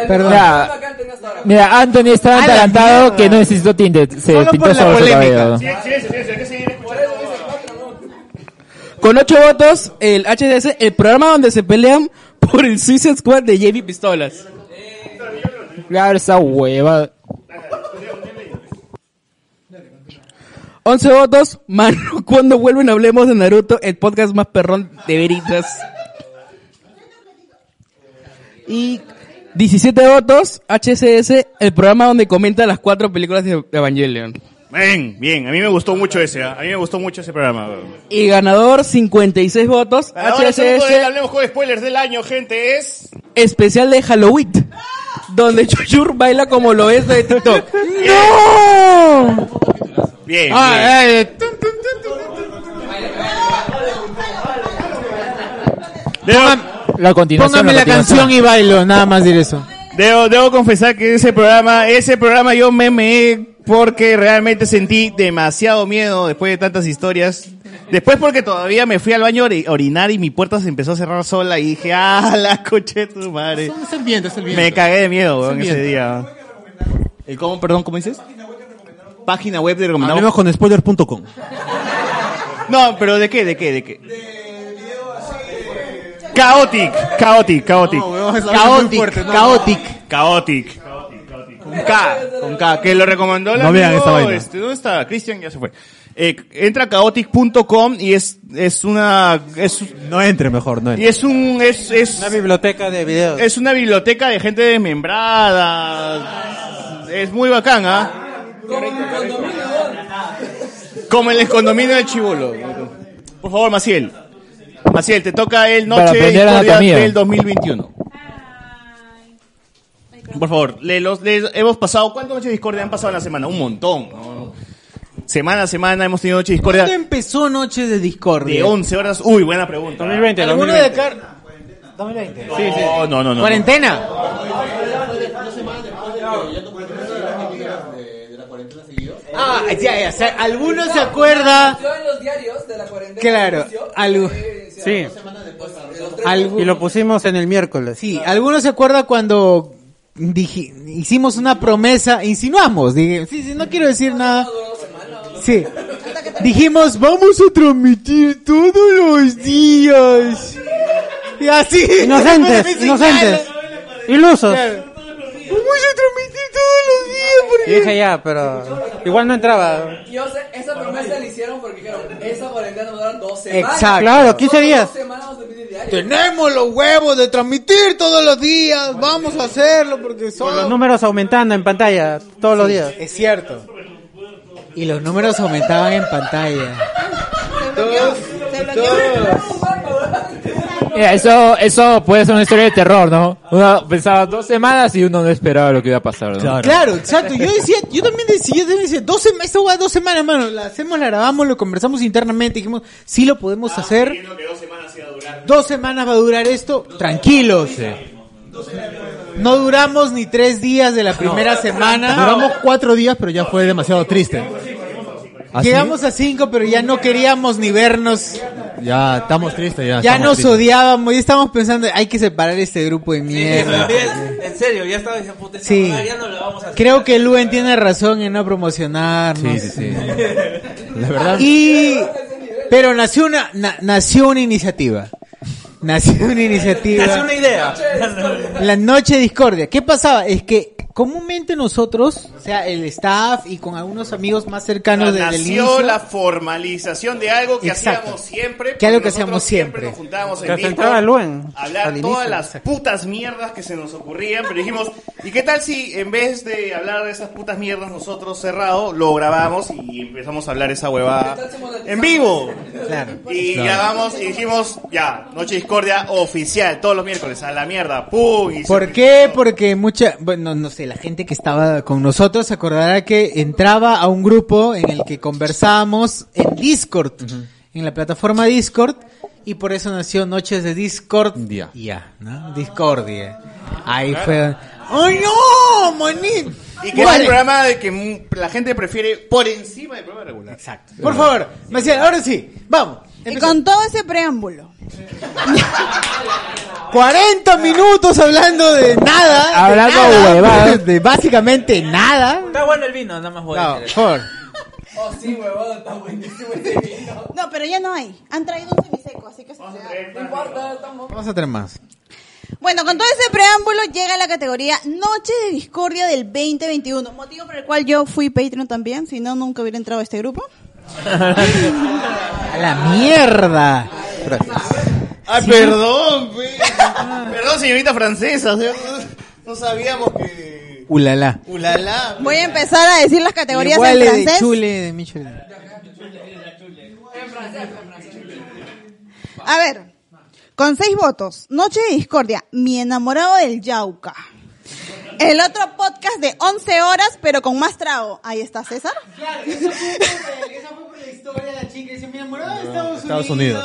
Speaker 13: Perdón.
Speaker 7: Ya. Mira, Anthony es tan
Speaker 13: A la
Speaker 7: atarantado que no necesitó tinte, se
Speaker 2: Solo
Speaker 7: pintó
Speaker 2: por la
Speaker 7: solo su cabello.
Speaker 2: polémica. Silencio, silencio, hay que seguir escuchando.
Speaker 20: Con ocho votos, el HDS, el programa donde se pelean por el Suicide Squad de Jamie Pistolas.
Speaker 7: Claro, esa hueva.
Speaker 20: 11 votos, Manu, cuando vuelven hablemos de Naruto, el podcast más perrón de veritas. Y 17 votos, HSS, el programa donde comenta las cuatro películas de Evangelion.
Speaker 2: Bien, bien, a mí me gustó mucho ese, ¿ah? a mí me gustó mucho ese programa. weón.
Speaker 20: Y ganador, 56 votos,
Speaker 2: Ahora segundo de
Speaker 20: HSS,
Speaker 2: hablemos con spoilers del año, gente, es
Speaker 20: especial de Halloween, donde Chuchur baila como lo es de TikTok. ¡No!
Speaker 2: bien. bien.
Speaker 20: Ah, eh, tum, tum,
Speaker 2: Debo-
Speaker 7: La continuación.
Speaker 13: Póngame la
Speaker 7: continuación.
Speaker 13: canción y bailo, nada más diré eso.
Speaker 2: Debo, debo confesar que ese programa, ese programa yo me meé porque realmente sentí demasiado miedo después de tantas historias. Después porque todavía me fui al baño a ori- orinar y mi puerta se empezó a cerrar sola y dije, ah, la coche de tu madre.
Speaker 3: Es el viento, es el viento.
Speaker 2: Me cagué de miedo, weón,
Speaker 3: Es el
Speaker 2: ese
Speaker 3: viento.
Speaker 2: día. ¿Y cómo, perdón, cómo dices? Página web de recomendado.
Speaker 3: Hablemos con spoiler.com.
Speaker 2: No, pero ¿de qué? ¿De qué? ¿De qué? Chaotic, chaotic, chaotic.
Speaker 3: Chaotic,
Speaker 2: chaotic. Chaotic. Con K, con K, que lo recomendó el
Speaker 3: No vean
Speaker 2: amigo,
Speaker 3: esa vaina.
Speaker 2: este, ¿Dónde está? Cristian ya se fue. Eh, entra a chaotic.com y es, es una, es,
Speaker 3: No entre mejor, no
Speaker 2: y
Speaker 3: entre.
Speaker 2: es un, es, es. Una biblioteca de videos. Es una biblioteca de gente desmembrada. Es muy bacán, ¿ah? Como en el condominio del Chibolo. Por favor, Maciel. Maciel, te toca el
Speaker 7: Para
Speaker 2: Noche
Speaker 7: aprender
Speaker 2: Discordia
Speaker 7: anatomía.
Speaker 2: del 2021. Por favor, léelos, léelos. hemos pasado, ¿cuántas noches de discordia han pasado en la semana? Un montón. ¿no? Semana a semana hemos tenido noches de discordia.
Speaker 1: ¿Cuándo empezó Noches de Discordia?
Speaker 2: De 11 horas. Uy, buena pregunta. 2020,
Speaker 1: ¿Alguno de acá? 2020.
Speaker 2: Sí, sí. No, no, no, no.
Speaker 1: ¿Cuarentena? Ah, ya, ya. o sea, ¿Alguno se acuerda?
Speaker 17: Yo en los diarios de la cuarentena. eh,
Speaker 1: Claro. algo-
Speaker 17: Sí.
Speaker 1: algo-
Speaker 6: Y lo pusimos en el miércoles.
Speaker 1: Sí, ¿alguno se acuerda cuando dije- hicimos una promesa, insinuamos, dije, sí, sí, no quiero decir nada. Sí. Dijimos, vamos a transmitir todos los días. Y así.
Speaker 11: Inocentes, inocentes. Ilusos.
Speaker 1: Vamos a transmitir todos los días
Speaker 6: Y dije ya, pero igual no entraba.
Speaker 17: Yo sé, esa promesa la hicieron porque dijeron, esa cuarentena va a durar dos semanas.
Speaker 1: Exacto. Claro, 15 días.
Speaker 17: Dos semanas vamos a dividir diario.
Speaker 1: Tenemos los huevos de transmitir todos los días. Vamos a hacerlo porque son
Speaker 6: Los números aumentando en pantalla todos los días.
Speaker 1: Es cierto. Y los números aumentaban en pantalla.
Speaker 7: Mira, eso, eso puede ser una historia de terror, ¿no? Uno pensaba dos semanas y uno no esperaba lo que iba a pasar, ¿no?
Speaker 1: Claro, exacto. Yo decía, yo también decía, yo también decía, dos semanas, esta hueá dos semanas, mano, la hacemos, la grabamos, lo conversamos internamente, dijimos, Ah, sí lo podemos hacer, dos semanas va a durar esto, tranquilos. No duramos ni tres días de la primera semana.
Speaker 3: Duramos cuatro días, pero ya fue demasiado triste. ¿Ah,
Speaker 1: Llegamos a cinco, pero ya no queríamos ni vernos.
Speaker 3: Ya, estamos tristes ya.
Speaker 1: Ya
Speaker 3: estamos
Speaker 1: nos
Speaker 3: tristes.
Speaker 1: odiábamos, ya estábamos pensando, hay que separar este grupo de mierda.
Speaker 5: En serio, ya estaba diciendo, puta, esta
Speaker 1: Sí.
Speaker 5: madre ya no la vamos a hacer.
Speaker 1: Creo que Luen tiene razón en no
Speaker 5: Sí,
Speaker 1: promocionarnos.
Speaker 5: sí, sí.
Speaker 1: La verdad. Y pero nació una na- nació una iniciativa. Nació una iniciativa.
Speaker 5: Nació una idea.
Speaker 1: La noche de discordia. ¿Qué pasaba? Es que comúnmente nosotros, o sea, el staff y con algunos amigos más cercanos desde el
Speaker 2: Nació
Speaker 1: inicio,
Speaker 2: la formalización de algo que
Speaker 1: Exacto.
Speaker 2: hacíamos siempre.
Speaker 1: que algo
Speaker 2: porque
Speaker 1: que hacíamos
Speaker 2: nosotros siempre
Speaker 1: siempre.
Speaker 2: nos juntábamos
Speaker 6: Que
Speaker 2: en
Speaker 6: hasta entraba
Speaker 2: Discord
Speaker 6: Luen,
Speaker 2: a hablar
Speaker 6: al inicio,
Speaker 2: todas las putas mierdas que se nos ocurrían, pero dijimos, ¿y qué tal si en vez de Este, hablar de esas putas mierdas nosotros cerrado, lo grabamos y empezamos a hablar esa huevada en vivo? Y
Speaker 1: Claro.
Speaker 2: grabamos y dijimos, ya, Noche Discordia oficial, todos los miércoles, a la mierda, pum, y se-
Speaker 1: ¿Por qué? Porque mucha, bueno, no sé, la gente que estaba con nosotros se acordará que entraba a un grupo en el que conversábamos en Discord, en la plataforma Discord, y por eso nació Noches de Discord. Ya. ¿no? Discordia. Ahí fue. ¡Ay, no, manito!
Speaker 2: Y que es un programa de que mu- la gente prefiere por encima del programa regular.
Speaker 1: Exacto. Por favor, Maciel, ahora sí, vamos.
Speaker 9: Y con todo ese preámbulo.
Speaker 1: 40 minutos hablando de nada. de
Speaker 7: Hablando
Speaker 1: nada,
Speaker 7: huevadas.
Speaker 1: Ah. De básicamente nada.
Speaker 5: Está bueno el vino, nada más voy a
Speaker 1: No, por
Speaker 5: decir.
Speaker 1: favor.
Speaker 17: Oh, sí, huevón, está buenísimo este vino.
Speaker 9: No, pero ya no hay. Han traído un semiseco, así que eso se da.
Speaker 17: No importa, estamos...
Speaker 1: Vamos a tener más.
Speaker 9: Bueno, con todo ese preámbulo llega la categoría Noche de Discordia del 2021, motivo por el cual yo fui Patreon también, si no, nunca hubiera entrado a este grupo.
Speaker 1: A la mierda.
Speaker 2: Ay, perdón, güey. Perdón, señorita francesa. o sea, no sabíamos que.
Speaker 1: Ulala.
Speaker 2: Ulala.
Speaker 9: Voy a empezar a decir las categorías en
Speaker 1: Igual de
Speaker 9: francés.
Speaker 1: chule de Michelin.
Speaker 9: A ver, con seis votos, Noche de Discordia, mi enamorado del Yauca. El otro podcast de 11 horas, pero con más trago. Ahí está César.
Speaker 1: Estados Unidos.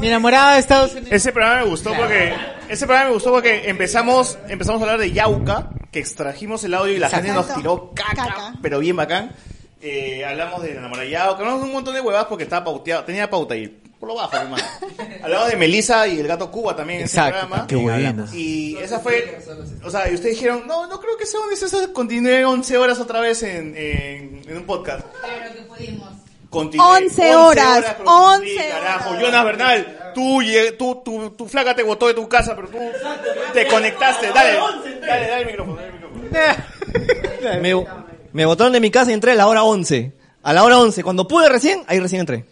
Speaker 1: Mi enamorada de Estados Unidos.
Speaker 2: Ese programa me gustó porque ese programa me gustó porque empezamos, empezamos a hablar de Yauca, que extrajimos el audio y la gente nos tiró caca, pero bien bacán. Eh, hablamos de enamorada Yauca, hablamos de un montón de huevas porque estaba pauteado, tenía pauta ahí. Por lo bajo, hermano. Hablamos de Melissa y el gato Cuba también en ese
Speaker 12: Exacto,
Speaker 2: programa.
Speaker 12: qué buena.
Speaker 2: Y esa fue. O sea, y ustedes dijeron, no, no creo que sea necesario. Continué 11 horas otra vez en, en, en un podcast. Continué
Speaker 9: 11 horas, 11
Speaker 2: sí, carajo. Jonas Bernal, tú, lle- tú, tú, tu flaca te botó de tu casa, pero tú te conectaste. Dale, dale, dale el micrófono. Dale el micrófono.
Speaker 9: Eh.
Speaker 2: Me, me botaron de mi casa y entré a la hora 11. A la hora 11, cuando pude recién, ahí recién entré.
Speaker 9: Eh.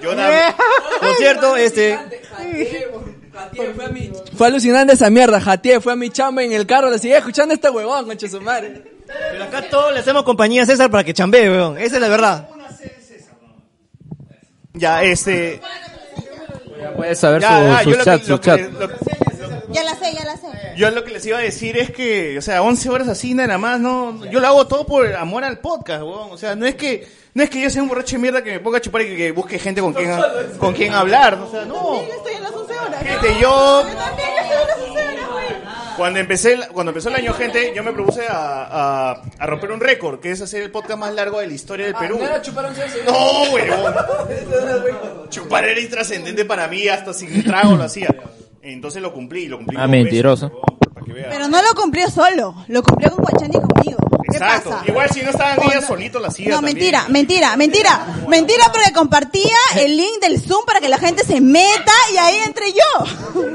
Speaker 2: Jonas,
Speaker 17: Por cierto,
Speaker 2: este.
Speaker 17: Fue alucinante esa mierda, jateé, fue a mi chamba en el carro, le seguía escuchando a este huevón, concha de su madre.
Speaker 2: Pero acá todos le hacemos compañía a César para que chambee, weón. Eh, Esa es la verdad. Ya, este.
Speaker 7: Puedes saber
Speaker 2: Ya, ya,
Speaker 7: su,
Speaker 2: yo
Speaker 7: su
Speaker 2: lo
Speaker 7: chat,
Speaker 2: que-
Speaker 7: su
Speaker 2: lo que-
Speaker 7: chat.
Speaker 2: lo que-
Speaker 9: Ya la sé, ya la sé.
Speaker 2: Yo lo que les iba a decir es que, o sea, 11 horas así nada más, no, yo lo hago todo por amor al podcast, weón. O sea, no es que, no es que yo sea un borracho de mierda que me ponga a chupar y que, que busque gente con quien, con quien hablar, o sea, no.
Speaker 9: Estoy en las 11 horas.
Speaker 2: Gente, yo-
Speaker 9: Yo también estoy en las 11 horas, güey.
Speaker 2: Cuando empecé, el- cuando empezó el año, gente, yo me propuse a, a- a romper un récord, que es hacer el podcast más largo de Ah, la historia del Perú.
Speaker 17: Ah, ¿no era chupar once horas seguidas?
Speaker 2: No, weón. Chupar era intrascendente para mí, hasta sin trago lo hacía. Entonces lo cumplí, lo cumplí.
Speaker 7: Ah,
Speaker 2: dos veces,
Speaker 7: mentiroso.
Speaker 2: para que vean.
Speaker 9: Pero no lo cumplió solo, lo cumplió con Guachani y conmigo. ¿Qué
Speaker 2: Exacto.
Speaker 9: pasa?
Speaker 2: Igual si no estaban ellas solito la hacía.
Speaker 9: No,
Speaker 2: también.
Speaker 9: mentira, mentira, mentira. Mentira porque compartía el link del Zoom para que la gente se meta y ahí entre yo.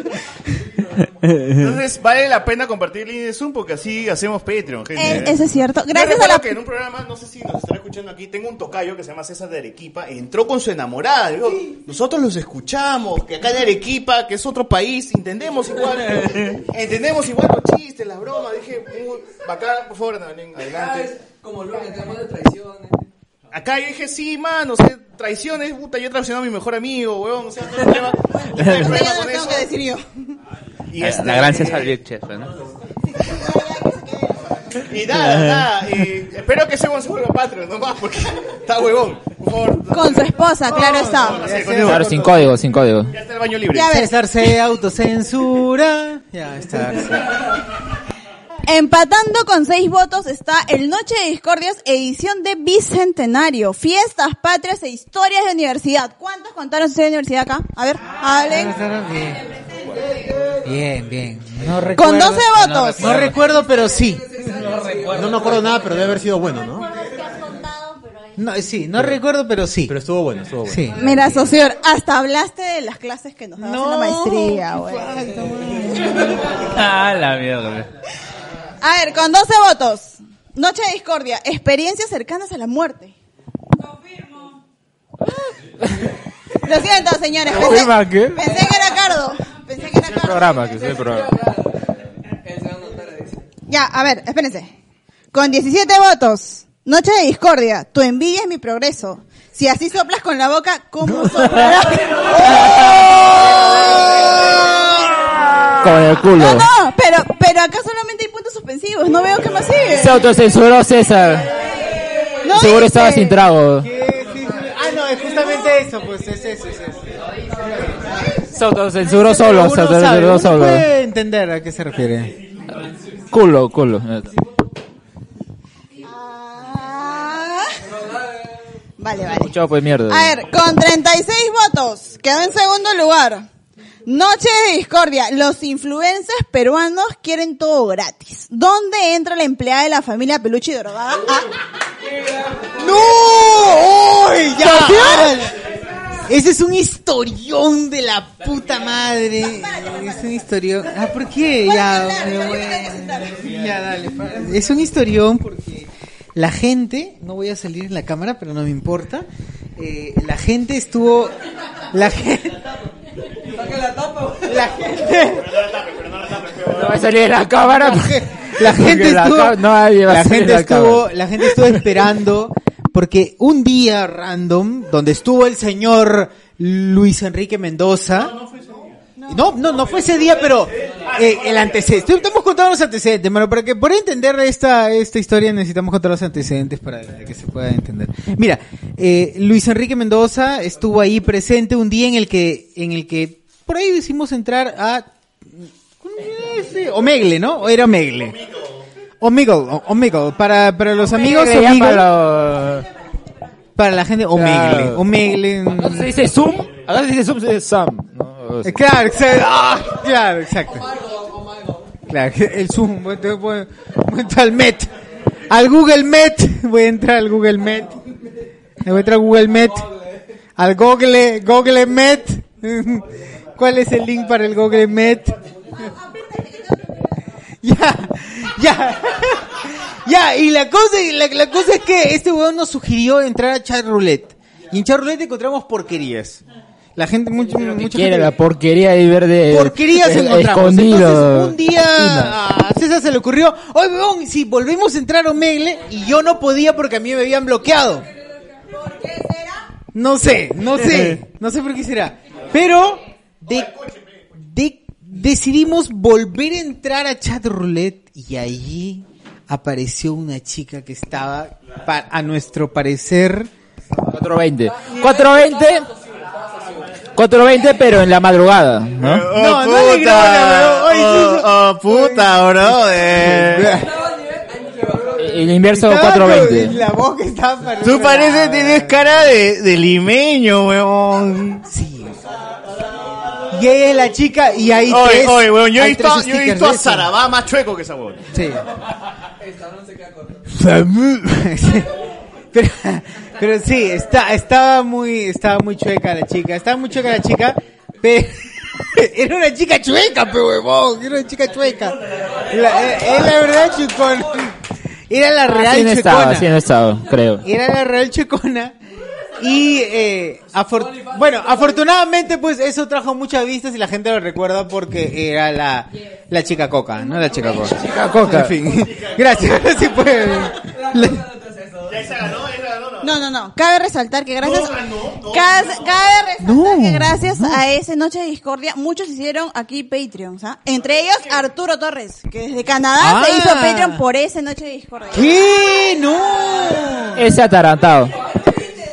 Speaker 2: Entonces vale la pena compartir link de Zoom porque así hacemos Patreon, gente.
Speaker 9: Eh, eso es cierto.
Speaker 2: Yo
Speaker 9: Gracias a
Speaker 2: recuerdo
Speaker 9: la...
Speaker 2: que en un programa, no sé si nos estará escuchando aquí, tengo un tocayo que se llama César de Arequipa, entró con su enamorada. Digo, nosotros los escuchamos, que acá de Arequipa, que es otro país, entendemos igual, entendemos igual los chistes, las bromas. Dije, "Uy, bacán, por favor, Ana Belén, adelante.
Speaker 17: Como lo que de traiciones.
Speaker 2: Acá yo dije, sí, mano, o sea, traiciones, puta, yo he traicionado a mi mejor amigo, weón, o sea, no hay problema, no hay problema con eso. Y
Speaker 10: La-
Speaker 2: este-
Speaker 10: La gran César Vircher, ¿no?
Speaker 2: Y nada, nada, y espero que ese weón se vuelva patrio, nomás, porque está huevón. Por favor,
Speaker 9: Con su esposa, claro está.
Speaker 7: Claro, sin código, sin código.
Speaker 2: está el baño libre.
Speaker 1: César se autocensura. Ya está.
Speaker 9: Empatando con seis votos está el Noche de Discordias, edición de Bicentenario. Fiestas, patrias e historias de universidad. ¿Cuántas contaron ustedes de universidad acá? A ver, hablen.
Speaker 1: Bien, bien. No
Speaker 9: Con
Speaker 1: recuerdo.
Speaker 9: 12 votos.
Speaker 1: No recuerdo, pero sí.
Speaker 13: No me acuerdo nada, pero debe haber sido bueno, ¿no?
Speaker 1: No, sí, no recuerdo, pero sí. Pero
Speaker 13: estuvo bueno, estuvo bueno.
Speaker 1: Sí.
Speaker 9: Mira, socio, hasta hablaste de las clases que nos dabas en la maestría, güey.
Speaker 10: Ah, la mierda.
Speaker 9: A ver, con 12 votos. Noche de Discordia, experiencias cercanas a la muerte. Confirmo. Lo siento, señores. Pensé,
Speaker 7: ¿Confirma qué?
Speaker 9: pensé que era Cardo. Pensé que era
Speaker 7: El programa, que es el programa.
Speaker 9: Ya, a ver, espérense. Con 17 votos. Noche de discordia. Tu envidia es mi progreso. Si así soplas con la boca, ¿cómo soplarás?
Speaker 7: Con el culo.
Speaker 9: ¡Oh! No,
Speaker 1: Ah,
Speaker 9: no, pero, pero acá solamente hay puntos suspensivos. No veo qué más sigue.
Speaker 7: Se autocensuró César.
Speaker 9: No
Speaker 7: Seguro
Speaker 9: dice.
Speaker 7: estaba sin trago.
Speaker 1: Ah, no, es justamente eso, pues es eso, es eso.
Speaker 7: Se autocensuró solo, se
Speaker 1: Uno sabe,
Speaker 7: autocensuró
Speaker 1: uno
Speaker 7: solo.
Speaker 1: puede entender a qué se refiere.
Speaker 7: Culo, culo.
Speaker 9: Vale, vale.
Speaker 7: Chao, pues mierda.
Speaker 9: A ver, con 36 votos, quedó en segundo lugar. Noche de discordia. Los influencers peruanos quieren todo gratis. ¿Dónde entra la empleada de la familia Peluche y Drogada?
Speaker 1: ¡No! ¡Uy! ¡Ya! Ese es un historión de la puta madre. Es un historión. Ah, ¿por qué? Ya, me voy. Ya, dale. pa- Es un historión porque la gente, no voy a salir en la cámara, pero no me importa. eh, la gente estuvo. La gente. La gente.
Speaker 7: No va a salir en la cámara. porque-
Speaker 1: La gente
Speaker 7: porque la
Speaker 1: estuvo,
Speaker 7: ca- no, nadie va a
Speaker 1: la
Speaker 7: salir
Speaker 1: gente
Speaker 7: en la
Speaker 1: estuvo,
Speaker 7: cámara.
Speaker 1: la gente estuvo esperando porque un día random donde estuvo el señor Luis Enrique Mendoza. No, no, no fue ese día, pero eh, el antecedente. Estamos contando los antecedentes, mano, para que por entender esta, esta historia necesitamos contar los antecedentes para que se pueda entender. Mira, eh, Luis Enrique Mendoza estuvo ahí presente un día en el que, en el que por ahí decimos entrar a Sí, Omegle, ¿no? O era Omegle. Omegle, o- Omegle. Para, para los amigos,
Speaker 18: Omegle, ya
Speaker 1: Omegle.
Speaker 18: para
Speaker 1: Para la gente, Omegle.
Speaker 18: Claro.
Speaker 1: Omegle.
Speaker 18: Se dice Zoom. Acá se dice Zoom, se dice Sam. ¿no?
Speaker 1: Eh, Claro, exacto. Ah, claro, exacto. Claro, el Zoom. Voy, voy- voy- voy a entrar al Met. Al Google Met. Voy a entrar al Google Met. Me voy a entrar al Google Met. Al Google, Google Met. ¿Cuál es el link para el Google Met? Ya, ya. Ya, y la cosa, y la, la cosa es que este weón nos sugirió entrar a Chat Roulette. Y en Chat Roulette encontramos porquerías. La gente, mucho, mucha
Speaker 18: Quiere
Speaker 1: gente-
Speaker 18: la porquería ahí verde.
Speaker 1: porquerías
Speaker 18: eh,
Speaker 1: encontramos.
Speaker 18: Escondido.
Speaker 1: Entonces, un día a César se le ocurrió, oye, weón, si volvemos a entrar a Omegle, y yo no podía porque a mí me habían bloqueado. No sé, no sé, no sé por qué será. Pero de- de- decidimos volver a entrar a Chat Roulette y allí apareció una chica que estaba, pa- a nuestro parecer...
Speaker 18: 420. 420. 420, pero en la madrugada. ¿no?
Speaker 2: No, no le graba, Oh, oh, puta, bro.
Speaker 18: El Eh, inverso
Speaker 2: Estaba
Speaker 18: 420.
Speaker 1: La boca estaba para-
Speaker 2: Tú pareces tienes cara de, de limeño, weón.
Speaker 1: Sí. Y ella es la chica y hay
Speaker 2: Oye,
Speaker 1: tres-
Speaker 2: oye, weón, yo he
Speaker 1: hay
Speaker 2: visto,
Speaker 1: tres
Speaker 2: yo he
Speaker 1: stickers
Speaker 2: visto a
Speaker 1: de eso.
Speaker 2: Sarabá más chueco que esa weón.
Speaker 1: Sí.
Speaker 2: Samu.
Speaker 1: pero, pero sí, está, estaba muy, estaba muy chueca la chica, estaba muy chueca la chica, pero era una chica chueca, pe huevón, era una chica chueca. La, eh, es la verdad chucona. Era
Speaker 2: Ah,
Speaker 1: la
Speaker 7: Ah,
Speaker 18: Así
Speaker 1: Ah, real
Speaker 18: no estaba,
Speaker 1: chuecona.
Speaker 18: así no estaba, creo.
Speaker 1: Era la real chuecona. Y eh, afor- bueno, afortunadamente pues eso trajo muchas vistas y la gente lo recuerda porque era la, la chica coca, ¿no? La chica coca.
Speaker 18: Chica coca.
Speaker 1: En fin. Gracias, sí pues.
Speaker 9: No, no, no. Cabe resaltar que gracias. Cabe, cabe resaltar que gracias a esa noche de discordia, muchos hicieron aquí Patreons, ¿ah? Entre ellos Arturo Torres, que desde Canadá se
Speaker 18: Ah.
Speaker 9: hizo Patreon por esa noche de discordia.
Speaker 1: ¿Qué? ¡No!
Speaker 18: Ese atarantado.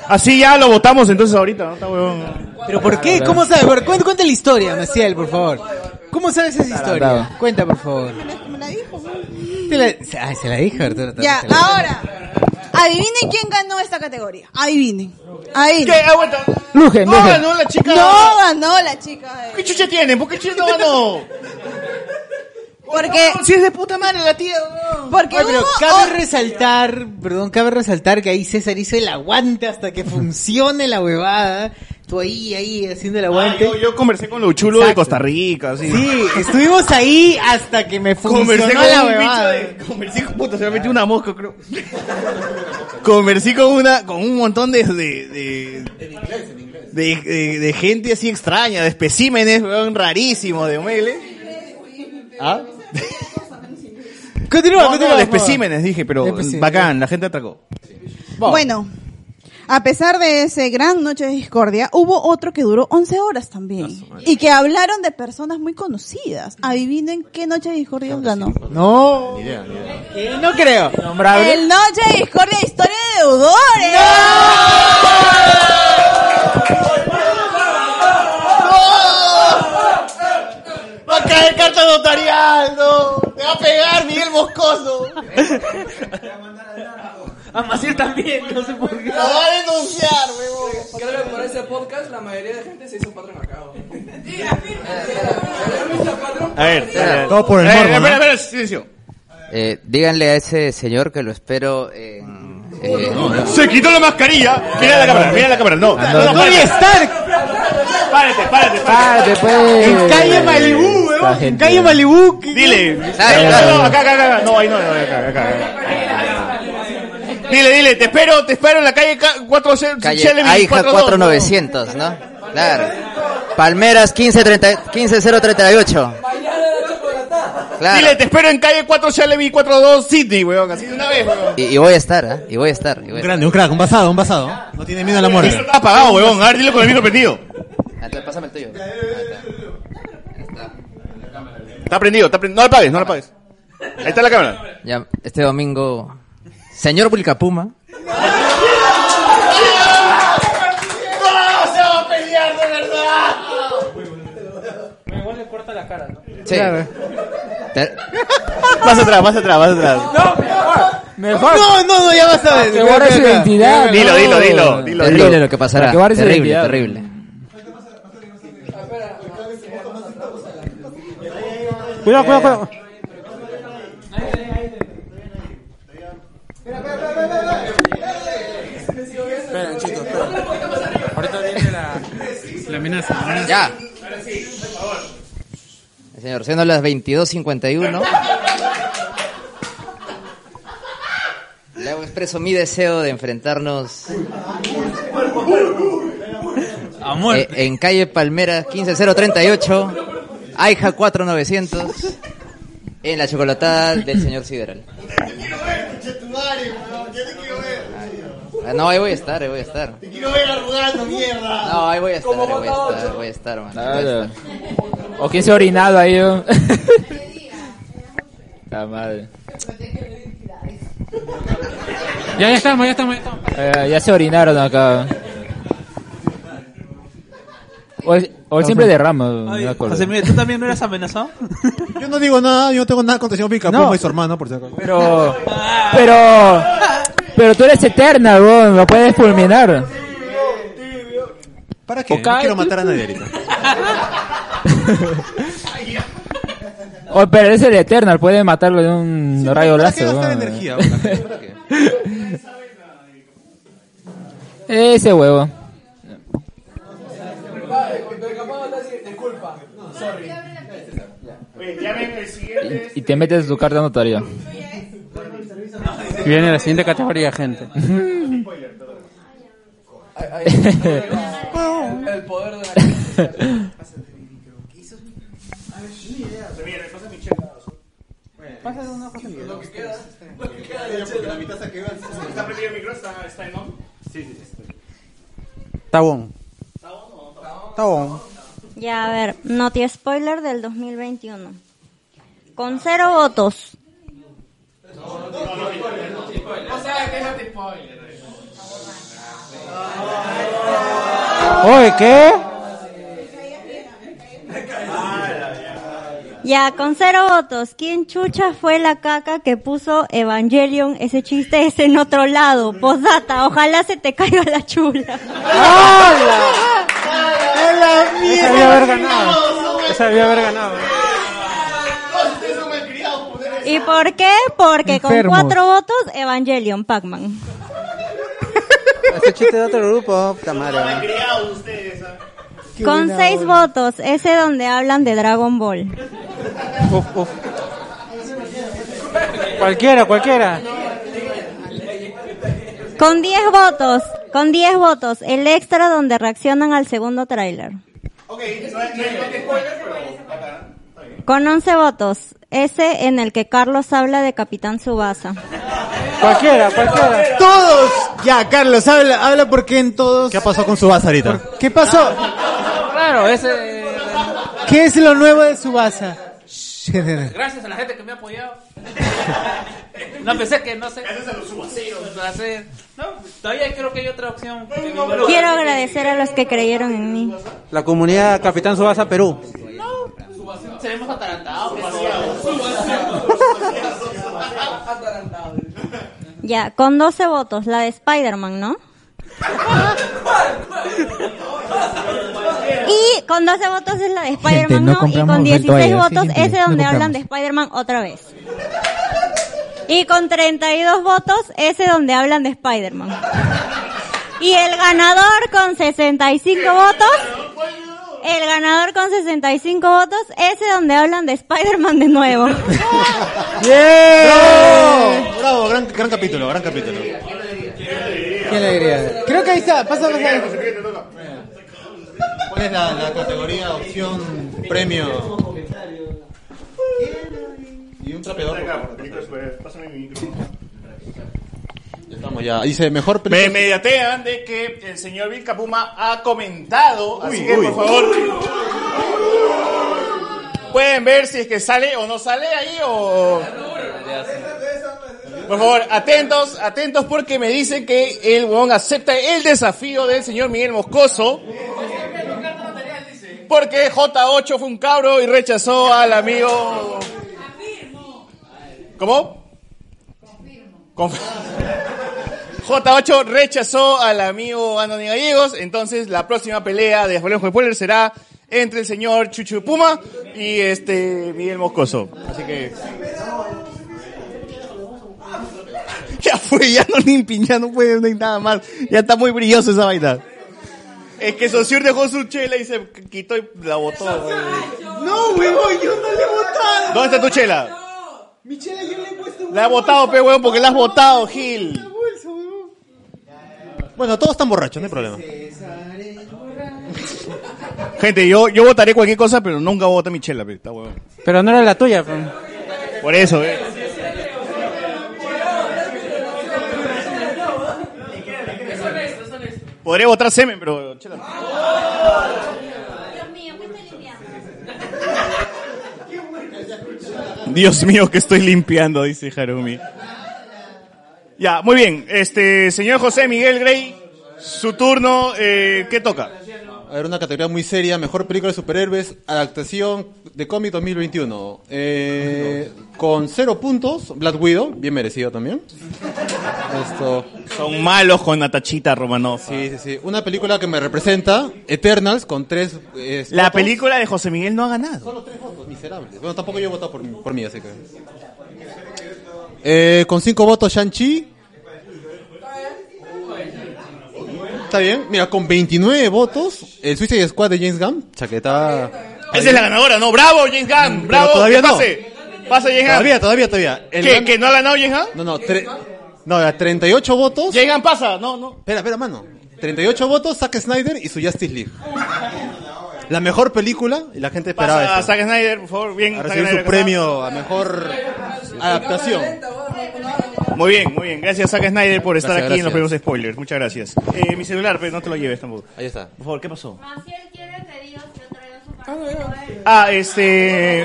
Speaker 2: Así ya lo votamos entonces ahorita, ¿no? Está huevón.
Speaker 1: ¿Pero por qué?
Speaker 18: Ah,
Speaker 1: ¿Cómo sabes? Pero cuenta, cuenta la historia, Maciel, por favor. ¿Cómo sabes esa historia?
Speaker 18: Tarantado.
Speaker 1: Cuenta, por favor. Te la- Ay, se la dije, Arturo.
Speaker 9: Ya,
Speaker 1: Torres.
Speaker 9: ahora. Adivinen quién ganó esta categoría. Adivinen. Adivinen.
Speaker 18: Lugen,
Speaker 2: Ah, No, Lugen. ganó la chica.
Speaker 9: No ganó la chica. eh.
Speaker 2: ¿Qué chucha tiene? ¿Por qué chucha no ganó?
Speaker 9: Porque.
Speaker 2: Si es de puta madre la tía,
Speaker 9: Porque
Speaker 1: Oye, pero
Speaker 9: hubo Oh.
Speaker 1: cabe resaltar, perdón, cabe resaltar que ahí César hizo el aguante hasta que funcione la huevada. Tú ahí, ahí, haciendo el aguante.
Speaker 2: Ah, yo, yo conversé con lo chulo de
Speaker 1: Exacto.
Speaker 2: Costa Rica, así.
Speaker 1: Sí, estuvimos ahí hasta que me funcionó
Speaker 2: Conversé con
Speaker 1: la
Speaker 2: un bicho
Speaker 1: huevada.
Speaker 2: de... Conversé con... Puta, se me metió una mosca, creo. Conversé con una... Con un montón de... de, de... De, de- de gente así extraña, de especímenes, weón, rarísimos de Omegle. ¿Ah?
Speaker 1: Continúa,
Speaker 2: No,
Speaker 1: continúa,
Speaker 2: no, de
Speaker 1: por favor.
Speaker 2: especímenes, dije, pero
Speaker 1: Especímenes.
Speaker 2: bacán, la gente atracó.
Speaker 9: Bueno, a pesar de ese gran noche de discordia, hubo otro que duró 11 horas también. Y que hablaron de personas muy conocidas. Adivinen qué noche de discordia ganó.
Speaker 1: No. Eh, no creo.
Speaker 9: El noche de discordia de historia de deudores.
Speaker 2: ¡Oh! ¡Va a caer carta notarial! ¡No! ¡Te va a pegar Miguel Moscoso!
Speaker 8: A Ah, Maciel también, no sé por qué.
Speaker 2: ¡Lo va a denunciar,
Speaker 8: huevón!
Speaker 17: Creo que por ese podcast la mayoría de gente se hizo Patreon acá. Eh,
Speaker 2: A ver,
Speaker 14: Espera.
Speaker 2: todo por el
Speaker 14: Eh,
Speaker 2: morbo,
Speaker 14: espera,
Speaker 2: ¿no?
Speaker 14: espera,
Speaker 2: silencio.
Speaker 14: Eh, díganle a ese señor que lo espero en... eh,
Speaker 2: Se quitó la mascarilla. Mira la cámara, mira la cámara. No,
Speaker 14: Ah,
Speaker 2: no,
Speaker 14: no.
Speaker 2: no,
Speaker 14: Tony
Speaker 2: párate.
Speaker 8: Párate, párate,
Speaker 18: párate. pues.
Speaker 8: En calle Malibú,
Speaker 18: Esta
Speaker 8: weón. En
Speaker 18: gente.
Speaker 8: calle
Speaker 1: Malibú.
Speaker 2: Dile.
Speaker 8: Ay,
Speaker 2: No, no, acá, acá, acá. No, ahí no, no, acá, acá, acá. Dile, dile, te espero, te espero en la calle ca- 40
Speaker 14: calle
Speaker 2: Chele
Speaker 14: Aija
Speaker 2: 242,
Speaker 14: 4900, ¿no? Claro. Palmeras 1530 15038.
Speaker 2: ¿no?
Speaker 14: Claro.
Speaker 2: Dile, te espero en calle 4 Chelevi 42 Sydney, weón. Así de una vez, weón.
Speaker 14: Y, y voy a estar, ¿ah? Y voy a estar. Un
Speaker 3: grande, un crack, un basado, un basado. No tiene miedo a la
Speaker 2: Eso
Speaker 3: muerte.
Speaker 2: Está apagado, weón. A ver, dile con el micro prendido.
Speaker 14: Pásame el tuyo.
Speaker 2: Está prendido, está prendido. No le apagues, no le apagues. Ahí está la cámara.
Speaker 14: Ya, este domingo. Señor Vulcapuma.
Speaker 8: ¡No! ¡Se va a pelear de verdad! Me igual le corta la cara, ¿no?
Speaker 18: Sí.
Speaker 23: Claro.
Speaker 18: Te-
Speaker 24: Más atrás, más atrás, más atrás.
Speaker 7: Mejor.
Speaker 1: No, no, no, ya vas a ver.
Speaker 7: Ah, Que guarde su identidad.
Speaker 24: Dilo,
Speaker 7: no.
Speaker 24: dilo, dilo, dilo.
Speaker 18: Terrible
Speaker 24: dilo.
Speaker 18: lo que pasará.
Speaker 7: Que guarde su
Speaker 18: terrible,
Speaker 7: identidad.
Speaker 18: terrible.
Speaker 23: Cuidado, cuidado, cuidado.
Speaker 13: Espera, chicos, espera. Ahorita viene la, la amenaza.
Speaker 18: Ya.
Speaker 13: Ahora sí, por favor.
Speaker 18: Señor, siendo las 22.51. Le hago expreso mi deseo de enfrentarnos
Speaker 10: A muerte.
Speaker 18: eh, en calle Palmeras 15038, AIJA 4900, en la chocolatada del señor Sideral. Ah, No, ahí voy a estar, ahí voy a estar.
Speaker 4: Quiero ver arrugando, mierda.
Speaker 18: No, ahí voy a estar, ahí voy a estar, ahí voy a estar, mano, ahí voy a
Speaker 7: Claro.
Speaker 18: estar.
Speaker 7: O quién se ha orinado ahí. ¿no? La madre.
Speaker 25: Ya, ya estamos, ya estamos, ya estamos.
Speaker 7: Eh, ya se orinaron acá. O, o él siempre derrama. no me acuerdo.
Speaker 25: José
Speaker 10: Miguel, ¿tú también no eras amenazado?
Speaker 3: Yo no digo nada, yo no tengo nada contra el señor Pica
Speaker 7: No.
Speaker 3: y su hermano, por si acaso.
Speaker 7: Pero, pero, pero tú eres eterna, weón. Lo puedes fulminar.
Speaker 3: ¿Para qué? No quiero matar a nadie ahorita.
Speaker 7: O, pero eres el Eternal, puede matarlo de un rayo
Speaker 3: ¿para qué
Speaker 7: láser.
Speaker 3: gastar
Speaker 17: eh,
Speaker 7: weón.
Speaker 3: energía, weón? ¿Para qué?
Speaker 7: Ese huevo.
Speaker 13: Disculpa. Sorry.
Speaker 2: Llamen el siguiente.
Speaker 7: Y te metes tu carta notaria.
Speaker 25: Viene la siguiente categoría, gente.
Speaker 13: El poder de la
Speaker 23: Pásale una cosa que
Speaker 13: Lo que queda. Lo que queda de
Speaker 4: La mitad se quedó.
Speaker 2: ¿Está prendido el micro? ¿Está, está en on? Sí, sí, sí.
Speaker 1: Eh,
Speaker 6: Tabón. Tabón.
Speaker 26: Ya, a ver, noti spoiler del 2021. Con cero votos.
Speaker 13: No sabes que no te spoiler.
Speaker 23: Oye, ¿qué?
Speaker 26: Ya, con cero votos. ¿Quién chucha fue la caca que puso Evangelion? Ese chiste es en otro lado. Posdata, ojalá se te caiga la chula.
Speaker 13: ¡Hala!
Speaker 25: Esa debía haber ganado. Esa debía haber ganado.
Speaker 26: ¿Y por qué? Porque
Speaker 25: Enfermos.
Speaker 26: con cuatro votos, Evangelion, Pac-Man.
Speaker 6: Ese chiste de otro grupo, Tamara.
Speaker 2: ¿ah?
Speaker 6: Qué
Speaker 26: Con
Speaker 6: buena
Speaker 26: seis votos, ese donde hablan de Dragon Ball.
Speaker 25: Uf, uf. Cualquiera, cualquiera.
Speaker 26: Con 10 votos, con 10 votos, el extra donde reaccionan al segundo tráiler.
Speaker 4: Ok, no hay no hay- no hay spoiler, pero. bacán.
Speaker 26: Con 11 votos, ese en el que Carlos habla de Capitán Subasa.
Speaker 1: Cualquiera, cualquiera. Todos. Ya, Carlos, habla, habla porque en todos. ¿Qué pasó con Subasa ahorita? ¿Qué pasó?
Speaker 25: Claro, ese.
Speaker 1: ¿Qué es lo nuevo de Subasa?
Speaker 10: Gracias a la gente que me ha apoyado. No pensé que no sé. Gracias a los No, todavía creo que hay otra opción.
Speaker 26: Quiero agradecer a los que creyeron en mí.
Speaker 6: La comunidad Capitán Subasa Perú.
Speaker 10: Seremos atarantados.
Speaker 26: Ya, con 12 votos, la de Spider-Man, ¿no? Y con 12 votos es la de Spider-Man,
Speaker 9: no
Speaker 26: ¿no? Y con
Speaker 9: compramos el
Speaker 26: 16
Speaker 9: toalla, así
Speaker 26: votos
Speaker 9: simple,
Speaker 26: ese donde
Speaker 9: no compramos.
Speaker 26: hablan de Spider-Man otra vez. Y con 32 votos ese donde hablan de Spider-Man. Y el ganador con 65 votos. El ganador con 65 votos ese donde hablan de Spider-Man de nuevo.
Speaker 3: ¡Bravo! Bravo, gran, gran capítulo, gran capítulo.
Speaker 1: ¿Quién le diría? Creo que ahí está. Pasa, pasa.
Speaker 3: ¿Cuál es la, la categoría, opción, premio? Y un trapeador.
Speaker 2: pues, Pásame mi micrófono.
Speaker 3: Vamos ya, dice mejor
Speaker 2: Me
Speaker 3: película.
Speaker 2: mediatean de que el señor Vilcapuma ha comentado, así que por favor. Pueden ver si es que sale o no sale ahí o. Por favor, atentos, atentos porque me dicen que el huevón acepta el desafío del señor Miguel Moscoso. Porque J8 fue un cabro y rechazó al amigo. ¿Cómo? Confirmo. J8 rechazó al amigo Anthony Gallegos, entonces la próxima pelea de Azulejo de Puebler será entre el señor Chuchu de Puma y este Miguel Moscoso. Así que ya fue, ya no limpin, ya no puede no hay nada más. Ya está muy brilloso esa vaina. Es que Sosur dejó su chela y se quitó y la botó. güey.
Speaker 13: No, huevón, yo no le he votado.
Speaker 2: ¿Dónde está tu chela?
Speaker 13: Michela, yo le he puesto
Speaker 2: La he botado, pe huevón, porque la has botado, Gil.
Speaker 3: Bueno, todos están borrachos, no hay problema.
Speaker 2: Gente, yo, yo votaré cualquier cosa, pero nunca voto a mi chela, pe, está huevón.
Speaker 27: Pero no era la tuya.
Speaker 2: Por eso, eh. Podría votar semen, pero chela. Dios mío, que estoy limpiando, dice Harumi. Ya, muy bien. Este, señor José Miguel Grey, su turno, eh, ¿qué toca?
Speaker 3: A ver, una categoría muy seria, mejor película de superhéroes, adaptación de cómic 2021. Eh, con cero puntos, Black Widow, bien merecido también. Esto.
Speaker 2: Son malos con Natachita Romanov.
Speaker 3: Sí, sí, sí. Una película que me representa, Eternals, con tres... eh,
Speaker 2: La
Speaker 3: votos.
Speaker 2: película de José Miguel no ha ganado.
Speaker 3: Solo tres votos, miserables. Bueno, tampoco yo he votado por, mí- por mí, así que... Eh, con cinco votos, Shang-Chi. Está bien. Mira, con 29 votos, el Suicide Squad de James Gunn. Chaqueta...
Speaker 2: Esa es la ganadora, ¿no? ¡Bravo, James Gunn! ¡Bravo!
Speaker 3: todavía
Speaker 2: que
Speaker 3: no.
Speaker 2: pase. Pase, James Gunn.
Speaker 3: Todavía, todavía, todavía. El
Speaker 2: ¿Que,
Speaker 3: Gunn-
Speaker 2: ¿Que no ha ganado James Gunn?
Speaker 3: No, no, tre- no, era 38 votos.
Speaker 2: James Gunn pasa. No, no.
Speaker 3: Espera, espera, mano. 38 votos, Zack Snyder y su Justice League. La mejor película y la gente esperaba
Speaker 2: Pasa a
Speaker 3: esto.
Speaker 2: Zack Snyder, por favor. Bien,
Speaker 3: A
Speaker 2: Zack
Speaker 3: recibir su
Speaker 2: Snyder,
Speaker 3: premio a mejor adaptación.
Speaker 2: Muy bien, muy bien. Gracias, Zack Snyder, por estar
Speaker 3: Gracias,
Speaker 2: aquí en los
Speaker 3: gracias.
Speaker 2: primeros spoilers. Muchas gracias. Eh, mi celular, pero no te lo lleves tampoco.
Speaker 3: Ahí está.
Speaker 2: Por favor, ¿qué pasó? Ah, este.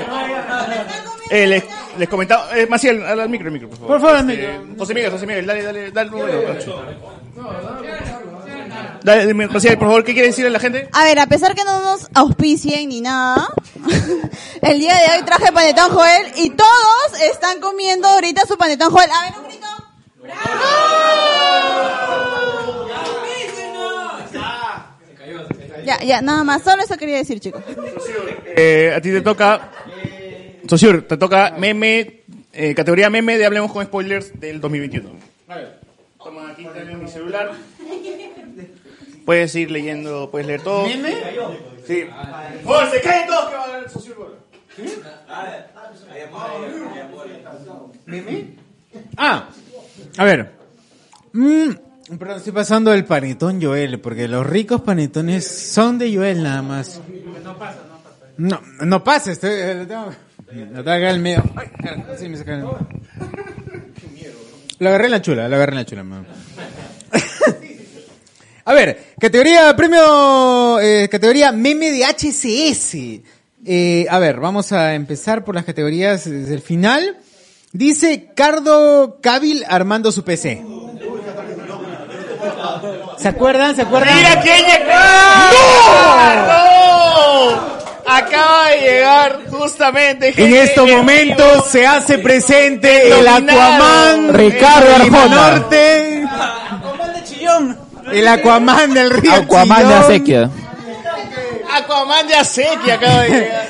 Speaker 2: eh, les, les comentaba. eh, Maciel, al, al micro, al micro, por favor.
Speaker 13: Por favor, al
Speaker 2: Este,
Speaker 13: micro.
Speaker 2: José Miguel, José Miguel, dale, dale, dale. dale, dale, dime, Maciel, por favor, ¿qué quiere decirle a la gente?
Speaker 9: A ver, a pesar que no nos auspicien ni nada, el día de hoy traje panetón Joel y todos están comiendo ahorita su panetón Joel. A ver, un grito. Ya, ya, nada más. Solo eso quería decir, chicos.
Speaker 2: Eh, a ti te toca. Sosur, te toca meme, eh, categoría meme de Hablemos con Spoilers del 2021. Toma, aquí tenemos mi celular. Puedes ir leyendo, puedes leer todo.
Speaker 13: ¿Meme?
Speaker 2: Sí. ¡Oh, se caen todos! que va a ganar el Sosur, bro.
Speaker 1: Ah, a ver. Mm, perdón, estoy pasando el panetón Joel, porque los ricos panetones son de Joel nada más. No, no pasa, estoy, eh, lo tengo, lo tengo acá en el medio. Ay, carajo, sí, me sacaron. Lo agarré en la chula, lo agarré en la chula, mano. A ver, categoría premio, eh, categoría meme de HCS. Eh, a ver, vamos a empezar por las categorías desde el final. Dice Cardo Cabil armando su PC. ¿Se acuerdan? ¿Se acuerdan?
Speaker 13: ¡Mira
Speaker 2: quién ¡No! Acaba de llegar justamente.
Speaker 1: En este
Speaker 2: gente,
Speaker 1: estos
Speaker 2: el
Speaker 1: momentos se hace presente el
Speaker 2: Nominado.
Speaker 1: Aquaman
Speaker 2: Ricardo
Speaker 1: del Lima
Speaker 2: Arjona.
Speaker 1: Norte. El Aquaman del río
Speaker 7: Aquaman de
Speaker 1: Chillón.
Speaker 7: Acequia.
Speaker 2: Aquaman de acequia acaba de llegar.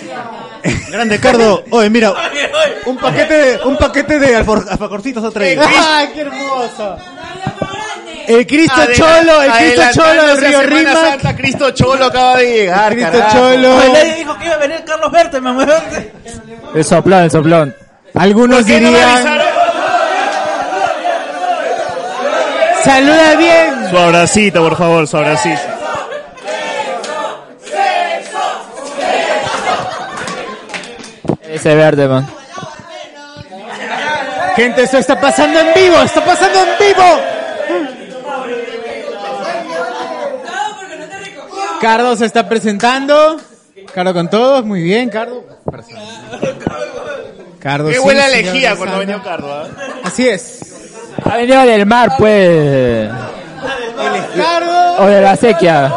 Speaker 1: Grande, Cardo. Oye, mira.
Speaker 2: Un
Speaker 1: paquete de, un paquete de alfor- alfajorcitos ha traído.
Speaker 13: ¡Ay, qué hermoso!
Speaker 1: El Cristo
Speaker 2: Adela-
Speaker 1: Cholo, el Cristo
Speaker 2: adelantándose
Speaker 1: Cholo del
Speaker 2: a
Speaker 1: Río
Speaker 2: Semana
Speaker 1: Rima.
Speaker 2: Santa, Cristo Cholo acaba de llegar.
Speaker 1: Cristo
Speaker 2: carajo.
Speaker 1: Cholo.
Speaker 2: Oye,
Speaker 1: Nadie
Speaker 10: dijo que iba a venir Carlos Berto, me muero.
Speaker 7: El soplón, el soplón.
Speaker 1: Algunos
Speaker 7: qué no
Speaker 1: dirían. Saluda bien.
Speaker 2: Su abracito, por favor, su abracito.
Speaker 7: Ese verde, man.
Speaker 1: Gente, eso está pasando en vivo, está pasando en vivo. Cardo se está presentando. Cardo con todos, muy bien, Cardo. Cardo.
Speaker 2: Qué
Speaker 1: sí,
Speaker 2: buena
Speaker 1: señor
Speaker 2: elegía
Speaker 1: Lozano.
Speaker 2: cuando venió Cardo.
Speaker 1: ¿eh?
Speaker 2: ¿ah?
Speaker 1: Así es.
Speaker 7: Ha venido del mar, pues.
Speaker 1: Cardo.
Speaker 7: O de la acequia.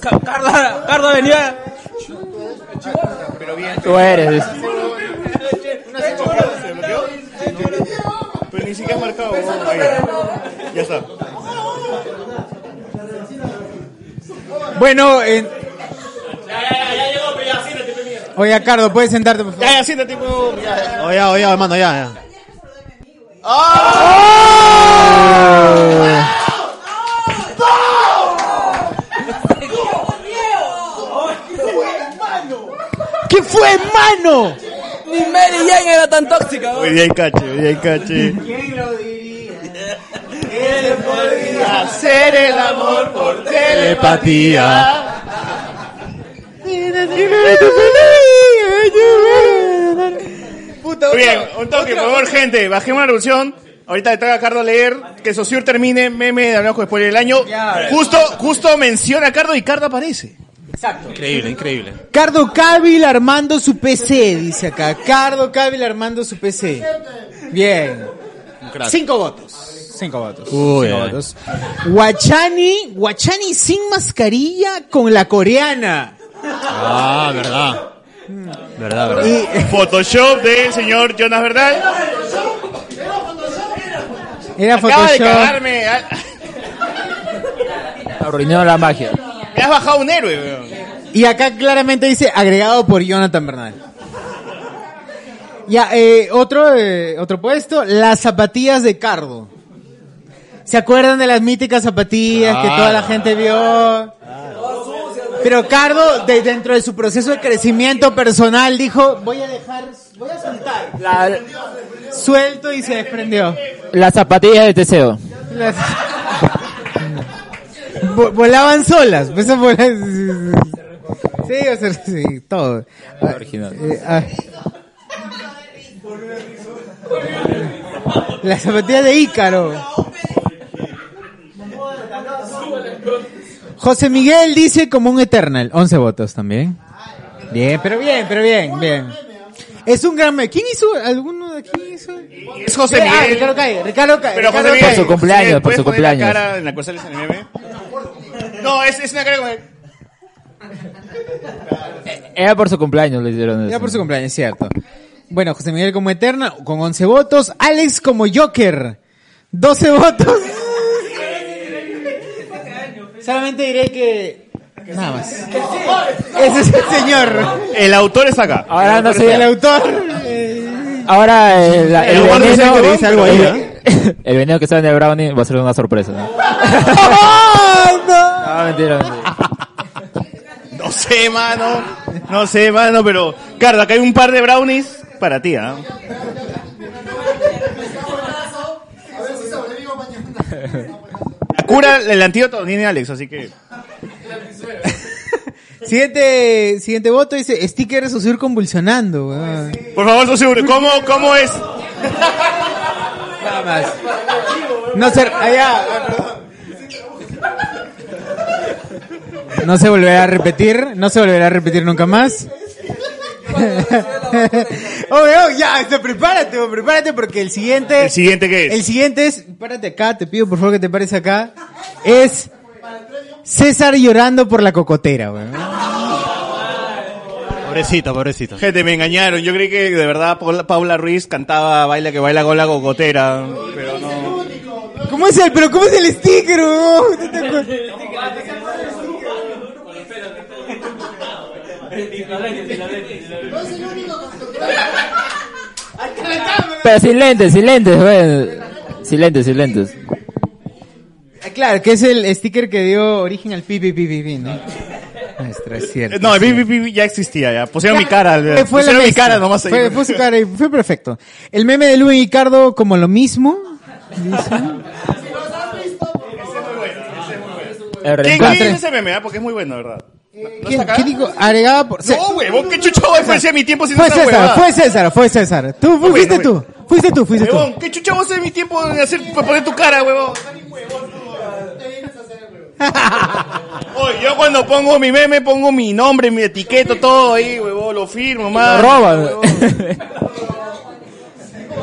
Speaker 10: Carla, Carla venía.
Speaker 3: Pero bien.
Speaker 7: Tú eres.
Speaker 2: Pero ni siquiera has marcado.
Speaker 3: huevón.
Speaker 2: Ahí. Ya está.
Speaker 1: Bueno, eh, en- oye, Cardo, puedes sentarte, por favor.
Speaker 2: Ya, ya, siéntate, huevón. Ya.
Speaker 1: Oye, oye, hermano, ya, ya.
Speaker 3: ¿Qué fue, hermano?
Speaker 13: Ni Mary Jane era tan tóxica.
Speaker 2: Hoy día hay cache, hoy día hay cache.
Speaker 3: Hacer el amor por
Speaker 2: Eh, Telepatía.
Speaker 13: Puta,
Speaker 2: Muy bien, un toque, por favor, gente. Bajemos la revolución. Ahorita le toca a Cardo leer que Sosur termine meme de Hablamos con Spoiler del año. Justo, justo menciona a Cardo y Cardo aparece.
Speaker 1: Exacto.
Speaker 2: Increíble, increíble.
Speaker 1: Cardo Cávil armando su PC, dice acá. Cardo Cávil armando su PC. Bien.
Speaker 28: crack.
Speaker 1: Cinco votos. Cinco votos.
Speaker 28: Uy,
Speaker 1: Cinco
Speaker 7: eh.
Speaker 28: ay.
Speaker 1: votos. Guachani, Guachani sin mascarilla con la coreana.
Speaker 2: Ah, verdad. Verdad,
Speaker 1: verdad.
Speaker 2: Photoshop del señor Jonas Verdad.
Speaker 1: Era
Speaker 2: Acaba de
Speaker 1: Photoshop.
Speaker 2: cagarme. ah,
Speaker 7: Arruinó la magia.
Speaker 2: Me has bajado un héroe, weón.
Speaker 1: Y acá claramente dice agregado por Jonathan Bernal. Ya, eh, otro, eh, otro puesto, las zapatillas de Cardo. ¿Se acuerdan de las míticas zapatillas que toda la
Speaker 28: Claro.
Speaker 1: gente vio? Pero Cardo, de- dentro de su proceso de crecimiento personal, dijo, voy a dejar, voy a soltar. Suelto y se desprendió.
Speaker 7: Las zapatillas de Teseo.
Speaker 1: Las- Vo- volaban solas. pues, esas volan- Sí, o sea, sí, todo. Ah, eh, ah. Las zapatillas de Ícaro. José Miguel dice como un Eternal. 11 votos también. Bien, pero bien, pero bien, bien. Es un gran meme. ¿Quién hizo? ¿Alguno de aquí hizo?
Speaker 2: Es José
Speaker 1: Ah,
Speaker 2: Miguel.
Speaker 1: Ricardo Calle, Ricardo Calle.
Speaker 2: Pero José
Speaker 1: Ricardo
Speaker 2: Miguel.
Speaker 1: Calle.
Speaker 7: Por su cumpleaños, por
Speaker 2: ¿puedes
Speaker 7: su
Speaker 2: poner la
Speaker 7: cumpleaños.
Speaker 2: cara en la cual sales en el meme? No, es, es una cara como... de-
Speaker 1: Era por su cumpleaños, le hicieron Era por su cumpleaños, cierto. Bueno, José Miguel como Eterna, con 11 votos. Alex como Joker, 12 votos. Solamente diré que. Nada más. Ese es el señor.
Speaker 2: El autor está acá.
Speaker 7: Ahora no sé.
Speaker 1: El autor.
Speaker 7: Ahora eh, la- el,
Speaker 1: El guardia
Speaker 7: veneno,
Speaker 1: dice que dice algo ahí,
Speaker 7: el, el veneno que está en el brownie va a ser una sorpresa. No, No, mentira, mentira.
Speaker 2: No sé, mano. No sé, mano, pero... Cardo, acá hay un par de brownies para ti, ¿ah? La cura, el antídoto tiene Alex, así que...
Speaker 1: Siguiente, siguiente voto dice: Sticker de Sosur convulsionando, weón.
Speaker 2: Por favor, Sosur, ¿cómo, cómo es?
Speaker 1: Nada más. No se, ah, allá, no se volverá a repetir, no se volverá a repetir nunca más. Oye, oye, ya, este, prepárate, oh, prepárate porque el siguiente. ¿El
Speaker 2: siguiente qué es?
Speaker 1: El siguiente es, párate acá, te pido por favor que te pares acá. Es César llorando por la cocotera, weón.
Speaker 2: Pobrecito, pobrecito. Gente, me engañaron. Yo creí que de verdad Paula, Paula Ruiz cantaba Baila que baila con la cocotera. Pero no.
Speaker 1: ¿Cómo es el, pero cómo es el sticker, weón? ¿Tú te acuerdas?
Speaker 7: Pero sin lentes, sin lentes, güey. Sin lentes, sin lentes.
Speaker 1: Ah, Claro, que es el sticker que dio origen al pipi pipi pi, ¿no? es cierto.
Speaker 2: No, el BBB ya existía, ya. Pusieron mi cara.
Speaker 1: Fue- fue la
Speaker 2: pusieron mi
Speaker 1: mezcla.
Speaker 2: cara nomás ahí.
Speaker 1: Fue, fue su cara y fue perfecto. El meme de Luis Ricardo como lo mismo. Dice.
Speaker 2: ¿Quién,
Speaker 1: rencor.
Speaker 2: quién hizo ese meme? ah? Porque es muy bueno, de ¿verdad? ¿No
Speaker 1: ¿Quién- ¿Qué digo? Agregada por...
Speaker 2: No, huevón, qué chucha voy a hacer mi tiempo sin
Speaker 1: Fue
Speaker 2: esa
Speaker 1: César,
Speaker 2: huevada?
Speaker 1: fue César, fue César. Tú fuiste tú, fuiste tú, fuiste tú.
Speaker 2: Huevón, qué chucha voy a hacer mi tiempo en hacer, para poner tu cara, huevón. Oye, yo cuando pongo mi meme, pongo mi nombre, mi etiqueta, todo ahí, huevón, lo firmo, más.
Speaker 7: Lo roban.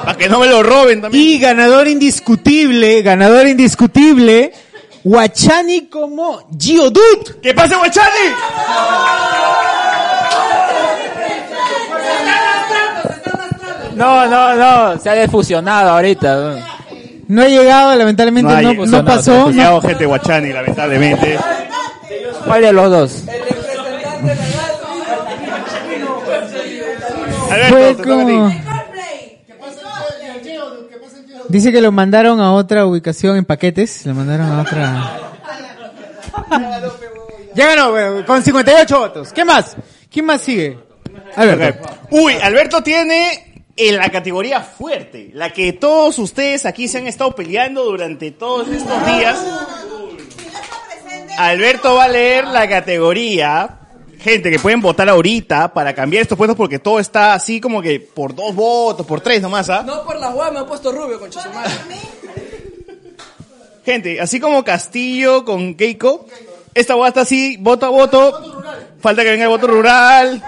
Speaker 2: Para que no me lo roben también.
Speaker 1: Y ganador indiscutible, ganador indiscutible, Guachani como Giodut.
Speaker 2: ¿Qué pasa, Guachani?
Speaker 18: No, no, no, se ha defusionado ahorita.
Speaker 1: No ha llegado, lamentablemente no, pues,
Speaker 2: hay-
Speaker 1: no pasó.
Speaker 2: se ha
Speaker 1: no-
Speaker 2: llegado gente Guachani, lamentablemente.
Speaker 18: ¿Cuál de los dos?
Speaker 1: Fue como- Dice que lo mandaron a otra ubicación en paquetes, lo mandaron a otra. ya ganó, weón, con 58 votos. ¿Qué más? ¿Quién más sigue? Alberto.
Speaker 2: Uy, Alberto tiene en la categoría fuerte, la que todos ustedes aquí se han estado peleando durante todos estos días. Alberto va a leer la categoría. Gente que pueden votar ahorita para cambiar estos puestos porque todo está así como que por dos votos, por tres nomás, ¿ah?
Speaker 17: No por la guay, me ha puesto rubio, con madre.
Speaker 2: Gente, así como Castillo con Keiko, esta guata está así, voto a voto. Falta que venga el voto rural,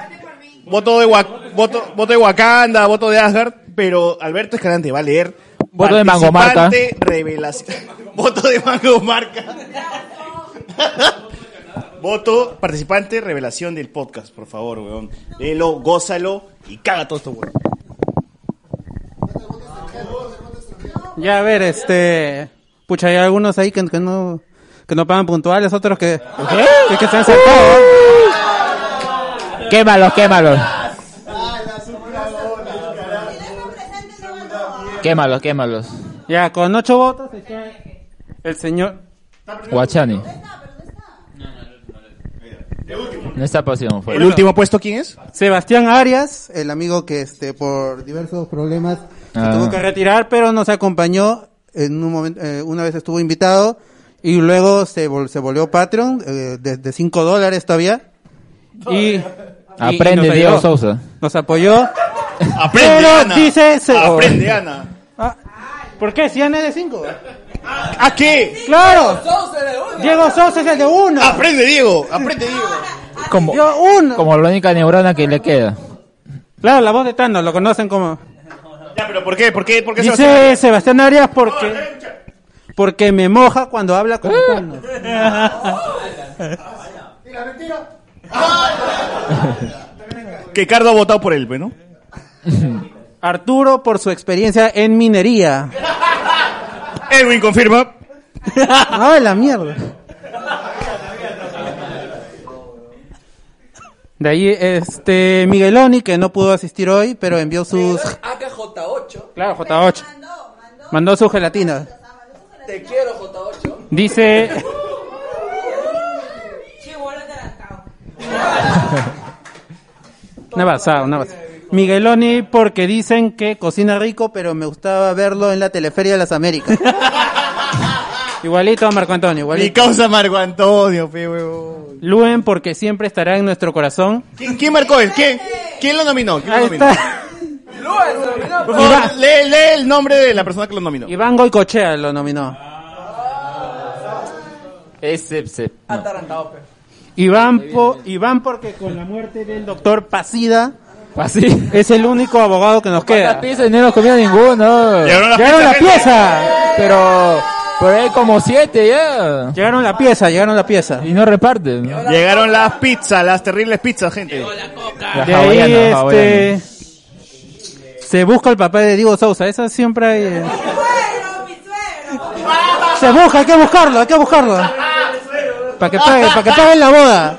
Speaker 2: voto de, Wa- voto, voto de Wakanda, voto de Asgard, pero Alberto Escalante va a leer.
Speaker 18: Voto de Mango Marca.
Speaker 2: Participante Revelación. Voto de Mango Marca. voto participante revelación del podcast, por favor, weón. Léelo, gózalo y caga todo esto, weón.
Speaker 6: Ya, a ver, este. Pucha, hay algunos ahí que, que no que no pagan puntuales, otros que, que, que se han saltado.
Speaker 1: ¡Uh!
Speaker 18: Quémalos, quémalos. Quémalos, quémalos.
Speaker 6: Ya, con ocho votos se queda el señor.
Speaker 18: Guachani. No está pasión, fue.
Speaker 2: puesto quién es?
Speaker 6: Sebastián Arias, el amigo que este por diversos problemas
Speaker 18: Ah.
Speaker 6: se tuvo que retirar, pero nos acompañó en un momento, eh, una vez estuvo invitado y luego se, vol- se volvió Patreon eh, de, de 5 dólares todavía. Y, y-
Speaker 18: Aprende,
Speaker 6: nos
Speaker 18: Diego
Speaker 6: ayudó.
Speaker 18: Sousa.
Speaker 6: Nos apoyó.
Speaker 2: Aprende,
Speaker 6: Pero
Speaker 2: Ana.
Speaker 6: dice se-
Speaker 2: Aprende, Ana.
Speaker 6: Ah. ¿Por qué? Si Ana es de 5.
Speaker 2: ¿A qué?
Speaker 6: Claro. Diego Sousa es el de 1.
Speaker 2: Aprende, Diego. Aprende, Diego.
Speaker 18: Como,
Speaker 6: uno.
Speaker 18: como la única neurona que le queda.
Speaker 6: Claro, Ah, la voz de Thanos, lo conocen como...
Speaker 2: Ya, pero ¿por qué? ¿Por qué? ¿Por qué
Speaker 6: Dice Sebastián Arias porque porque me moja cuando habla con
Speaker 2: Ah.
Speaker 6: Thanos.
Speaker 2: Que Cardo ha votado por él, ¿no?
Speaker 6: Arturo por su experiencia en minería.
Speaker 2: Edwin confirma.
Speaker 6: Ay, Ah, la mierda. De ahí este Migueloni que no pudo asistir hoy, pero envió sus
Speaker 17: AKJ8.
Speaker 6: claro, J8. Mandó su gelatina.
Speaker 17: Te quiero, J8.
Speaker 6: Dice Una basada, una basada. Migueloni porque dicen que cocina rico, pero me gustaba verlo en la teleferia de las Américas. igualito a Marco Antonio, igualito.
Speaker 2: Mi causa Marco Antonio, pe huevón.
Speaker 6: Luen porque siempre estará en nuestro corazón.
Speaker 2: ¿Quién, quién marcó él? ¿Quién, ¿Quién lo nominó? ¿Quién lo
Speaker 6: Ahí
Speaker 2: nominó?
Speaker 6: está.
Speaker 2: Por favor, lee, lee el nombre de la persona que lo nominó.
Speaker 6: Iván Goicochea lo nominó.
Speaker 17: Atarantado, pe.
Speaker 6: Iván, po- Iván porque con la muerte del doctor Pasida es el único abogado que nos queda.
Speaker 18: y no nos comía ninguno.
Speaker 6: Llegaron las Llegaron piezas, la gente. pieza.
Speaker 18: Pero por ahí como siete ya.
Speaker 6: Llegaron la pieza, llegaron la pieza.
Speaker 18: Y no reparten. ¿no?
Speaker 2: Llegaron las pizzas, las terribles pizzas, gente.
Speaker 6: De ahí este se busca el papel de Diego Sousa, esa siempre hay. eh. Se busca, hay que buscarlo, hay que buscarlo. Para que pague, para que paguen la boda.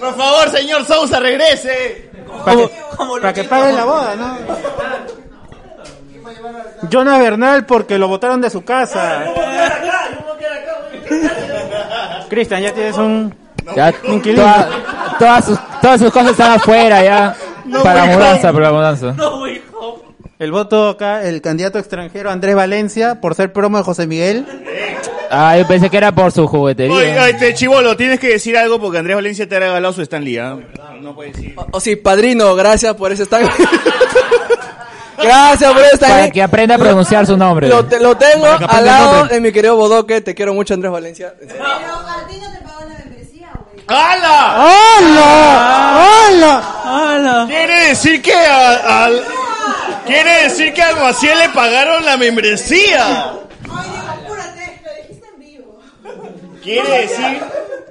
Speaker 2: Por favor, señor Sousa, regrese.
Speaker 6: Para que, para que paguen la boda, ¿no? Jonas Bernal porque lo botaron de su casa. Cristian, ya tienes un
Speaker 18: Ya,
Speaker 6: un
Speaker 18: toda-
Speaker 6: quilín.
Speaker 18: todas, sus, todas sus cosas están afuera ya.
Speaker 6: No,
Speaker 18: para
Speaker 2: pues,
Speaker 6: güey,
Speaker 18: mudanza,
Speaker 6: no.
Speaker 18: para mudanza.
Speaker 6: El voto acá, el candidato extranjero Andrés Valencia por ser promo de José Miguel.
Speaker 18: Ah, yo pensé que era por su juguetería.
Speaker 2: Oiga, este chivolo, tienes que decir algo porque Andrés Valencia te ha regalado su Stan Lee, ¿ah? No puede decir.
Speaker 17: O sí, padrino, gracias por ese stand. gracias por ese stand.
Speaker 18: Para que aprenda a pronunciar su nombre.
Speaker 17: Lo, te- lo tengo
Speaker 18: Para que
Speaker 17: al
Speaker 18: aprenda el
Speaker 17: lado
Speaker 18: nombre.
Speaker 17: de mi querido Bodoque. Te quiero mucho, Andrés Valencia.
Speaker 2: ¡Hala! Ah,
Speaker 6: ¡Hala! ¡Hala!
Speaker 2: ¿Quiere decir que a- al, Quiere decir que a Maciel le pagaron la membresía. Quiere decir.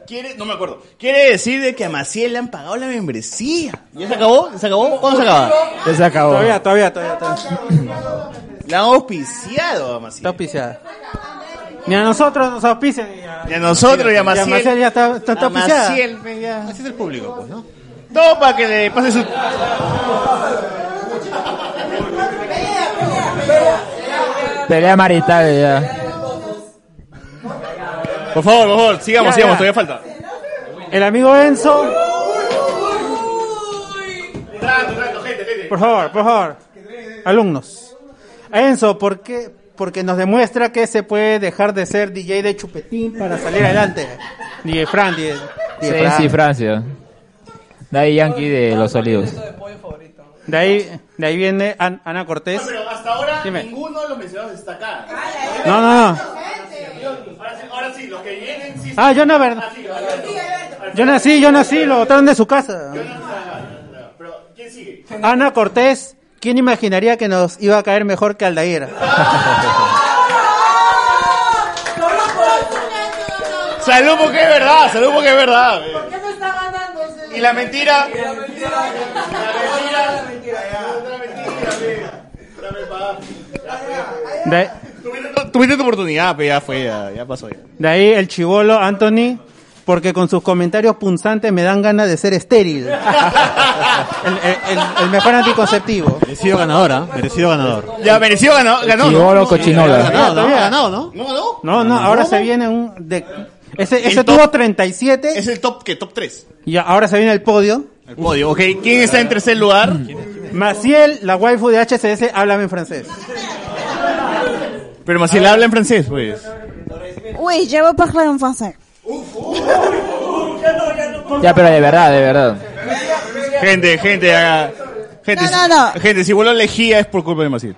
Speaker 2: Quiere, no me acuerdo. Quiere decir de que a Maciel le han pagado la membresía. ¿Ya se acabó? ¿Se acabó? ¿Cuándo se acaba?
Speaker 22: Ya se acabó.
Speaker 2: Todavía,
Speaker 22: todavía, todavía.
Speaker 2: La han auspiciado a Maciel. Está
Speaker 22: auspiciada.
Speaker 6: Ni a nosotros nos auspician. Ni a,
Speaker 2: Y a nosotros y a Maciel.
Speaker 6: ya está, está, está
Speaker 2: A
Speaker 6: auspiciada.
Speaker 2: Maciel, pe, ya. Así es el público, pues, ¿no? Todo para que le pase su.
Speaker 7: Pelea marital ya.
Speaker 2: Por favor, por favor,
Speaker 6: Ya,
Speaker 2: sigamos, sigamos,
Speaker 6: ya.
Speaker 2: todavía falta.
Speaker 6: El amigo Enzo. Por favor, por favor. Alumnos. Enzo, ¿por qué? Porque nos demuestra que se puede dejar de ser DJ de chupetín para salir adelante. DJ Fran, DJ, DJ Fran.
Speaker 7: Sí, sí, Francia. Daddy Yankee de los Olivos.
Speaker 6: De ahí, de ahí viene An- Ana Cortés.
Speaker 2: Pero hasta ahora
Speaker 6: Dime.
Speaker 2: ninguno de los mencionados está acá.
Speaker 6: No, no,
Speaker 9: eh.
Speaker 6: no.
Speaker 2: Ahora sí, ahora sí, los que vienen sí.
Speaker 6: Ah, yo no, ver-
Speaker 2: Así, Alberto.
Speaker 6: Yo nací, yo nací, lo botaron de su casa.
Speaker 2: Pero, ¿quién sigue?
Speaker 6: Ana Cortés, ¿quién imaginaría que nos iba a caer mejor que Aldair?
Speaker 2: Salud porque es verdad, salud porque es verdad.
Speaker 13: ¿Por qué no está ganándose?
Speaker 2: Y la mentira.
Speaker 13: Y la mentira. La mentira,
Speaker 6: De,
Speaker 2: eh. Tuviste tu oportunidad, pero ya fue, ya, ya pasó ya.
Speaker 6: de ahí el chivolo Anthony, porque con sus comentarios punzantes me dan ganas de ser estéril. El, el- el- el mejor anticonceptivo.
Speaker 19: Merecido ganador, ¿ah? Merecido ganador.
Speaker 2: Ya, merecido ganó, ganó. ¿no?
Speaker 6: Chivolo
Speaker 19: cochinola.
Speaker 6: Ganado, ¿no?
Speaker 2: Ganado, ¿no? No ganó.
Speaker 6: No, no, ahora se viene un... de- ese ese tuvo 37.
Speaker 2: Es el top, ¿qué? Top 3.
Speaker 6: Y ahora se viene el podio.
Speaker 2: El podio, ok. ¿Quién está en tercer lugar?
Speaker 6: Maciel, la waifu de HCS, háblame en francés.
Speaker 2: Pero Maciel habla en francés, pues.
Speaker 9: Oui, je veux parler en français.
Speaker 7: Ya, pero de verdad, de verdad.
Speaker 2: Gente, gente, ah, gente,
Speaker 9: No,
Speaker 2: si-
Speaker 9: no, no.
Speaker 2: gente, si vuelo lejía es por culpa de Maciel.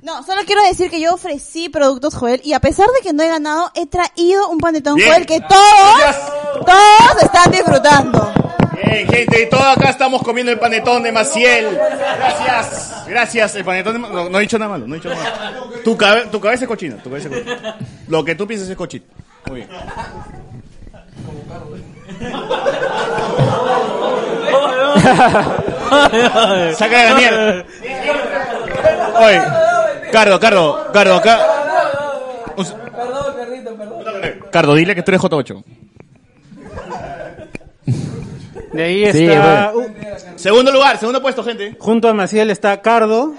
Speaker 9: No, solo quiero decir que yo ofrecí productos Joel y a pesar de que no he ganado, he traído un panetón
Speaker 2: Bien.
Speaker 9: Joel que todos, todos están disfrutando.
Speaker 2: Bien, gente, y todos acá estamos comiendo el panetón de Maciel. Gracias, gracias. El panetón de Ma- no, no he dicho nada malo, no he dicho nada malo. Tu, cabe- tu cabeza es cochina, tu cabeza es cochina. Lo que tú piensas es cochino. Muy bien. Saca de la mierda. Oye, Cardo, Cardo, Cardo, acá.
Speaker 13: Perdón, perrito, perdón.
Speaker 2: Cardo, dile que tú eres J8.
Speaker 6: De ahí
Speaker 2: Sí,
Speaker 6: está...
Speaker 2: bueno. Segundo lugar, segundo puesto, gente.
Speaker 6: Junto a Maciel está Cardo.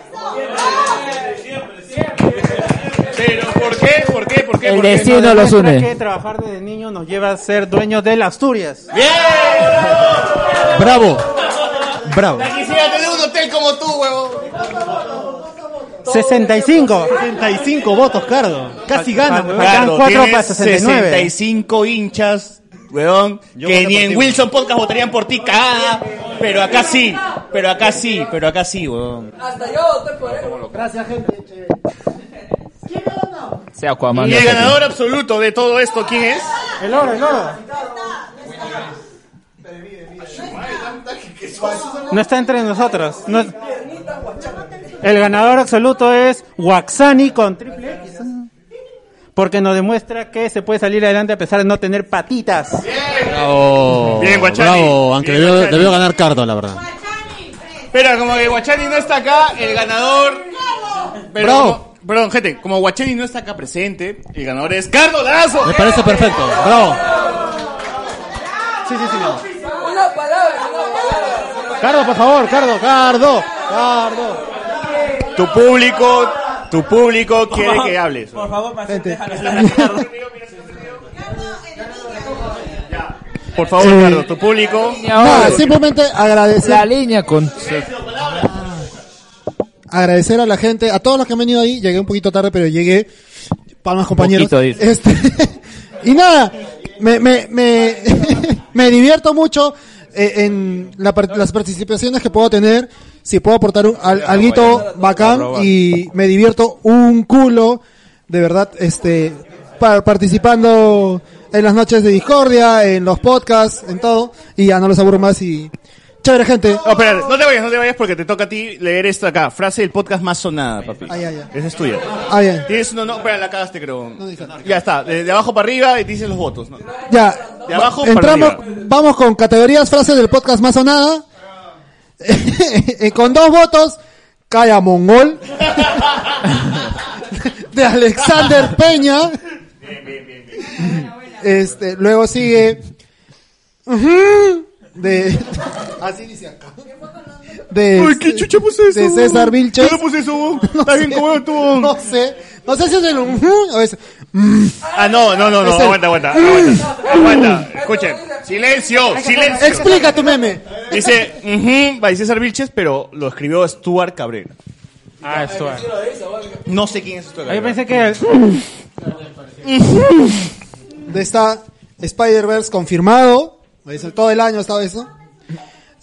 Speaker 2: Pero, ¿por qué? ¿Por qué? ¿Por qué? ¿Por qué?
Speaker 6: Nos demuestra que trabajar desde niño nos lleva a ser dueños de las Asturias.
Speaker 2: ¡Bien!
Speaker 6: ¡Bravo! ¡Bravo!
Speaker 2: La quisiera tener un hotel como tú, huevo.
Speaker 6: 65.
Speaker 19: 65 votos, Cardo. Casi gana,
Speaker 6: Cardo,
Speaker 19: weón.
Speaker 6: Faltan cuatro
Speaker 2: tienes
Speaker 6: para 69.
Speaker 2: 65 hinchas, weón, que
Speaker 19: voté
Speaker 2: ni
Speaker 19: por
Speaker 2: en
Speaker 19: ti.
Speaker 2: Wilson Podcast votarían por ti, cagada. Pero acá sí, pero acá sí, pero acá sí, weón.
Speaker 13: Hasta yo estoy por él. Gracias, gente.
Speaker 7: Sea Aquaman.
Speaker 2: Y el ganador absoluto de todo esto, ¿quién es?
Speaker 6: El oro, el oro. No está entre nosotros. No- El ganador absoluto es Waxani con triple X. Porque nos demuestra que se puede salir adelante a pesar de no tener patitas.
Speaker 19: Bravo.
Speaker 2: Bien, Guachani.
Speaker 19: Bravo, aunque
Speaker 2: Bien,
Speaker 19: debió,
Speaker 2: Guachani.
Speaker 19: debió ganar Cardo, la verdad.
Speaker 2: Pero como que Guachani no está acá, el ganador. Pero
Speaker 19: Bravo.
Speaker 2: como- perdón, gente, como Guachani no está acá presente, el ganador es Cardo Lazo. ¡Eh!
Speaker 19: Me parece perfecto. Bravo. Sí, sí, sí. no.
Speaker 13: Una palabra, una palabra.
Speaker 19: Cardo, por favor, Cardo, Cardo, Cardo.
Speaker 2: Tu público, tu público quiere que hables.
Speaker 29: Por favor, Maciel, déjalo
Speaker 2: Por favor,
Speaker 19: Eh,
Speaker 2: Cardo, tu público.
Speaker 19: Nada, simplemente agradecer.
Speaker 2: La
Speaker 7: línea con.
Speaker 19: Agradecer a la gente, a todos los que han venido ahí. Llegué un poquito tarde, pero llegué. Palmas, compañeros.
Speaker 7: poquito, dice.
Speaker 19: Este, y nada, me, me, me, me divierto mucho eh, en la par- las participaciones que puedo tener. Si puedo aportar un, al- alguito bacán y me divierto un culo, de verdad, este, pa- participando en las noches de discordia, en los podcasts, en todo. Y ya no los aburro más y Chévere, gente.
Speaker 2: No, espera, no te vayas, no te vayas porque te toca a ti leer esto acá. Frase del podcast más sonada, papi.
Speaker 19: Ah, ya, ya.
Speaker 2: Esa es tuya.
Speaker 19: Ah, ya.
Speaker 2: Tienes uno, no, espera, la cagaste, creo. Ya está, de, de abajo para arriba y te dicen los votos. ¿no?
Speaker 19: Ya.
Speaker 2: De abajo para
Speaker 19: Entramos,
Speaker 2: arriba.
Speaker 19: vamos con categorías, frases del podcast más sonada. Eh, con dos votos, Calla Mongol. de Alexander Peña. Este, luego sigue. ujú, de. Así dice acá. De,
Speaker 2: Uy, ¿qué chucha puse eso?
Speaker 19: De César
Speaker 2: weón?
Speaker 19: Vilches.
Speaker 2: ¿Qué le puse eso, weón? Está bien como tú, weón.
Speaker 19: No sé. No sé si es el. ujú o es. mm.
Speaker 2: Ah, no, no, no, no,
Speaker 19: Es el-
Speaker 2: aguanta, aguanta, aguanta. Aguanta, escuchen. Silencio, silencio.
Speaker 19: Explica tu meme.
Speaker 2: Dice, ujú, by César Vilches, pero lo escribió Stuart Cabrera.
Speaker 11: Ah, esto es.
Speaker 2: No sé quién es Stuart
Speaker 11: Ah, Yo pensé
Speaker 2: Cabrera.
Speaker 11: que.
Speaker 19: de esta Spider-Verse confirmado. Es el- Todo el año ha estado eso.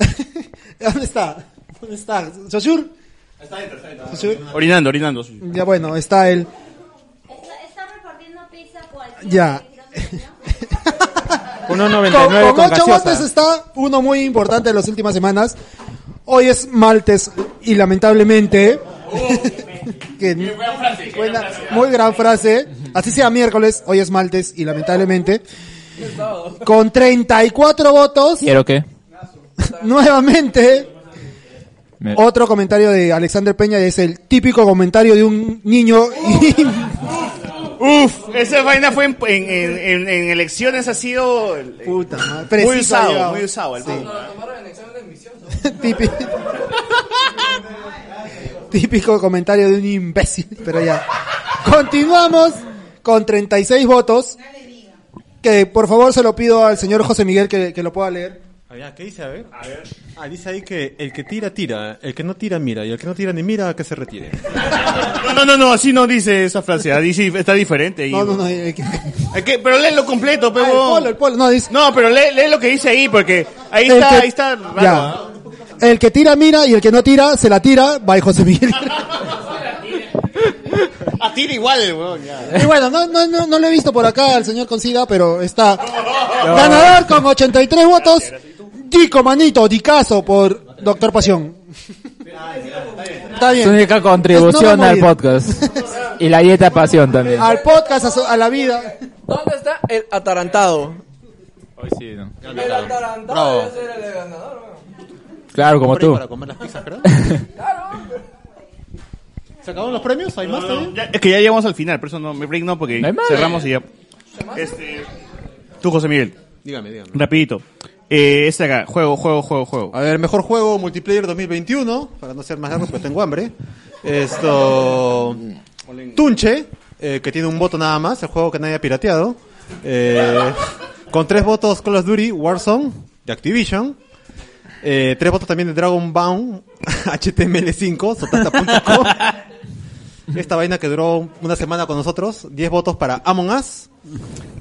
Speaker 19: ¿Dónde está? ¿Dónde está? ¿Soshur? ¿Soshur?
Speaker 2: Orinando, orinando.
Speaker 19: Ya bueno, está el. Ya.
Speaker 11: 1.99
Speaker 19: con,
Speaker 11: con
Speaker 19: ocho
Speaker 11: gaseosa.
Speaker 19: votos está uno muy importante de las últimas semanas. Hoy es martes y lamentablemente. que- buena- muy gran frase. ¿eh? Así sea miércoles, hoy es martes y lamentablemente. Con 34 votos,
Speaker 7: ¿Quiero qué?
Speaker 19: nuevamente.
Speaker 7: Me-
Speaker 19: Otro comentario de Alexander Peña es el típico comentario de un niño. y-
Speaker 2: Uf, esa vaina fue en, en, en- en- en elecciones ha sido
Speaker 19: Puta madre,
Speaker 2: muy
Speaker 19: preciso ha
Speaker 2: usado,
Speaker 19: llegado.
Speaker 2: muy usado el
Speaker 19: Sí.
Speaker 2: tema.
Speaker 19: Típico. Típico comentario de un imbécil, pero ya. Continuamos con 36 votos. Que por favor se lo pido al señor José Miguel que, que lo pueda leer.
Speaker 3: A ver, ¿qué dice? A ver. Ah, dice ahí que el que tira, tira. El que no tira, mira. Y el que no tira ni mira, que se retire.
Speaker 2: No, no, no, no, así no dice esa frase, ah, dice- está diferente. ahí.
Speaker 19: No, no, no. eh, que-
Speaker 2: Es que- pero lee lo completo, pero.
Speaker 19: polo, el polo, no, dice.
Speaker 2: No, pero lee, lee lo que dice ahí, porque ahí
Speaker 19: El
Speaker 2: está,
Speaker 19: que-
Speaker 2: ahí está. raro,
Speaker 19: ya.
Speaker 2: ¿ah?
Speaker 19: El que tira mira y el que no tira se la tira. Bye José Miguel.
Speaker 2: Ah, tira igual, weón, ya.
Speaker 19: Y bueno, no, no, no, no lo he visto por acá al señor Consida, pero está ganador con 83 votos. Dico Manito, Dicaso por Doctor Pasión. Está bien.
Speaker 7: Su única contribución
Speaker 19: No me
Speaker 7: al
Speaker 19: voy a ir.
Speaker 7: podcast. y la dieta pasión también.
Speaker 3: Ah,
Speaker 19: Al podcast, a, su- a la vida.
Speaker 17: ¿Dónde está el atarantado?
Speaker 7: Hoy sí, ¿no?
Speaker 17: El atarantado
Speaker 3: Bravo.
Speaker 17: debe ser el ganador.
Speaker 7: Claro, como
Speaker 3: Por ahí
Speaker 7: tú.
Speaker 3: Para comer las pizzas, ¿verdad? ¿Se acabaron los premios? ¿Hay más todavía?
Speaker 2: Ya, es que ya llegamos al final, por eso no me break no, porque
Speaker 3: hay más.
Speaker 2: cerramos y ya. Este, tú, José Miguel.
Speaker 3: Dígame, dígame.
Speaker 2: Rapidito. Eh, este acá, juego, juego, juego, juego.
Speaker 3: A ver, mejor juego multiplayer 2021, para no ser más largo, porque tengo hambre. Esto. Tunche, eh, que tiene un voto nada más, el juego que nadie ha pirateado. Eh, con tres votos Call of Duty, Warzone, de Activision. Eh, tres votos también de Dragon Bound, HTML5, sotasta.com. Esta vaina que duró una semana con nosotros. 10 votos para Among Us.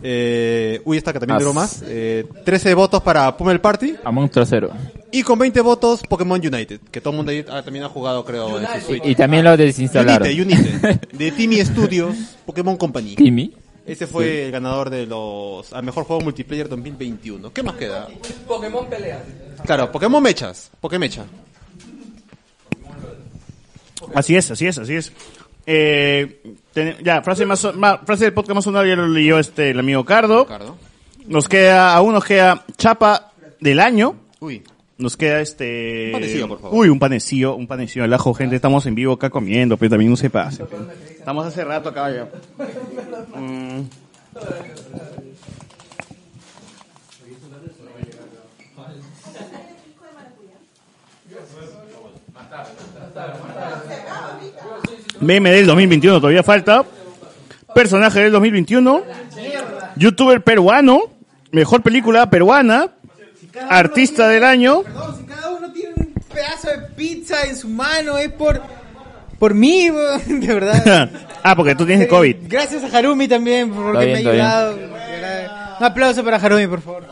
Speaker 3: Eh, uy, esta que también
Speaker 7: As.
Speaker 3: duró más. Eh, 13 votos para Pummel Party.
Speaker 7: Among trasero.
Speaker 3: Y con 20 votos, Pokémon United. Que todo el mundo ahí, ah, también ha jugado, creo. en sus-
Speaker 7: Y, y también lo desinstalaron.
Speaker 3: Unite, Unite. De Timmy Studios, Pokémon Company.
Speaker 7: Timmy.
Speaker 3: Ese fue el ganador de los. Al mejor juego multiplayer 2021. ¿Qué más queda?
Speaker 17: Pokémon pelea.
Speaker 3: Claro, Pokémon Mechas. Pokémecha.
Speaker 2: Así es, así es, así es. Eh, ten- ya, frase, más, so- ma- frase del podcast más sonado ya lo leyó este, el amigo Cardo. Nos queda, aún nos queda chapa del año.
Speaker 3: Uy.
Speaker 2: Nos queda este.
Speaker 3: Un panecillo, por favor.
Speaker 2: Uy, un panecillo, un panecillo al ajo, gente. Estamos en vivo acá comiendo, pero también no se pase. pe. Estamos hace rato acá ya. Mm. Meme del 2021, todavía falta. Personaje del 2021. Youtuber peruano. Mejor película peruana. Artista del año.
Speaker 1: Perdón, si cada uno tiene un pedazo de pizza en su mano, es por, por mí, weón, de verdad.
Speaker 2: ah, porque tú tienes COVID.
Speaker 1: Gracias a Harumi también por- porque
Speaker 2: Está bien,
Speaker 1: me ha
Speaker 2: está
Speaker 1: ayudado. de verdad. Un aplauso para Harumi, por favor.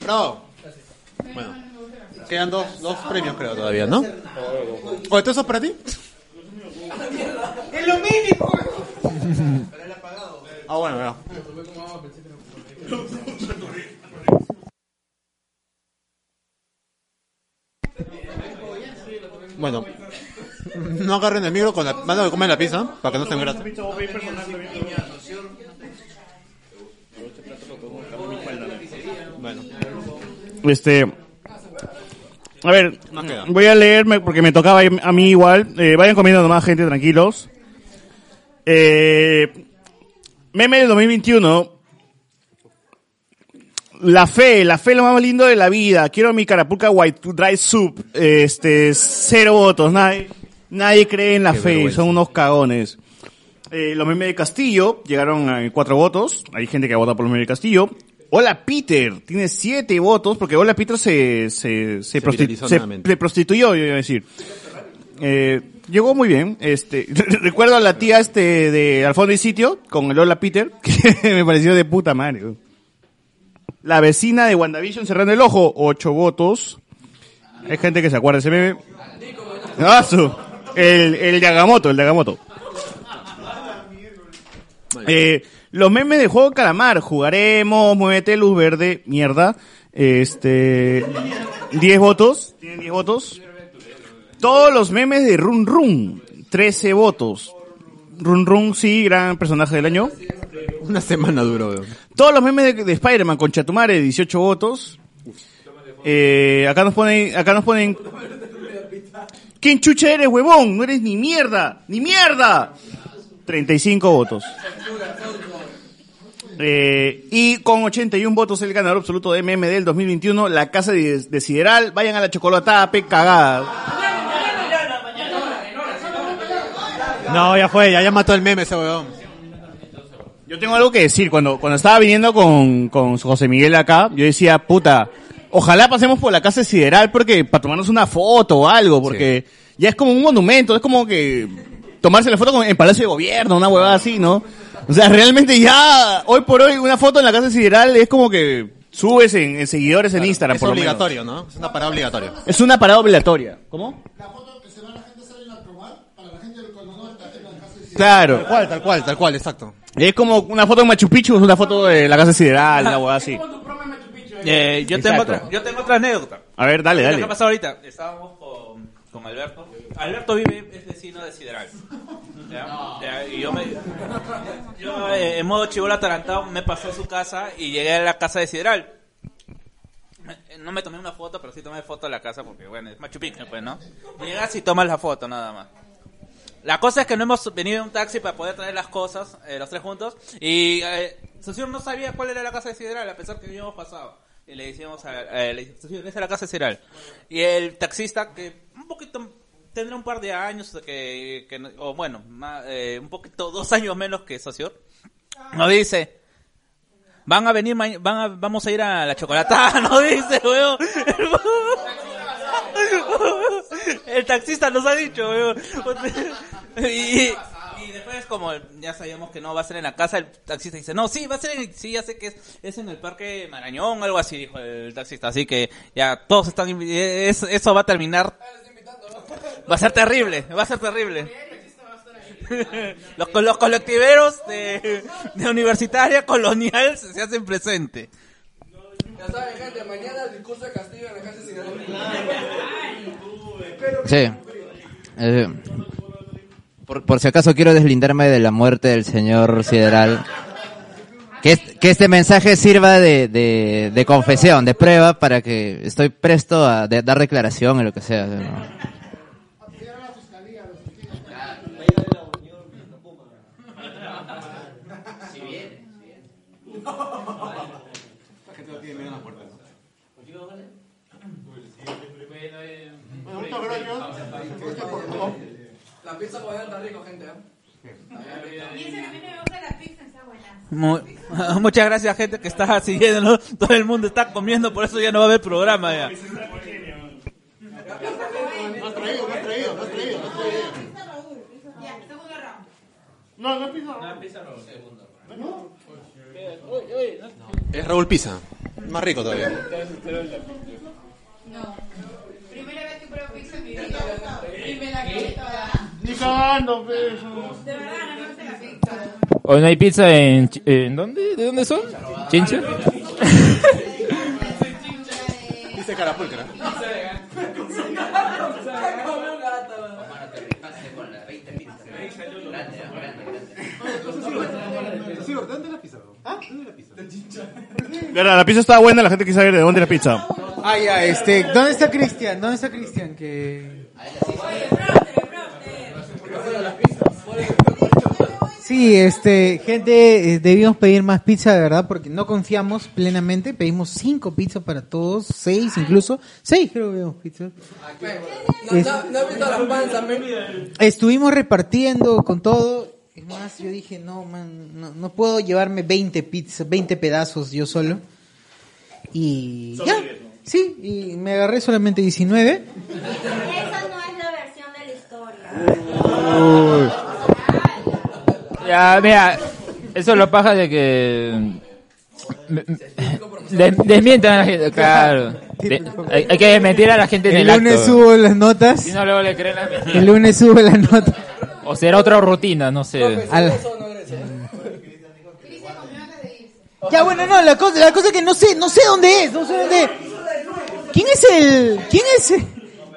Speaker 3: Bravo. Bueno, quedan dos, dos premios, creo, todavía, ¿no? ¿O todo eso es para ti?
Speaker 1: ¡Es lo mínimo!
Speaker 3: Ah, bueno, bueno. Bueno, no agarren el micro con la mano que comen la pizza para que no se engrase.
Speaker 2: Este. A ver,
Speaker 3: Más queda.
Speaker 2: voy a leerme porque me tocaba a mí igual. Eh, vayan comiendo nomás, gente, tranquilos. Eh, meme del 2021. La fe, la fe es lo más lindo de la vida. Quiero mi carapulca white dry soup. Este, cero votos. Nadie, nadie cree en la fe. Son unos cagones. Eh, los memes de Castillo llegaron a cuatro votos. Hay gente que vota por los memes de Castillo. Hola Peter, tiene siete votos porque Hola Peter se, se, se, prosti-
Speaker 3: viralizó
Speaker 2: se-
Speaker 3: nuevamente.
Speaker 2: se prostituyó, yo iba a decir. Eh, llegó muy bien. Este, recuerdo a la tía este de Al fondo y sitio con el Hola Peter, que me pareció de puta madre. La vecina de WandaVision cerrando el ojo, ocho votos. Hay gente que se acuerda de ese meme. Ah, su- El, el Yagamoto, el Yagamoto. Eh, los memes del juego Calamar, jugaremos, muévete, luz verde, mierda. Este. 10 votos. Tienen 10 votos. Todos los memes de Run Run, 13 votos. Run Run, sí, gran personaje del año.
Speaker 3: Una semana duró, weón.
Speaker 2: Todos los memes de, de Spider-Man con Chatumare, 18 votos. Eh, acá nos ponen, acá nos ponen. ¿Quién chucha eres, huevón? No eres ni mierda, ni mierda. 35 votos. Eh, y con 81 votos el ganador absoluto de MM del 2021, la casa de, de Sideral. Vayan a la chocolatada, pe cagada.
Speaker 3: No, ya fue, ya, ya mató el meme ese weón.
Speaker 2: Yo tengo algo que decir. Cuando, cuando estaba viniendo con, con José Miguel acá, yo decía, puta, ojalá pasemos por la casa de Sideral porque para tomarnos una foto o algo, porque ya es como un monumento, es como que tomarse la foto con- en Palacio de Gobierno, una huevada así, ¿no? O sea, realmente ya, hoy por hoy, una foto en la casa de Sideral es como que subes en, en seguidores en Instagram,
Speaker 3: Es
Speaker 2: por lo menos.
Speaker 3: obligatorio, ¿no? Es una parada obligatoria.
Speaker 2: Es una parada obligatoria. ¿Cómo? Claro.
Speaker 3: Tal cual, tal cual, tal cual, exacto.
Speaker 2: Es como una foto de Machu Picchu, es una foto de la casa sideral, una huevada así.
Speaker 10: Eh, yo, tengo
Speaker 2: Exacto.
Speaker 10: otra, yo tengo otra anécdota.
Speaker 2: A ver, dale,
Speaker 10: Mira,
Speaker 2: dale.
Speaker 10: ¿Qué ha pasado ahorita? Estábamos con, con Alberto. Alberto vive, es vecino de Sideral. ¿Ya?
Speaker 20: eh.
Speaker 10: Ya, y yo, me, yo, eh, en modo chivolo atarantado, me pasé a su casa y llegué a la casa de Sideral. Eh, No me tomé una foto, pero sí tomé foto de la casa porque, bueno, es Machu Picchu, pues, ¿no? Llegas y tomas la foto, nada más. La cosa es que no hemos venido en un taxi para poder traer las cosas, eh, los tres juntos, y eh, Socio no sabía cuál era la casa de Sideral, a pesar que habíamos pasado. Y le decíamos a, eh, le dije, "Socio, esa es la casa de Sideral. Y el taxista, que un poquito, tendrá un par de años, que, que no- o bueno, ma- eh, un poquito, dos años menos que Socio, nos dice... Van a venir, ma- van a, vamos a ir a la chocolatada, nos dice, weón. El taxista nos ha dicho, weón. Y, y después, como ya sabíamos que no va a ser en la casa, el taxista dice, no, sí, va a ser en, sí, ya sé que es, es en el Parque Marañón, algo así, dijo el taxista. Así que ya todos están, invi- eh, es- eso va a terminar.
Speaker 8: Ah,
Speaker 10: Va a ser terrible, va a ser terrible. Los, co- los colectiveros de, de universitaria colonial se se hacen presente.
Speaker 17: Ya saben, gente, mañana discurso de Castillo en la casa de Sinaloa.
Speaker 14: Sí. Eh, por, por si acaso quiero deslindarme de la muerte del señor Sideral. Que, est- que este mensaje sirva de, de, de confesión, de prueba, para que estoy presto a de- dar declaración en lo que sea. o sea, ¿no?
Speaker 17: La pizza con está rico, gente. ¿eh?
Speaker 10: Mu- Muchas gracias, gente que está siguiendo. Todo el mundo está comiendo, por eso ya no va a haber programa. Ya.
Speaker 8: No, no pisa. No
Speaker 3: Es Raúl Pisa. Más rico todavía.
Speaker 8: Ni cagando, peso.
Speaker 2: pues.
Speaker 18: Hoy no hay pizza en... Chi- ¿En dónde? ¿De dónde son? ¿Chincha?
Speaker 3: Dice carapulcra.
Speaker 1: ¿Ah?
Speaker 2: Mira, la pizza estaba buena, la gente quiere saber de dónde era la pizza.
Speaker 1: Ah, ya, este. ¿Dónde está Cristian? ¿Dónde está Cristian? Que. Sí, este, gente, eh, debíamos pedir más pizza, de verdad, porque no confiamos plenamente. Pedimos cinco pizzas para todos, seis incluso. Seis creo que pedimos pizzas.
Speaker 13: No, no, no he visto las panzas, men.
Speaker 1: Estuvimos repartiendo con todo. Es más, yo dije, no, man, no, no puedo llevarme 20 pizzas, 20 pedazos yo solo. Y ya, sí, y me agarré solamente 19.
Speaker 26: Esa no es la versión de la historia.
Speaker 7: Ya, mira, eso es lo paja de que. Des- desmientan a la gente, claro. De- hay, hay que desmentir a la gente en
Speaker 1: El
Speaker 7: el,
Speaker 1: lunes
Speaker 7: acto.
Speaker 1: subo las notas.
Speaker 7: Si no, luego le creen la
Speaker 1: El lunes subo las notas.
Speaker 7: O será otra rutina, no sé.
Speaker 1: Al- Ya bueno, no, la cosa, la cosa es que no sé, no sé dónde es, no sé dónde. es. ¿Quién es el quién es el-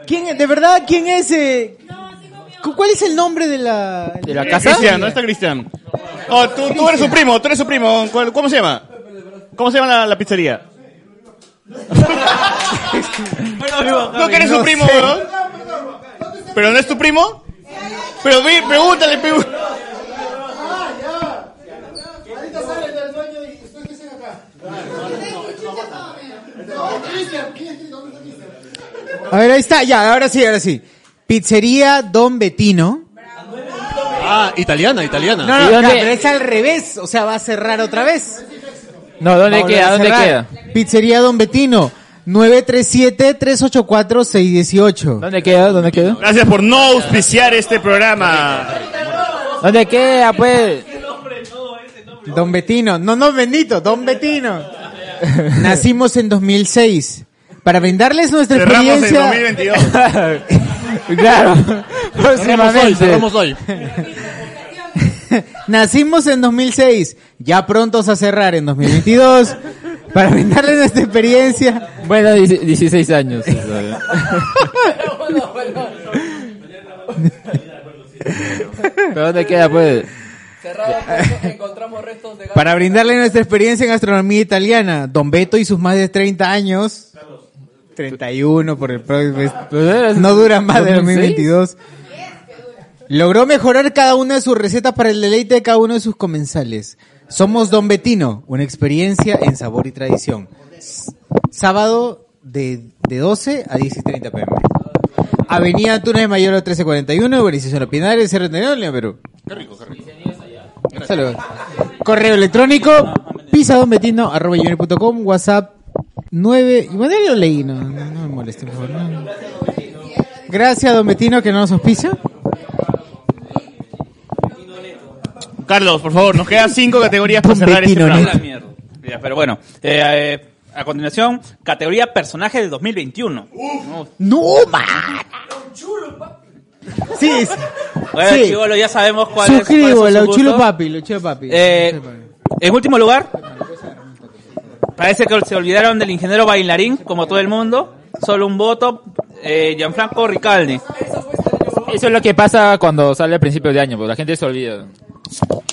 Speaker 1: quién de verdad quién es eh, cu- ¿Cuál es el nombre de la
Speaker 2: ¿De la casa? Cristian, ¿dónde está Cristian? Oh, tú, tú eres su primo, tú eres su primo. ¿Cuál- ¿Cómo se llama? ¿Cómo se llama la, la pizzería? ¿No que eres su primo, weón? ¿Pero no es tu primo? Pero vi, pregúntale, pregúntale.
Speaker 1: A ver, ahí está, ya, ahora sí, ahora sí. Pizzería Don Betino.
Speaker 6: Ah, italiana, italiana.
Speaker 1: No, no, ya, pero es al revés, o sea, va a cerrar otra vez.
Speaker 7: No, ¿dónde
Speaker 1: Va a
Speaker 7: queda?
Speaker 1: volver a
Speaker 7: ¿Dónde
Speaker 1: cerrar. Pizzería Don Betino, 937-384-618.
Speaker 7: ¿Dónde queda? ¿Dónde queda?
Speaker 2: Gracias por no auspiciar este programa.
Speaker 7: ¿Dónde queda, pues?
Speaker 1: Don Betino, no, no, bendito, Don Betino. Nacimos en 2006. Para brindarles nuestra
Speaker 2: Cerramos en
Speaker 1: experiencia.
Speaker 2: 2022.
Speaker 1: Claro, próximamente.
Speaker 2: Cerramos hoy,
Speaker 1: Nacimos en 2006, ya prontos a cerrar en 2022. Para brindarles nuestra experiencia.
Speaker 7: Bueno, 16 años. ¿Pero dónde queda, pues?
Speaker 13: Encontramos restos de
Speaker 1: Para brindarle nuestra experiencia en gastronomía italiana, Don Beto y sus más de 30 años. 31 por el próximo. No dura más de 2022. Logró mejorar cada una de sus recetas para el deleite de cada uno de sus comensales. Somos Don Betino, una experiencia en sabor y tradición. S- Sábado de, de 12 a 10 y 30 pm. Avenida Túnez Mayor 1341, urbanización La Pinares, Cerro Tenerife, León, Perú.
Speaker 6: Qué rico, qué rico.
Speaker 1: Saludos. Correo electrónico, pisadonbetino, arroba gmail.com, WhatsApp 9... Y bueno, ya lo leí, no, no no me moleste, por favor. no, no. Gracias, don Betino, que no nos auspicia.
Speaker 2: Carlos, por favor, nos quedan cinco categorías para cerrar este
Speaker 1: Pompetino,
Speaker 2: programa.
Speaker 10: La mierda. Ya, pero bueno, eh, eh, a continuación, categoría personaje del 2021.
Speaker 1: ¡No, man! Sí, es-
Speaker 10: Bueno,
Speaker 1: sí.
Speaker 10: chivolo, ya sabemos cuál es.
Speaker 1: Suscribo,
Speaker 10: cuáles son
Speaker 1: lo
Speaker 10: sus
Speaker 1: chulo
Speaker 10: gustos.
Speaker 1: papi, lo chulo papi.
Speaker 10: Eh, en último lugar, parece que se olvidaron del ingeniero bailarín, como todo el mundo. Solo un voto, eh, Gianfranco Ricaldi.
Speaker 7: Eso es lo que pasa cuando sale a principios de año, porque la gente se olvida.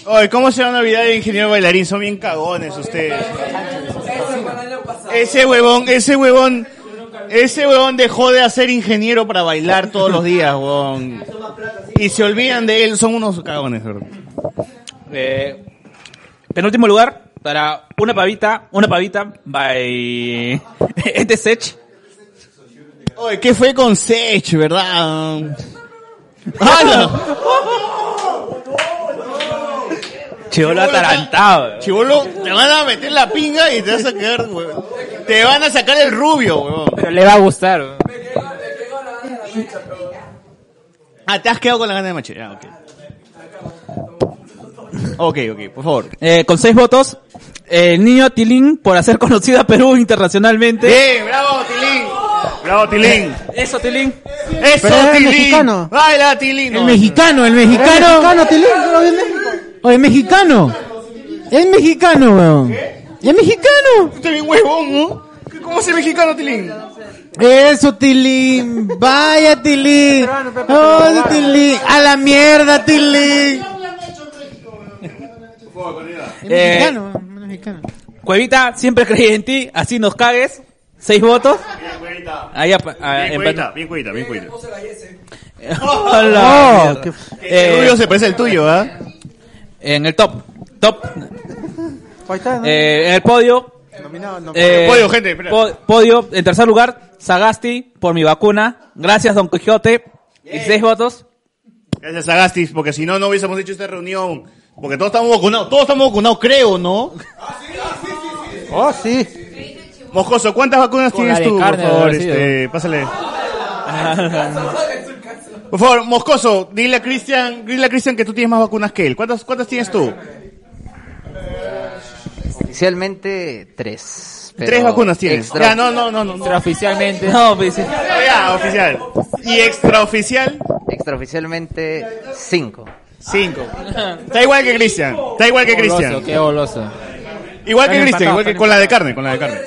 Speaker 2: Oye, ¿cómo se van a olvidar del ingeniero bailarín? Son bien cagones ustedes. Ese huevón, ese huevón, ese huevón dejó de hacer ingeniero para bailar todos los días, huevón. Y se olvidan de él, son unos cagones, huevón.
Speaker 10: Eh, penúltimo lugar, para una pavita, una pavita, by este Sech.
Speaker 2: Oye, ¿qué fue con Sech, verdad? Ah, ¡Hala!
Speaker 10: Chivolo atarantado.
Speaker 2: Chivolo, te van a meter la pinga y te vas a quedar, huevón. Te van a sacar el rubio, huevón.
Speaker 7: Pero le va a gustar. huevón.
Speaker 2: Ah, te has quedado con la gana de macho. Ya, ok. Ok, ok, por favor.
Speaker 10: Eh, con seis votos, eh, el niño Tilín por hacer conocido a Perú internacionalmente.
Speaker 2: Bien, bravo, Tilín. Bravo, Tilín.
Speaker 10: Eso, Tilín.
Speaker 2: Eso,
Speaker 1: Pero era
Speaker 2: Tilín.
Speaker 1: mexicano.
Speaker 2: Baila, Tilín.
Speaker 1: El mexicano, el mexicano.
Speaker 2: Era mexicano,
Speaker 1: O el mexicano. Es mexicano, weón. Es mexicano.
Speaker 2: Usted bien huevón, ¿no? ¿Cómo se mexicano, Tilín?
Speaker 1: Eso, Tilín. Vaya, Tilín. Oh, Tilín. A la mierda, Tilín.
Speaker 10: Eh,
Speaker 2: Eh.
Speaker 1: mexicano, mexicano.
Speaker 10: Cuevita, siempre creí en ti, así nos cagues. Seis votos. Ahí apa- ah,
Speaker 30: Bien
Speaker 10: empat-
Speaker 30: cuita, bien cuita, bien cuita.
Speaker 10: Hola,
Speaker 30: Oh,
Speaker 10: mierda. Eh,
Speaker 2: qué- El tuyo se parece al tuyo, ¿ah?
Speaker 10: En el top. Top.
Speaker 22: Ahí está, ¿no?
Speaker 10: Eh, en el podio.
Speaker 22: Nominado, no.
Speaker 10: eh,
Speaker 22: Podio, gente, espera.
Speaker 10: po- podio. En tercer lugar, Sagasti, por mi vacuna. Gracias, Don Quijote. Y seis votos.
Speaker 2: Gracias a Gastis, porque si no, no hubiésemos hecho esta reunión. Porque todos estamos vacunados, todos estamos vacunados, creo, ¿no?
Speaker 22: Oh, sí.
Speaker 2: Moscoso, ¿cuántas vacunas
Speaker 22: Con la
Speaker 2: tienes
Speaker 22: de
Speaker 2: tú, por
Speaker 22: carne,
Speaker 2: favor?
Speaker 22: habrá sido.
Speaker 2: Este, pásale. Por favor, Moscoso, dile a Cristian, dile a Cristian que tú tienes más vacunas que él. ¿Cuántas, cuántas tienes tú?
Speaker 18: Oficialmente tres. pero
Speaker 2: Tres vacunas tienes.
Speaker 18: extra-
Speaker 2: Ya, no, no, no, no.
Speaker 18: Extraoficialmente.
Speaker 10: No, oficial.
Speaker 2: Ya, oficial. ¿Y extraoficial?
Speaker 18: Extraoficialmente cinco.
Speaker 2: Cinco. Está igual que Cristian. Está igual que
Speaker 18: Goloso,
Speaker 2: Cristian.
Speaker 18: qué goloso.
Speaker 2: Igual que Cristian,
Speaker 18: Están empatados,
Speaker 2: igual que
Speaker 18: están
Speaker 2: con la de carne, con la de carne.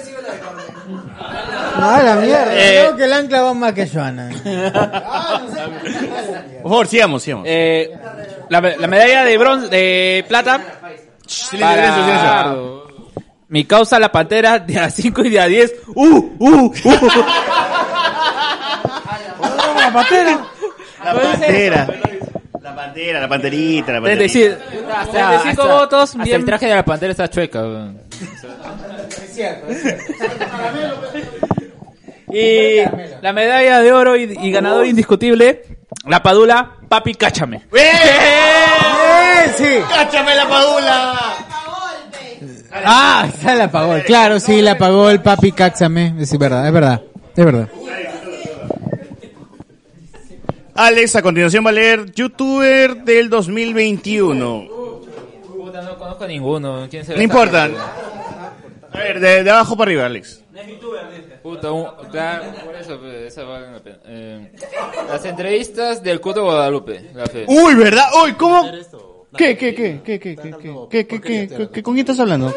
Speaker 1: Ah, la mierda.
Speaker 2: Eh,
Speaker 1: Creo que el ancla va más que Joana.
Speaker 2: Por favor, sigamos, sigamos.
Speaker 10: Eh, la, la medalla de bronce, de plata.
Speaker 2: silencio, silencio.
Speaker 10: Mi causa la pantera de a 5 y de a 10. ¡Uh! ¡Uh! ¡Uh!
Speaker 2: la pantera. La pantera. La pantera, la panterita, la panterita.
Speaker 10: 35,
Speaker 7: Hasta-
Speaker 10: 35
Speaker 7: hasta-
Speaker 10: votos.
Speaker 7: hasta
Speaker 10: bien.
Speaker 7: el traje de la pantera está chueca. weón.
Speaker 10: Y la medalla de oro y, y ganador indiscutible. La padula, papi, cáchame.
Speaker 1: Sí.
Speaker 2: ¡Cáchame la padula!
Speaker 1: Ah, esa la pagó. Claro, sí, la pagó el papi Cáxame. Es verdad, es verdad. Es verdad.
Speaker 2: Alex, a continuación va a leer YouTuber del 2021.
Speaker 7: Puta, no conozco Pues ninguno. ¿Quién se
Speaker 2: No importa. A ver, de, de abajo para arriba, Alex.
Speaker 7: Puta, un- claro, por eso, pe, esa vale la pena. Eh, las entrevistas del Cuto Guadalupe. la fe.
Speaker 2: Uy, ¿verdad? Uy, ¿cómo? ¿Qué, qué, qué, qué, qué, qué, qué, qué, qué, qué, qué, qué, con quién estás hablando?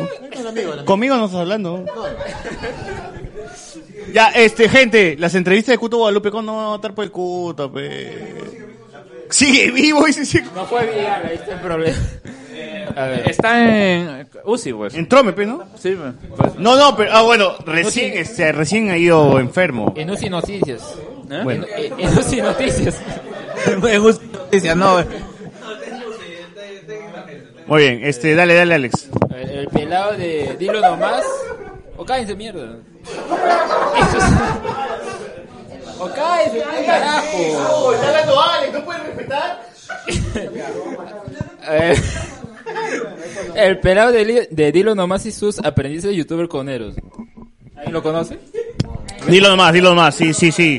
Speaker 2: Conmigo no estás hablando. Ya, este, gente, las entrevistas de Cuto Guadalupe, ¿cuándo van a votar por el Cuto, pe? Sigue vivo y se sigue.
Speaker 7: No fue bien, ahí está el problema. A ver.
Speaker 10: Está en UCI, pues.
Speaker 2: En Trompe, ¿no?
Speaker 10: Sí, pues.
Speaker 2: No, no, pero, ah, bueno, recién, este, recién ha ido enfermo.
Speaker 7: En UCI Noticias.
Speaker 2: Bueno.
Speaker 7: En, ¿Eh? en- en UCI Noticias.
Speaker 10: en UCI Noticias, no.
Speaker 7: eh.
Speaker 2: Muy bien, este, dale, dale, Alex.
Speaker 7: A ver, El pelado de Dilo Nomás. O cállense, mierda. Eso es- O cállense, carajo.
Speaker 2: ¿no puedes respetar?
Speaker 7: A ver. El pelado de, Li- de Dilo Nomás y sus aprendices de youtuber coneros. ¿Alguien lo conoce?
Speaker 2: Dilo nomás, dilo nomás, sí, sí, sí.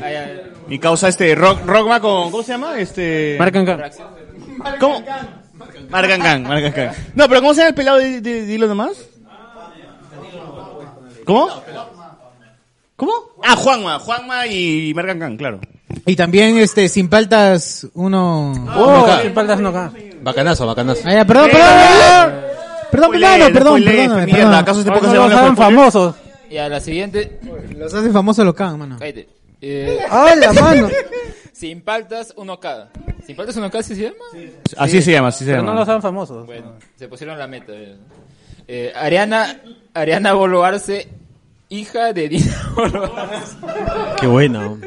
Speaker 2: Mi causa este, rock, rockma con, ¿cómo se llama? Este... ¿Cómo? Marcan Gang, Marcan Gang. No, pero ¿cómo se llama el pelado de, de- Dilo nomás? ¿Cómo? ¿Cómo? Ah, Juanma, Juanma y Marcan Gang, claro.
Speaker 1: Y también, este, sin paltas, uno...
Speaker 3: Oh,
Speaker 1: acá.
Speaker 2: eh,
Speaker 3: sin
Speaker 1: paltas no acá.
Speaker 3: Bacanazo, bacanazo.
Speaker 1: Ah, ya, perdón, perdón, perdón. Perdón,
Speaker 2: Spoiler,
Speaker 1: pelado, perdón,
Speaker 2: spoiler,
Speaker 1: perdón.
Speaker 2: mierda, ¿acaso este podcast se van a
Speaker 1: hacen
Speaker 2: spoiler?
Speaker 1: famosos.
Speaker 7: Y a la siguiente.
Speaker 1: Los hacen famosos los can, mano.
Speaker 7: Cállate. Eh,
Speaker 1: ¡Hala, mano!
Speaker 7: Sin paltas, 1K. ¿Sin paltas, 1K sí se llama?
Speaker 2: Así se llama, así se
Speaker 13: Pero
Speaker 2: llama.
Speaker 13: no los saben famosos.
Speaker 7: Bueno, se pusieron la meta. eh. Eh, Ariana, Ariana Boloarse, hija de Dina Boloarse.
Speaker 3: Qué bueno.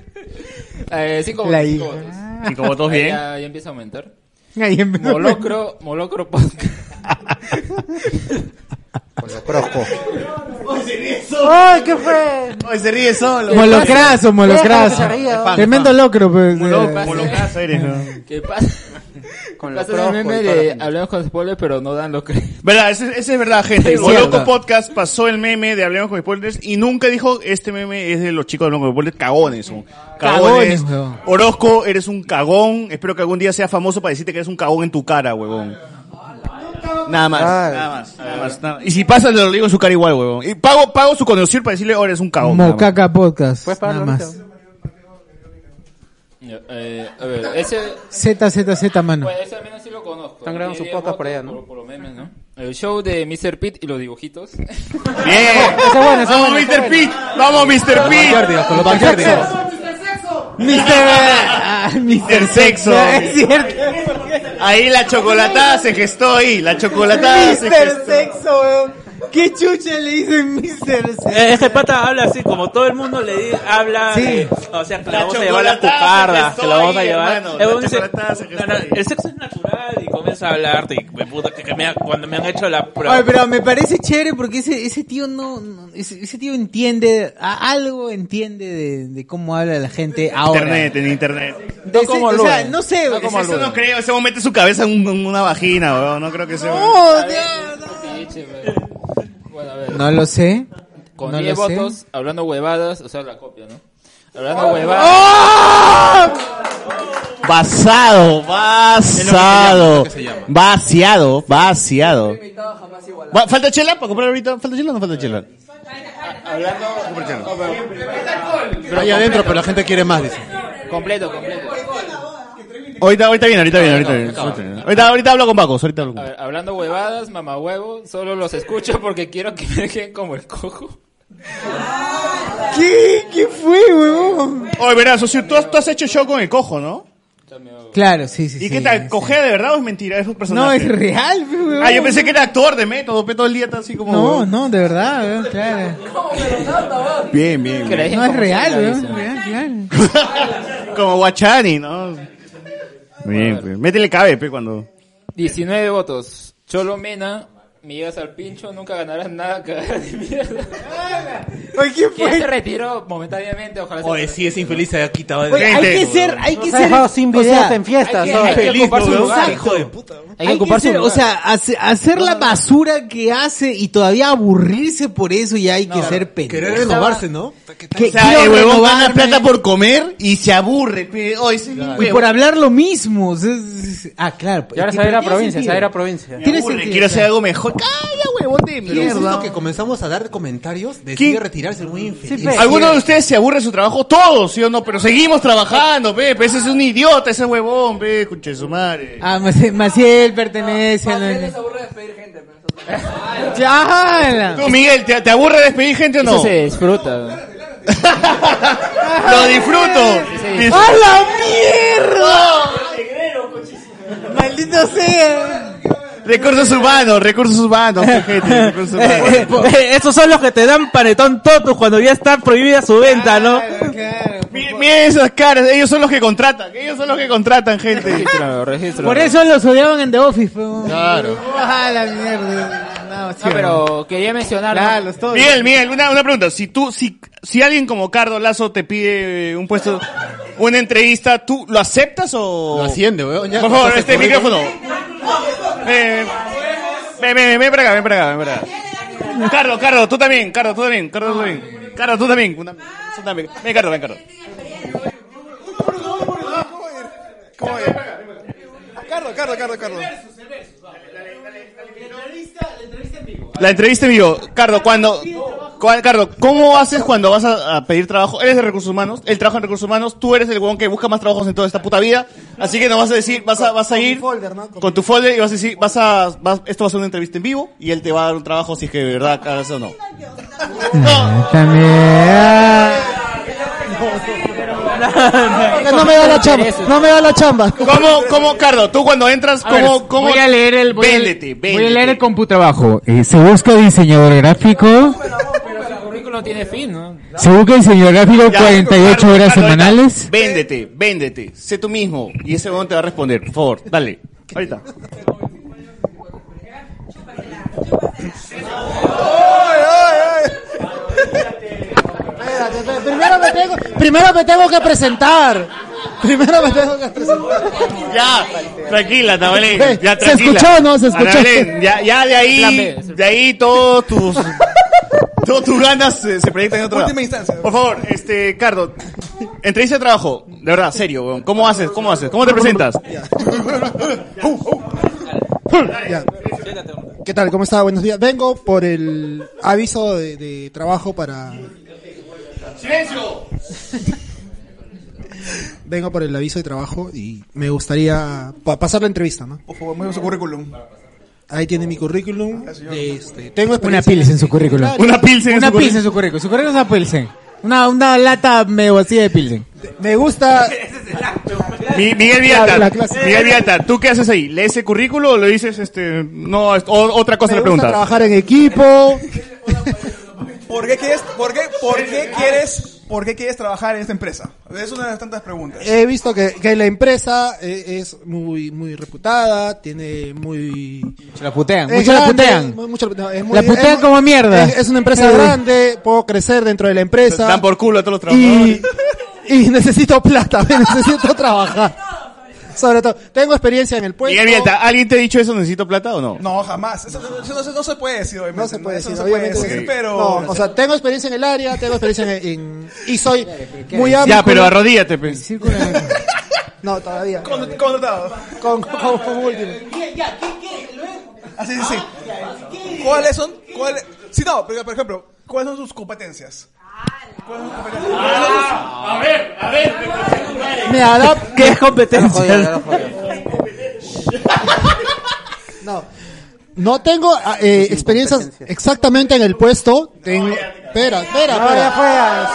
Speaker 7: Eh, cinco
Speaker 3: La
Speaker 7: votos.
Speaker 3: hija.
Speaker 7: cinco votos.
Speaker 3: Cinco votos,
Speaker 7: Ahí
Speaker 3: bien.
Speaker 7: Ya, ya empieza a aumentar.
Speaker 1: Ahí empieza a aumentar.
Speaker 7: Molocro, Molocro Podcast.
Speaker 22: Prosco.
Speaker 13: ¡Ay, qué fue!
Speaker 2: Ay, se ríe solo.
Speaker 1: Molocrazo, molocrazo.
Speaker 13: Deja que se ría,
Speaker 2: ¿no?
Speaker 1: Tremendo locro, pues.
Speaker 2: Moloco,
Speaker 1: eh.
Speaker 2: molocazo eres, ¿no?
Speaker 7: ¿Qué pasa?
Speaker 13: Con
Speaker 7: pasa
Speaker 13: los
Speaker 7: el
Speaker 13: projos
Speaker 7: meme
Speaker 13: y toda
Speaker 7: de
Speaker 13: la-
Speaker 7: hablamos con spoilers, pero no dan los créditos.
Speaker 2: ¿Verdad? Ese, ese es verdad, gente.
Speaker 7: Es
Speaker 2: El
Speaker 7: cierto.
Speaker 2: Loco Podcast pasó el meme de Hablemos con Spoilers y nunca dijo, este meme es de los chicos de Hablemos con Spoilers, cagones. son. Cagones.
Speaker 1: Cagones, weón.
Speaker 2: Orozco, eres un cagón. Espero que algún día seas famoso para decirte que eres un cagón en tu cara, huevón. Nada más,
Speaker 22: Ay.
Speaker 2: nada más, nada más, nada más. Y si pasa, le lo digo en su cara igual, huevón. Y pago, pago su conducir para decirle, ahora eres un cagón. nada más.
Speaker 1: Mocaca Podcast. nada más.
Speaker 7: Ya, eh, a ver, ese.
Speaker 1: Z, Z, Z, mano.
Speaker 7: Pues ese al menos sí lo conozco.
Speaker 13: Están grabando sus
Speaker 7: Diría
Speaker 13: podcasts
Speaker 7: voto
Speaker 13: por allá, ¿no?
Speaker 7: Por, por los memes, ¿no? El show de Mr. Pete y los dibujitos.
Speaker 2: Bien.
Speaker 13: Ese es bueno, ese es
Speaker 2: Vamos,
Speaker 13: bueno, ese es
Speaker 2: Mr.
Speaker 13: bueno.
Speaker 2: Pete. Vamos, Mr. Pete.
Speaker 3: Con los bancarios.
Speaker 2: Mr. Mr. Sexo.
Speaker 1: Es cierto.
Speaker 2: Ahí la chocolatada se gestó ahí. La chocolatada se
Speaker 1: Mister
Speaker 2: gestó.
Speaker 1: Sexo, weón. ¿Qué chucha le dicen Mister?
Speaker 22: Eh, Este pata habla así, como todo el mundo le di- habla.
Speaker 1: Sí.
Speaker 22: eh, o sea, que la La vamos a llevar la chocolataza cucarda, que que la vamos a soy, llevar. hermano, Eh, la uno dice, chocolataza que "No, no, soy". el sexo es natural y comienza a hablarte. Y me puta, que, que me ha- cuando me han hecho la prueba.
Speaker 1: Oye, pero me parece chévere porque ese, ese tío no, no- ese, ese tío entiende, a- algo entiende de, de cómo habla la gente ahora.
Speaker 2: Internet, en internet.
Speaker 1: De ese- o sea, no sé,
Speaker 2: No como Eso no creo, ese momento su cabeza en, un- una vagina, weón. No creo que sea.
Speaker 1: No,
Speaker 13: No lo sé.
Speaker 18: Con
Speaker 13: No
Speaker 18: 10
Speaker 13: lo sé.
Speaker 18: votos, hablando huevadas, o sea, la copia, ¿no? Hablando
Speaker 1: ¡Oh!
Speaker 18: huevadas.
Speaker 2: ¡Oh! Basado,
Speaker 18: basado,
Speaker 2: basado. Vaciado, vaciado. ¿Falta chela para comprar ahorita? ¿Falta chela o no falta chela?
Speaker 3: Ahí adentro, pero la gente quiere más, dice.
Speaker 18: Completo, completo.
Speaker 2: Ahorita, ahorita viene, ahorita viene, ahorita viene. Ahorita, ahorita hablo con Paco, ahorita hablo
Speaker 18: A
Speaker 2: con
Speaker 18: ver, hablando huevadas, mamá huevo, solo los escucho porque quiero que me dejen como el cojo.
Speaker 2: ¿Qué? ¿Qué fue, weón? Oye, verás, socio, tú, tú has hecho show con el cojo, ¿no?
Speaker 1: Claro, sí, sí.
Speaker 2: ¿Y qué tal? ¿Cogea de verdad o es mentira? Es un personaje.
Speaker 1: No, es real, pe, weón.
Speaker 2: Ah, yo pensé que era actor de método, pero todo el día está así como.
Speaker 1: No, no, de verdad, weón, claro.
Speaker 2: Bien, bien. bien.
Speaker 1: No es real, weón, es real, real.
Speaker 2: Como Guachani, ¿no? Bien, pues. Métele cabe, pe, cuando.
Speaker 18: 19 votos. Cholo Mena, me llegas al pincho, nunca ganarás nada, cagada de mierda.
Speaker 1: Oye, ¿quién
Speaker 18: ¿Quién
Speaker 1: fue?
Speaker 18: se retiró momentáneamente? Ojalá
Speaker 22: Oye, sí, es infeliz, se ha quitado el
Speaker 1: Oye, hay que ser, hay que ser. o sea,
Speaker 18: hay que- hay que ocupar su lugar,
Speaker 1: Exacto.
Speaker 22: hijo de puta.
Speaker 1: Hay que ocuparse
Speaker 13: ser-
Speaker 1: o sea, hace- hacer la basura que hace y todavía aburrirse por eso ya hay que ser pendejo.
Speaker 2: Querer renovarse,
Speaker 1: ¿no?
Speaker 2: o sea, el huevón gana plata por comer y se aburre, pe. Oye, ese es mi
Speaker 1: Y
Speaker 2: huevón.
Speaker 1: por hablar lo mismo. o sea, es- es- ah, claro.
Speaker 11: Y ahora se
Speaker 1: es que-
Speaker 11: va a ir
Speaker 1: pero
Speaker 11: a
Speaker 1: tiene
Speaker 11: provincia, se va a ir a
Speaker 1: sentido.
Speaker 11: provincia.
Speaker 1: Tiene sentido,
Speaker 2: quiero hacer
Speaker 1: claro.
Speaker 2: algo mejor. ¡Calla, huevón de
Speaker 3: Pero es
Speaker 2: mierda!
Speaker 3: lo que comenzamos a dar comentarios, decide retirarse el muy infeliz.
Speaker 1: pues.
Speaker 2: Algunos de ustedes se aburre de su trabajo, todos, ¿sí o no? Pero seguimos trabajando, pe. pe, Ese es un idiota, ese huevón, pe. Escuche su madre.
Speaker 1: Ah, Maciel, Maciel pertenece a la... ¡Ya!
Speaker 2: Tú, Miguel, ¿te, te aburre despedir gente o no?
Speaker 18: Eso se disfruta.
Speaker 2: Lo disfruto. Dis-
Speaker 1: ¡A la mierda! ¡Maldito sea!
Speaker 2: Recursos humanos, recursos humanos, pe, gente, recursos
Speaker 1: Eh,
Speaker 2: humanos.
Speaker 5: Esos son los que te dan panetón totus cuando ya está prohibida su venta, ¿no?
Speaker 2: Miren miren esas caras, ellos son los que contratan, ellos son los que contratan gente.
Speaker 1: Por eso los odiaban en The Office.
Speaker 2: Claro.
Speaker 1: ¡A Ah, la mierda! No, sí,
Speaker 18: No, pero quería mencionar.
Speaker 1: Claro, los todos.
Speaker 2: Miguel, Miguel, una, una pregunta. Si tú, si, si alguien como Cardo Lazo te pide eh, un puesto, una entrevista, ¿tú lo aceptas o...?
Speaker 3: Lo asciende, weón, ya.
Speaker 2: Por favor,
Speaker 3: Pasa
Speaker 2: este
Speaker 3: por ahí.
Speaker 2: micrófono. Ven, ven, ven, ven para acá, ven para acá, ven para acá. Cardo, Cardo, tú también, Cardo, tú también, Cardo, tú también. Cardo, tú también. una- tú también. Ven, Cardo, ven, Cardo.
Speaker 12: Cardo, Cardo, Cardo, Cardo.
Speaker 2: La entrevista en vivo. Cardo, cuando... cua- Cardo, ¿cómo haces cuando vas a, a pedir trabajo? Eres de recursos humanos, él trabaja en recursos humanos, tú eres el huevón que busca más trabajos en toda esta puta vida, así que nos vas a decir, vas a, vas a ir con tu folder y vas a decir, vas a, vas- esto va a ser una entrevista en vivo y él te va a dar un trabajo si es que de verdad cagas o no.
Speaker 19: Porque no me da la chamba, no me da la chamba.
Speaker 2: ¿Cómo, cómo, Cardo, tú cuando entras,
Speaker 19: A ver,
Speaker 2: cómo, cómo?
Speaker 19: voy a leer el- voy a-
Speaker 2: Véndete,
Speaker 19: voy a
Speaker 2: véndete.
Speaker 13: leer el computrabajo. Eh, se busca diseñador gráfico.
Speaker 18: El currículum tiene fin, ¿no?
Speaker 13: Se busca diseñador gráfico
Speaker 2: Ya,
Speaker 13: 48
Speaker 2: Cardo,
Speaker 13: horas
Speaker 2: Cardo, ahorita.
Speaker 13: semanales.
Speaker 2: Véndete, véndete, sé tú mismo y ese huevón te va a responder, por favor, dale. Ahorita.
Speaker 19: Espérate, espérate, Primero me tengo, primero me tengo que presentar. Primero me tengo que presentar.
Speaker 2: Ya, tranquila, Tabalén.
Speaker 19: Ve,
Speaker 2: Ya,
Speaker 19: ¿se
Speaker 2: tranquila.
Speaker 19: escuchó o no? ¿Se escuchó?
Speaker 2: Ana Belén, ya, ya de ahí, de ahí todos tus, todos tus ganas se, se proyectan en otro lado.
Speaker 12: Última instancia.
Speaker 2: Por favor, este, Cardo, entrevista de trabajo, de verdad, serio, weón. ¿Cómo haces? ¿Cómo haces? ¿Cómo te presentas?
Speaker 19: Ya. ¿Qué tal? ¿Cómo está? Buenos días. Vengo por el aviso de, de trabajo para.
Speaker 2: ¡Silencio!
Speaker 19: Vengo por el aviso de trabajo y me gustaría pa- pasar la entrevista, ¿no?
Speaker 12: Por favor, mueve su currículum.
Speaker 19: Ahí tiene mi currículum. Este, tengo
Speaker 13: Una
Speaker 19: experiencia
Speaker 13: pils en su currículum.
Speaker 19: Una pilsen en
Speaker 13: Una
Speaker 19: su
Speaker 13: pilsen en su currículum. Su currículum es una pilsen. Una, una lata medio vacía de pilsen.
Speaker 19: Me gusta.
Speaker 2: Mi- Miguel
Speaker 13: La-
Speaker 2: Vialta,
Speaker 13: la clase.
Speaker 2: Miguel Vialta, ¿tú qué haces ahí? ¿Lees el currículo o lo dices, este, no, es- o- otra cosa le preguntas?
Speaker 19: trabajar en equipo.
Speaker 12: ¿Por qué quieres, por qué, por qué quieres, por qué quieres trabajar en esta empresa? Es una de las tantas preguntas.
Speaker 19: He visto que, que la empresa eh, es muy muy reputada, tiene muy...
Speaker 1: Se la putean,
Speaker 19: es
Speaker 1: mucho la
Speaker 19: grande,
Speaker 1: putean.
Speaker 19: muy- mucho la putean, es muy-
Speaker 1: La putean
Speaker 19: es muy-
Speaker 1: como mierda.
Speaker 19: Es, es una empresa
Speaker 1: Sí.
Speaker 19: grande, puedo crecer dentro de la empresa.
Speaker 2: Dan por culo a todos los trabajadores.
Speaker 19: y, y necesito plata, necesito trabajar. Sobre todo, tengo experiencia en el puesto.
Speaker 2: Miguel Vialta, ¿alguien te ha dicho eso? ¿Necesito plata o no?
Speaker 12: No, jamás. Eso, eso- eso no, se- no se puede decir, obviamente. No se puede
Speaker 19: decir,
Speaker 12: no se puede
Speaker 19: obviamente.
Speaker 12: decir, pero...
Speaker 19: No, o sea, tengo experiencia en el área, tengo experiencia en, en- y soy muy hábil.
Speaker 2: Ya,
Speaker 19: con-
Speaker 2: pero arrodíllate, pues. pe.
Speaker 19: No, todavía.
Speaker 12: Con, contratado.
Speaker 19: Con, con, último.
Speaker 12: Así, Ah, sí, sí. ¿Cuáles son? ¿Cuáles? Sí, no, pero por ejemplo, ¿cuáles son sus competencias? ¿Cuáles son sus competencias?
Speaker 2: Ah,
Speaker 13: A ver, a ver.
Speaker 19: Me adapto. ¿Qué
Speaker 13: competencia?
Speaker 19: No. No tengo ah, eh, experiencias exactamente en el puesto. Tengo- Espera, espera,
Speaker 13: No,
Speaker 19: espera.
Speaker 13: ya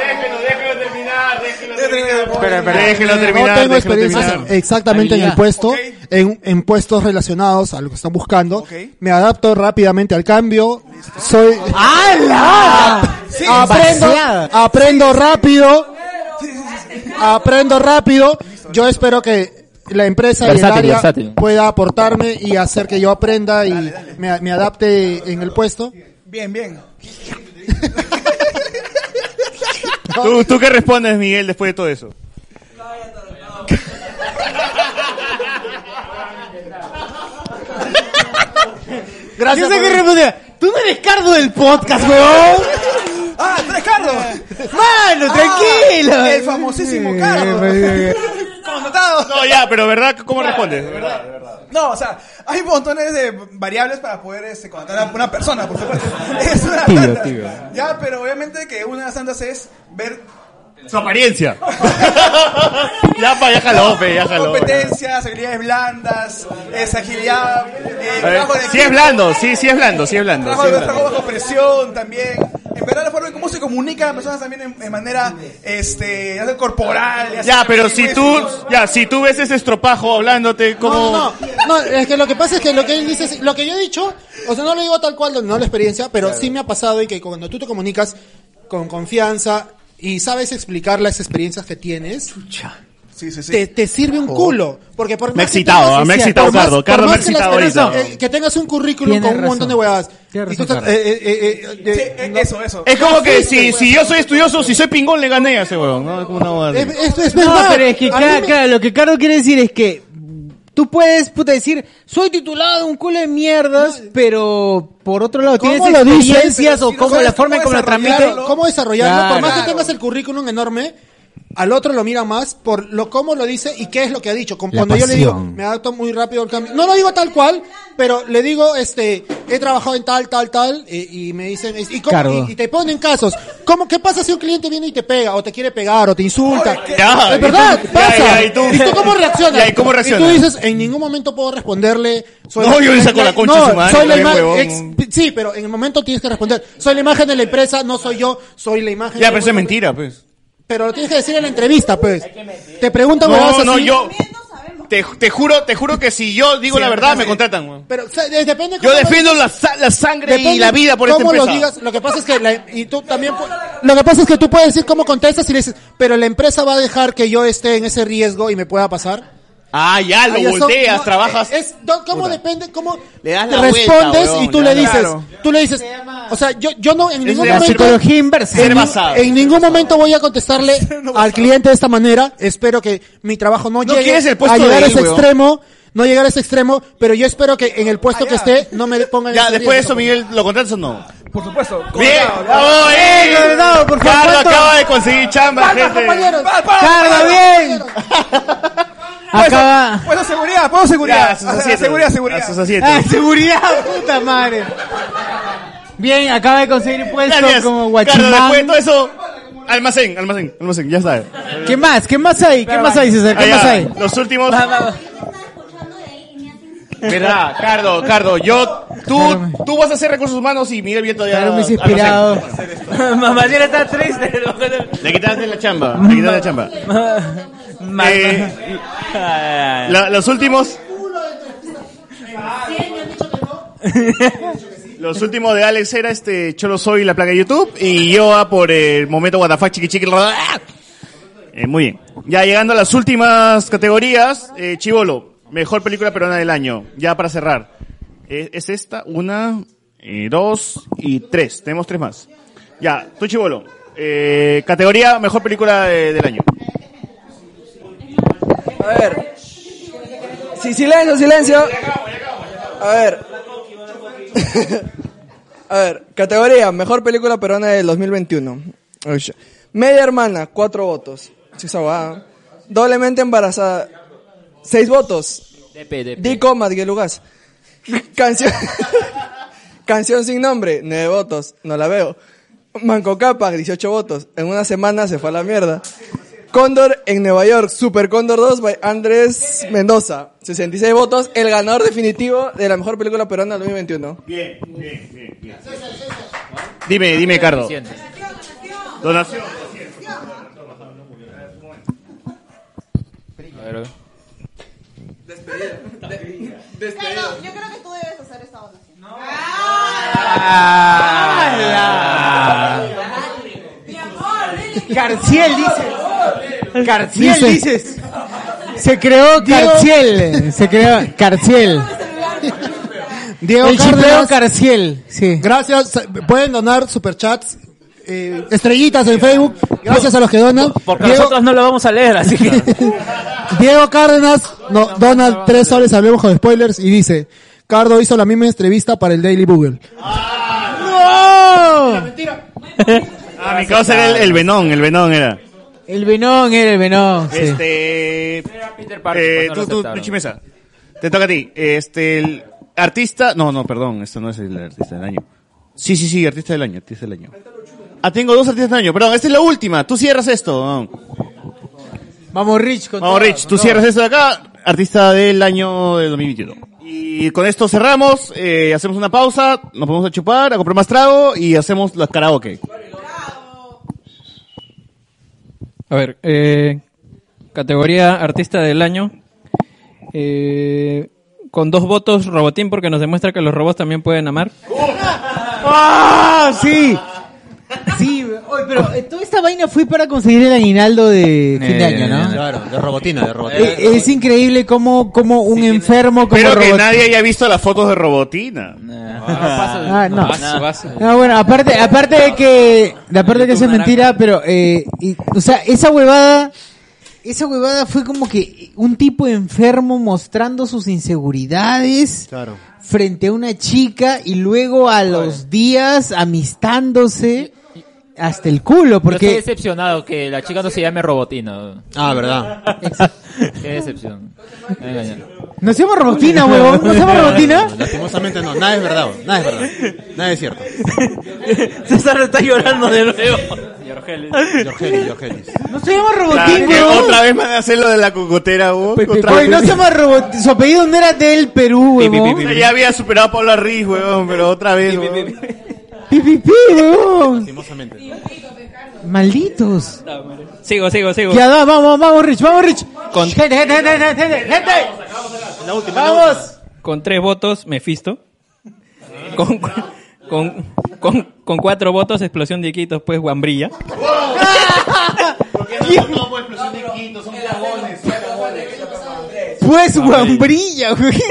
Speaker 12: Déjenlo, déjenlo terminar, déjenlo terminar.
Speaker 2: Espera, espera. Déjelo terminar,
Speaker 19: no tengo
Speaker 2: déjelo
Speaker 19: experiencias
Speaker 2: terminar.
Speaker 19: Ah, exactamente en el
Speaker 2: Habilidad.
Speaker 19: puesto, en, en puestos relacionados a lo que están buscando. Me adapto rápidamente al cambio. Soy.
Speaker 13: ¡Hala! Sí,
Speaker 19: aprendo,
Speaker 13: vaciada.
Speaker 19: aprendo rápido. Aprendo rápido. Yo espero que la empresa y el
Speaker 7: Versátil,
Speaker 19: área
Speaker 7: versátil.
Speaker 19: pueda aportarme y hacer que yo aprenda y Me, me adapte en el puesto.
Speaker 12: Bien, bien.
Speaker 2: ¿Tú, ¿Tú qué respondes, Miguel, después de todo eso?
Speaker 1: Gracias. Yo sé que respondía. Tú no eres cardo del podcast, weón.
Speaker 12: ¡Ah, tú eres Cardo!
Speaker 1: Mano, tranquilo.
Speaker 12: El famosísimo Cardo. Contratado.
Speaker 2: No, Oh, ya, pero ¿verdad? ¿Cómo respondes?
Speaker 12: No, o sea, hay montones de variables para poder este, contratar a una persona, por supuesto. Es una
Speaker 2: Tío,
Speaker 12: tantas.
Speaker 2: tío.
Speaker 12: Ya, pero obviamente que una de las tantas es ver
Speaker 2: Su apariencia. ya, pa, ya jaló, pe, ya jaló.
Speaker 12: competencias, habilidades blandas, es agilidad, eh,
Speaker 2: A ver,
Speaker 12: trabajo de
Speaker 2: Sí es blando, sí, sí es blando, sí es blando. sí
Speaker 12: Trabajo,
Speaker 2: es blando.
Speaker 12: trabajo bajo presión también. En verdad, la forma en cómo se comunican las personas también en, en manera este, ya sea corporal.
Speaker 2: Ya,
Speaker 12: sea
Speaker 2: pero si tú,
Speaker 12: lingüística.
Speaker 2: ya, si tú ves ese estropajo hablándote como...
Speaker 19: No, no, no, es que lo que pasa es que lo que él dice, es- lo que yo he dicho, o sea, no lo digo tal cual, no la experiencia, pero sí me ha pasado y que cuando tú te comunicas con confianza y sabes explicar las experiencias que tienes, Te, te sirve un culo. Porque por
Speaker 2: Me
Speaker 19: más
Speaker 2: he
Speaker 19: que
Speaker 2: excitado,
Speaker 19: tengas-
Speaker 2: ah, me he
Speaker 19: por
Speaker 2: excitado,
Speaker 19: más-
Speaker 2: Cardo,
Speaker 19: por
Speaker 2: Cardo,
Speaker 19: más
Speaker 2: me he
Speaker 19: que la
Speaker 2: excitado
Speaker 19: experiencia-
Speaker 2: ahorita.
Speaker 19: eh, que tengas un currículum
Speaker 2: Tienes
Speaker 19: con un
Speaker 2: razón.
Speaker 19: montón de huevadas. Y tú estás- eh, eh, eh, eh, eh, no.
Speaker 12: Eso, eso.
Speaker 2: Es como
Speaker 19: No
Speaker 2: que
Speaker 19: fuiste,
Speaker 2: si, si yo soy estudioso, si soy pingón, le gané a ese huevón. No, es como una huevada así.
Speaker 19: Es- es
Speaker 1: no,
Speaker 19: verdad.
Speaker 1: pero es que,
Speaker 19: A mí
Speaker 1: claro,
Speaker 19: me-
Speaker 1: claro, lo que Cardo quiere decir es que tú puedes, puta, decir, soy titulado de un culo de mierdas, pero por otro lado, tienes
Speaker 19: ¿Cómo lo dices?
Speaker 1: experiencias o
Speaker 19: Pero si no
Speaker 1: cómo
Speaker 19: sabes
Speaker 1: la forma en
Speaker 19: cómo
Speaker 1: cómo lo transmite.
Speaker 19: desarrollarlo, ¿Cómo desarrollarlo?
Speaker 1: Claro.
Speaker 19: por más que tengas el currículum enorme, al otro lo mira más por lo cómo lo dice y qué es lo que ha dicho. Como
Speaker 1: La
Speaker 19: Cuando yo le digo,
Speaker 1: pasión.
Speaker 19: me adapto muy rápido al cambio. No lo digo tal cual, pero le digo, este, he trabajado en tal, tal, tal, eh, y me dicen, es- ¿y, cómo-
Speaker 1: Cardo.
Speaker 19: y- y te ponen casos. ¿Cómo, ¿Qué pasa si un cliente viene y te pega, o te quiere pegar, o te insulta?
Speaker 2: Ya,
Speaker 19: es verdad,
Speaker 2: y tú-
Speaker 19: pasa.
Speaker 2: ya, ya, ¿y tú?
Speaker 19: cómo reaccionas?
Speaker 2: Ya, ¿y cómo reaccionas?
Speaker 19: tú dices, en ningún momento puedo responderle.
Speaker 2: No, yo le saco la concha a
Speaker 19: no,
Speaker 2: su madre,
Speaker 19: soy la ima-
Speaker 2: también, huevón.
Speaker 19: ex- P- Sí, pero en el momento tienes que responder. Soy la imagen de la empresa, no soy yo, soy la imagen. de
Speaker 2: Ya,
Speaker 19: la
Speaker 2: pero eso es
Speaker 19: empresa.
Speaker 2: mentira, pues.
Speaker 19: Pero lo tienes que decir en la entrevista, pues. Te preguntan huevadas
Speaker 2: No, no,
Speaker 19: así.
Speaker 2: yo... Te, te juro, te juro que si yo digo
Speaker 19: Sí,
Speaker 2: la verdad,
Speaker 19: sí.
Speaker 2: me contratan, huevón.
Speaker 19: Pero o sea, de- depende.
Speaker 2: Yo
Speaker 19: cómo lo
Speaker 2: defiendo la,
Speaker 19: digas.
Speaker 2: sa- la sangre y
Speaker 19: Depende
Speaker 2: la vida por este esta
Speaker 19: cómo
Speaker 2: empresa.
Speaker 19: lo digas. Lo que pasa es que la- y tú también. pu- Lo que pasa es que tú puedes decir cómo contestas y le dices, pero la empresa va a dejar que yo esté en ese riesgo y me pueda pasar.
Speaker 2: Ah, ya, lo
Speaker 19: Ah, ya son-
Speaker 2: volteas,
Speaker 19: no,
Speaker 2: trabajas.
Speaker 19: Es, es- no, ¿Cómo depende? ¿Cómo
Speaker 2: Le das
Speaker 19: te
Speaker 2: la
Speaker 19: respondes
Speaker 2: vuelta,
Speaker 19: y
Speaker 2: huevón,
Speaker 19: tú
Speaker 2: le
Speaker 19: le
Speaker 2: das la-
Speaker 19: dices,
Speaker 2: Claro.
Speaker 19: tú le dices, o sea, yo, yo no en
Speaker 2: Eso
Speaker 19: ningún
Speaker 2: se llama
Speaker 19: momento,
Speaker 2: psicología inversa.
Speaker 19: en,
Speaker 2: Ser basado.
Speaker 19: en ningún momento voy a contestarle al cliente de esta manera. Espero que mi trabajo no,
Speaker 2: No
Speaker 19: llegue
Speaker 2: quieres el puesto
Speaker 19: a llegar
Speaker 2: de
Speaker 19: a
Speaker 2: él,
Speaker 19: ese
Speaker 2: huevón.
Speaker 19: extremo, no llegar a ese extremo, pero yo espero que en el puesto que esté no me pongan en
Speaker 2: Ya,
Speaker 19: ese
Speaker 2: después de
Speaker 19: riesgo.
Speaker 2: eso, Miguel, ¿lo contratas o no?
Speaker 12: Por supuesto.
Speaker 2: Bien,
Speaker 12: contratado,
Speaker 2: bravo,
Speaker 12: contratado.
Speaker 2: eh. Cardo acaba de conseguir chamba, gente.
Speaker 12: Cardo,
Speaker 1: bien. Acaba-
Speaker 12: Pues a seguridad, puedo seguridad.
Speaker 1: Ya, a sus
Speaker 12: A- a
Speaker 1: asientos.
Speaker 12: seguridad, seguridad.
Speaker 1: A sus asientos. Ah, seguridad, puta madre. Bien, acaba de conseguir puesto
Speaker 2: Gracias.
Speaker 1: como
Speaker 2: Cardo, después de
Speaker 1: guachimán.
Speaker 2: todo eso, almacén, almacén, almacén, ya sabes.
Speaker 1: ¿Qué más? ¿Qué más hay? ¿Qué más hay, César? ¿Qué
Speaker 2: Ah, ya,
Speaker 1: más hay?
Speaker 2: Los últimos. Verdad, Cardo, Cardo, yo, tú, tú vas a hacer recursos humanos y Miguel Viento ya.
Speaker 1: Claro, me
Speaker 2: ah, no
Speaker 1: hice
Speaker 2: sé.
Speaker 1: inspirado.
Speaker 31: Mamá, ya está triste.
Speaker 2: Le quitaste la chamba, le quitaste la chamba. Eh, la- los últimos. Los últimos de Alex era este Cholo Soy, la placa de YouTube, y yo a por el momento WTF chiqui chiqui. ¡ah! Eh, muy bien. Ya llegando a las últimas categorías, eh, Chivolo, mejor película peruana del año, ya para cerrar. Eh, es esta, una, eh, dos y tres. Tenemos tres más. Ya, tú Chivolo, eh, categoría mejor película eh, del año.
Speaker 17: A ver. Sí, silencio, silencio. A ver. A ver, categoría, mejor película peruana del 2021. Uy, sh- Media hermana, cuatro votos. Sí, esa huevada. Doblemente embarazada, seis votos. Di coma, Miguel Ugas. Canción. Canción sin nombre, nueve votos. No la veo. Manco Capa, 18 votos. En una semana se fue a la mierda. Cóndor en Nueva York, Super Cóndor 2 by Andrés Mendoza. 66 votos, el ganador definitivo de la mejor película peruana del 2021.
Speaker 2: Bien, bien, bien, bien. Dime, dime, Cardo. Donación.
Speaker 32: Claro, yo creo que tú debes hacer esta onda.
Speaker 1: Carciel dices. Carciel
Speaker 33: Dice.
Speaker 1: dices. Se creó
Speaker 33: Carciel, se creó Carciel.
Speaker 19: Diego
Speaker 33: El chipeo
Speaker 19: Cárdenas.
Speaker 33: Carciel, sí.
Speaker 19: Gracias. Pueden donar superchats, eh, estrellitas en Facebook. Gracias a los que donan.
Speaker 13: Porque
Speaker 19: Diego,
Speaker 13: nosotros no lo vamos a leer, así que.
Speaker 19: Diego Cárdenas no, dona tres soles, hablemos con spoilers, y dice, Cardo hizo la misma entrevista para el Daily Google.
Speaker 1: ¡Oh!
Speaker 2: Ah, mi causa era el, el Venón, el Venón era.
Speaker 1: El Venón era el Venón. sí.
Speaker 2: Este. eh,
Speaker 1: cuando
Speaker 2: tú,
Speaker 1: lo
Speaker 2: tú,
Speaker 1: aceptaron.
Speaker 2: tú, Chimesa. Te toca a ti. Este, el artista. No, no, perdón, esto no es el artista del año. Sí, sí, sí, artista del año, artista del año. Ah, tengo dos artistas del año, perdón, esta es la última. Tú cierras esto. no.
Speaker 1: Vamos Rich con
Speaker 2: Vamos,
Speaker 1: todo,
Speaker 2: Rich, tú
Speaker 1: ¿no?
Speaker 2: cierras esto de acá. Artista del año de 2021. Y con esto cerramos, eh, hacemos una pausa, nos vamos a chupar, a comprar más trago y hacemos las karaoke.
Speaker 20: A ver, eh, categoría artista del año. Eh, con dos votos, Robotín, porque nos demuestra que los robots también pueden amar.
Speaker 1: ¡Ah! Sí. Sí, oye, pero eh, toda esta vaina fue para conseguir el aguinaldo
Speaker 2: Eh,
Speaker 1: de fin de año, ¿no?
Speaker 3: Claro, de robotina, de robotina.
Speaker 1: Eh, Es increíble cómo, cómo un enfermo como
Speaker 2: Espero que
Speaker 1: robot-
Speaker 2: nadie haya visto las fotos de Robotina.
Speaker 1: Ah, no.
Speaker 20: Vas, vas.
Speaker 1: No, bueno, aparte, aparte de que, de aparte de que eso es mentira, pero, eh, y- o sea, esa huevada, esa huevada fue como que un tipo enfermo mostrando sus inseguridades
Speaker 3: Claro.
Speaker 1: frente a una chica y luego a los días amistándose hasta el culo,
Speaker 7: Porque... Estoy
Speaker 1: porque
Speaker 7: decepcionado que la chica no se llame Robotina.
Speaker 3: Ah, verdad.
Speaker 7: Qué decepción. Me engañaron.
Speaker 1: nos llama robotina, huevón, nos llama robotina.
Speaker 3: Lastimosamente no, nada es verdad, nada es verdad, nada es cierto.
Speaker 13: César está llorando de nuevo.
Speaker 3: Jorgelis, Jorgelis.
Speaker 1: No se llama
Speaker 2: Claro,
Speaker 1: robotín,
Speaker 2: que
Speaker 1: huevón.
Speaker 2: Otra vez van a hacer lo de la cocotera, vos. Otra
Speaker 1: Oye,
Speaker 2: vez.
Speaker 1: pues, no se llama robotín, su apellido no era del Perú, huevón.
Speaker 2: Ya había superado a Paula Riz, weón, pero otra vez, huevón.
Speaker 1: Pi, pi, pi, huevón. Malditos.
Speaker 20: Sigo, sigo, sigo.
Speaker 1: Ya, va, vamos, vamos, Rich, vamos, Rich. Gente, gente, gente, gente, gente, gente. Vamos.
Speaker 20: Con tres votos, Mephisto. Con, con, con, con cuatro votos, Explosión de Iquitos, pues Guambrilla.
Speaker 1: Pues guambrilla, güey.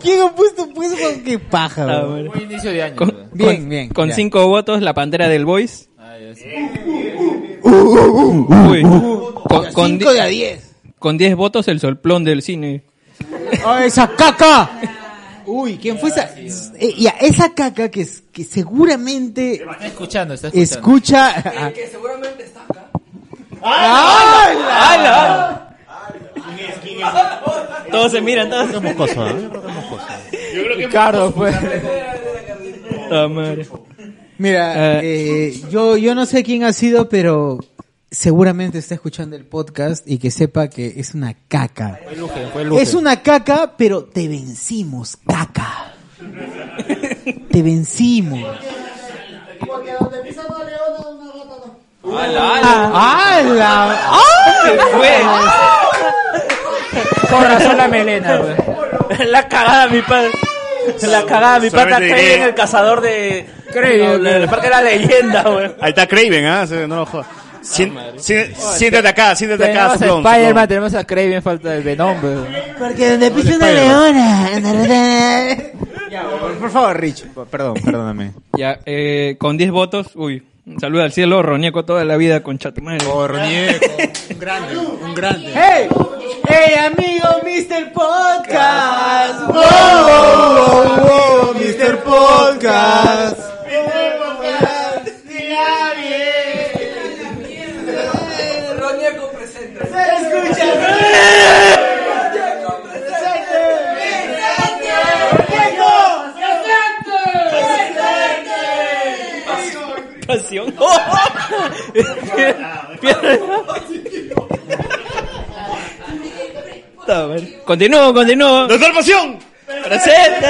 Speaker 1: ¿Quién ha puesto pues guam- qué paja,
Speaker 20: Ah,
Speaker 1: güey?
Speaker 20: bueno.
Speaker 7: Fue inicio de año.
Speaker 20: Con,
Speaker 1: Bien,
Speaker 20: con-
Speaker 1: bien,
Speaker 20: Con
Speaker 1: ya.
Speaker 20: cinco votos, La Pantera del Boys. Uy. Con, con
Speaker 1: Cinco
Speaker 20: di-
Speaker 1: de a diez.
Speaker 20: Con diez votos, El Solplón del Cine.
Speaker 1: ¡Ah, esa caca! Uy, ¿quién fue esa? Eh, ya, esa caca que, es- que seguramente
Speaker 7: Está escuchando, está escuchando.
Speaker 1: escucha.
Speaker 17: Que seguramente está acá.
Speaker 20: Todos se miran, todos. Es
Speaker 3: mocoso, ¿eh?
Speaker 2: Yo creo que
Speaker 1: Ricardo fue.
Speaker 20: Ah, madre.
Speaker 1: eh, Mira, eh, yo, yo no sé quién ha sido, pero seguramente está escuchando el podcast y que sepa que es una caca.
Speaker 18: Fue Lugen, fue Lugen.
Speaker 1: Es una caca, pero te vencimos, caca. te vencimos.
Speaker 19: Porque donde pisa una leona, una gata no.
Speaker 1: ¡Hala!
Speaker 5: Con razón la melena, La cagada, mi padre. La cagada, mi pata
Speaker 2: Solamente diré-
Speaker 5: Kraven, el cazador de. Kraven. El parque de la leyenda, Ah, güey.
Speaker 2: Ahí está Craven, ¿ah? Sí, No lo jodas. Sien- sien- siéntate acá, siéntate acá,
Speaker 18: Tenemos a
Speaker 2: Splon.
Speaker 18: Spider-Man, tenemos a Kraven, falta el Venom.
Speaker 1: Porque donde pisa una leona. Por favor, Rich, perdón, perdóname.
Speaker 20: Ya, eh, con 10 votos, uy, un saludo al cielo, Ronieco toda la vida con Chatumel. Oh,
Speaker 1: Ronieco,
Speaker 20: un grande,
Speaker 1: un grande. ¡Hey! ¡Hey, amigo Mr. Podcast! ¡Wow!
Speaker 8: wow, wow,
Speaker 1: ¡Mr. Podcast!
Speaker 17: Ronieco presenta.
Speaker 20: Pasión. Oh. Puta madre. Continúo, continúo. ¡Doctor Pasión! ¡Presente!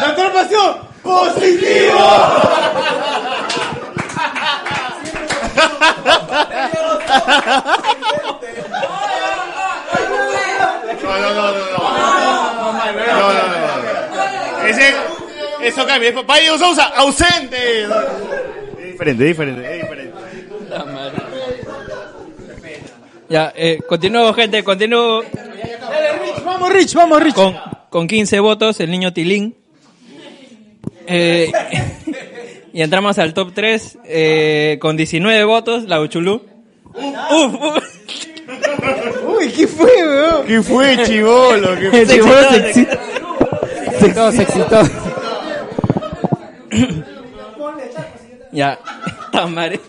Speaker 8: ¡Doctor Pasión! ¡Positivo!
Speaker 2: No, no, no, no, no. No, no, no, no. Ese, eso cambia. Es papá Diego Sousa, ausente. No, Es diferente, es diferente, es diferente.
Speaker 20: Ya, eh, continúo, gente, continúo.
Speaker 1: Vamos, Rich, vamos, Rich.
Speaker 20: Con, con 15 votos, el niño Tilín. Eh, y entramos al top 3 eh, con 19 votos, la Uchulú. Uf, uf.
Speaker 1: Uy, ¿qué fue, weón?
Speaker 2: ¿Qué fue, chivolo?
Speaker 20: ¿Qué fue? Chibolo se
Speaker 1: exi-
Speaker 20: Se excitó, se excitó. Ya, tamare.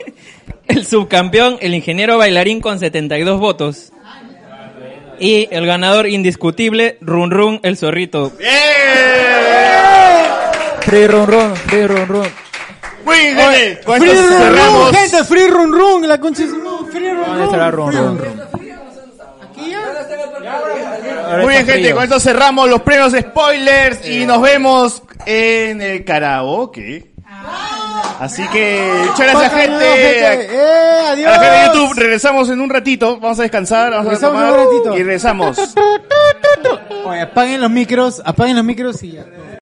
Speaker 20: El subcampeón, el ingeniero bailarín con 72 votos. Y el ganador indiscutible, Run Run, el zorrito.
Speaker 18: Free run run, free run run.
Speaker 2: Muy
Speaker 18: bien, con
Speaker 1: Free
Speaker 18: esto
Speaker 1: run
Speaker 18: cerramos.
Speaker 1: run, gente, free run run, la concha es free run run.
Speaker 18: Será run run.
Speaker 2: Muy bien, gente, con esto cerramos los premios spoilers y nos vemos en el karaoke. Así que, muchas gracias,
Speaker 8: Bacán,
Speaker 2: gente.
Speaker 8: gente.
Speaker 2: A la gente de
Speaker 8: adiós.
Speaker 2: YouTube, regresamos en un ratito. Vamos a descansar, vamos
Speaker 1: Regresamos
Speaker 2: a
Speaker 1: en un
Speaker 2: tomar
Speaker 1: ratito.
Speaker 2: y regresamos.
Speaker 1: Oye, apaguen los micros, apaguen los micros y ya.